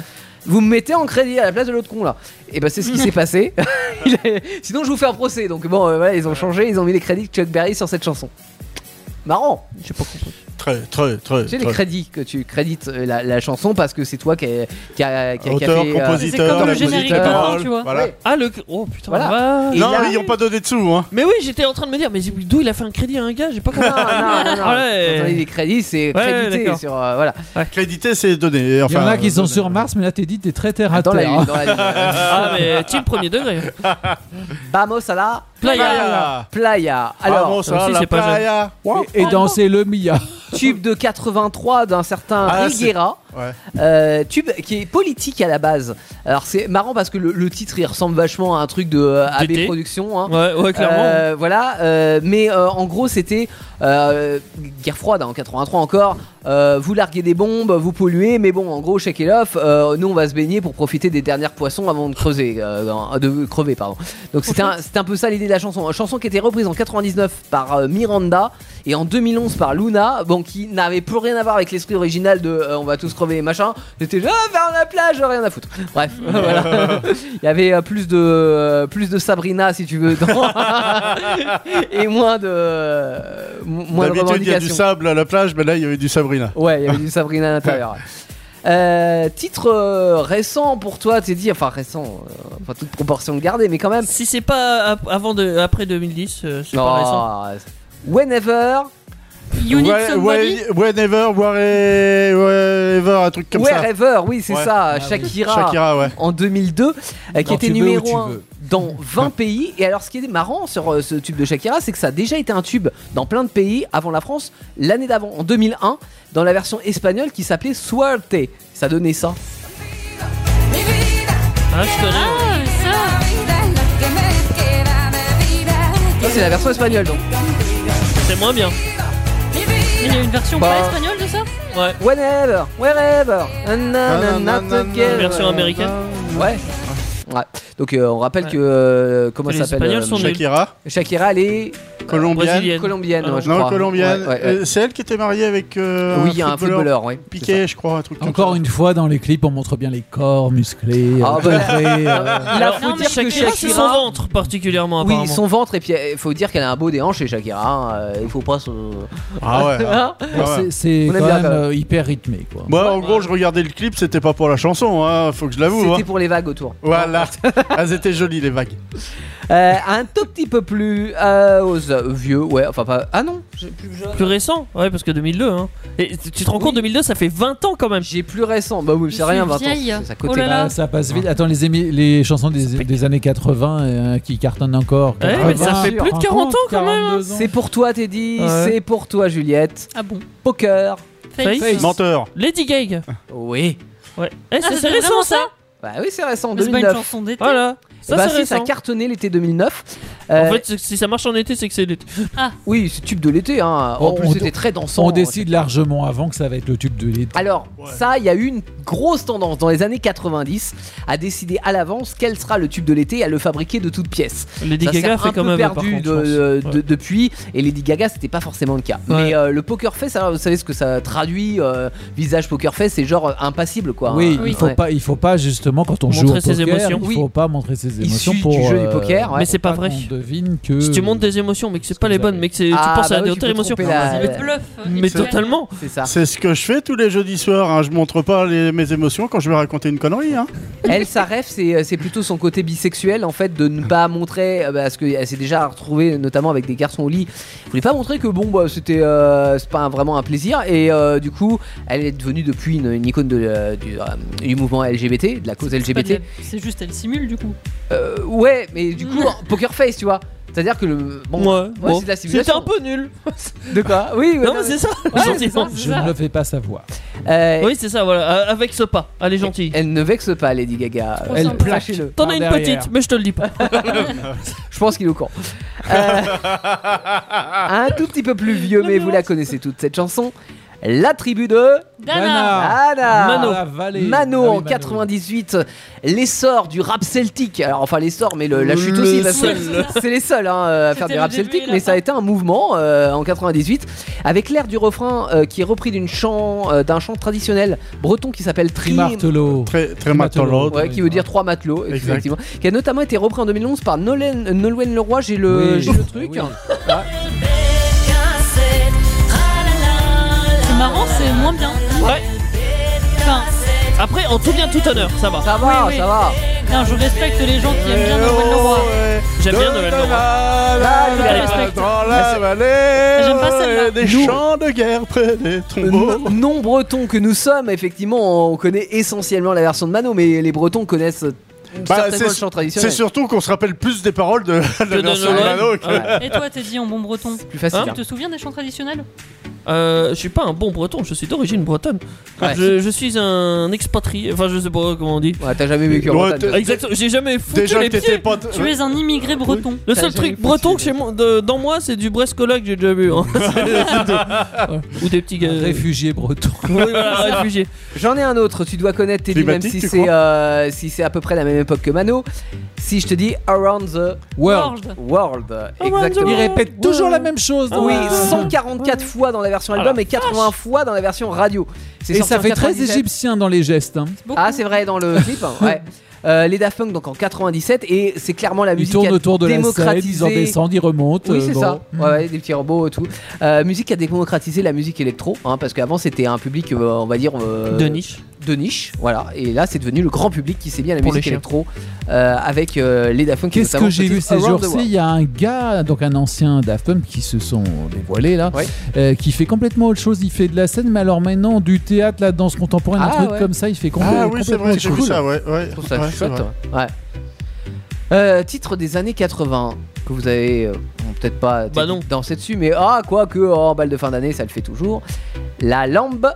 B: Vous me mettez en crédit à la place de l'autre con là. Et ben c'est ce qui s'est passé. Il a- Sinon je vous fais un procès. Donc bon euh, voilà ils ont changé, ils ont mis les crédits de Chuck Berry sur cette chanson. Marrant.
D: J'ai pas compris.
E: Très, très, très.
B: Tu sais les
E: très-
B: crédits que tu crédites euh, la, la chanson parce que c'est toi qui a, qui a- qui a- qui a
E: Auteur,
B: fait, euh,
E: compositeur,
F: comme le
E: compositeur,
B: générique d'un
F: film,
E: parole,
F: tu vois.
E: voilà.
B: Oui.
D: Ah le... Oh putain.
B: Voilà.
D: ouais.
B: Et
E: Non,
B: là-
E: mais ils n'ont pas donné de sous. Hein.
D: Mais oui, j'étais en train de me dire, mais d'où il a fait un crédit à un gars J'ai pas compris.
B: non, non, non, non.
D: Ah ouais.
B: Quand on dit les crédits, c'est crédité
D: d'accord.
B: sur. euh, voilà.
E: Crédité, c'est donné.
C: Il y en
E: Enfin,
C: a qui
E: euh,
C: sont
E: donné.
C: sur Mars, mais là, t'es dit, t'es très terre à
B: Dans la
C: terre.
B: lune, dans la lune. Euh,
D: Ah, mais team premier degré.
B: Vamos a la
D: Playa.
E: Playa.
B: playa.
E: ah bon,
B: Alors,
E: ça,
D: aussi,
E: la
D: c'est pas
E: playa. Wow.
C: Et, et danser le Mia.
B: tube de 83 d'un certain
E: Ah, c'est-
B: Riguera.
E: Ouais.
B: Euh, tube qui est politique à la base. Alors c'est marrant parce que le, le titre il ressemble vachement à un truc de euh,
D: DT.
B: AB Productions. hein.
D: Ouais, ouais, clairement.
B: Euh, voilà, euh, mais euh, en gros c'était euh, guerre froide hein, en 83 encore. Euh, vous larguez des bombes, vous polluez, mais bon, en gros, shake it off. euh, nous, on va se baigner pour profiter des dernières poissons avant de creuser, euh, de crever, pardon. Donc c'était un, c'était un peu ça l'idée de la chanson. Une chanson qui était reprise en 99 par euh, Miranda et en 2011 par Luna, bon, qui n'avait plus rien à voir avec l'esprit original de euh, on va tous crever et machin. C'était genre Ah, vers la plage, rien à foutre. Bref, voilà. Il y avait euh, plus de euh, plus de Sabrina si tu veux dans- et moins de euh, mo- moins de
E: D'habitude, il y a du
B: revendications.
E: sable à la plage, mais là, il y avait du Sabrina.
B: Ouais, il y avait du Sabrina à l'intérieur. Euh, titre euh, récent pour toi, t'es dit, enfin récent, euh, enfin toute proportion gardée, mais quand même.
D: Si c'est pas ap- avant de, après 2010, euh, c'est pas récent.
B: Oh, Whenever,
F: You need
E: Ouais,
F: somebody.
E: ouais, Whenever, where- wherever, un truc comme ça.
B: Wherever, oui, c'est
E: Ouais.
B: ça,
C: Ah oui.
B: Shakira.
E: Shakira, ouais.
B: En 2002, euh, qui
C: Quand
B: était
C: tu veux ou
B: numéro
C: tu
B: 1
C: veux.
B: dans 20 pays. Et alors, ce qui est marrant sur euh, ce tube de Shakira, c'est que ça a déjà été un tube dans plein de pays avant la France l'année d'avant, en 2001, dans la version espagnole qui s'appelait Suerte. Ça donnait ça.
H: Mi vida,
D: Ah, je connais. ouais.
F: Ah, ça
H: la vida, la que me queda de vida.
B: Ça, c'est la version espagnole donc.
D: C'est moins bien.
F: Mais Il y a une version
B: Bah.
F: pas espagnole de ça
D: Ouais.
B: Whenever, wherever, and
E: Nanana,
B: together.
D: Version américaine.
B: Ouais. Ouais, Shakira. Donc euh, on rappelle
D: Ouais.
B: que euh, comment
D: Que
B: ça
D: les
B: s'appelle
D: Espagnols sont nuls.
E: Shakira,
B: Shakira, elle est
E: colombienne.
D: Brésilienne.
B: colombienne,
D: Ah
B: ouais,
D: non.
B: je
E: Non,
B: crois.
E: colombienne.
B: Ouais, ouais, ouais.
E: Euh, C'est elle qui était mariée avec euh,
B: oui, il y a un footballeur, ouais. c'est ça.
E: Piqué, je crois, un truc comme
C: Encore
E: ça.
C: une fois, dans les clips, on montre bien les corps musclés.
B: Ah,
C: euh, carrés, euh,
B: Il a
D: Alors,
B: faut
D: non, mais
B: dire que
D: Shakira, c'est son
B: Shakira.
D: ventre particulièrement
B: Oui,
D: apparemment.
B: son ventre, et puis il faut dire qu'elle a un beau déhanché, Shakira. hein, euh, il faut pas son.
E: Ah ouais. ah
B: Hein
E: ouais.
C: c'est- C'est
B: On aime
C: quand
B: bien,
C: même
B: quand même.
C: euh, hyper rythmé, quoi.
E: Moi, en gros, je regardais le clip, c'était pas pour la chanson, hein, faut que je l'avoue.
B: C'était
E: hein.
B: pour les vagues autour.
E: Voilà, elles étaient jolies les vagues.
B: Euh, un tout petit peu plus euh, aux- euh, vieux, ouais, enfin pas. Ah non, j'ai plus jeune.
D: Plus récent, ouais, parce que 2002. Hein. Et tu tu te rends compte, 2002, ça fait 20 ans quand même.
B: J'ai plus récent. Bah oui,
F: Je
B: c'est rien,
F: suis
B: 20 ans.
F: vieille.
B: C'est à côté.
F: Oh là là.
C: Bah, ça passe vite. Attends, les, émi- les chansons des, des années 80 euh, qui cartonnent encore.
D: Ouais, Eh mais ça
C: 80,
D: fait plus de 40 ans, quand même, hein.
C: 42 ans.
B: C'est pour toi, Teddy.
D: Ouais.
B: C'est pour toi, Juliette.
F: Ah bon
B: Poker.
D: Face.
F: Face.
E: Menteur.
D: Lady Gag.
B: Oui.
D: Ouais. Eh,
F: Ah,
D: c'est- c'est
F: c'était
D: récent
F: vraiment
D: ça
B: Bah oui, c'est récent.
F: Mais C'est pas une
B: 2009.
F: chanson d'été.
D: Voilà. Ça,
B: bah
D: c'est
B: si, ça
D: récent.
B: a cartonné l'été 2009. Euh,
D: En fait, c'est- si ça marche en été, c'est que c'est l'été.
B: oui, c'est tube de l'été. Hein. En
C: On-
B: plus,
C: on-
B: c'était très dansant. hein,
C: On décide largement avant que ça va être le tube de l'été.
B: Alors, ça, il y a eu une grosse tendance dans les années 90 à décider à l'avance quel sera le tube de l'été et à le fabriquer de toutes pièces.
D: Lady
B: Ça s'est
D: Gaga
B: un
D: fait quand
B: peu
D: même. par
B: perdu
D: contre,
B: de- euh,
D: je pense.
B: de-
D: Ouais.
B: depuis et Lady Gaga c'était pas forcément le cas.
D: Ouais.
B: Mais euh, le poker face, alors, vous savez ce que ça traduit euh, visage poker face, c'est genre euh, impassible quoi.
C: Oui,
B: Hein,
C: il faut
B: ouais.
C: pas, il faut pas justement quand on
D: Montrer
C: joue au
D: ses
C: poker,
D: émotions.
C: il faut
B: Oui.
C: pas montrer ses
B: Issu
C: émotions
B: du
C: pour
B: jeu du
C: euh,
B: poker, ouais.
D: Mais c'est pas
C: pour
D: vrai.
C: qu'on devine que
B: Hmm.
D: Si tu montes des émotions, mais que c'est pas les
C: Excusez-moi.
D: bonnes, mais que c'est-
B: Ah,
D: tu penses
B: bah
D: à
B: oui, tu
D: d'autres
B: peux
D: émotions.
B: tromper la-
D: Mais-
B: euh,
F: Bluff.
D: Mais totalement.
B: C'est ça.
E: C'est ce que je fais tous les jeudis soirs. Hein. Je montre pas les- mes émotions quand je vais raconter une connerie. Hein.
B: Elle, sa rêve, c'est euh, c'est plutôt son côté bisexuel en fait de ne
D: Ah.
B: pas montrer euh, parce qu'elle s'est déjà retrouvée notamment avec des garçons au lit. Elle voulait pas montrer que bon bah c'était euh, c'est pas un- vraiment un plaisir et euh, du coup elle est devenue depuis une, une icône de, euh, du, euh, du mouvement LGBT, de la cause
F: C'est pas
B: LGBT.
F: de la- C'est juste, elle simule du coup.
B: Euh, ouais, mais du coup poker face, tu vois. C'est-à-dire que le bon,
D: Ouais, bon.
B: c'est de la
D: C'était
B: simulation.
D: un peu nul.
B: De quoi Oui, oui,
D: Non,
B: non,
D: mais c'est ça.
F: Ouais,
D: Gentiment.
F: c'est ça,
C: Ah, je
F: c'est ça.
C: ne le fais pas savoir.
B: mais- Euh,
D: Oui, c'est ça, voilà. Euh, Avec ce pas. Allez, gentil.
E: Eh,
B: Elle ne vexe pas Lady Gaga.
F: Elle
B: Euh,
C: plaque.
B: sachez-le.
D: T'en
C: par
D: as une
C: derrière.
D: petite, mais je te le dis
F: Euh,
D: pas.
B: Je pense qu'il est au courant. Euh, un tout petit peu plus vieux, mais vous la connaissez toute cette chanson. La tribu de
F: Dana.
B: Anna.
D: Mano.
C: La vallée.
B: Ah, Mano
C: Ah oui,
B: en 98, l'essor du rap celtique. Alors enfin l'essor, mais le- la chute
D: Le
B: aussi, parce
D: seul.
B: que c'est les seuls hein, euh, à faire
F: C'était
B: du
F: le
B: rap
F: début et
B: celtique,
F: la
B: mais
F: fin.
B: ça a été un mouvement euh, en 98 avec l'air du refrain euh, qui est repris d'une chant euh, d'un chant traditionnel breton qui s'appelle Tri.
C: Trimartelo.
E: Très, très
C: Matologue.
E: matologue.
B: Ouais, qui veut dire trois matelots,
E: Exact.
B: effectivement. Qui a notamment été repris en 2011 par Nolan, euh, Nolwenn Leroy. J'ai le,
C: Oui.
B: j'ai le truc.
C: Oui.
F: C'est marrant, c'est moins bien.
D: Ouais.
F: Enfin,
D: Après, en tout bien, tout honneur, ça va.
B: Ça va,
F: Oui, oui.
B: ça va.
F: non, je respecte les gens qui aiment bien Noël
E: Oh,
F: Leroy.
D: J'aime bien Noël Leroy.
F: la
E: Leroy.
F: respecte.
E: Dans la vallée,
F: J'aime pas celle-là.
E: euh, des
B: Nous-
E: chants de guerre près des tombeaux.
B: N- Non bretons que nous sommes, effectivement, on connaît essentiellement la version de Mano, mais les Bretons connaissent euh,
E: Bah,
B: certainement
E: c'est-
B: le chant
E: C'est
B: traditionnel.
E: surtout qu'on se rappelle plus des paroles de de la
D: de
E: version
D: Noël.
E: Mano que-
B: Ouais,
F: Et toi, t'es dit en bon breton.
B: c'est plus facile.
D: Hein
B: hein.
F: Tu te souviens des chants traditionnels
D: Euh, je suis pas un bon breton, je suis d'origine bretonne.
B: Ouais.
D: Je, je suis un expatrié, enfin je sais pas comment on dit.
B: hein. Ouais, t'as jamais vécu en
E: Ouais,
B: Bretagne.
E: t'es-
B: toi.
D: Exactement, j'ai jamais foutu
E: Euh, Déjà
D: les
E: que t'étais
D: pieds.
E: pas. Ah
F: Tu es un immigré breton.
D: Le
B: T'as
D: seul
B: jamais
D: truc
B: foutu
D: breton
B: les
D: que chez moi, de- dans moi, c'est du brescola que j'ai déjà vu. hein. Ou des petits gars.
C: Réfugié breton.
D: Oui, voilà, réfugiés.
B: J'en ai un autre, tu dois connaître Teddy, même
E: Climatique,
B: si
E: tu
B: c'est
E: crois
B: euh, si c'est à peu près la même époque que Mano. Si je te dis Around the
C: World.
F: World.
B: World,
D: the
B: exactement.
C: Il
D: World.
C: répète toujours la même chose. dans
B: Ah Oui,
D: hein.
C: la-
B: 144 fois dans la version
D: Ah
B: album
D: la
B: et 80 fois dans la version radio. C'est
C: Et
B: sorti
C: ça
B: en
C: fait très
B: 97.
C: égyptien dans les gestes. hein.
F: Beaucoup.
B: Ah, c'est vrai, dans le clip, hein, ouais. Euh, les Daft Punk donc en 97 et c'est clairement la
C: Ils
B: musique
C: tournent
B: qui a
C: autour de la scène,
B: démocratisé
C: ils en descendent, ils remontent.
B: oui
C: euh,
B: c'est
C: bon.
B: ça ouais, ouais, des petits robots et tout Euh, musique qui a démocratisé la musique électro hein, parce qu'avant c'était un public euh, on va dire euh,
D: De niche.
B: de niche voilà et là c'est devenu le grand public qui sait bien la
D: Pour les
B: musique
D: chiens.
B: électro euh, avec euh, les Daft Punk et
C: Qu'est-ce
B: notamment
C: que j'ai
B: ce
C: vu
B: titre
C: ces
B: Around the
C: jours-ci
B: World.
C: Il y a un gars, donc un ancien Daft Punk qui se sont dévoilés là,
B: Ouais.
C: euh, qui fait complètement autre chose. Il fait de la scène, mais alors maintenant du théâtre, la danse contemporaine,
B: Ah,
C: un truc
B: ouais.
C: comme ça. Il fait complètement.
E: Ah oui, c'est vrai, j'ai vu
C: cool.
E: ça, ouais. ouais.
B: Je trouve ça
E: Ouais, c'est
B: chouette, hein.
E: vrai.
B: ouais. Euh, titre des années 80 que vous avez euh, bon, peut-être pas
D: Bah non.
B: dansé dessus, mais ah quoi que en balle de fin d'année ça le fait toujours. La lambe,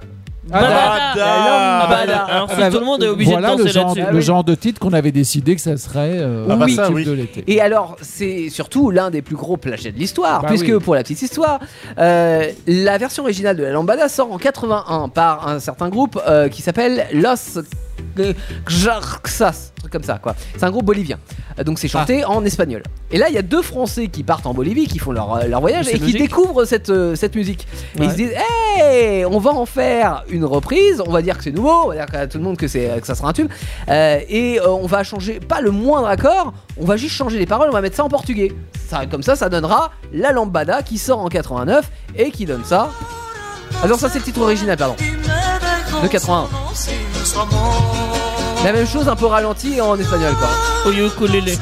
C: Ah,
F: Bada.
D: Ah bah,
B: Voilà.
D: alors si
C: bah,
D: tout le monde est obligé
C: voilà
D: de danser
C: le genre,
D: là-dessus.
C: le genre de titre qu'on avait décidé que ça serait euh,
E: Ah bah
C: oui,
E: ça,
C: tube
E: oui.
C: de l'été.
B: Et alors, c'est surtout l'un des plus gros plagiats de l'histoire,
C: Bah
B: puisque
C: oui.
B: pour la petite histoire, euh, la version originale de la Lambada sort en 81 par un certain groupe euh, qui s'appelle Los Jarxas, truc comme ça quoi. C'est un groupe bolivien. Euh, Donc c'est chanté en espagnol. Et là il y a deux Français qui partent en Bolivie, qui font leur, euh, leur voyage
D: C'est
B: et qui
D: logique.
B: découvrent cette, euh, cette musique. Et
D: Ouais.
B: ils se disent hey, on va en faire une reprise, on va dire que c'est nouveau, on va dire à tout le monde que, c'est, que ça sera un tube. Euh, et euh, on va changer pas le moindre accord, on va juste changer les paroles, on va mettre ça en portugais. Ça, comme ça, ça donnera La Lambada qui sort en 89 et qui donne ça. Ah non, ça c'est le titre original, pardon. De 81. La même chose, un peu ralenti en espagnol quoi.
D: Oyo ukulele.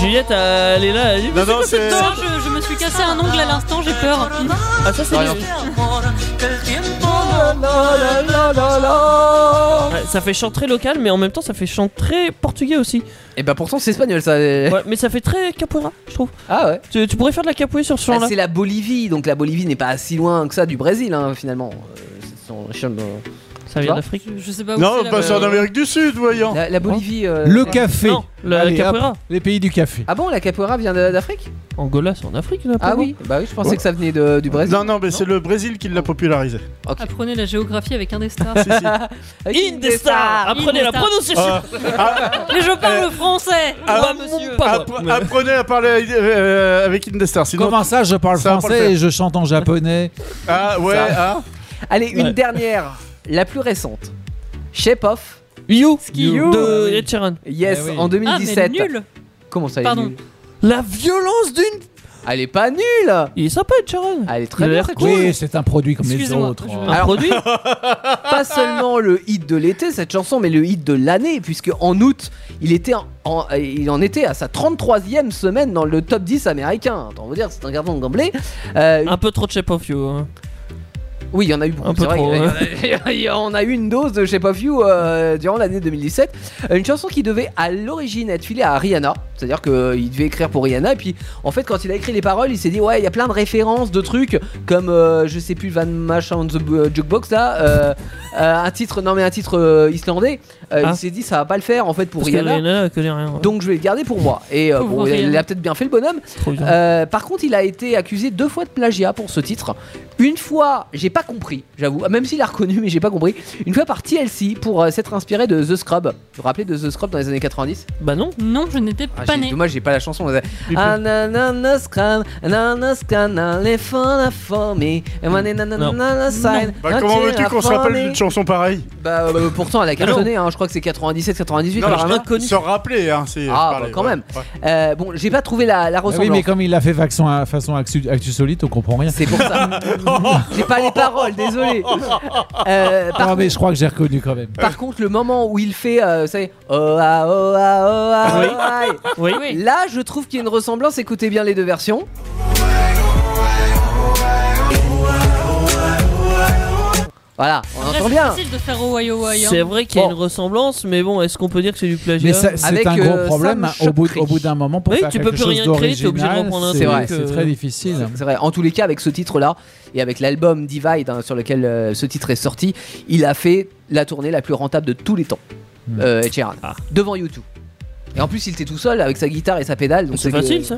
D: Juliette, euh, elle est là, elle dit
E: Non, non, c'est.
F: Putain, je, je me suis cassé un ongle à l'instant, j'ai peur.
D: Ah, ça c'est
B: Ah,
D: les-
B: non.
D: Ouais, Ça fait chant très local, mais en même temps ça fait chant très portugais aussi.
B: Et bah pourtant c'est espagnol ça.
D: Ouais, mais ça fait très capoeira, je trouve.
B: Ah ouais.
D: Tu, tu pourrais faire de la capoeira sur ce
B: Ah,
D: chant-là.
B: c'est la Bolivie, donc la Bolivie n'est pas si loin que ça du Brésil hein, finalement. Euh, c'est son- chien de-
D: ça vient d'Afrique.
F: Je, je sais pas où
E: Non,
F: c'est.
E: bah,
F: là-bas.
E: c'est en Amérique du Sud,
F: Oh.
E: voyons.
B: La, la Bolivie. euh,
C: Le
B: c'est-
C: café.
D: Non, la
C: Allez, hop,
D: capoeira.
C: les pays du café.
B: Ah bon, la capoeira vient de- d'Afrique
D: Angola, c'est en Afrique, là,
B: Ah
D: apparemment.
B: oui, bah oui, je pensais
E: Ouais.
B: que ça venait de- du Brésil.
E: Non, non, mais c'est le Brésil qui l'a popularisé.
B: Ok.
F: Apprenez la géographie avec un des stars.
E: Si, si.
B: Ah
D: Indestar Apprenez la
F: Indestar.
D: prononciation
E: Ah, ah,
F: Mais je parle français.
E: ah,
F: Moi, monsieur.
D: pas
E: appre-
D: moi.
E: apprenez à parler euh, avec Indestar. Sinon,
C: Comment ça, je parle
E: Ça va pas le
C: français
E: faire.
C: et je chante en japonais
E: ah ouais, ah.
B: Allez, une
D: Ouais.
B: dernière, la plus récente. Shape Off,
D: You
F: Ski You.
D: de Ed Sheeran.
B: yes,
C: Eh oui.
B: en
F: Ah, mais elle est
B: 2017.
F: nulle.
B: Comment ça, elle est
F: Pardon.
B: nulle
D: La violence d'une...
B: Elle est pas nulle
D: Il est sympa, Ed Sheeran
B: Elle est très
D: Il a
B: bien,
D: l'air
B: cette chanson.
C: Oui, c'est un produit comme les
F: Excusez-moi,
C: autres. Ah. hein.
F: je-
D: Un
B: Alors-
D: produit
B: Pas seulement le hit de l'été, cette chanson, mais le hit de l'année, puisque en août, il, était en, en- euh, il en était à sa 33e semaine dans le top 10 américain. Attends, on va dire, c'est un gardon de gamblé. Euh,
D: Un peu trop de Shape of You. hein.
B: Oui, il y en a eu beaucoup.
D: Un peu
B: c'est vrai,
D: trop,
B: il y en a- il y en a eu une dose de Shape of You euh, durant l'année 2017. Euh, Une chanson qui devait à l'origine être filée à Rihanna. C'est-à-dire qu'il devait écrire pour Rihanna. Et puis, en fait, quand il a écrit les paroles, il s'est dit Ouais, il y a plein de références, de trucs comme euh, je sais plus, Van Machin on the euh, Jukebox là. euh, euh, un titre, non mais un titre euh, islandais. Euh,
D: Ah.
B: Il s'est dit Ça va pas le faire en fait pour
D: Parce que
B: Rihanna.
D: Rihanna, elle connaît rien. ouais.
B: Donc, je vais le garder pour moi. Et euh,
F: Pauvre
B: bon, il a- il
F: Rihanna.
B: a peut-être bien fait le bonhomme.
D: Trop bien.
B: Euh, par contre, il a été accusé deux fois de plagiat pour ce titre. Une fois, j'ai pas compris, j'avoue, même s'il a reconnu, mais j'ai pas compris. Une fois par TLC pour euh, s'être inspiré de The Scrub. Vous vous rappelez de The Scrub dans les années 90
D: Bah non.
F: Non, je n'étais
B: Ah,
F: pas
B: j'ai-
F: né.
B: Dommage, j'ai pas la chanson. Ah, Ananana Scrub, ananana Scrub, elephant for me, and one ananana sign,
E: Bah, comment
B: nothing
E: veux-tu qu'on se
B: for
E: rappelle
B: me.
E: d'une chanson pareille
B: Bah, euh, pourtant, elle a cartonné, hein, je crois que c'est 97, 98.
E: Non,
B: alors,
E: je
B: vraiment.
E: se rappeler, hein. c'est-
B: Ah,
E: je parlais,
B: bah, quand
E: ouais.
B: même.
E: Ouais.
B: Euh, bon, j'ai pas trouvé la, la
C: Ah
B: ressemblance.
C: oui, mais comme il l'a fait façon, façon actu, Actu solide, on comprend rien.
B: C'est pour ça. J'ai pas les paroles, désolé. Euh, par,
C: Ah, mais je crois que j'ai reconnu quand même.
B: par contre, le moment où il fait, euh, vous savez, oh ah oh ah oh ah, oh, ah, ah,
D: Oui.
F: Oui.
B: Là, je trouve qu'il y a une ressemblance. Écoutez bien les deux versions. Voilà, on
F: Après,
B: entend
F: c'est
B: bien.
F: facile de faire au Hawaii, hein.
D: C'est vrai qu'il y a
B: Bon.
D: une ressemblance, mais bon, est-ce qu'on peut dire que c'est du plagiat
C: Mais ça, c'est
B: Avec,
C: un gros
B: euh,
C: problème
B: Sam
C: hein, au bout,
B: Chokri.
C: au bout d'un moment pour
D: Oui,
C: faire
D: tu peux
C: quelque
D: plus
C: chose
D: rien créer, t'es obligé de
C: d'original,
D: reprendre un
C: c'est-
B: truc,
C: C'est
D: euh,
C: très difficile. hein.
B: C'est vrai. En tous les cas, avec ce titre-là et avec l'album Divide hein, sur lequel euh, ce titre est sorti, il a fait la tournée la plus rentable de tous les temps,
C: Hmm.
B: euh, Ed Sheeran,
D: Ah.
B: devant YouTube. Et en plus, il était tout seul avec sa guitare et sa pédale. donc
D: C'est
B: que-
D: facile ça.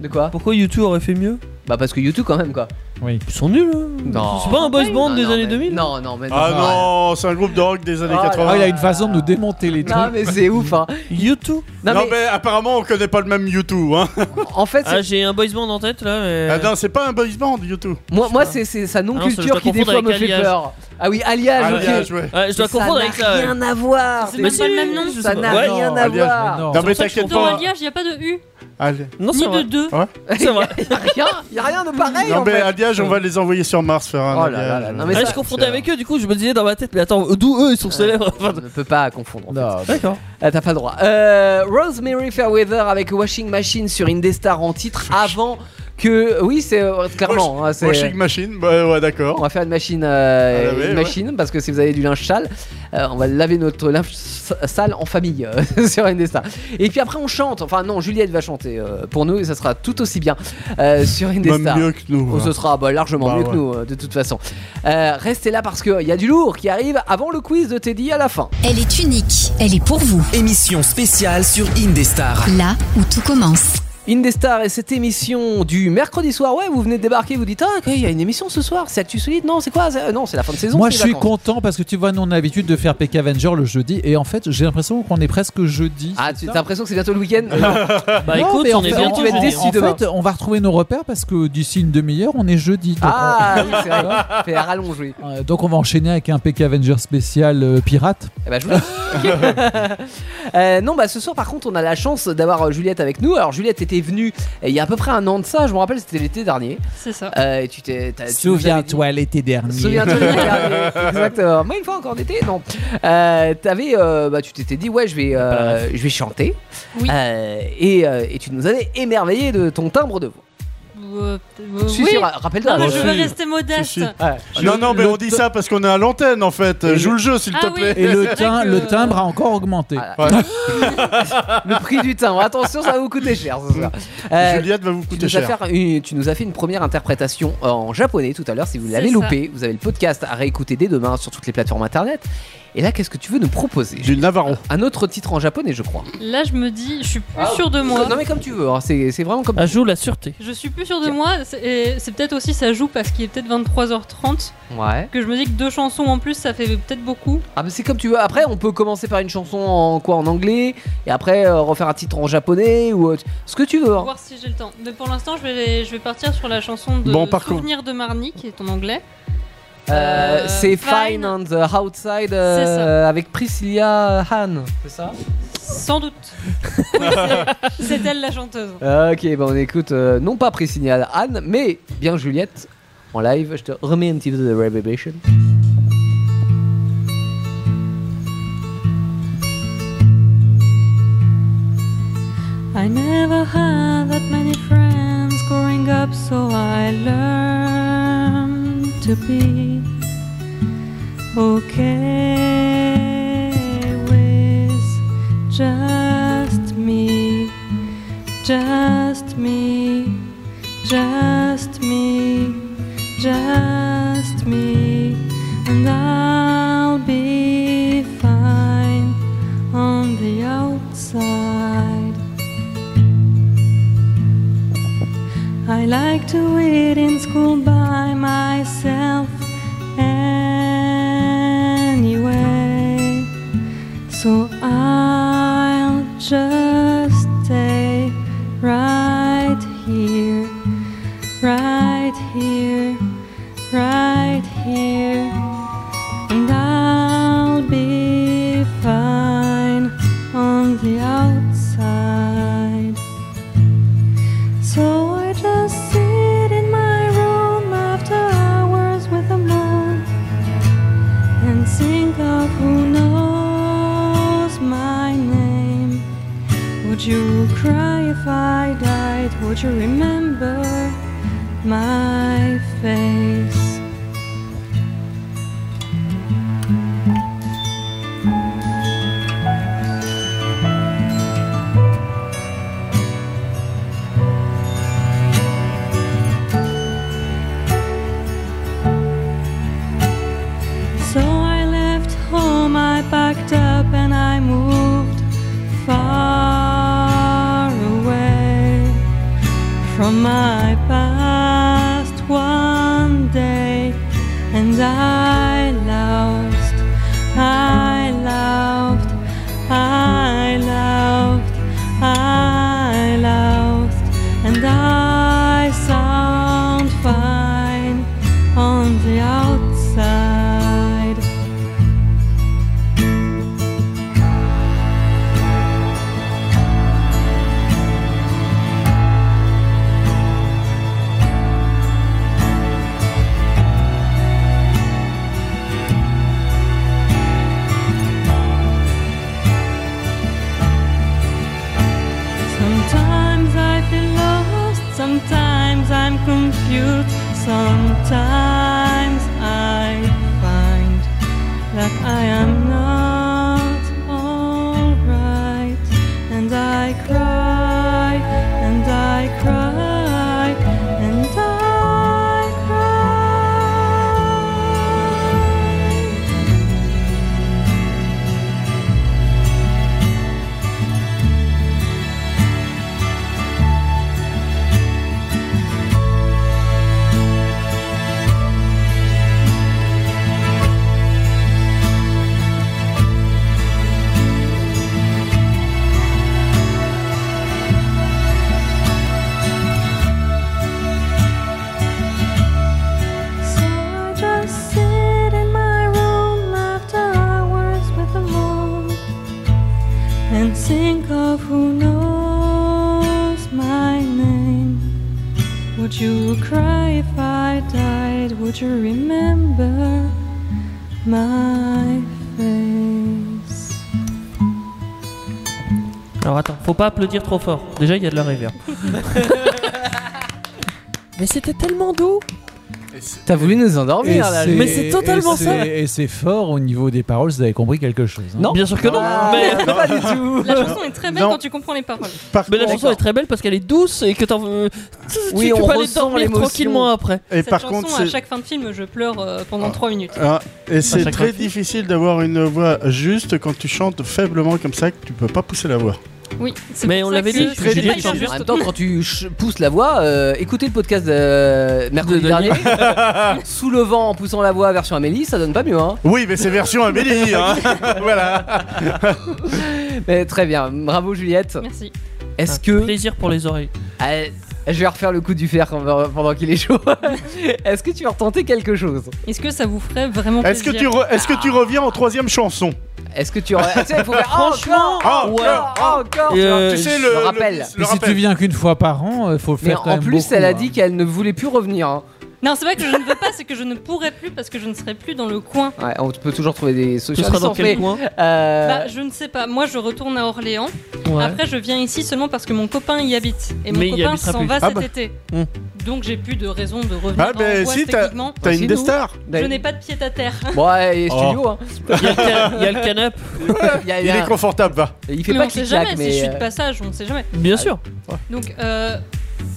B: De quoi
D: Pourquoi YouTube aurait fait mieux
B: Bah parce que YouTube quand même quoi.
C: Oui.
D: Ils sont nuls. hein.
B: Non.
D: C'est pas un boys band
B: Non,
D: des
B: non,
D: années
B: mais-
D: 2000.
B: Non non mais non.
E: Ah non, c'est un groupe de rock des années
B: Ah,
E: 80.
C: Ah, il a une façon de nous démonter les
B: Non
C: trucs.
B: mais c'est ouf hein.
D: YouTube.
B: Non,
E: non,
B: mais,
E: mais... apparemment on connaît pas le même U2 hein.
B: en fait c'est-
D: Ah, j'ai un boys band en tête là. mais-
E: Ah non, c'est pas un boys band U2.
B: moi moi c'est c'est sa non
D: Ah non, ça, je
B: culture
D: dois
B: qui des fois
D: confondre
B: me
D: avec
B: fait
D: Alliage.
B: peur. Ah oui alliage.
E: Ah,
B: ok.
E: bien joué.
D: Ouais, je dois
B: Mais ça
D: confondre avec euh,
B: n'a
D: la.
B: rien à voir.
F: C'est même
D: Mais
F: pas
D: si,
F: le même nom.
D: je sais
B: Ça
D: pas.
B: n'a
D: Ouais.
B: rien
E: non,
B: à
E: Alliage,
B: voir.
C: Non.
E: Non mais
D: C'est pour ça que je
E: t'inquiète
D: comprends
F: Dans
E: pas.
F: Alliage, il n'y a pas de U,
E: Allez.
B: Eh,
D: Non,
F: ni
D: c'est
F: de
D: vrai.
F: deux.
E: Ouais.
D: C'est vrai.
B: y a rien y a rien de pareil
E: Non
B: en
E: mais
B: fait.
E: Alliage, on va les envoyer sur Mars faire un
B: Oh là là
E: alliage.
B: là, non, mais
D: Ah,
B: ça-
D: je confondais avec eux, du coup, je me disais dans ma tête, mais attends, d'où eux ils sont célèbres Enfin,
B: On Euh, ne peut pas confondre. en fait.
C: Non,
D: D'accord.
B: Ah, T'as pas le droit. Euh, Rosemary Fairweather avec Washing Machine sur Indestar en titre avant que. Oui, c'est euh, clairement. hein, c'est-
E: Washing Machine, bah ouais
B: On
E: d'accord.
B: va faire une machine, euh,
E: À laver,
B: une
E: ouais.
B: machine parce que si vous avez du linge sale, euh, on va laver notre linge s- sale en famille euh, sur Indestar. Et puis après, on chante. Enfin, non, Juliette va chanter euh, pour nous et ça sera tout aussi bien euh, sur Indestar.
E: Même mieux que nous.
B: Oh,
E: hein.
B: ce sera bah, largement
E: Bah
B: mieux que
E: ouais.
B: nous, euh, de toute façon. Euh, restez là parce qu'il y a du lourd qui arrive avant le quiz de Teddy à la fin.
G: Elle est unique, elle est pour vous,
A: Émission spéciale sur Indestar.
G: là où tout commence.
B: Indestar et cette émission du mercredi soir. Ouais, vous venez de débarquer, vous dites Ah, ok, il y a une émission ce soir, c'est Actu Solide Non, c'est quoi c'est- euh, Non, c'est la fin de saison.
C: Moi,
B: c'est
C: je
B: les
C: suis
B: vacances.
C: content parce que tu vois, nous on a l'habitude de faire PK Avenger le jeudi et en fait, j'ai l'impression qu'on est presque jeudi.
B: Ah,
C: c'est
B: tu
C: ça
B: t'as l'impression que c'est bientôt le week-end
D: Bah
C: Non,
D: écoute,
C: mais
D: on
C: en
D: est
C: fait-
D: bien hein.
C: en-
B: tu vas être
C: en-
B: déçu
C: en
B: demain.
C: fait, on va retrouver nos repères parce que d'ici une demi-heure, on est jeudi. donc
B: Ah, oui, c'est vrai. Fait à rallonge, oui.
C: on- euh, donc on va enchaîner avec un PK Avenger spécial euh, pirate.
B: Eh ben, je vous laisse. Euh, non, bah ce soir, par contre, on a la chance d'avoir euh, Juliette avec nous. Alors, Juliette était venue euh, il y a à peu près un an de ça, je me rappelle, c'était l'été dernier.
F: C'est ça.
B: Euh, et tu t'es. t'as- tu nous avais dit-
C: l'été dernier.
B: Souviens-toi de regarder. Exactement. Moi, une fois encore d'été, non. Euh, t'avais, euh, bah, tu t'étais dit, ouais, je vais, euh, je vais chanter.
F: Oui.
B: Euh, et, euh, et tu nous avais émerveillé de ton timbre de voix.
F: Euh,
B: Si,
F: oui.
B: si, ra- rappelle-toi.
F: Non, mais
E: Bah,
F: je
E: si.
F: veux rester modeste.
E: Si, si.
B: Ouais.
E: Non, non, mais
C: le
E: on dit
C: to-
E: ça parce qu'on est à l'antenne en fait. Euh, Joue le jeu, s'il
F: Ah
E: te
F: oui.
E: plaît.
C: Et le,
F: C'est
C: teint-
F: vrai que-
C: le timbre a encore augmenté.
B: Ah, Le prix du timbre. Attention, ça va vous coûter cher. ce soir. Euh,
E: Juliette va vous
B: tu
E: coûter
B: nous, as
E: cher.
B: fait une, tu nous as fait une première interprétation en japonais tout à l'heure. Si vous
F: C'est
B: l'avez
F: ça.
B: loupé, vous avez le podcast à réécouter dès demain sur toutes les plateformes internet. Et là, qu'est-ce que tu veux nous proposer
E: Du Navarro.
B: Un autre titre en japonais, je crois.
F: Là, je me dis, je suis plus sûre de moi.
B: Non, mais comme tu veux. hein. C'est c'est vraiment comme.
D: Ah, joue la sûreté.
F: Je suis plus sûre de moi. c'est- et C'est peut-être aussi ça joue parce qu'il est peut-être 23h30
B: Ouais.
F: que je me dis que deux chansons en plus, ça fait peut-être beaucoup.
B: Ah mais c'est comme tu veux. Après, on peut commencer par une chanson en quoi en anglais et après euh, refaire un titre en japonais ou autre. ce que tu veux. hein.
F: Voir si j'ai le temps. Mais pour l'instant, je vais je vais partir sur la chanson de
E: Bon, par contre-
F: Souvenir de Marnie qui est en anglais.
B: Euh,
F: Euh,
B: c'est Fine
F: Fine.
B: on the Outside euh,
F: C'est
B: avec Priscilla Han. C'est ça
F: Sans doute. C'est elle la chanteuse.
B: Ok, bah on écoute euh, non pas Priscilla Han, mais bien Juliette en live. Je te remets un petit peu de Reverberation.
F: I never had that many friends growing up, so I learned to be okay with just me, just me, just me, just me, and I'll be fine on the outside. I like to eat in school by myself anyway. So I'll just stay right here, right here, right here. And I'll be fine on the outside. So I just sit in my room after hours with the moon and think of who knows my name. Would you cry if I died? Would you remember my face? So I left home, I packed up and I moved far away from my past one day and I loved, I loved, I loved, I loved, and I sound fine on the outside. Sometimes I feel lost, sometimes I'm confused, sometimes I find that I am not alright, and I cry, and I cry, and I cry. I died, would you remember my face?
D: Alors attends, faut pas applaudir trop fort. Déjà, il y a de la rivière. Mais c'était tellement doux.
B: T'as voulu nous
C: Et
B: endormir oh là.
C: c'est-
D: Mais c'est totalement
C: et
D: ça.
C: c'est- Et c'est fort au niveau des paroles, vous avez compris quelque chose. hein.
B: Non.
D: Bien sûr que non.
B: Ah,
D: mais
B: pas du tout.
F: La chanson est très belle
E: Euh, Non.
F: quand tu comprends les paroles.
E: Par
D: mais la
E: contre-
D: chanson est très belle parce qu'elle est douce et que t'en veux. euh, Tu,
B: Oui,
D: tu
B: on
D: peux aller
B: ressent
D: dormir
B: l'émotion.
D: tranquillement après.
E: et
F: Cette
E: par
F: chanson,
E: contre,
F: à
E: c'est-
F: chaque fin de film, je pleure euh, pendant
E: Ah.
F: 3 minutes.
E: Ah, et c'est
D: chaque
E: très
D: fois.
E: difficile d'avoir une voix juste quand tu chantes faiblement comme ça que tu peux pas pousser la voix.
F: Oui, c'est
D: Mais
F: pour
D: on
F: ça
D: l'avait
F: que
D: dit,
F: c'est
D: Très
F: pas
D: difficile.
F: hyper
D: En
B: En
F: juste.
B: même temps, quand tu ch- pousses la voix, euh, écoutez le podcast de mercredi
D: De
B: dernier. Sous le vent en poussant la voix version Amélie, ça donne pas mieux. Hein.
E: Oui, mais c'est version Amélie. hein. voilà.
B: Mais très bien, bravo Juliette.
F: Merci.
B: Est-ce
D: Un
B: que.
D: Plaisir pour les oreilles.
B: Allez, je vais refaire le coup du fer quand- pendant qu'il est chaud. Est-ce que tu veux retenter quelque chose
F: Est-ce que ça vous ferait vraiment
E: Est-ce
F: plaisir
E: que tu re- est-ce que tu reviens en troisième chanson
B: Est-ce que tu. aurais- Ah, Tu sais, il faut faire
D: Franchement,
B: encore, encore, encore,
D: Et, euh,
E: Tu sais
D: je-
E: le,
B: le rappel.
E: le
C: Mais si
E: rappel.
C: tu viens qu'une fois par an, il faut le faire
B: Mais
C: quand
B: en
C: même
B: plus,
C: beaucoup,
B: elle a
C: hein.
B: dit qu'elle ne voulait plus revenir. hein.
F: Non, c'est pas que je ne veux pas, c'est que je ne pourrais plus parce que je ne serai plus dans le coin.
B: Ouais, on peut toujours trouver des
D: Tu
B: solutions.
D: seras dans
B: Mais,
D: quel coin
B: euh,
F: Bah, je ne sais pas. Moi, je retourne à Orléans.
D: Ouais.
F: Après, je viens ici seulement parce que mon copain y habite. Et mon
D: Mais il y
F: copain
D: habitera
F: s'en
D: plus.
F: va
E: Ah
F: cet
E: bah.
F: été.
D: Hmm.
F: Donc, j'ai plus de raison de revenir
E: Ah bah,
F: en Angoisse,
E: si, t'as-
F: techniquement.
E: T'as une
B: Sinon-
E: des stars.
B: Ben,
F: Je n'ai pas de pied à terre.
B: bah, Bon, ouais, et
E: Oh.
B: studio, hein.
D: Il y a le can- il y a le canap.
B: Il, y a- il
E: Il
B: y a-
E: est confortable, va.
B: il fait
F: mais
B: pas
F: on sait
B: clic
F: jamais.
B: clac,
F: Si je suis
B: mais.
F: de
B: euh,
F: passage, on ne sait jamais.
D: Bien sûr.
F: Donc, euh,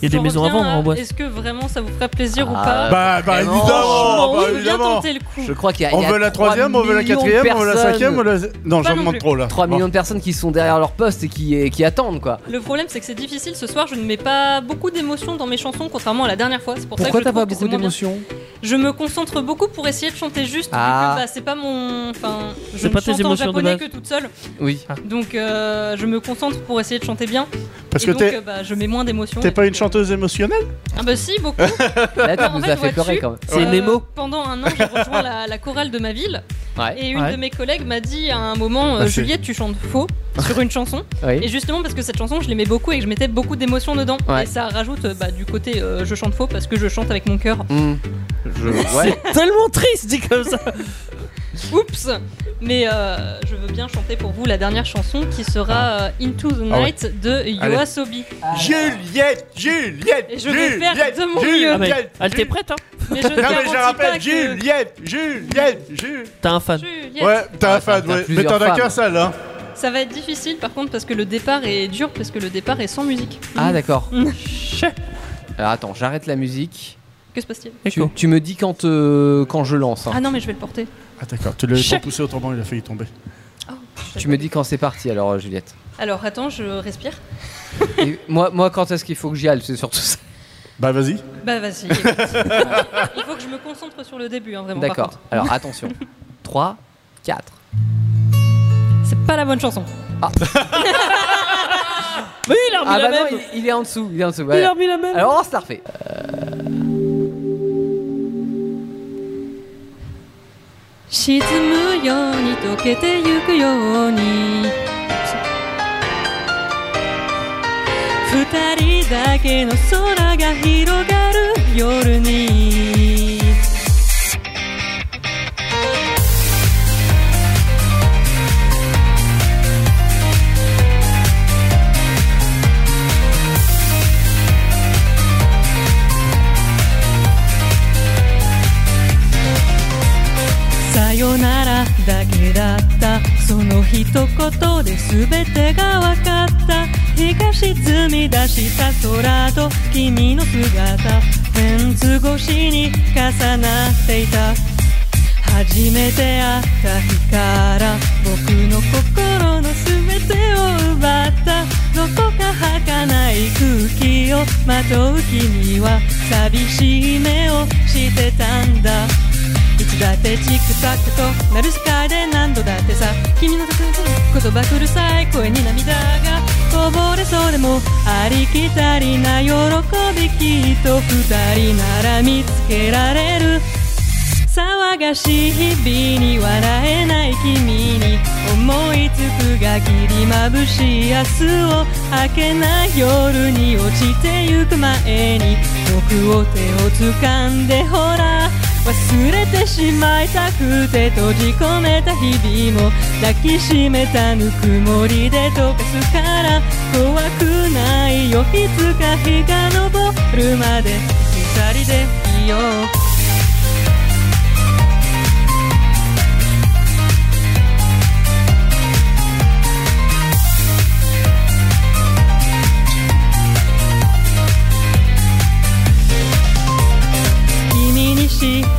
D: Il y a des
F: j'en
D: maisons à
F: reviens
D: vendre en bois.
F: Est-ce que vraiment ça vous ferait plaisir ou
B: Ah,
E: Bah,
F: pas
E: bah
B: vraiment,
E: évidemment,
F: Franchement,
E: bah,
F: Oh, oui, je veux bien
E: évidemment.
F: tenter le coup.
B: Je crois qu'il y a.
E: On
B: il y a
E: veut la
B: 3
E: troisième, on veut la
B: millions de
E: quatrième, on veut la
B: personnes-
E: cinquième. on veut la- Non,
F: Pas
E: j'en
F: non
E: demande
F: plus.
E: trop là.
B: 3 millions de personnes qui sont derrière leur poste et qui, et qui attendent quoi.
F: Le problème, c'est que c'est difficile ce soir. Je ne mets pas beaucoup d'émotions dans mes chansons, contrairement à la dernière fois. C'est pour
B: Pourquoi
F: ça
B: t'as
F: que je
B: pas
F: trouve que c'est
B: beaucoup
F: moins bien.
B: d'émotions
F: Je me concentre beaucoup pour essayer de chanter juste. vu que,
B: Ah.
F: bah, c'est pas mon. Enfin, je
D: C'est
F: ne
D: pas tes
F: chante en
D: émotions de
F: japonais
D: base.
F: que toute seule.
B: Oui.
F: Donc, euh, je me concentre pour essayer de chanter bien.
E: Parce
F: et
E: que
F: donc, euh,
E: t'es
F: bah, je mets moins d'émotions.
E: t'es
F: Et
E: pas
F: donc,
E: une chanteuse émotionnelle
F: euh, Ah, bah si, beaucoup.
B: Là, tu
F: Non, en
B: nous
F: fait,
B: as fait pleurer
F: vois-tu,
B: quand même.
D: C'est
F: Euh,
D: Nemo.
F: Pendant un an, j'ai rejoint la, la chorale de ma ville.
B: Ouais.
F: Et une
D: Ouais.
F: de mes collègues m'a dit à un moment euh,
E: Bah, c'est-
F: Juliette, tu chantes faux sur une chanson. Et
B: Oui.
F: justement parce que cette chanson je l'aimais beaucoup et que je mettais beaucoup d'émotions dedans
B: Ouais.
F: et ça rajoute euh, bah, du côté euh, je chante faux parce que je chante avec mon cœur.
B: Hmm. Je... Ouais.
D: Tellement triste dit comme ça.
F: Oups Mais euh, je veux bien chanter pour vous la dernière chanson qui sera euh, Into the
E: Ah ouais.
F: Night de Yoasobi.
E: Ah. Juliette, Juliette,
F: Et je vais faire de mon mieux.
D: Ah, mais elle t'est prête hein
F: Mais je
E: Non
F: ne
E: mais
F: garantis
E: je
F: pas
E: rappelle,
F: que...
E: Juliette, Juliette, Juliette.
D: T'as un fan.
F: Juliette.
E: Ouais, t'as un
B: Ah, t'as-
E: fan,
B: t'as
E: ouais. Mais
B: plusieurs
E: t'en as
B: fans.
E: qu'un seul, hein.
F: Ça va être difficile par contre parce que le départ est dur parce que le départ est sans musique.
B: Ah d'accord.
F: Mm.
B: Alors attends, j'arrête la musique.
F: Que se passe-t-il
B: Tu, tu me dis quand, euh, quand je lance. hein.
F: Ah non mais je vais le porter.
E: Ah d'accord, tu l'avais
D: Chut.
E: pas poussé autrement, il a failli tomber.
B: Tu me dis quand c'est parti alors euh, Juliette.
F: Alors attends, je respire.
B: Et moi, moi quand est-ce qu'il faut que j'y aille C'est surtout ça.
E: Bah vas-y.
F: Bah vas-y. écoute. Il faut que je me concentre sur le début hein, vraiment. par
B: D'accord. Alors attention. 3, 4.
F: contre. C'est pas la bonne chanson.
D: Mais il a remis
B: Ah
D: la
B: bah non,
D: même.
B: il, il est en dessous. Il est en dessous.
D: Il
B: voilà.
D: a remis la même.
B: Alors on se la refait.
F: «沈むように溶けてゆくように」「二人だけの空が広がる夜に」さよならだけだったその一言で全てが分かった日が沈み出した空と君の姿フェンス越しに重なっていた初めて会った日から僕の心の全てを奪ったどこか儚い空気をまとう君は寂しい目をしてたんだいつだってチクタクと鳴る世界で何度だってさ君の突然言葉くるさい声に涙がこぼれそうでもありきたりな喜びきっと二人なら見つけられる騒がしい日々に笑えない君に思いつくがきりまぶしい明日を
I: 明けない夜に落ちてゆく前に僕を手を掴んでほら忘れてしまいたくて閉じ込めた日々も抱きしめたぬくもりで溶かすから怖くないよいつか日が昇るまで二人でいよう君にしか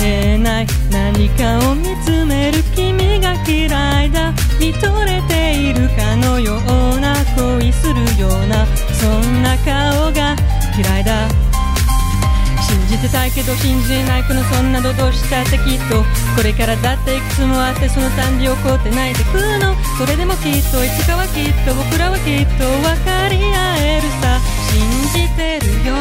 I: 見えない何かを見つめる君が嫌いだ見とれているかのような恋するようなそんな顔が嫌いだ信じてたいけど信じないこのそんなのどうしたってきっとこれからだっていくつもあってその賛美をこうって泣いてくのそれでもきっといつかはきっと僕らはきっと分かり合えるさ信じてるよ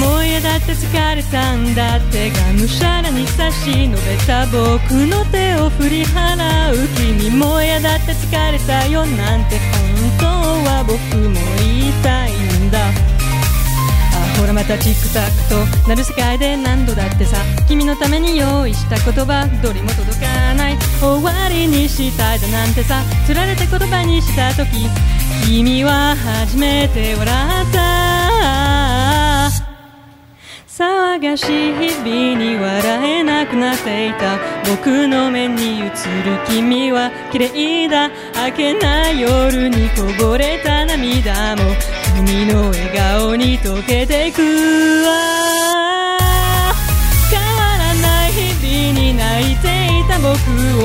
I: 燃えだって疲れたんだってがむしゃらに差し伸べた僕の手を振り払う君燃えだって疲れたよなんて本当は僕も言いたいんだあほらまたチクタクとなる世界で何度だってさ君のために用意した言葉どれも届かない終わりにしたいだなんてさつられて言葉にした時君は初めて笑った騒がしい日々に笑えなくなっていた僕の目に映る君は綺麗だ明けない夜にこぼれた涙も君の笑顔に溶けていくわ変わらない日々に泣いていた僕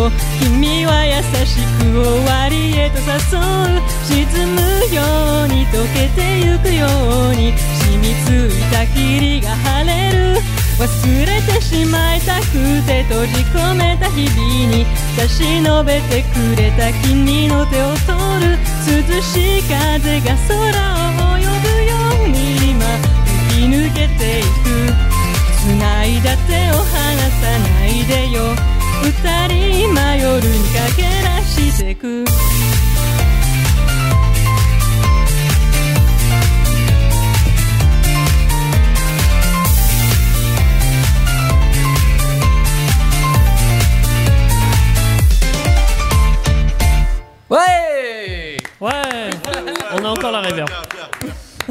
I: を君は優しく終わりへと誘う沈むように溶けてゆくように染みついた霧が晴れる忘れてしまいたくて閉じ込めた日々に差し伸べてくれた君の手を取る涼しい風が空を泳ぐように今吹き抜けていく繋いだ手を離さないでよ二人今夜に駆け出してく
B: Ouais
D: Ouais On a encore la réverb.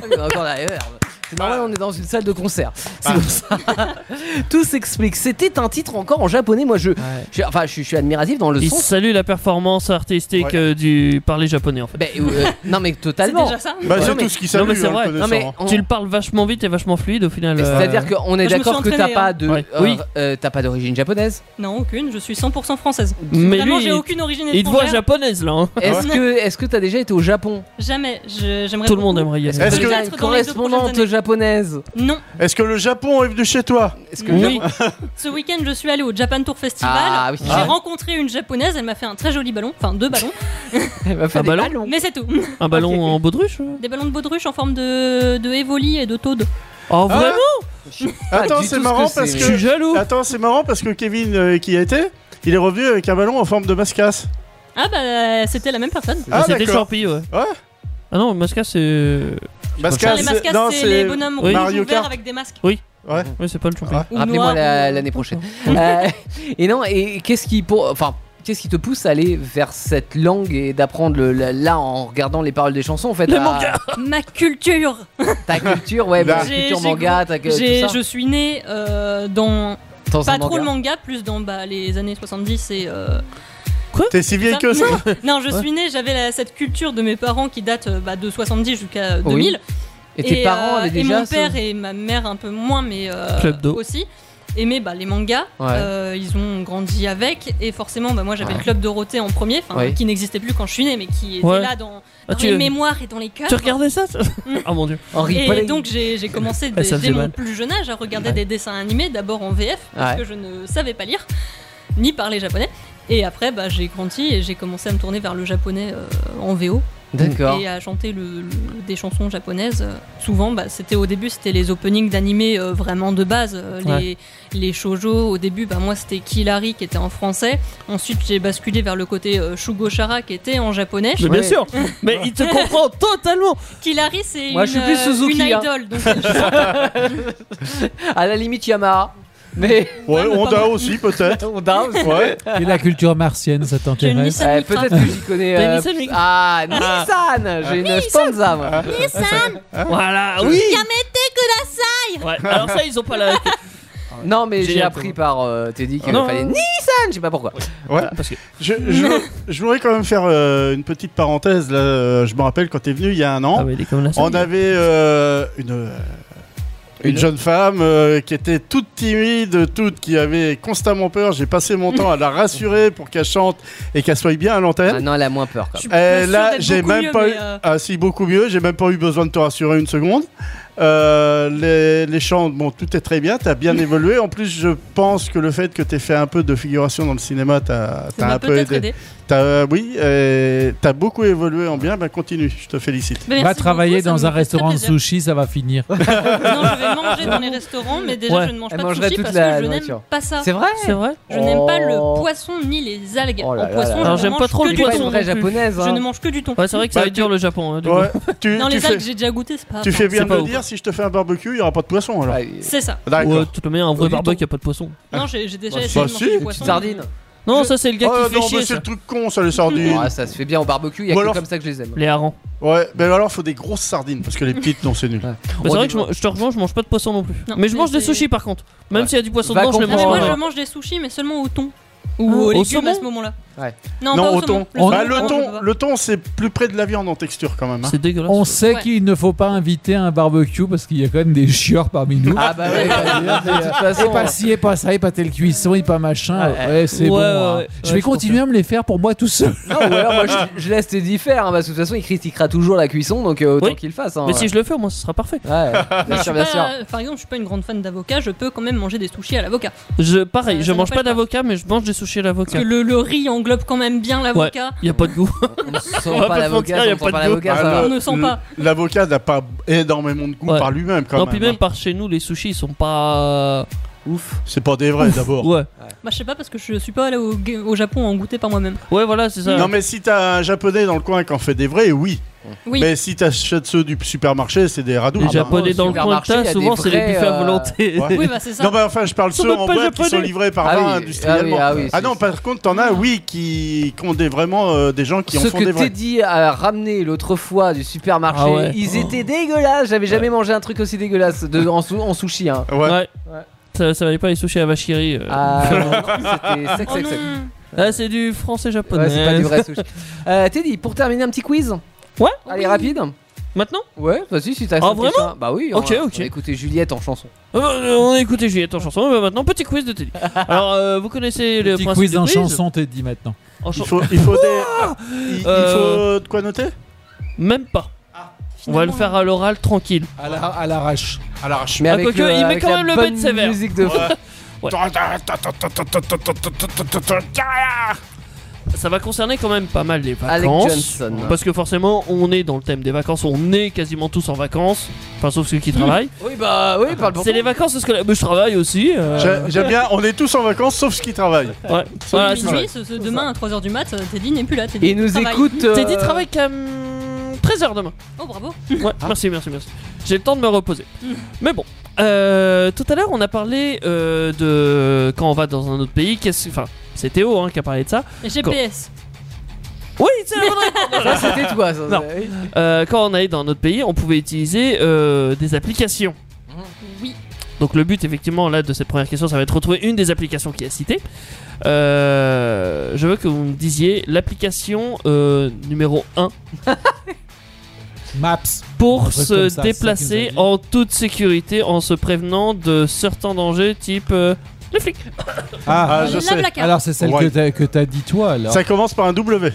B: On a Ah, encore la reverb. C'est normal, on est dans une salle de concert. C'est pour ça. Tout s'explique. C'était un titre encore en japonais. Moi, je, je- enfin, je, je suis admiratif dans le
D: Il
B: sens.
D: salue la performance artistique
E: Ouais.
D: euh, du parler japonais en fait.
B: Ben, euh, non, mais
I: C'est
B: totalement.
I: déjà ça
E: Bah,
B: Ouais,
E: c'est
B: mais-
E: tout ce qui s'allume,
D: mais c'est
E: hein,
D: vrai.
E: le
B: Non, mais
E: connaissant, hein.
B: on-
D: Tu le parles vachement vite et vachement fluide au final. euh,
B: C'est-à-dire qu'on est
I: Moi, je me
B: d'accord que
I: suis
B: t'as
I: entraînée,
B: pas
I: hein.
B: de,
D: Ouais.
B: euh,
D: Oui.
B: euh, t'as pas d'origine japonaise.
I: Non, aucune, je suis 100% française.
D: Mais
I: Vraiment,
D: lui,
I: j'ai
D: il-
I: aucune origine
D: Il te voit
I: étrangère.
D: japonaise là. hein.
B: Est-ce que, est-ce que t'as déjà été au Japon
I: Jamais, je- j'aimerais
D: Tout le
I: beaucoup.
D: monde aimerait y aller.
E: Est-ce
B: que t'as
E: que-
I: Peut-être
B: une
I: dans les deux prochaines
B: correspondante
I: années.
B: japonaise
I: Non,
E: hein. Est-ce que le Japon est venu chez toi
B: Est-ce que le
D: Oui,
I: ce week-end, je suis allée au Japan Tour Festival.
B: Ah, oui.
I: J'ai
B: Ah.
I: rencontré une japonaise, elle m'a fait un très joli ballon, enfin deux ballons,
B: Elle m'a fait
D: Un
B: des
D: ballon
B: ballons.
I: mais c'est tout.
D: un ballon en baudruche euh.
I: Des ballons de baudruche en forme de, de évoli et de taude.
D: Oh
E: Ah,
D: vraiment
B: Pas du Ah,
E: Attends, c'est
B: tout ce
E: marrant
B: que
E: parce
B: c'est.
D: Je suis
E: que.
D: jaloux
E: Attends, c'est marrant parce que Kevin euh, qui y était, il est revenu avec un ballon en forme de mascasse.
I: Ah bah, c'était la même personne.
E: Ah,
D: C'était
E: d'accord.
D: Sharpie, ouais.
E: Ouais.
D: Ah non, Masca c'est.
I: Enfin,
E: Mascasse,
I: les mascasses,
E: non,
I: c'est les bonhommes
E: Oui.
I: rouges
E: Mario
I: ou verts
E: Kart.
I: avec des masques.
D: Oui, c'est pas le champion.
E: Ah.
I: ou
B: Rappelez-moi
I: noirs
B: la-
I: ou-
B: l'année prochaine. Euh, et non, et qu'est-ce qui pour, enfin, qu'est-ce qui te pousse à aller vers cette langue et d'apprendre le- la- là en regardant les paroles des chansons en fait à-
I: Ma culture
B: ta culture, ouais,
E: Là.
B: ta
I: J'ai-
B: culture
I: j'ai
B: manga, ta que- tout
I: J'ai-
B: ça.
I: Je suis née euh, dans
B: Dans un
I: pas trop
B: manga.
I: le manga, plus dans bah, les années 70 et. euh,
E: T'es si vieille
I: Ça-
E: que ça
I: Non, je suis née, j'avais la- cette culture de mes parents qui date euh, bah, de 70 jusqu'à euh,
B: Oui.
I: 2000.
B: Et tes parents
I: euh,
B: avaient
I: et
B: déjà
I: mon
B: ce-
I: père et ma mère un peu moins, mais euh,
D: Club d'eau.
I: aussi aimaient bah, les mangas.
B: Ouais.
I: Euh, ils ont grandi avec, et forcément, bah, moi j'avais
B: Ouais.
I: le club Dorothée en premier, 'fin,
B: Oui.
I: qui n'existait plus quand je suis née, mais qui était
D: Ouais.
I: là dans,
D: Ah,
I: dans
D: tu,
I: les mémoires et dans les cœurs.
D: tu regardais ça ça Ah mon dieu.
B: Henri
I: Et
B: Polley.
I: donc j'ai j'ai commencé
D: Ah,
I: dès,
D: ça
I: dès
D: faisait
I: mon
D: mal.
I: plus jeune âge à regarder
D: Ouais.
I: des dessins animés d'abord en VF parce
B: Ouais.
I: que je ne savais pas lire ni parler japonais et après bah, j'ai grandi et j'ai commencé à me tourner vers le japonais euh, en VO
B: D'accord.
F: et à chanter le- le- des chansons japonaises. Euh, Souvent, bah, c'était au début, c'était les openings d'animés euh, vraiment de base, euh, les, les shoujo. Au début, bah, moi, c'était Kilari qui était en français. Ensuite, j'ai basculé vers le côté euh, Shugoshara qui était en japonais.
D: Mais
B: Ouais.
D: bien sûr, mais il te comprend totalement.
F: Kilari, c'est une,
B: Moi, je suis plus
F: euh,
B: Suzuki,
F: une
B: hein.
F: idole. donc-
B: À la limite, Yamaha. Mais
E: Ouais,
F: mais
E: Honda
F: pardon.
E: aussi peut-être.
B: on down.
E: Ouais.
C: hein. Et la culture martienne, ça
F: J'ai une
C: t'intéresse
F: Nissan
B: Ouais,
F: Micra.
B: Eh, Peut-être que j'y connais.
D: T'as une
B: euh,
D: Nissan Micra.
B: ah, Nissan J'ai une Sponza, moi.
E: Ah.
D: Voilà, oui.
F: Ah,
D: Ouais. Alors ça, ils ont pas la.
B: Non, mais j'ai
D: Génial,
B: appris par euh, Teddy qu'il
D: Non.
B: fallait Nissan Je sais pas pourquoi.
E: Ouais.
D: Parce que
E: Je, je, je voudrais quand même faire euh, une petite parenthèse. Là, euh, je me rappelle quand t'es venu il y a un an,
D: ah, mais il est comme la
E: on avait euh, une, euh, une
D: Une-
E: jeune femme euh, qui était toute timide, toute qui avait constamment peur. J'ai passé mon temps à la rassurer pour qu'elle chante et qu'elle soit bien à
B: Ah
E: l'antenne.
B: non, elle a moins peur quand
F: Je
B: même.
F: suis
E: Et Eh, Euh,
F: pas sûre
E: là,
F: d'être
E: j'ai
F: beaucoup
E: même
F: mieux,
E: pas
F: mais,
E: eu.
F: euh,
E: Ah, si, beaucoup mieux. J'ai même pas eu besoin de te rassurer une seconde. Euh, les, les chants, bon, tout est très bien. T'as bien évolué. En plus, je pense que le fait que t'aies fait un peu de figuration dans le cinéma, t'as
F: ça
E: t'as
F: m'a
E: un peu
F: peut-être
E: aidé.
F: aidé.
E: T'as- oui, euh, t'as beaucoup évolué en bien, ben continue, je te félicite.
F: Mais
C: Va
F: merci
C: travailler
F: beaucoup, ça
C: dans
F: me
C: un
F: fait très
C: restaurant de
F: plaisir.
C: sushi, ça va finir.
F: Non, je vais manger dans les restaurants, mais déjà
D: Ouais.
F: je ne mange
B: Elle
F: pas de
B: mangerait
F: sushi
B: toute
F: parce
B: la
F: que je n'aime
B: nourriture.
F: pas ça.
B: C'est vrai
D: C'est vrai.
F: Je n'aime pas le
B: Oh.
F: poisson ni les algues.
B: Oh là là
F: en poisson,
B: là
F: je
B: là.
D: Alors,
F: ne
D: j'aime
F: mange
D: pas trop
F: que
D: le
B: C'est
F: du
B: pas
D: poisson.
F: thon.
B: une vraie
D: non plus.
B: japonaise.
F: Je
B: hein.
F: ne mange que du thon.
D: Ouais, c'est vrai que ça
E: Bah,
D: va être dur le Japon. hein, du
E: Ouais,
D: coup.
E: tu,
F: Non,
E: tu
F: les
E: fais,
F: algues, j'ai déjà goûté, c'est pas.
E: tu fais bien
D: C'est
E: de
D: pas
E: le
D: ouf.
E: dire, si je te fais un barbecue, il n'y aura pas de poisson alors.
B: Ah, il-
F: C'est ça.
E: D'accord.
D: Ouais, tout le monde, un vrai
B: Oh, dis
D: barbecue, y a pas de poisson.
F: Non, j'ai j'ai déjà
D: Ah,
E: Bah,
F: essayé de
E: si,
F: manger
E: une
F: du
B: Petite
F: poisson.
B: sardine.
D: Non, ça c'est le gars
E: Oh,
D: qui fait
E: non, mais
D: chier.
E: c'est
D: ça.
E: le truc con, ça, les sardines.
B: Ah, ça se fait bien au barbecue, il y a
E: Ou
B: que
E: alors-
B: comme ça que je les aime.
D: Les harengs.
E: Ouais, mais alors, faut des grosses sardines, parce que les petites, non, c'est nul.
D: Bah,
B: Oh,
D: c'est vrai
B: dis
D: que je, man- je te rejoins, je mange pas de poisson non plus.
F: Non,
D: mais je
F: mais
D: mange des
F: c'est-
D: sushis par contre. Même
B: Ouais.
D: s'il y a du poisson
B: Va
D: dedans, je les
F: Ah, mais
D: mange.
F: moi,
D: pas.
F: je mange des sushis, mais seulement au thon. Ou
D: Ah,
F: aux
D: au
F: légumes
D: saumon
F: à ce moment-là.
B: Ouais.
F: Non, pas
E: non,
F: au
E: au thon.
F: saumon.
E: Bah,
F: Le
E: le
F: saumon, je
E: thon,
F: vois.
E: le thon, c'est plus près de la viande en texture quand même. hein.
D: C'est dégueulasse.
C: On sait
F: Ouais.
C: qu'il ne faut pas inviter un barbecue parce qu'il y a quand même des chieurs parmi nous.
B: Ah bah ouais, de toute façon.
C: Et Eh, pas ci, et pas ça, et pas tel cuisson, et pas machin.
B: Ouais.
C: Ouais, c'est
D: Ah, Ouais,
C: bon.
D: ouais,
C: hein.
D: ouais.
C: je
D: Ouais,
C: vais
D: je
C: continuer à me les faire pour moi tout seul.
B: Non, ou alors moi je, je laisse Teddy faire, hein, parce que de toute façon il critiquera toujours la cuisson, donc euh, autant
D: Oui.
B: qu'il le fasse. hein.
D: Mais si je le fais, au moins, ce sera parfait.
B: Ouais, bien
F: Je
B: sûr,
F: suis
B: bien
F: pas- euh,
B: sûr.
F: Par exemple, je suis pas une grande fan d'avocat, je peux quand même manger des sushis à l'avocat.
D: Je, pareil,
F: Ça-
D: je
F: ça
D: mange
F: m'empêche
D: pas
F: pas.
D: d'avocat, mais je mange des sushis à l'avocat.
F: Parce que le, le riz englobe quand même bien l'avocat.
D: Y a pas de goût.
B: On ne sent
D: va pas
B: pas
D: se
B: l'avocat,
D: mentir, y a
B: on ne sent
D: pas
B: pas
D: de goût.
B: l'avocat, ça
E: Ah,
B: va.
F: on ne sent pas.
E: L'avocat n'a pas énormément de goût
D: Ouais.
E: par lui-même quand
D: Non,
E: même. hein.
D: puis même par chez nous, les sushis ils sont pas.
B: Ouf.
E: C'est pas des vrais Ah, d'abord.
D: Ouais,
F: Bah, je sais pas parce que je suis pas allé au, au Japon en goûter par moi-même.
D: ouais, voilà, c'est ça.
E: Non, mais si t'as un japonais dans le coin qui en fait des vrais, oui.
F: Oui.
E: Mais si t'achètes ceux du supermarché, c'est des radous.
D: Les
E: Ah, bah,
D: japonais
B: au
D: dans le coin de
B: supermarché,
D: tas,
B: y a des
D: souvent c'est les
B: vrais,
D: buffets à
B: euh,
D: volonté.
E: ouais.
F: Oui, bah c'est ça.
E: Non, mais enfin, je parle
D: Ils sont
E: ceux
D: même
E: en
D: pas
E: boîte qui
D: japonais.
E: sont livrés par
B: Ah
E: vin
B: oui,
E: industriellement.
B: ah oui, ah oui,
E: non,
B: c'est-
E: par contre, t'en as, oui, qui, qui ont des, vraiment euh, des gens qui
B: Ce
E: en font
B: que
E: des vrais.
B: Teddy a ramené l'autre fois du supermarché,
D: Ah ouais.
E: Oh.
B: ils étaient dégueulasses. J'avais jamais mangé un truc aussi dégueulasse de, en, sou- en sushi. Hein.
E: Ouais.
B: Ouais.
D: Ça, ça valait pas les sushis à vachiri. euh.
B: Ah, non, c'était sec,
F: Oh
B: sec, sec.
F: non.
D: Ah, c'est du français japonais.
B: Ouais, c'est pas du vrai sushi. Euh, Teddy, pour terminer, un petit quiz.
D: Ouais.
B: Allez, rapide.
D: Maintenant
B: Ouais, vas-y, si t'as
D: Ah,
B: cinq
D: vraiment
B: questions. Bah oui,
D: Ok,
B: on, va-
D: ok.
B: on va écouter Juliette en chanson.
D: Euh, euh, On a écouté Juliette en chanson, mais maintenant petit quiz de Teddy. Alors, euh, vous connaissez le
C: Petit
D: principe
C: quiz
D: du
C: en chanson, t'es dit maintenant.
D: En
E: Il
D: chan-
E: faut, il faut des. il, il
D: Euh.
E: faut de quoi noter
D: Même pas. On va le faire à l'oral tranquille.
C: À la- à l'arrache.
E: À l'arrache.
B: Mais
D: Ah,
B: avec,
D: quoique,
B: le-
D: il met
B: avec
D: quand
B: la
D: même le
B: bonne
D: bête sévère.
B: musique de
D: Ça va concerner quand même pas mal les
B: Alec
D: vacances.
B: Johnson.
D: Parce que forcément, on est dans le thème des vacances, on est quasiment tous en vacances. Enfin, sauf ceux qui travaillent.
B: Oui, bah oui, parle pour
D: C'est les vacances parce que la- mais je travaille aussi. euh,
E: J'ai- J'aime bien, on est tous en vacances sauf ceux qui travaillent.
D: ouais. Voilà, c'est ça.
F: Minuit, ce- ce demain à 3h du mat, euh, Teddy n'est plus là. Teddy
B: Et nous
F: travaille.
B: écoute. euh,
D: Teddy travaille qu'à 13h demain.
F: Oh bravo.
D: Ouais,
C: Ah.
D: merci, merci, merci. J'ai le temps de me reposer. Mais bon, euh, tout à l'heure, on a parlé euh, de quand on va dans un autre pays. Qu'est-ce, enfin, c'est Théo hein, qui a parlé de ça.
F: GPS.
D: Oui, c'est la bonne
B: Ça, c'était toi. ça,
D: Non.
B: ça, oui.
D: Euh, quand on allait dans notre pays, on pouvait utiliser euh, des applications.
F: Oui.
D: Donc le but effectivement là de cette première question, ça va être retrouver une des applications qui est citée. Euh, je veux que vous me disiez l'application euh, numéro 1
C: Maps.
D: pour
C: Un truc
D: se
C: comme ça, c'est ça qu'il nous
D: déplacer
C: a dit.
D: en toute sécurité en se prévenant de certains dangers type euh, les flics.
E: Ah, je
F: la
E: sais.
F: Black Card.
C: Alors c'est celle
E: Ouais.
C: que t'as- que t'as dit toi alors.
E: Ça commence par un W.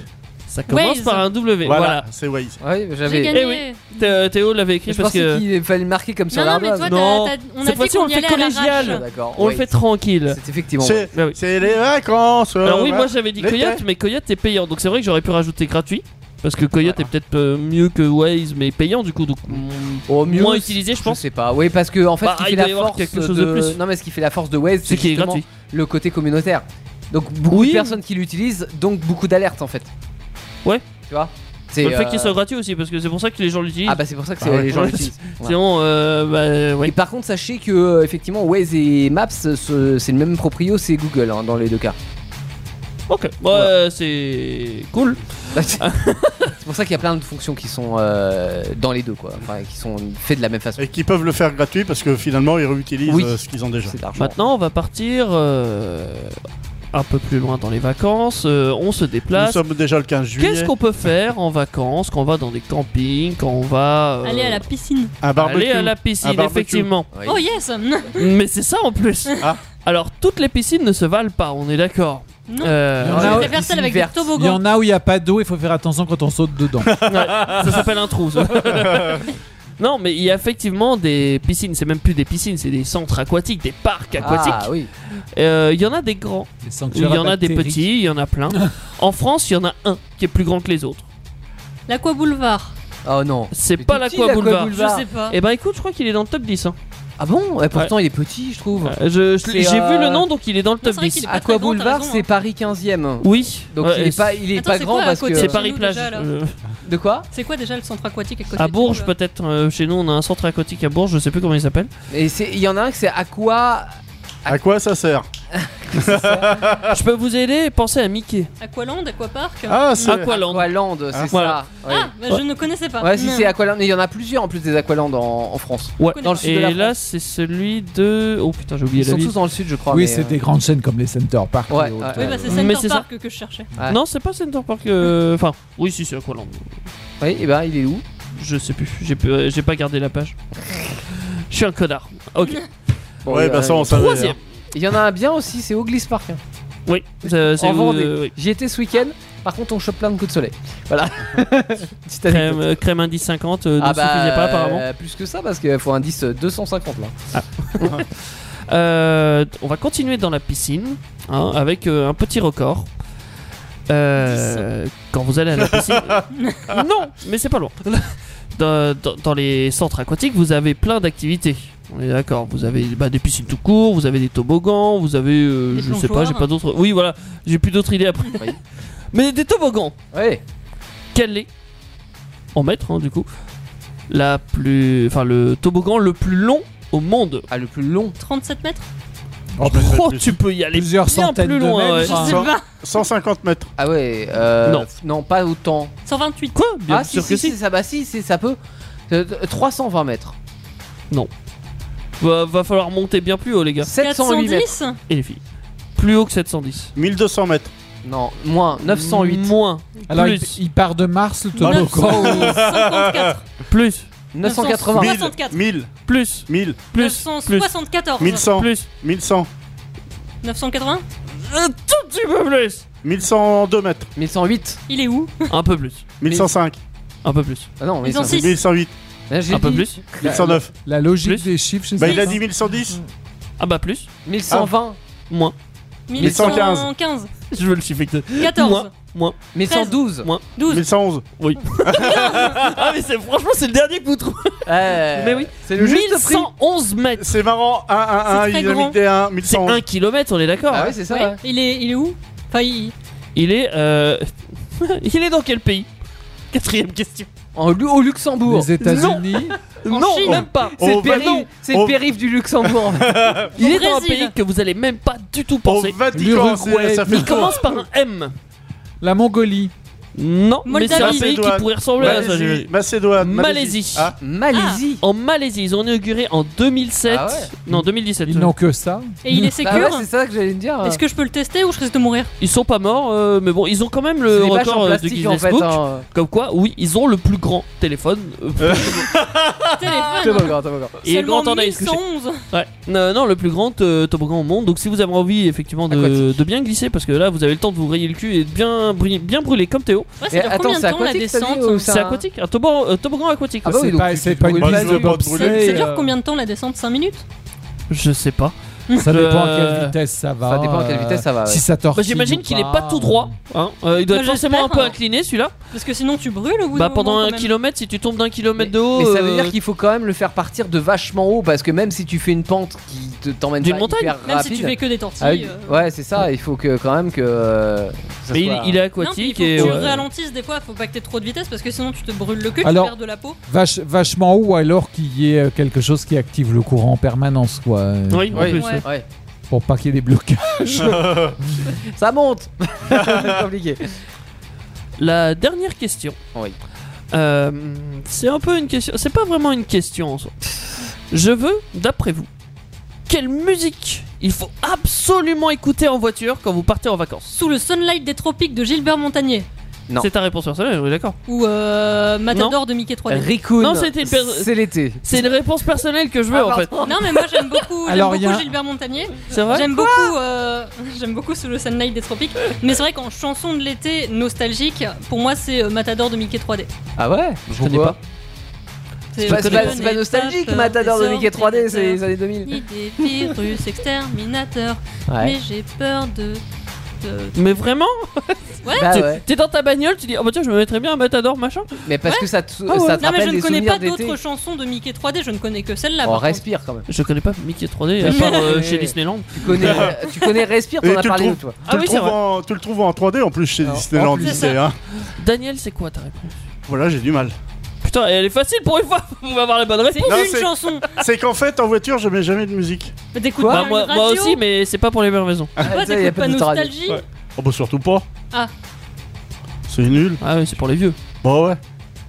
D: Ça commence
F: Waze.
D: par un W.
E: Voilà,
D: Voilà.
E: c'est Waze.
B: Oui,
F: J'ai
B: j'avais.
F: gagné.
D: Eh oui. Thé- Théo l'avait écrit
B: Je
D: parce
B: pensais
D: que
B: qu'il fallait le marquer comme sur
F: Non, non, mais
B: l'ardoise.
F: toi, t'as-
D: Non.
F: t'as- on a
D: Cette
F: dit
D: fois-ci,
F: qu'on
D: on le
F: y
D: fait
F: allait à
D: collégial.
F: l'arrache.
B: D'accord.
D: on
B: oui.
D: le fait tranquille.
B: C'est effectivement.
E: C'est
D: Bah oui.
E: c'est les vacances.
D: Alors
E: euh,
D: oui,
E: voilà.
D: moi j'avais dit
E: L'été.
D: coyote, mais coyote est payant, donc c'est vrai que j'aurais pu rajouter gratuit. Parce que Coyote est peut-être euh, mieux que Waze, mais payant du coup. Donc, mm,
B: Au mieux,
D: moins utilisé, je
B: Je
D: pense.
B: sais pas. Oui, parce que en fait,
D: Bah,
B: ce qui
D: il
B: fait
D: doit
B: la
D: y avoir
B: force
D: quelque chose de plus.
B: Non, mais ce qui fait la force de Waze,
D: C'est
B: c'est
D: qu'il est
B: justement
D: gratuit.
B: le côté communautaire. Donc beaucoup
D: Oui.
B: de personnes qui l'utilisent, donc beaucoup d'alertes en fait.
D: Ouais. Bah,
B: Tu vois. C'est
D: Le fait
B: euh,
D: qu'il soit gratuit aussi, parce que c'est pour ça que les gens l'utilisent.
B: Ah bah c'est pour ça que
D: Bah
B: c'est-
D: ouais.
B: les gens
D: Ouais.
B: l'utilisent. Voilà.
D: Sinon, euh, bah, ouais.
B: Et par contre, sachez que euh, effectivement, Waze et Maps, ce- c'est le même proprio, c'est Google hein, dans les deux cas.
D: Ok, bah, euh, c'est cool.
B: Bah, c'est c'est pour ça qu'il y a plein de fonctions qui sont euh, dans les deux, quoi. Enfin, qui sont faites de la même façon.
E: Et qui peuvent le faire gratuit parce que finalement ils réutilisent
B: Oui.
E: euh, ce qu'ils ont déjà.
B: C'est de l'argent.
D: Maintenant, on va partir euh, un peu plus loin dans les vacances. euh, on se
E: Nous
D: déplace.
E: sommes déjà le 15 juillet.
D: Qu'est-ce qu'on peut faire en vacances quand on va dans des campings, quand on va euh,
F: Aller à la piscine.
E: Un barbecue.
D: aller à la piscine,
E: barbecue.
D: effectivement.
B: Oui.
F: Oh yes
D: Mais c'est ça en plus.
E: Ah.
D: Alors toutes les piscines ne se valent pas, on est d'accord.
F: Non,
D: Euh,
C: Il y en
F: je
C: a-
F: vais faire
B: piscine
F: celle avec des
B: verte.
C: Il y
F: toboggans.
C: en a où il n'y a pas d'eau, il faut faire attention quand on saute dedans.
D: ça s'appelle un trou. ça. non, mais il y a effectivement des piscines. C'est même plus des piscines, c'est des centres aquatiques, des parcs aquatiques.
B: Ah oui.
D: Euh, Il y en a des grands.
C: Les
D: Il
C: sanctuaires
D: y en a des
C: bactériques.
D: petits, il y en a plein. en France, il y en a un qui est plus grand que les autres.
F: L'Aqua Boulevard.
B: Oh non.
D: C'est
B: Mais
D: pas
B: tout petit,
D: l'Aqua Boulevard.
F: Je sais pas.
D: Et ben écoute, je crois qu'il est dans le top 10. hein.
B: Ah bon Eh, Pourtant, il est petit, je trouve.
D: Euh, je- je-
B: C'est,
D: J'ai
B: euh,
D: vu le nom, donc il est dans le
F: Non,
D: top
F: c'est vrai
D: 10.
F: qu'il est pas
B: Aqua
F: très grand, t'as
B: Boulevard,
F: raison,
B: c'est
F: hein.
B: Paris 15ème.
D: Oui.
B: Donc
D: Ouais,
B: il est pas, il est
F: Attends,
B: pas
F: c'est
B: grand
F: quoi à
B: parce
F: côté
B: que.
D: C'est
F: Chez
D: Paris
F: nous,
D: plage.
F: déjà, là.
D: Euh,
B: De quoi
F: C'est quoi déjà le centre aquatique à côté
D: à
F: de
D: Bourges
F: nous, là
D: peut-être. euh, chez nous, on a un centre aquatique à Bourges. Je sais plus comment il s'appelle.
B: Et c'est- il y en a un que c'est Aqua.
E: À quoi ça sert
D: je peux vous aider. Pensez à Mickey.
F: Aqualand, Aquapark
E: Ah, c'est
D: Aqualand.
B: Aqualand, c'est
E: Ah.
B: ça.
D: Voilà.
B: Ouais.
F: Ah, bah, je ne connaissais pas.
B: Ouais, si
F: Non.
B: c'est Aqualand, mais il y en a plusieurs en plus des Aqualand en, en France.
D: Ouais.
F: Dans le
B: sud de la
D: Et
B: France.
D: là, c'est celui de. Oh putain, j'ai oublié
B: Ils
D: la
B: sont
D: ville.
B: tous dans le sud, je
D: Oh,
B: crois.
C: Oui,
B: mais,
C: c'est
B: euh,
C: des grandes chaînes comme les Center Park.
B: Ouais,
C: et autres.
B: ouais.
F: Oui, bah c'est
D: Mais
F: Center
D: c'est ça.
F: Park que je cherchais.
B: Ouais.
D: Non, c'est pas Center Park. euh, Enfin, oui, si, c'est Aqualand.
B: Oui, et ben il est où
D: Je sais plus. J'ai pu- euh, j'ai pas gardé la page. Je suis un connard. Ok. Oh,
B: Bon, il
E: Ouais,
B: y en a-
E: bah ça on savait.
D: Troisième.
E: hein.
B: euh, Il y en a un bien aussi, c'est Oglis Park. hein.
D: Oui. C'est c'est
B: En
D: où,
B: Vendée.
D: euh, oui.
B: J'y étais ce week-end. Par contre, on chope plein de coups de soleil. Voilà. Petite
D: Crème,
B: anecdote.
D: euh, crème indice 50 euh, ne
B: Ah bah,
D: suffisait pas apparemment.
B: euh, Plus que ça parce qu'il faut un 10 euh, 250 là.
D: Euh, on va continuer dans la piscine hein, avec euh, un petit record. Euh, quand vous allez à la piscine, non, mais c'est pas loin. Dans, dans- dans les centres aquatiques, vous avez plein d'activités. On est d'accord. Vous avez bah, des piscines tout court, vous avez des toboggans, vous avez, euh,
F: Des
D: je sais pas,
F: plongeoires.
D: j'ai pas d'autres. Oui, voilà, j'ai plus d'autres idées après.
B: Oui.
D: mais des toboggans.
B: Ouais.
D: Quelle est en mètres hein, du coup la plus, enfin le toboggan le plus long au monde.
B: Ah, le plus long.
F: 37 mètres
C: Oh,
E: Je me rappelle
D: Oh,
E: plus.
D: tu peux y aller
C: Plusieurs
D: bien
C: centaines
D: plus
C: de
D: loin.
C: mètres. hein.
D: ouais.
F: Je sais
E: Cent-
F: pas.
E: 150 mètres.
B: Ah ouais. euh,
D: Non.
B: pas autant.
F: 128.
D: Quoi Bien
B: ah, si,
D: sûr que si.
B: si, ça, bah si, c'est- ça peut. Euh, 320 mètres.
D: Bah, Va, va falloir monter bien plus haut, les gars
B: 708 mètres.
F: 410
D: et les filles. Plus haut que 710.
E: 1200 mètres.
B: Non, moins 908.
D: Moins.
C: Alors, il,
D: plus. Bah,
C: il part de Mars, le toboggan.
F: 954
D: Plus.
B: 980.
E: 1000,
F: 64.
E: 1000,
D: Plus.
E: 1000,
D: Plus. Plus.
F: 974
E: 1100,
D: Plus.
E: 1100,
F: 980
D: Un tout petit peu plus.
E: 1102 mètres,
B: 1108.
F: Il est où
D: Un peu plus.
E: 1105,
D: Un peu plus.
B: Ah non, mais
F: Ils ont
B: ça-
F: six.
E: 1108,
D: Bah,
B: Là, j'ai
D: Un peu
B: dit
D: plus.
C: La-
E: 1109.
C: La logique
D: Plus.
C: des chiffres, chez
E: Bah
C: ça,
E: il a
C: ça.
E: dit 1110.
D: Ah bah plus.
B: 1120,
D: Moins.
E: 1115.
F: 1115
D: Je veux le chiffre exact.
F: 14
D: Moins. Moins.
B: 1112.
D: Moins.
F: 12
E: 1111.
D: Oui. ah mais c'est franchement c'est le dernier que vous trouvez.
B: Euh,
D: Mais oui.
B: c'est le juste prix.
D: 1111 mètres.
E: C'est marrant, 1, 1, 1,
F: C'est très
E: il a
F: grand.
E: mis des 1,
D: C'est
E: 1111.
D: 1 km, on est d'accord.
B: Ah ouais, c'est ça.
F: Ouais.
B: ouais.
F: Eh, Il est il est où Enfin, il-
D: Il est euh... Il est dans quel pays Quatrième question.
B: En Lu- au Luxembourg.
C: Les États-Unis,
F: En
D: non,
F: Chine.
D: même pas. Ah,
B: C'est
E: Au
B: le
E: Vatican.
B: périph', c'est
E: Au-
B: le périph' du Luxembourg. en fait.
D: Il est
F: Au
D: dans un
F: Brésil.
D: pays que vous allez même pas du tout
E: Au
D: penser.
E: Vatican,
C: L'Uruguay,
E: c'est- ça fait
D: Il
E: le tour.
D: commence par un M.
C: la Mongolie,
D: Non, mais c'est un
F: Moldavie.
D: pays qui
E: Macédoine.
D: pourrait ressembler à ça.
E: Malaisie,
D: j'ai-
E: Macédoine,
D: Malaisie.
E: Ah,
B: Malaisie.
D: En Malaisie, ils ont inauguré en 2007.
B: Ah ouais.
D: Non, 2017.
C: ils
D: euh.
C: n'ont que ça.
F: Et il est
B: Bah
F: sécure
B: ouais, c'est ça que j'allais te dire.
F: Est-ce que je peux le tester ou je risque de mourir
D: Ils sont pas morts, euh, mais bon, ils ont quand même
B: C'est
D: le
B: des bâches en
D: record euh, de
B: plastique, en
D: Guinness
B: fait,
D: Book.
B: hein.
D: Comme quoi, oui, ils ont le plus grand téléphone. euh,
F: Téléphone
B: Toboggan, toboggan.
D: et le
F: Seulement
D: grand en a excusez.
F: 1111
D: Ouais. Non, non, le plus grand euh, toboggan au monde. Donc si vous avez envie effectivement de,
B: Aquatique.
D: de bien glisser, parce que là vous avez le temps de vous rayer le cul et de bien brûler, bien brûler comme Théo.
F: Ouais,
B: Et
F: ça dure
B: attends,
F: combien de
B: c'est
F: temps la
B: aquatique, ça,
F: descente
B: dit, ou
D: C'est
B: Ça-
D: aquatique, un tobogan- euh, toboggan aquatique.
B: Ah bah oui,
C: c'est
B: donc
C: pas,
B: tu-
C: c'est
B: tu
C: pas une
B: brûles
E: pas
C: piste
E: de
C: de
E: bobsleigh,
F: Ça
C: bobsleigh.
F: dure
C: euh,
F: combien de temps la descente 5 minutes
D: Je sais pas.
C: Ça
D: Euh,
C: dépend à quelle vitesse ça va.
B: ça dépend à quelle vitesse ça va, ouais.
C: Si ça tortille.
D: Bah, J'imagine
C: ou
D: qu'il est pas tout droit. hein. Euh, il doit
F: Bah,
D: être forcément un
F: j'espère,
D: peu
F: hein.
D: incliné celui-là.
F: Parce que sinon tu brûles au bout
D: Bah
F: d'un
D: pendant
F: moment, quand
D: un
F: même.
D: kilomètre, si tu tombes d'un kilomètre de haut,
B: Mais ça veut
D: euh,
B: dire qu'il faut quand même le faire partir de vachement haut parce que même si tu fais une pente qui te t'emmène
D: D'une
B: pas
D: montagne,
B: hyper
F: Même
B: rapide,
F: si tu fais que des tortilles.
C: Ah oui.
F: euh,
B: ouais c'est ça. Il faut que quand même que. euh, ça
D: mais il,
B: soit-
D: il est
F: non, puis il
D: aquatique
F: faut que
D: et euh,
F: tu
D: ouais.
F: ralentisses des fois, faut pas que t'aies trop de vitesse parce que sinon tu te brûles le cul,
C: Alors-
F: tu perds de la peau.
C: Vache- vachement haut, alors qu'il y ait euh, quelque chose qui active le courant en permanence, quoi. euh,
D: Oui, en
B: Ouais.
D: plus,
F: Ouais.
B: Ouais.
C: Pour pas qu'il y ait des blocages.
B: Ça monte. C'est compliqué.
D: La dernière question.
B: Oui.
D: Euh, c'est un peu une question. C'est pas vraiment une question en soi. Je veux, d'après vous, quelle musique il faut absolument écouter en voiture quand vous partez en vacances
F: Sous le sunlight des tropiques de Gilbert Montagnier
B: Non.
D: C'est ta réponse personnelle, on est d'accord.
F: ou euh, Matador de Mickey 3D.
B: Raccoon.
D: Non, c'était une per-
B: C'est l'été.
D: C'est une réponse personnelle que je
F: Ah,
D: veux en fait.
F: Non mais moi j'aime beaucoup, j'aime
C: Alors, il y
F: beaucoup
C: a un-
F: Gilbert Montagnier.
D: C'est vrai
F: J'aime beaucoup, euh, j'aime beaucoup Sous le Sunlight des Tropiques, mais c'est vrai qu'en chanson de l'été nostalgique, pour moi c'est euh, Matador de Mickey 3D.
B: Ah ouais.
D: Je connais pas.
B: C'est pas, c'est pas- bah, c'est pas
F: Bonne
B: nostalgique,
F: étape, euh,
B: Matador de
F: des
B: Mickey 3D, c'est les
F: ordinateurs,
B: années 2000.
F: ni des virus exterminateurs, mais j'ai peur de. de-
D: Mais vraiment
B: Bah
D: Tu-
B: ouais.
D: T'es dans ta bagnole, tu dis oh bah tiens, je me mettrais bien un matador machin.
B: Mais parce que ça te,
D: Ah ouais.
B: ça te
F: Non, mais
B: rappelle
F: je ne
B: des
F: connais
B: souvenirs
F: pas
B: d'été.
F: d'autres chansons de Mickey 3D, je ne connais que celle-là.
B: On
F: par contre.
B: respire quand même.
D: Je connais pas Mickey 3D à part euh, chez Disneyland.
F: Ah
B: Tu connais, tu connais Respire,
E: Et
B: t'en as
E: tu le
B: parlé
E: trouves-
B: nous, toi.
D: Ah
E: le
D: oui, c'est
E: trouves
D: vrai.
E: en- tu le trouves en 3D en plus chez
B: Alors, Ah, en
E: Disneyland
B: plus,
E: lycée. Hein.
D: Daniel, c'est quoi ta réponse
E: Voilà, j'ai du mal.
D: Putain, elle est facile pour une fois. On va avoir la bonne réponse.
E: Non,
F: C'est une
E: c'est-
F: chanson.
E: C'est qu'en fait, en voiture, je mets jamais de musique.
F: Mais t'écoutes
B: Quoi
F: pas
D: Bah, moi,
F: une
D: moi
F: radio,
D: aussi, mais c'est pas pour les mêmes raisons.
F: Pourquoi
B: Ah, ça, y a
F: t'écoutes pas
B: de radio.
F: Nostalgie
E: Ouais. Oh bah surtout pas.
F: Ah.
E: C'est nul.
D: Ah oui, c'est pour les vieux.
E: Bah ouais.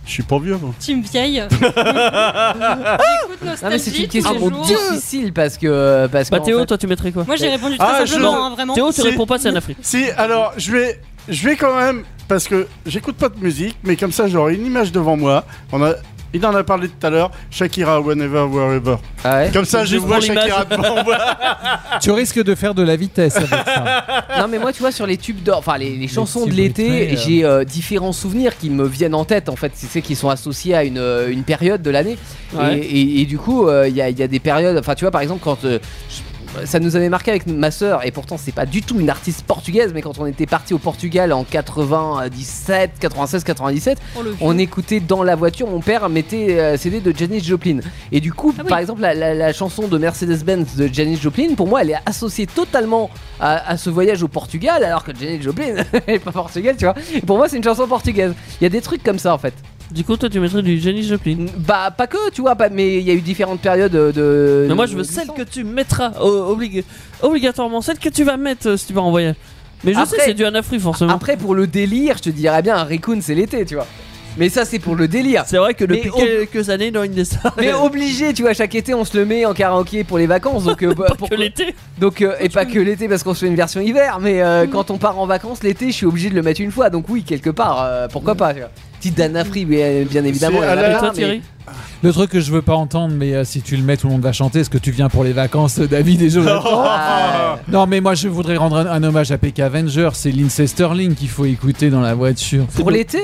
E: Je suis pas vieux, moi.
F: Team vieille. J'écoute
B: Non mais c'est
F: Nostalgie
B: une
F: tous les
B: question
F: jours.
B: difficile parce que euh, parce
D: Bah
B: qu'en
D: Théo,
B: fait-
D: toi tu mettrais quoi
F: Moi j'ai répondu très
E: Ah, je-
F: simplement, hein, vraiment.
D: Théo, tu
E: c'est-
D: réponds pas, c'est en Afrique.
E: Si, alors, je vais, je vais quand même, parce que j'écoute pas de musique, mais comme ça, j'aurai une image devant moi. On a, il en a parlé tout à l'heure, Shakira, Whenever, Wherever.
B: Ah ouais
E: Comme ça, je
D: Juste
E: vois
D: pour l'image.
E: Shakira devant moi.
D: Ah.
C: tu risques de faire de la vitesse avec ça.
B: Non mais moi tu vois sur les tubes d'or, enfin les, les chansons de
C: tubes
B: l'été,
C: rythmés, euh.
B: j'ai euh, différents souvenirs qui me viennent en tête en fait, c'est ceux qui sont associés à une, euh, une période de l'année.
D: Ouais.
B: Et, et- et du coup euh, il y, a, il y a des périodes, enfin tu vois par exemple quand... euh, je- ça nous avait marqué avec ma sœur et pourtant c'est pas du tout une artiste portugaise mais quand on était parti au Portugal en 97, 96, 97
F: Oh, le vieux.
B: on écoutait dans la voiture, mon père mettait euh, CD de Janis Joplin. Et du coup,
F: Ah oui.
B: par exemple, la, la- la chanson de Mercedes-Benz de Janis Joplin, pour moi, elle est associée totalement à, à ce voyage au Portugal, alors que Janis Joplin, elle est pas portugaise, tu vois. Et pour moi, c'est une chanson portugaise. Il y a des trucs comme ça, en fait.
D: Du coup, toi tu mettrais du Jenny Joplin.
B: Bah, pas que, tu vois, pas- mais il y a eu différentes périodes euh, de.
D: Mais moi je veux celle que tu mettras, oh, oblig- obligatoirement, celle que tu vas mettre euh, si tu vas en voyage. Mais je sais,
B: Après-
D: c'est du Anafri forcément.
B: Après, pour le délire, je te dirais bien, un raccoon, c'est l'été, tu vois. Mais ça, c'est pour le délire.
D: C'est vrai que depuis
B: Mais on-
D: quelques années dans une des stars,
B: Mais obligé, tu vois, chaque été, on se le met en karaoké pour les vacances. Donc, euh, bah,
D: pas que
B: pourquoi-
D: l'été.
B: Donc euh, et pas que l'été parce qu'on se fait une version hiver, mais euh, quand on part en vacances l'été, je suis obligé de le mettre une fois. Donc oui, quelque part, euh, pourquoi pas. tu vois. Petite Dana Free, mais, euh, bien évidemment.
E: C'est
B: il y en a
E: à la-
D: Et
B: plein,
D: toi
B: mais-
D: Thierry
C: Le truc que je veux pas entendre, mais euh, si tu le mets, tout le monde va chanter. Est-ce que tu viens pour les vacances, euh, David et
E: Oh,
C: Jonathan
B: Ah,
C: Non, mais moi je voudrais rendre un, un hommage à Peck Avenger. C'est Lindsay Sterling qu'il faut écouter dans la voiture.
B: pour l'été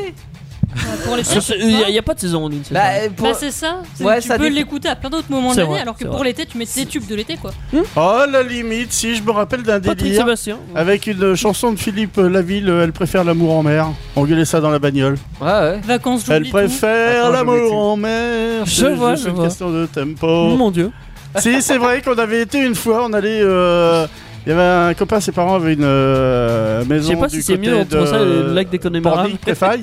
F: Pour les
D: Sur ce- Il y a- il y a pas de saison en une. c'est
B: Bah,
D: ça.
B: euh, pour-
F: Bah, c'est ça, c'est-
B: Ouais,
F: tu
B: ça
F: peux
B: dépend.
F: l'écouter à plein d'autres moments de
D: C'est
F: l'année,
D: vrai,
F: alors que
D: c'est
F: pour
D: vrai.
F: l'été tu mets des tubes de l'été quoi.
E: Oh, la limite, si, je me rappelle d'un
D: Patrick
E: délire.
D: Sébastien.
E: Avec une chanson de Philippe Laville, euh, elle préfère l'amour en mer. Engueulez ça dans la bagnole.
B: Ouais, ouais.
F: Vacances,
E: Elle
F: j'oublie tout.
E: préfère
B: Attends, je vais
E: l'amour
B: mettre-
E: en mer.
D: Je
E: C'est
D: vois,
E: juste
D: je
E: une
D: vois.
E: question de tempo.
D: Mon dieu.
E: si, c'est vrai qu'on avait été une fois, on allait. euh, Il y avait un copain, ses parents avaient une euh,
D: Je
E: maison.
D: sais pas
E: du
D: si c'est
E: côté
D: mieux entre
E: de-
D: ça et le lac des Connemara.
E: Pornic, Préfaille.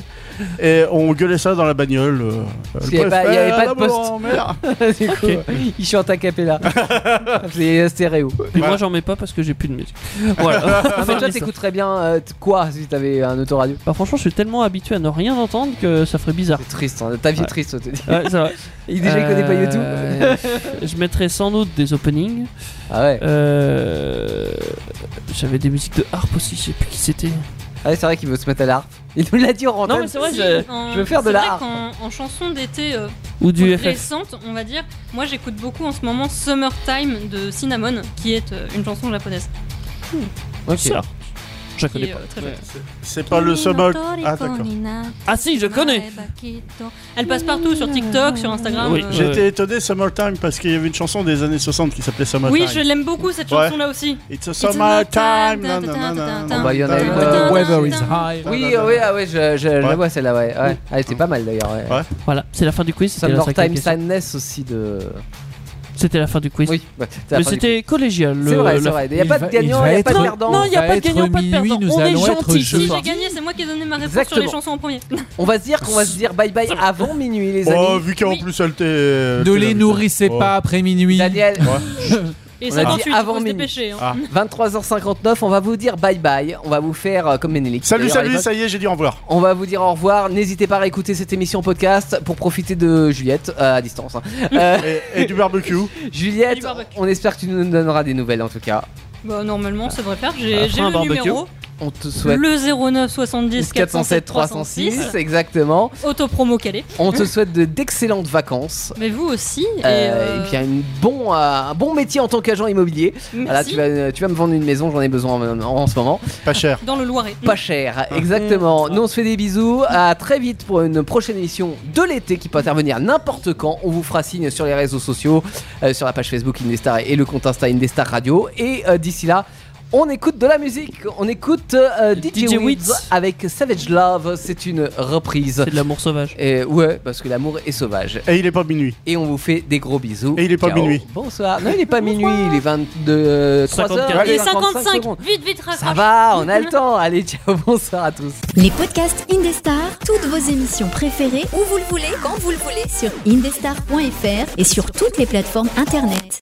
E: Et on gueulait ça dans la bagnole. euh,
B: Parce
E: le
B: qu'il y avait pas- il y avait pas de
E: préfet,
B: poste.
E: l'amour en mer.
B: Du coup, il chante à capella. c'est euh, stéréo.
D: Puis
E: Voilà.
D: moi j'en mets pas parce que j'ai plus de musique. Voilà.
B: Ah, mais toi, t'écouterais bien euh, t- quoi si t'avais un autoradio
D: Bah franchement je suis tellement habitué à ne rien entendre que ça ferait bizarre.
B: C'est triste, hein, ta vie est triste, on te dit.
D: Ouais, c'est vrai.
B: Il déjà il connaît pas YouTube.
D: Euh, je mettrais sans doute des openings.
B: Ah ouais,
D: Euh, J'avais des musiques de harpe aussi, je sais plus qui c'était.
B: Ah ouais, c'est vrai qu'il veut se mettre à l'art. Il nous l'a dit en rentrée.
D: Non, mais c'est vrai, je-
F: En-
B: je veux faire de
F: euh, c'est
B: la
F: vrai
B: harpe.
F: qu'en- En chanson d'été euh,
D: Ou du FF.
F: récente, on va dire, moi j'écoute beaucoup en ce moment Summertime de Cinnamon, qui est euh, une chanson japonaise.
B: Ok.
D: Ça. Je la connais
F: qui est,
D: pas.
F: euh, très belle.
E: C'est pas le Subok. Ah, d'accord.
D: Ah si, je
F: euh,
D: connais
F: Elle passe partout sur TikTok, sur Instagram.
D: Oui.
F: euh,
D: Ouais.
E: J'étais étonné Summertime parce qu'il y avait une chanson des années 60 qui s'appelait Summertime.
F: Oui, je l'aime beaucoup cette
E: Ouais.
F: chanson-là aussi.
E: It's a
F: summertime,
E: summertime.
F: da, da, da, da, da, da.
E: nanana.
F: Oh,
B: bah, il y en a une,
E: Ouais.
B: euh,
C: The weather is high.
B: Oui, euh, oui, ah, ouais, je, je la
E: Ouais.
B: vois celle-là, ouais. ouais. Elle était pas mal d'ailleurs. Ouais.
E: Ouais.
D: Voilà, c'est la fin du quiz. C'était la cinquième
B: Summertime
D: question.
B: Sadness aussi de.
D: C'était la fin du quiz.
B: Oui, ouais, c'est la
D: Mais
B: fin du
D: c'était collégial.
B: coup.
D: le-
B: C'est vrai, c'est
D: la-
B: vrai. Il n'y a
C: il
B: pas
C: va-
B: de
C: il
B: gagnant,
C: va
B: il n'y a
C: être-
B: pas de
D: Non,
B: perdant.
D: non, il n'y a
C: va
D: pas de
C: être
D: gagnant, pas de
C: minuit,
D: perdant.
C: nous
D: On est
C: allons être
D: gentils ce
C: jeux.
F: Si
D: soir.
F: j'ai gagné, c'est moi qui ai donné ma réponse sur
B: Exactement.
F: les chansons en premier.
B: On va se dire qu'on va se dire bye bye avant minuit, les amis.
E: Oh, vu qu'en
F: Oui.
E: plus elle était.
C: Ne les nourrissez
E: oh.
C: pas après minuit.
B: Daniel,
F: Et
B: On
F: c'est
B: a dit
F: quand tu
B: avant
F: se
B: minuit.
F: dépêcher. hein.
E: Ah.
B: 23h59, on va vous dire bye bye. On va vous faire euh, comme Ménélique.
E: Salut,
B: d'ailleurs, à
E: salut,
B: l'époque.
E: ça y est, j'ai dit au revoir.
B: On va vous dire au revoir. N'hésitez pas à écouter cette émission podcast pour profiter de Juliette euh, à distance. hein. Euh,
E: Et, et du barbecue.
B: Juliette,
F: Du barbecue.
B: on espère que tu nous donneras des nouvelles en tout cas.
F: Bah, normalement, ça devrait faire.
D: Après
F: J'ai j'ai
D: un
F: le
D: barbecue.
F: numéro.
B: On te souhaite
F: Le 09 70 407
B: 306
F: 306.
B: exactement.
F: Autopromo calé.
B: On te souhaite de d'excellentes vacances.
F: Mais vous aussi. Et,
B: Euh,
F: euh,
B: et puis un bon, euh, un bon métier en tant qu'agent immobilier. Voilà,
F: merci.
B: tu, vas, tu vas me vendre une maison, j'en ai besoin en, en ce moment.
E: Pas cher.
F: Dans le Loiret.
B: Pas cher,
E: Ah.
B: exactement. Nous on se fait des bisous. À très vite pour une prochaine émission de l'été qui peut intervenir n'importe quand. On vous fera signe sur les réseaux sociaux, euh, sur la page Facebook Indestar et le compte Insta Indestar Radio. Et euh, d'ici là, on écoute de la musique. On écoute euh, DJ,
D: DJ Wits.
B: Wits avec Savage Love. C'est une reprise.
D: C'est de l'amour sauvage.
B: Et ouais, parce que l'amour est sauvage.
E: Et il est pas minuit.
B: Et on vous fait des gros bisous.
E: Et il est pas
B: Ciao.
E: minuit.
B: Bonsoir. Non, il est pas minuit, il est 22
D: 54.
B: 3 heures et
F: Il est
B: 55
F: 55.
B: secondes.
F: Vite, vite, raccroche.
B: Ça va, on a le temps. Allez, ciao, bonsoir à tous.
G: Les podcasts Indestar, toutes vos émissions préférées, où vous le voulez, quand vous le voulez, sur indestar.fr et sur toutes les plateformes internet.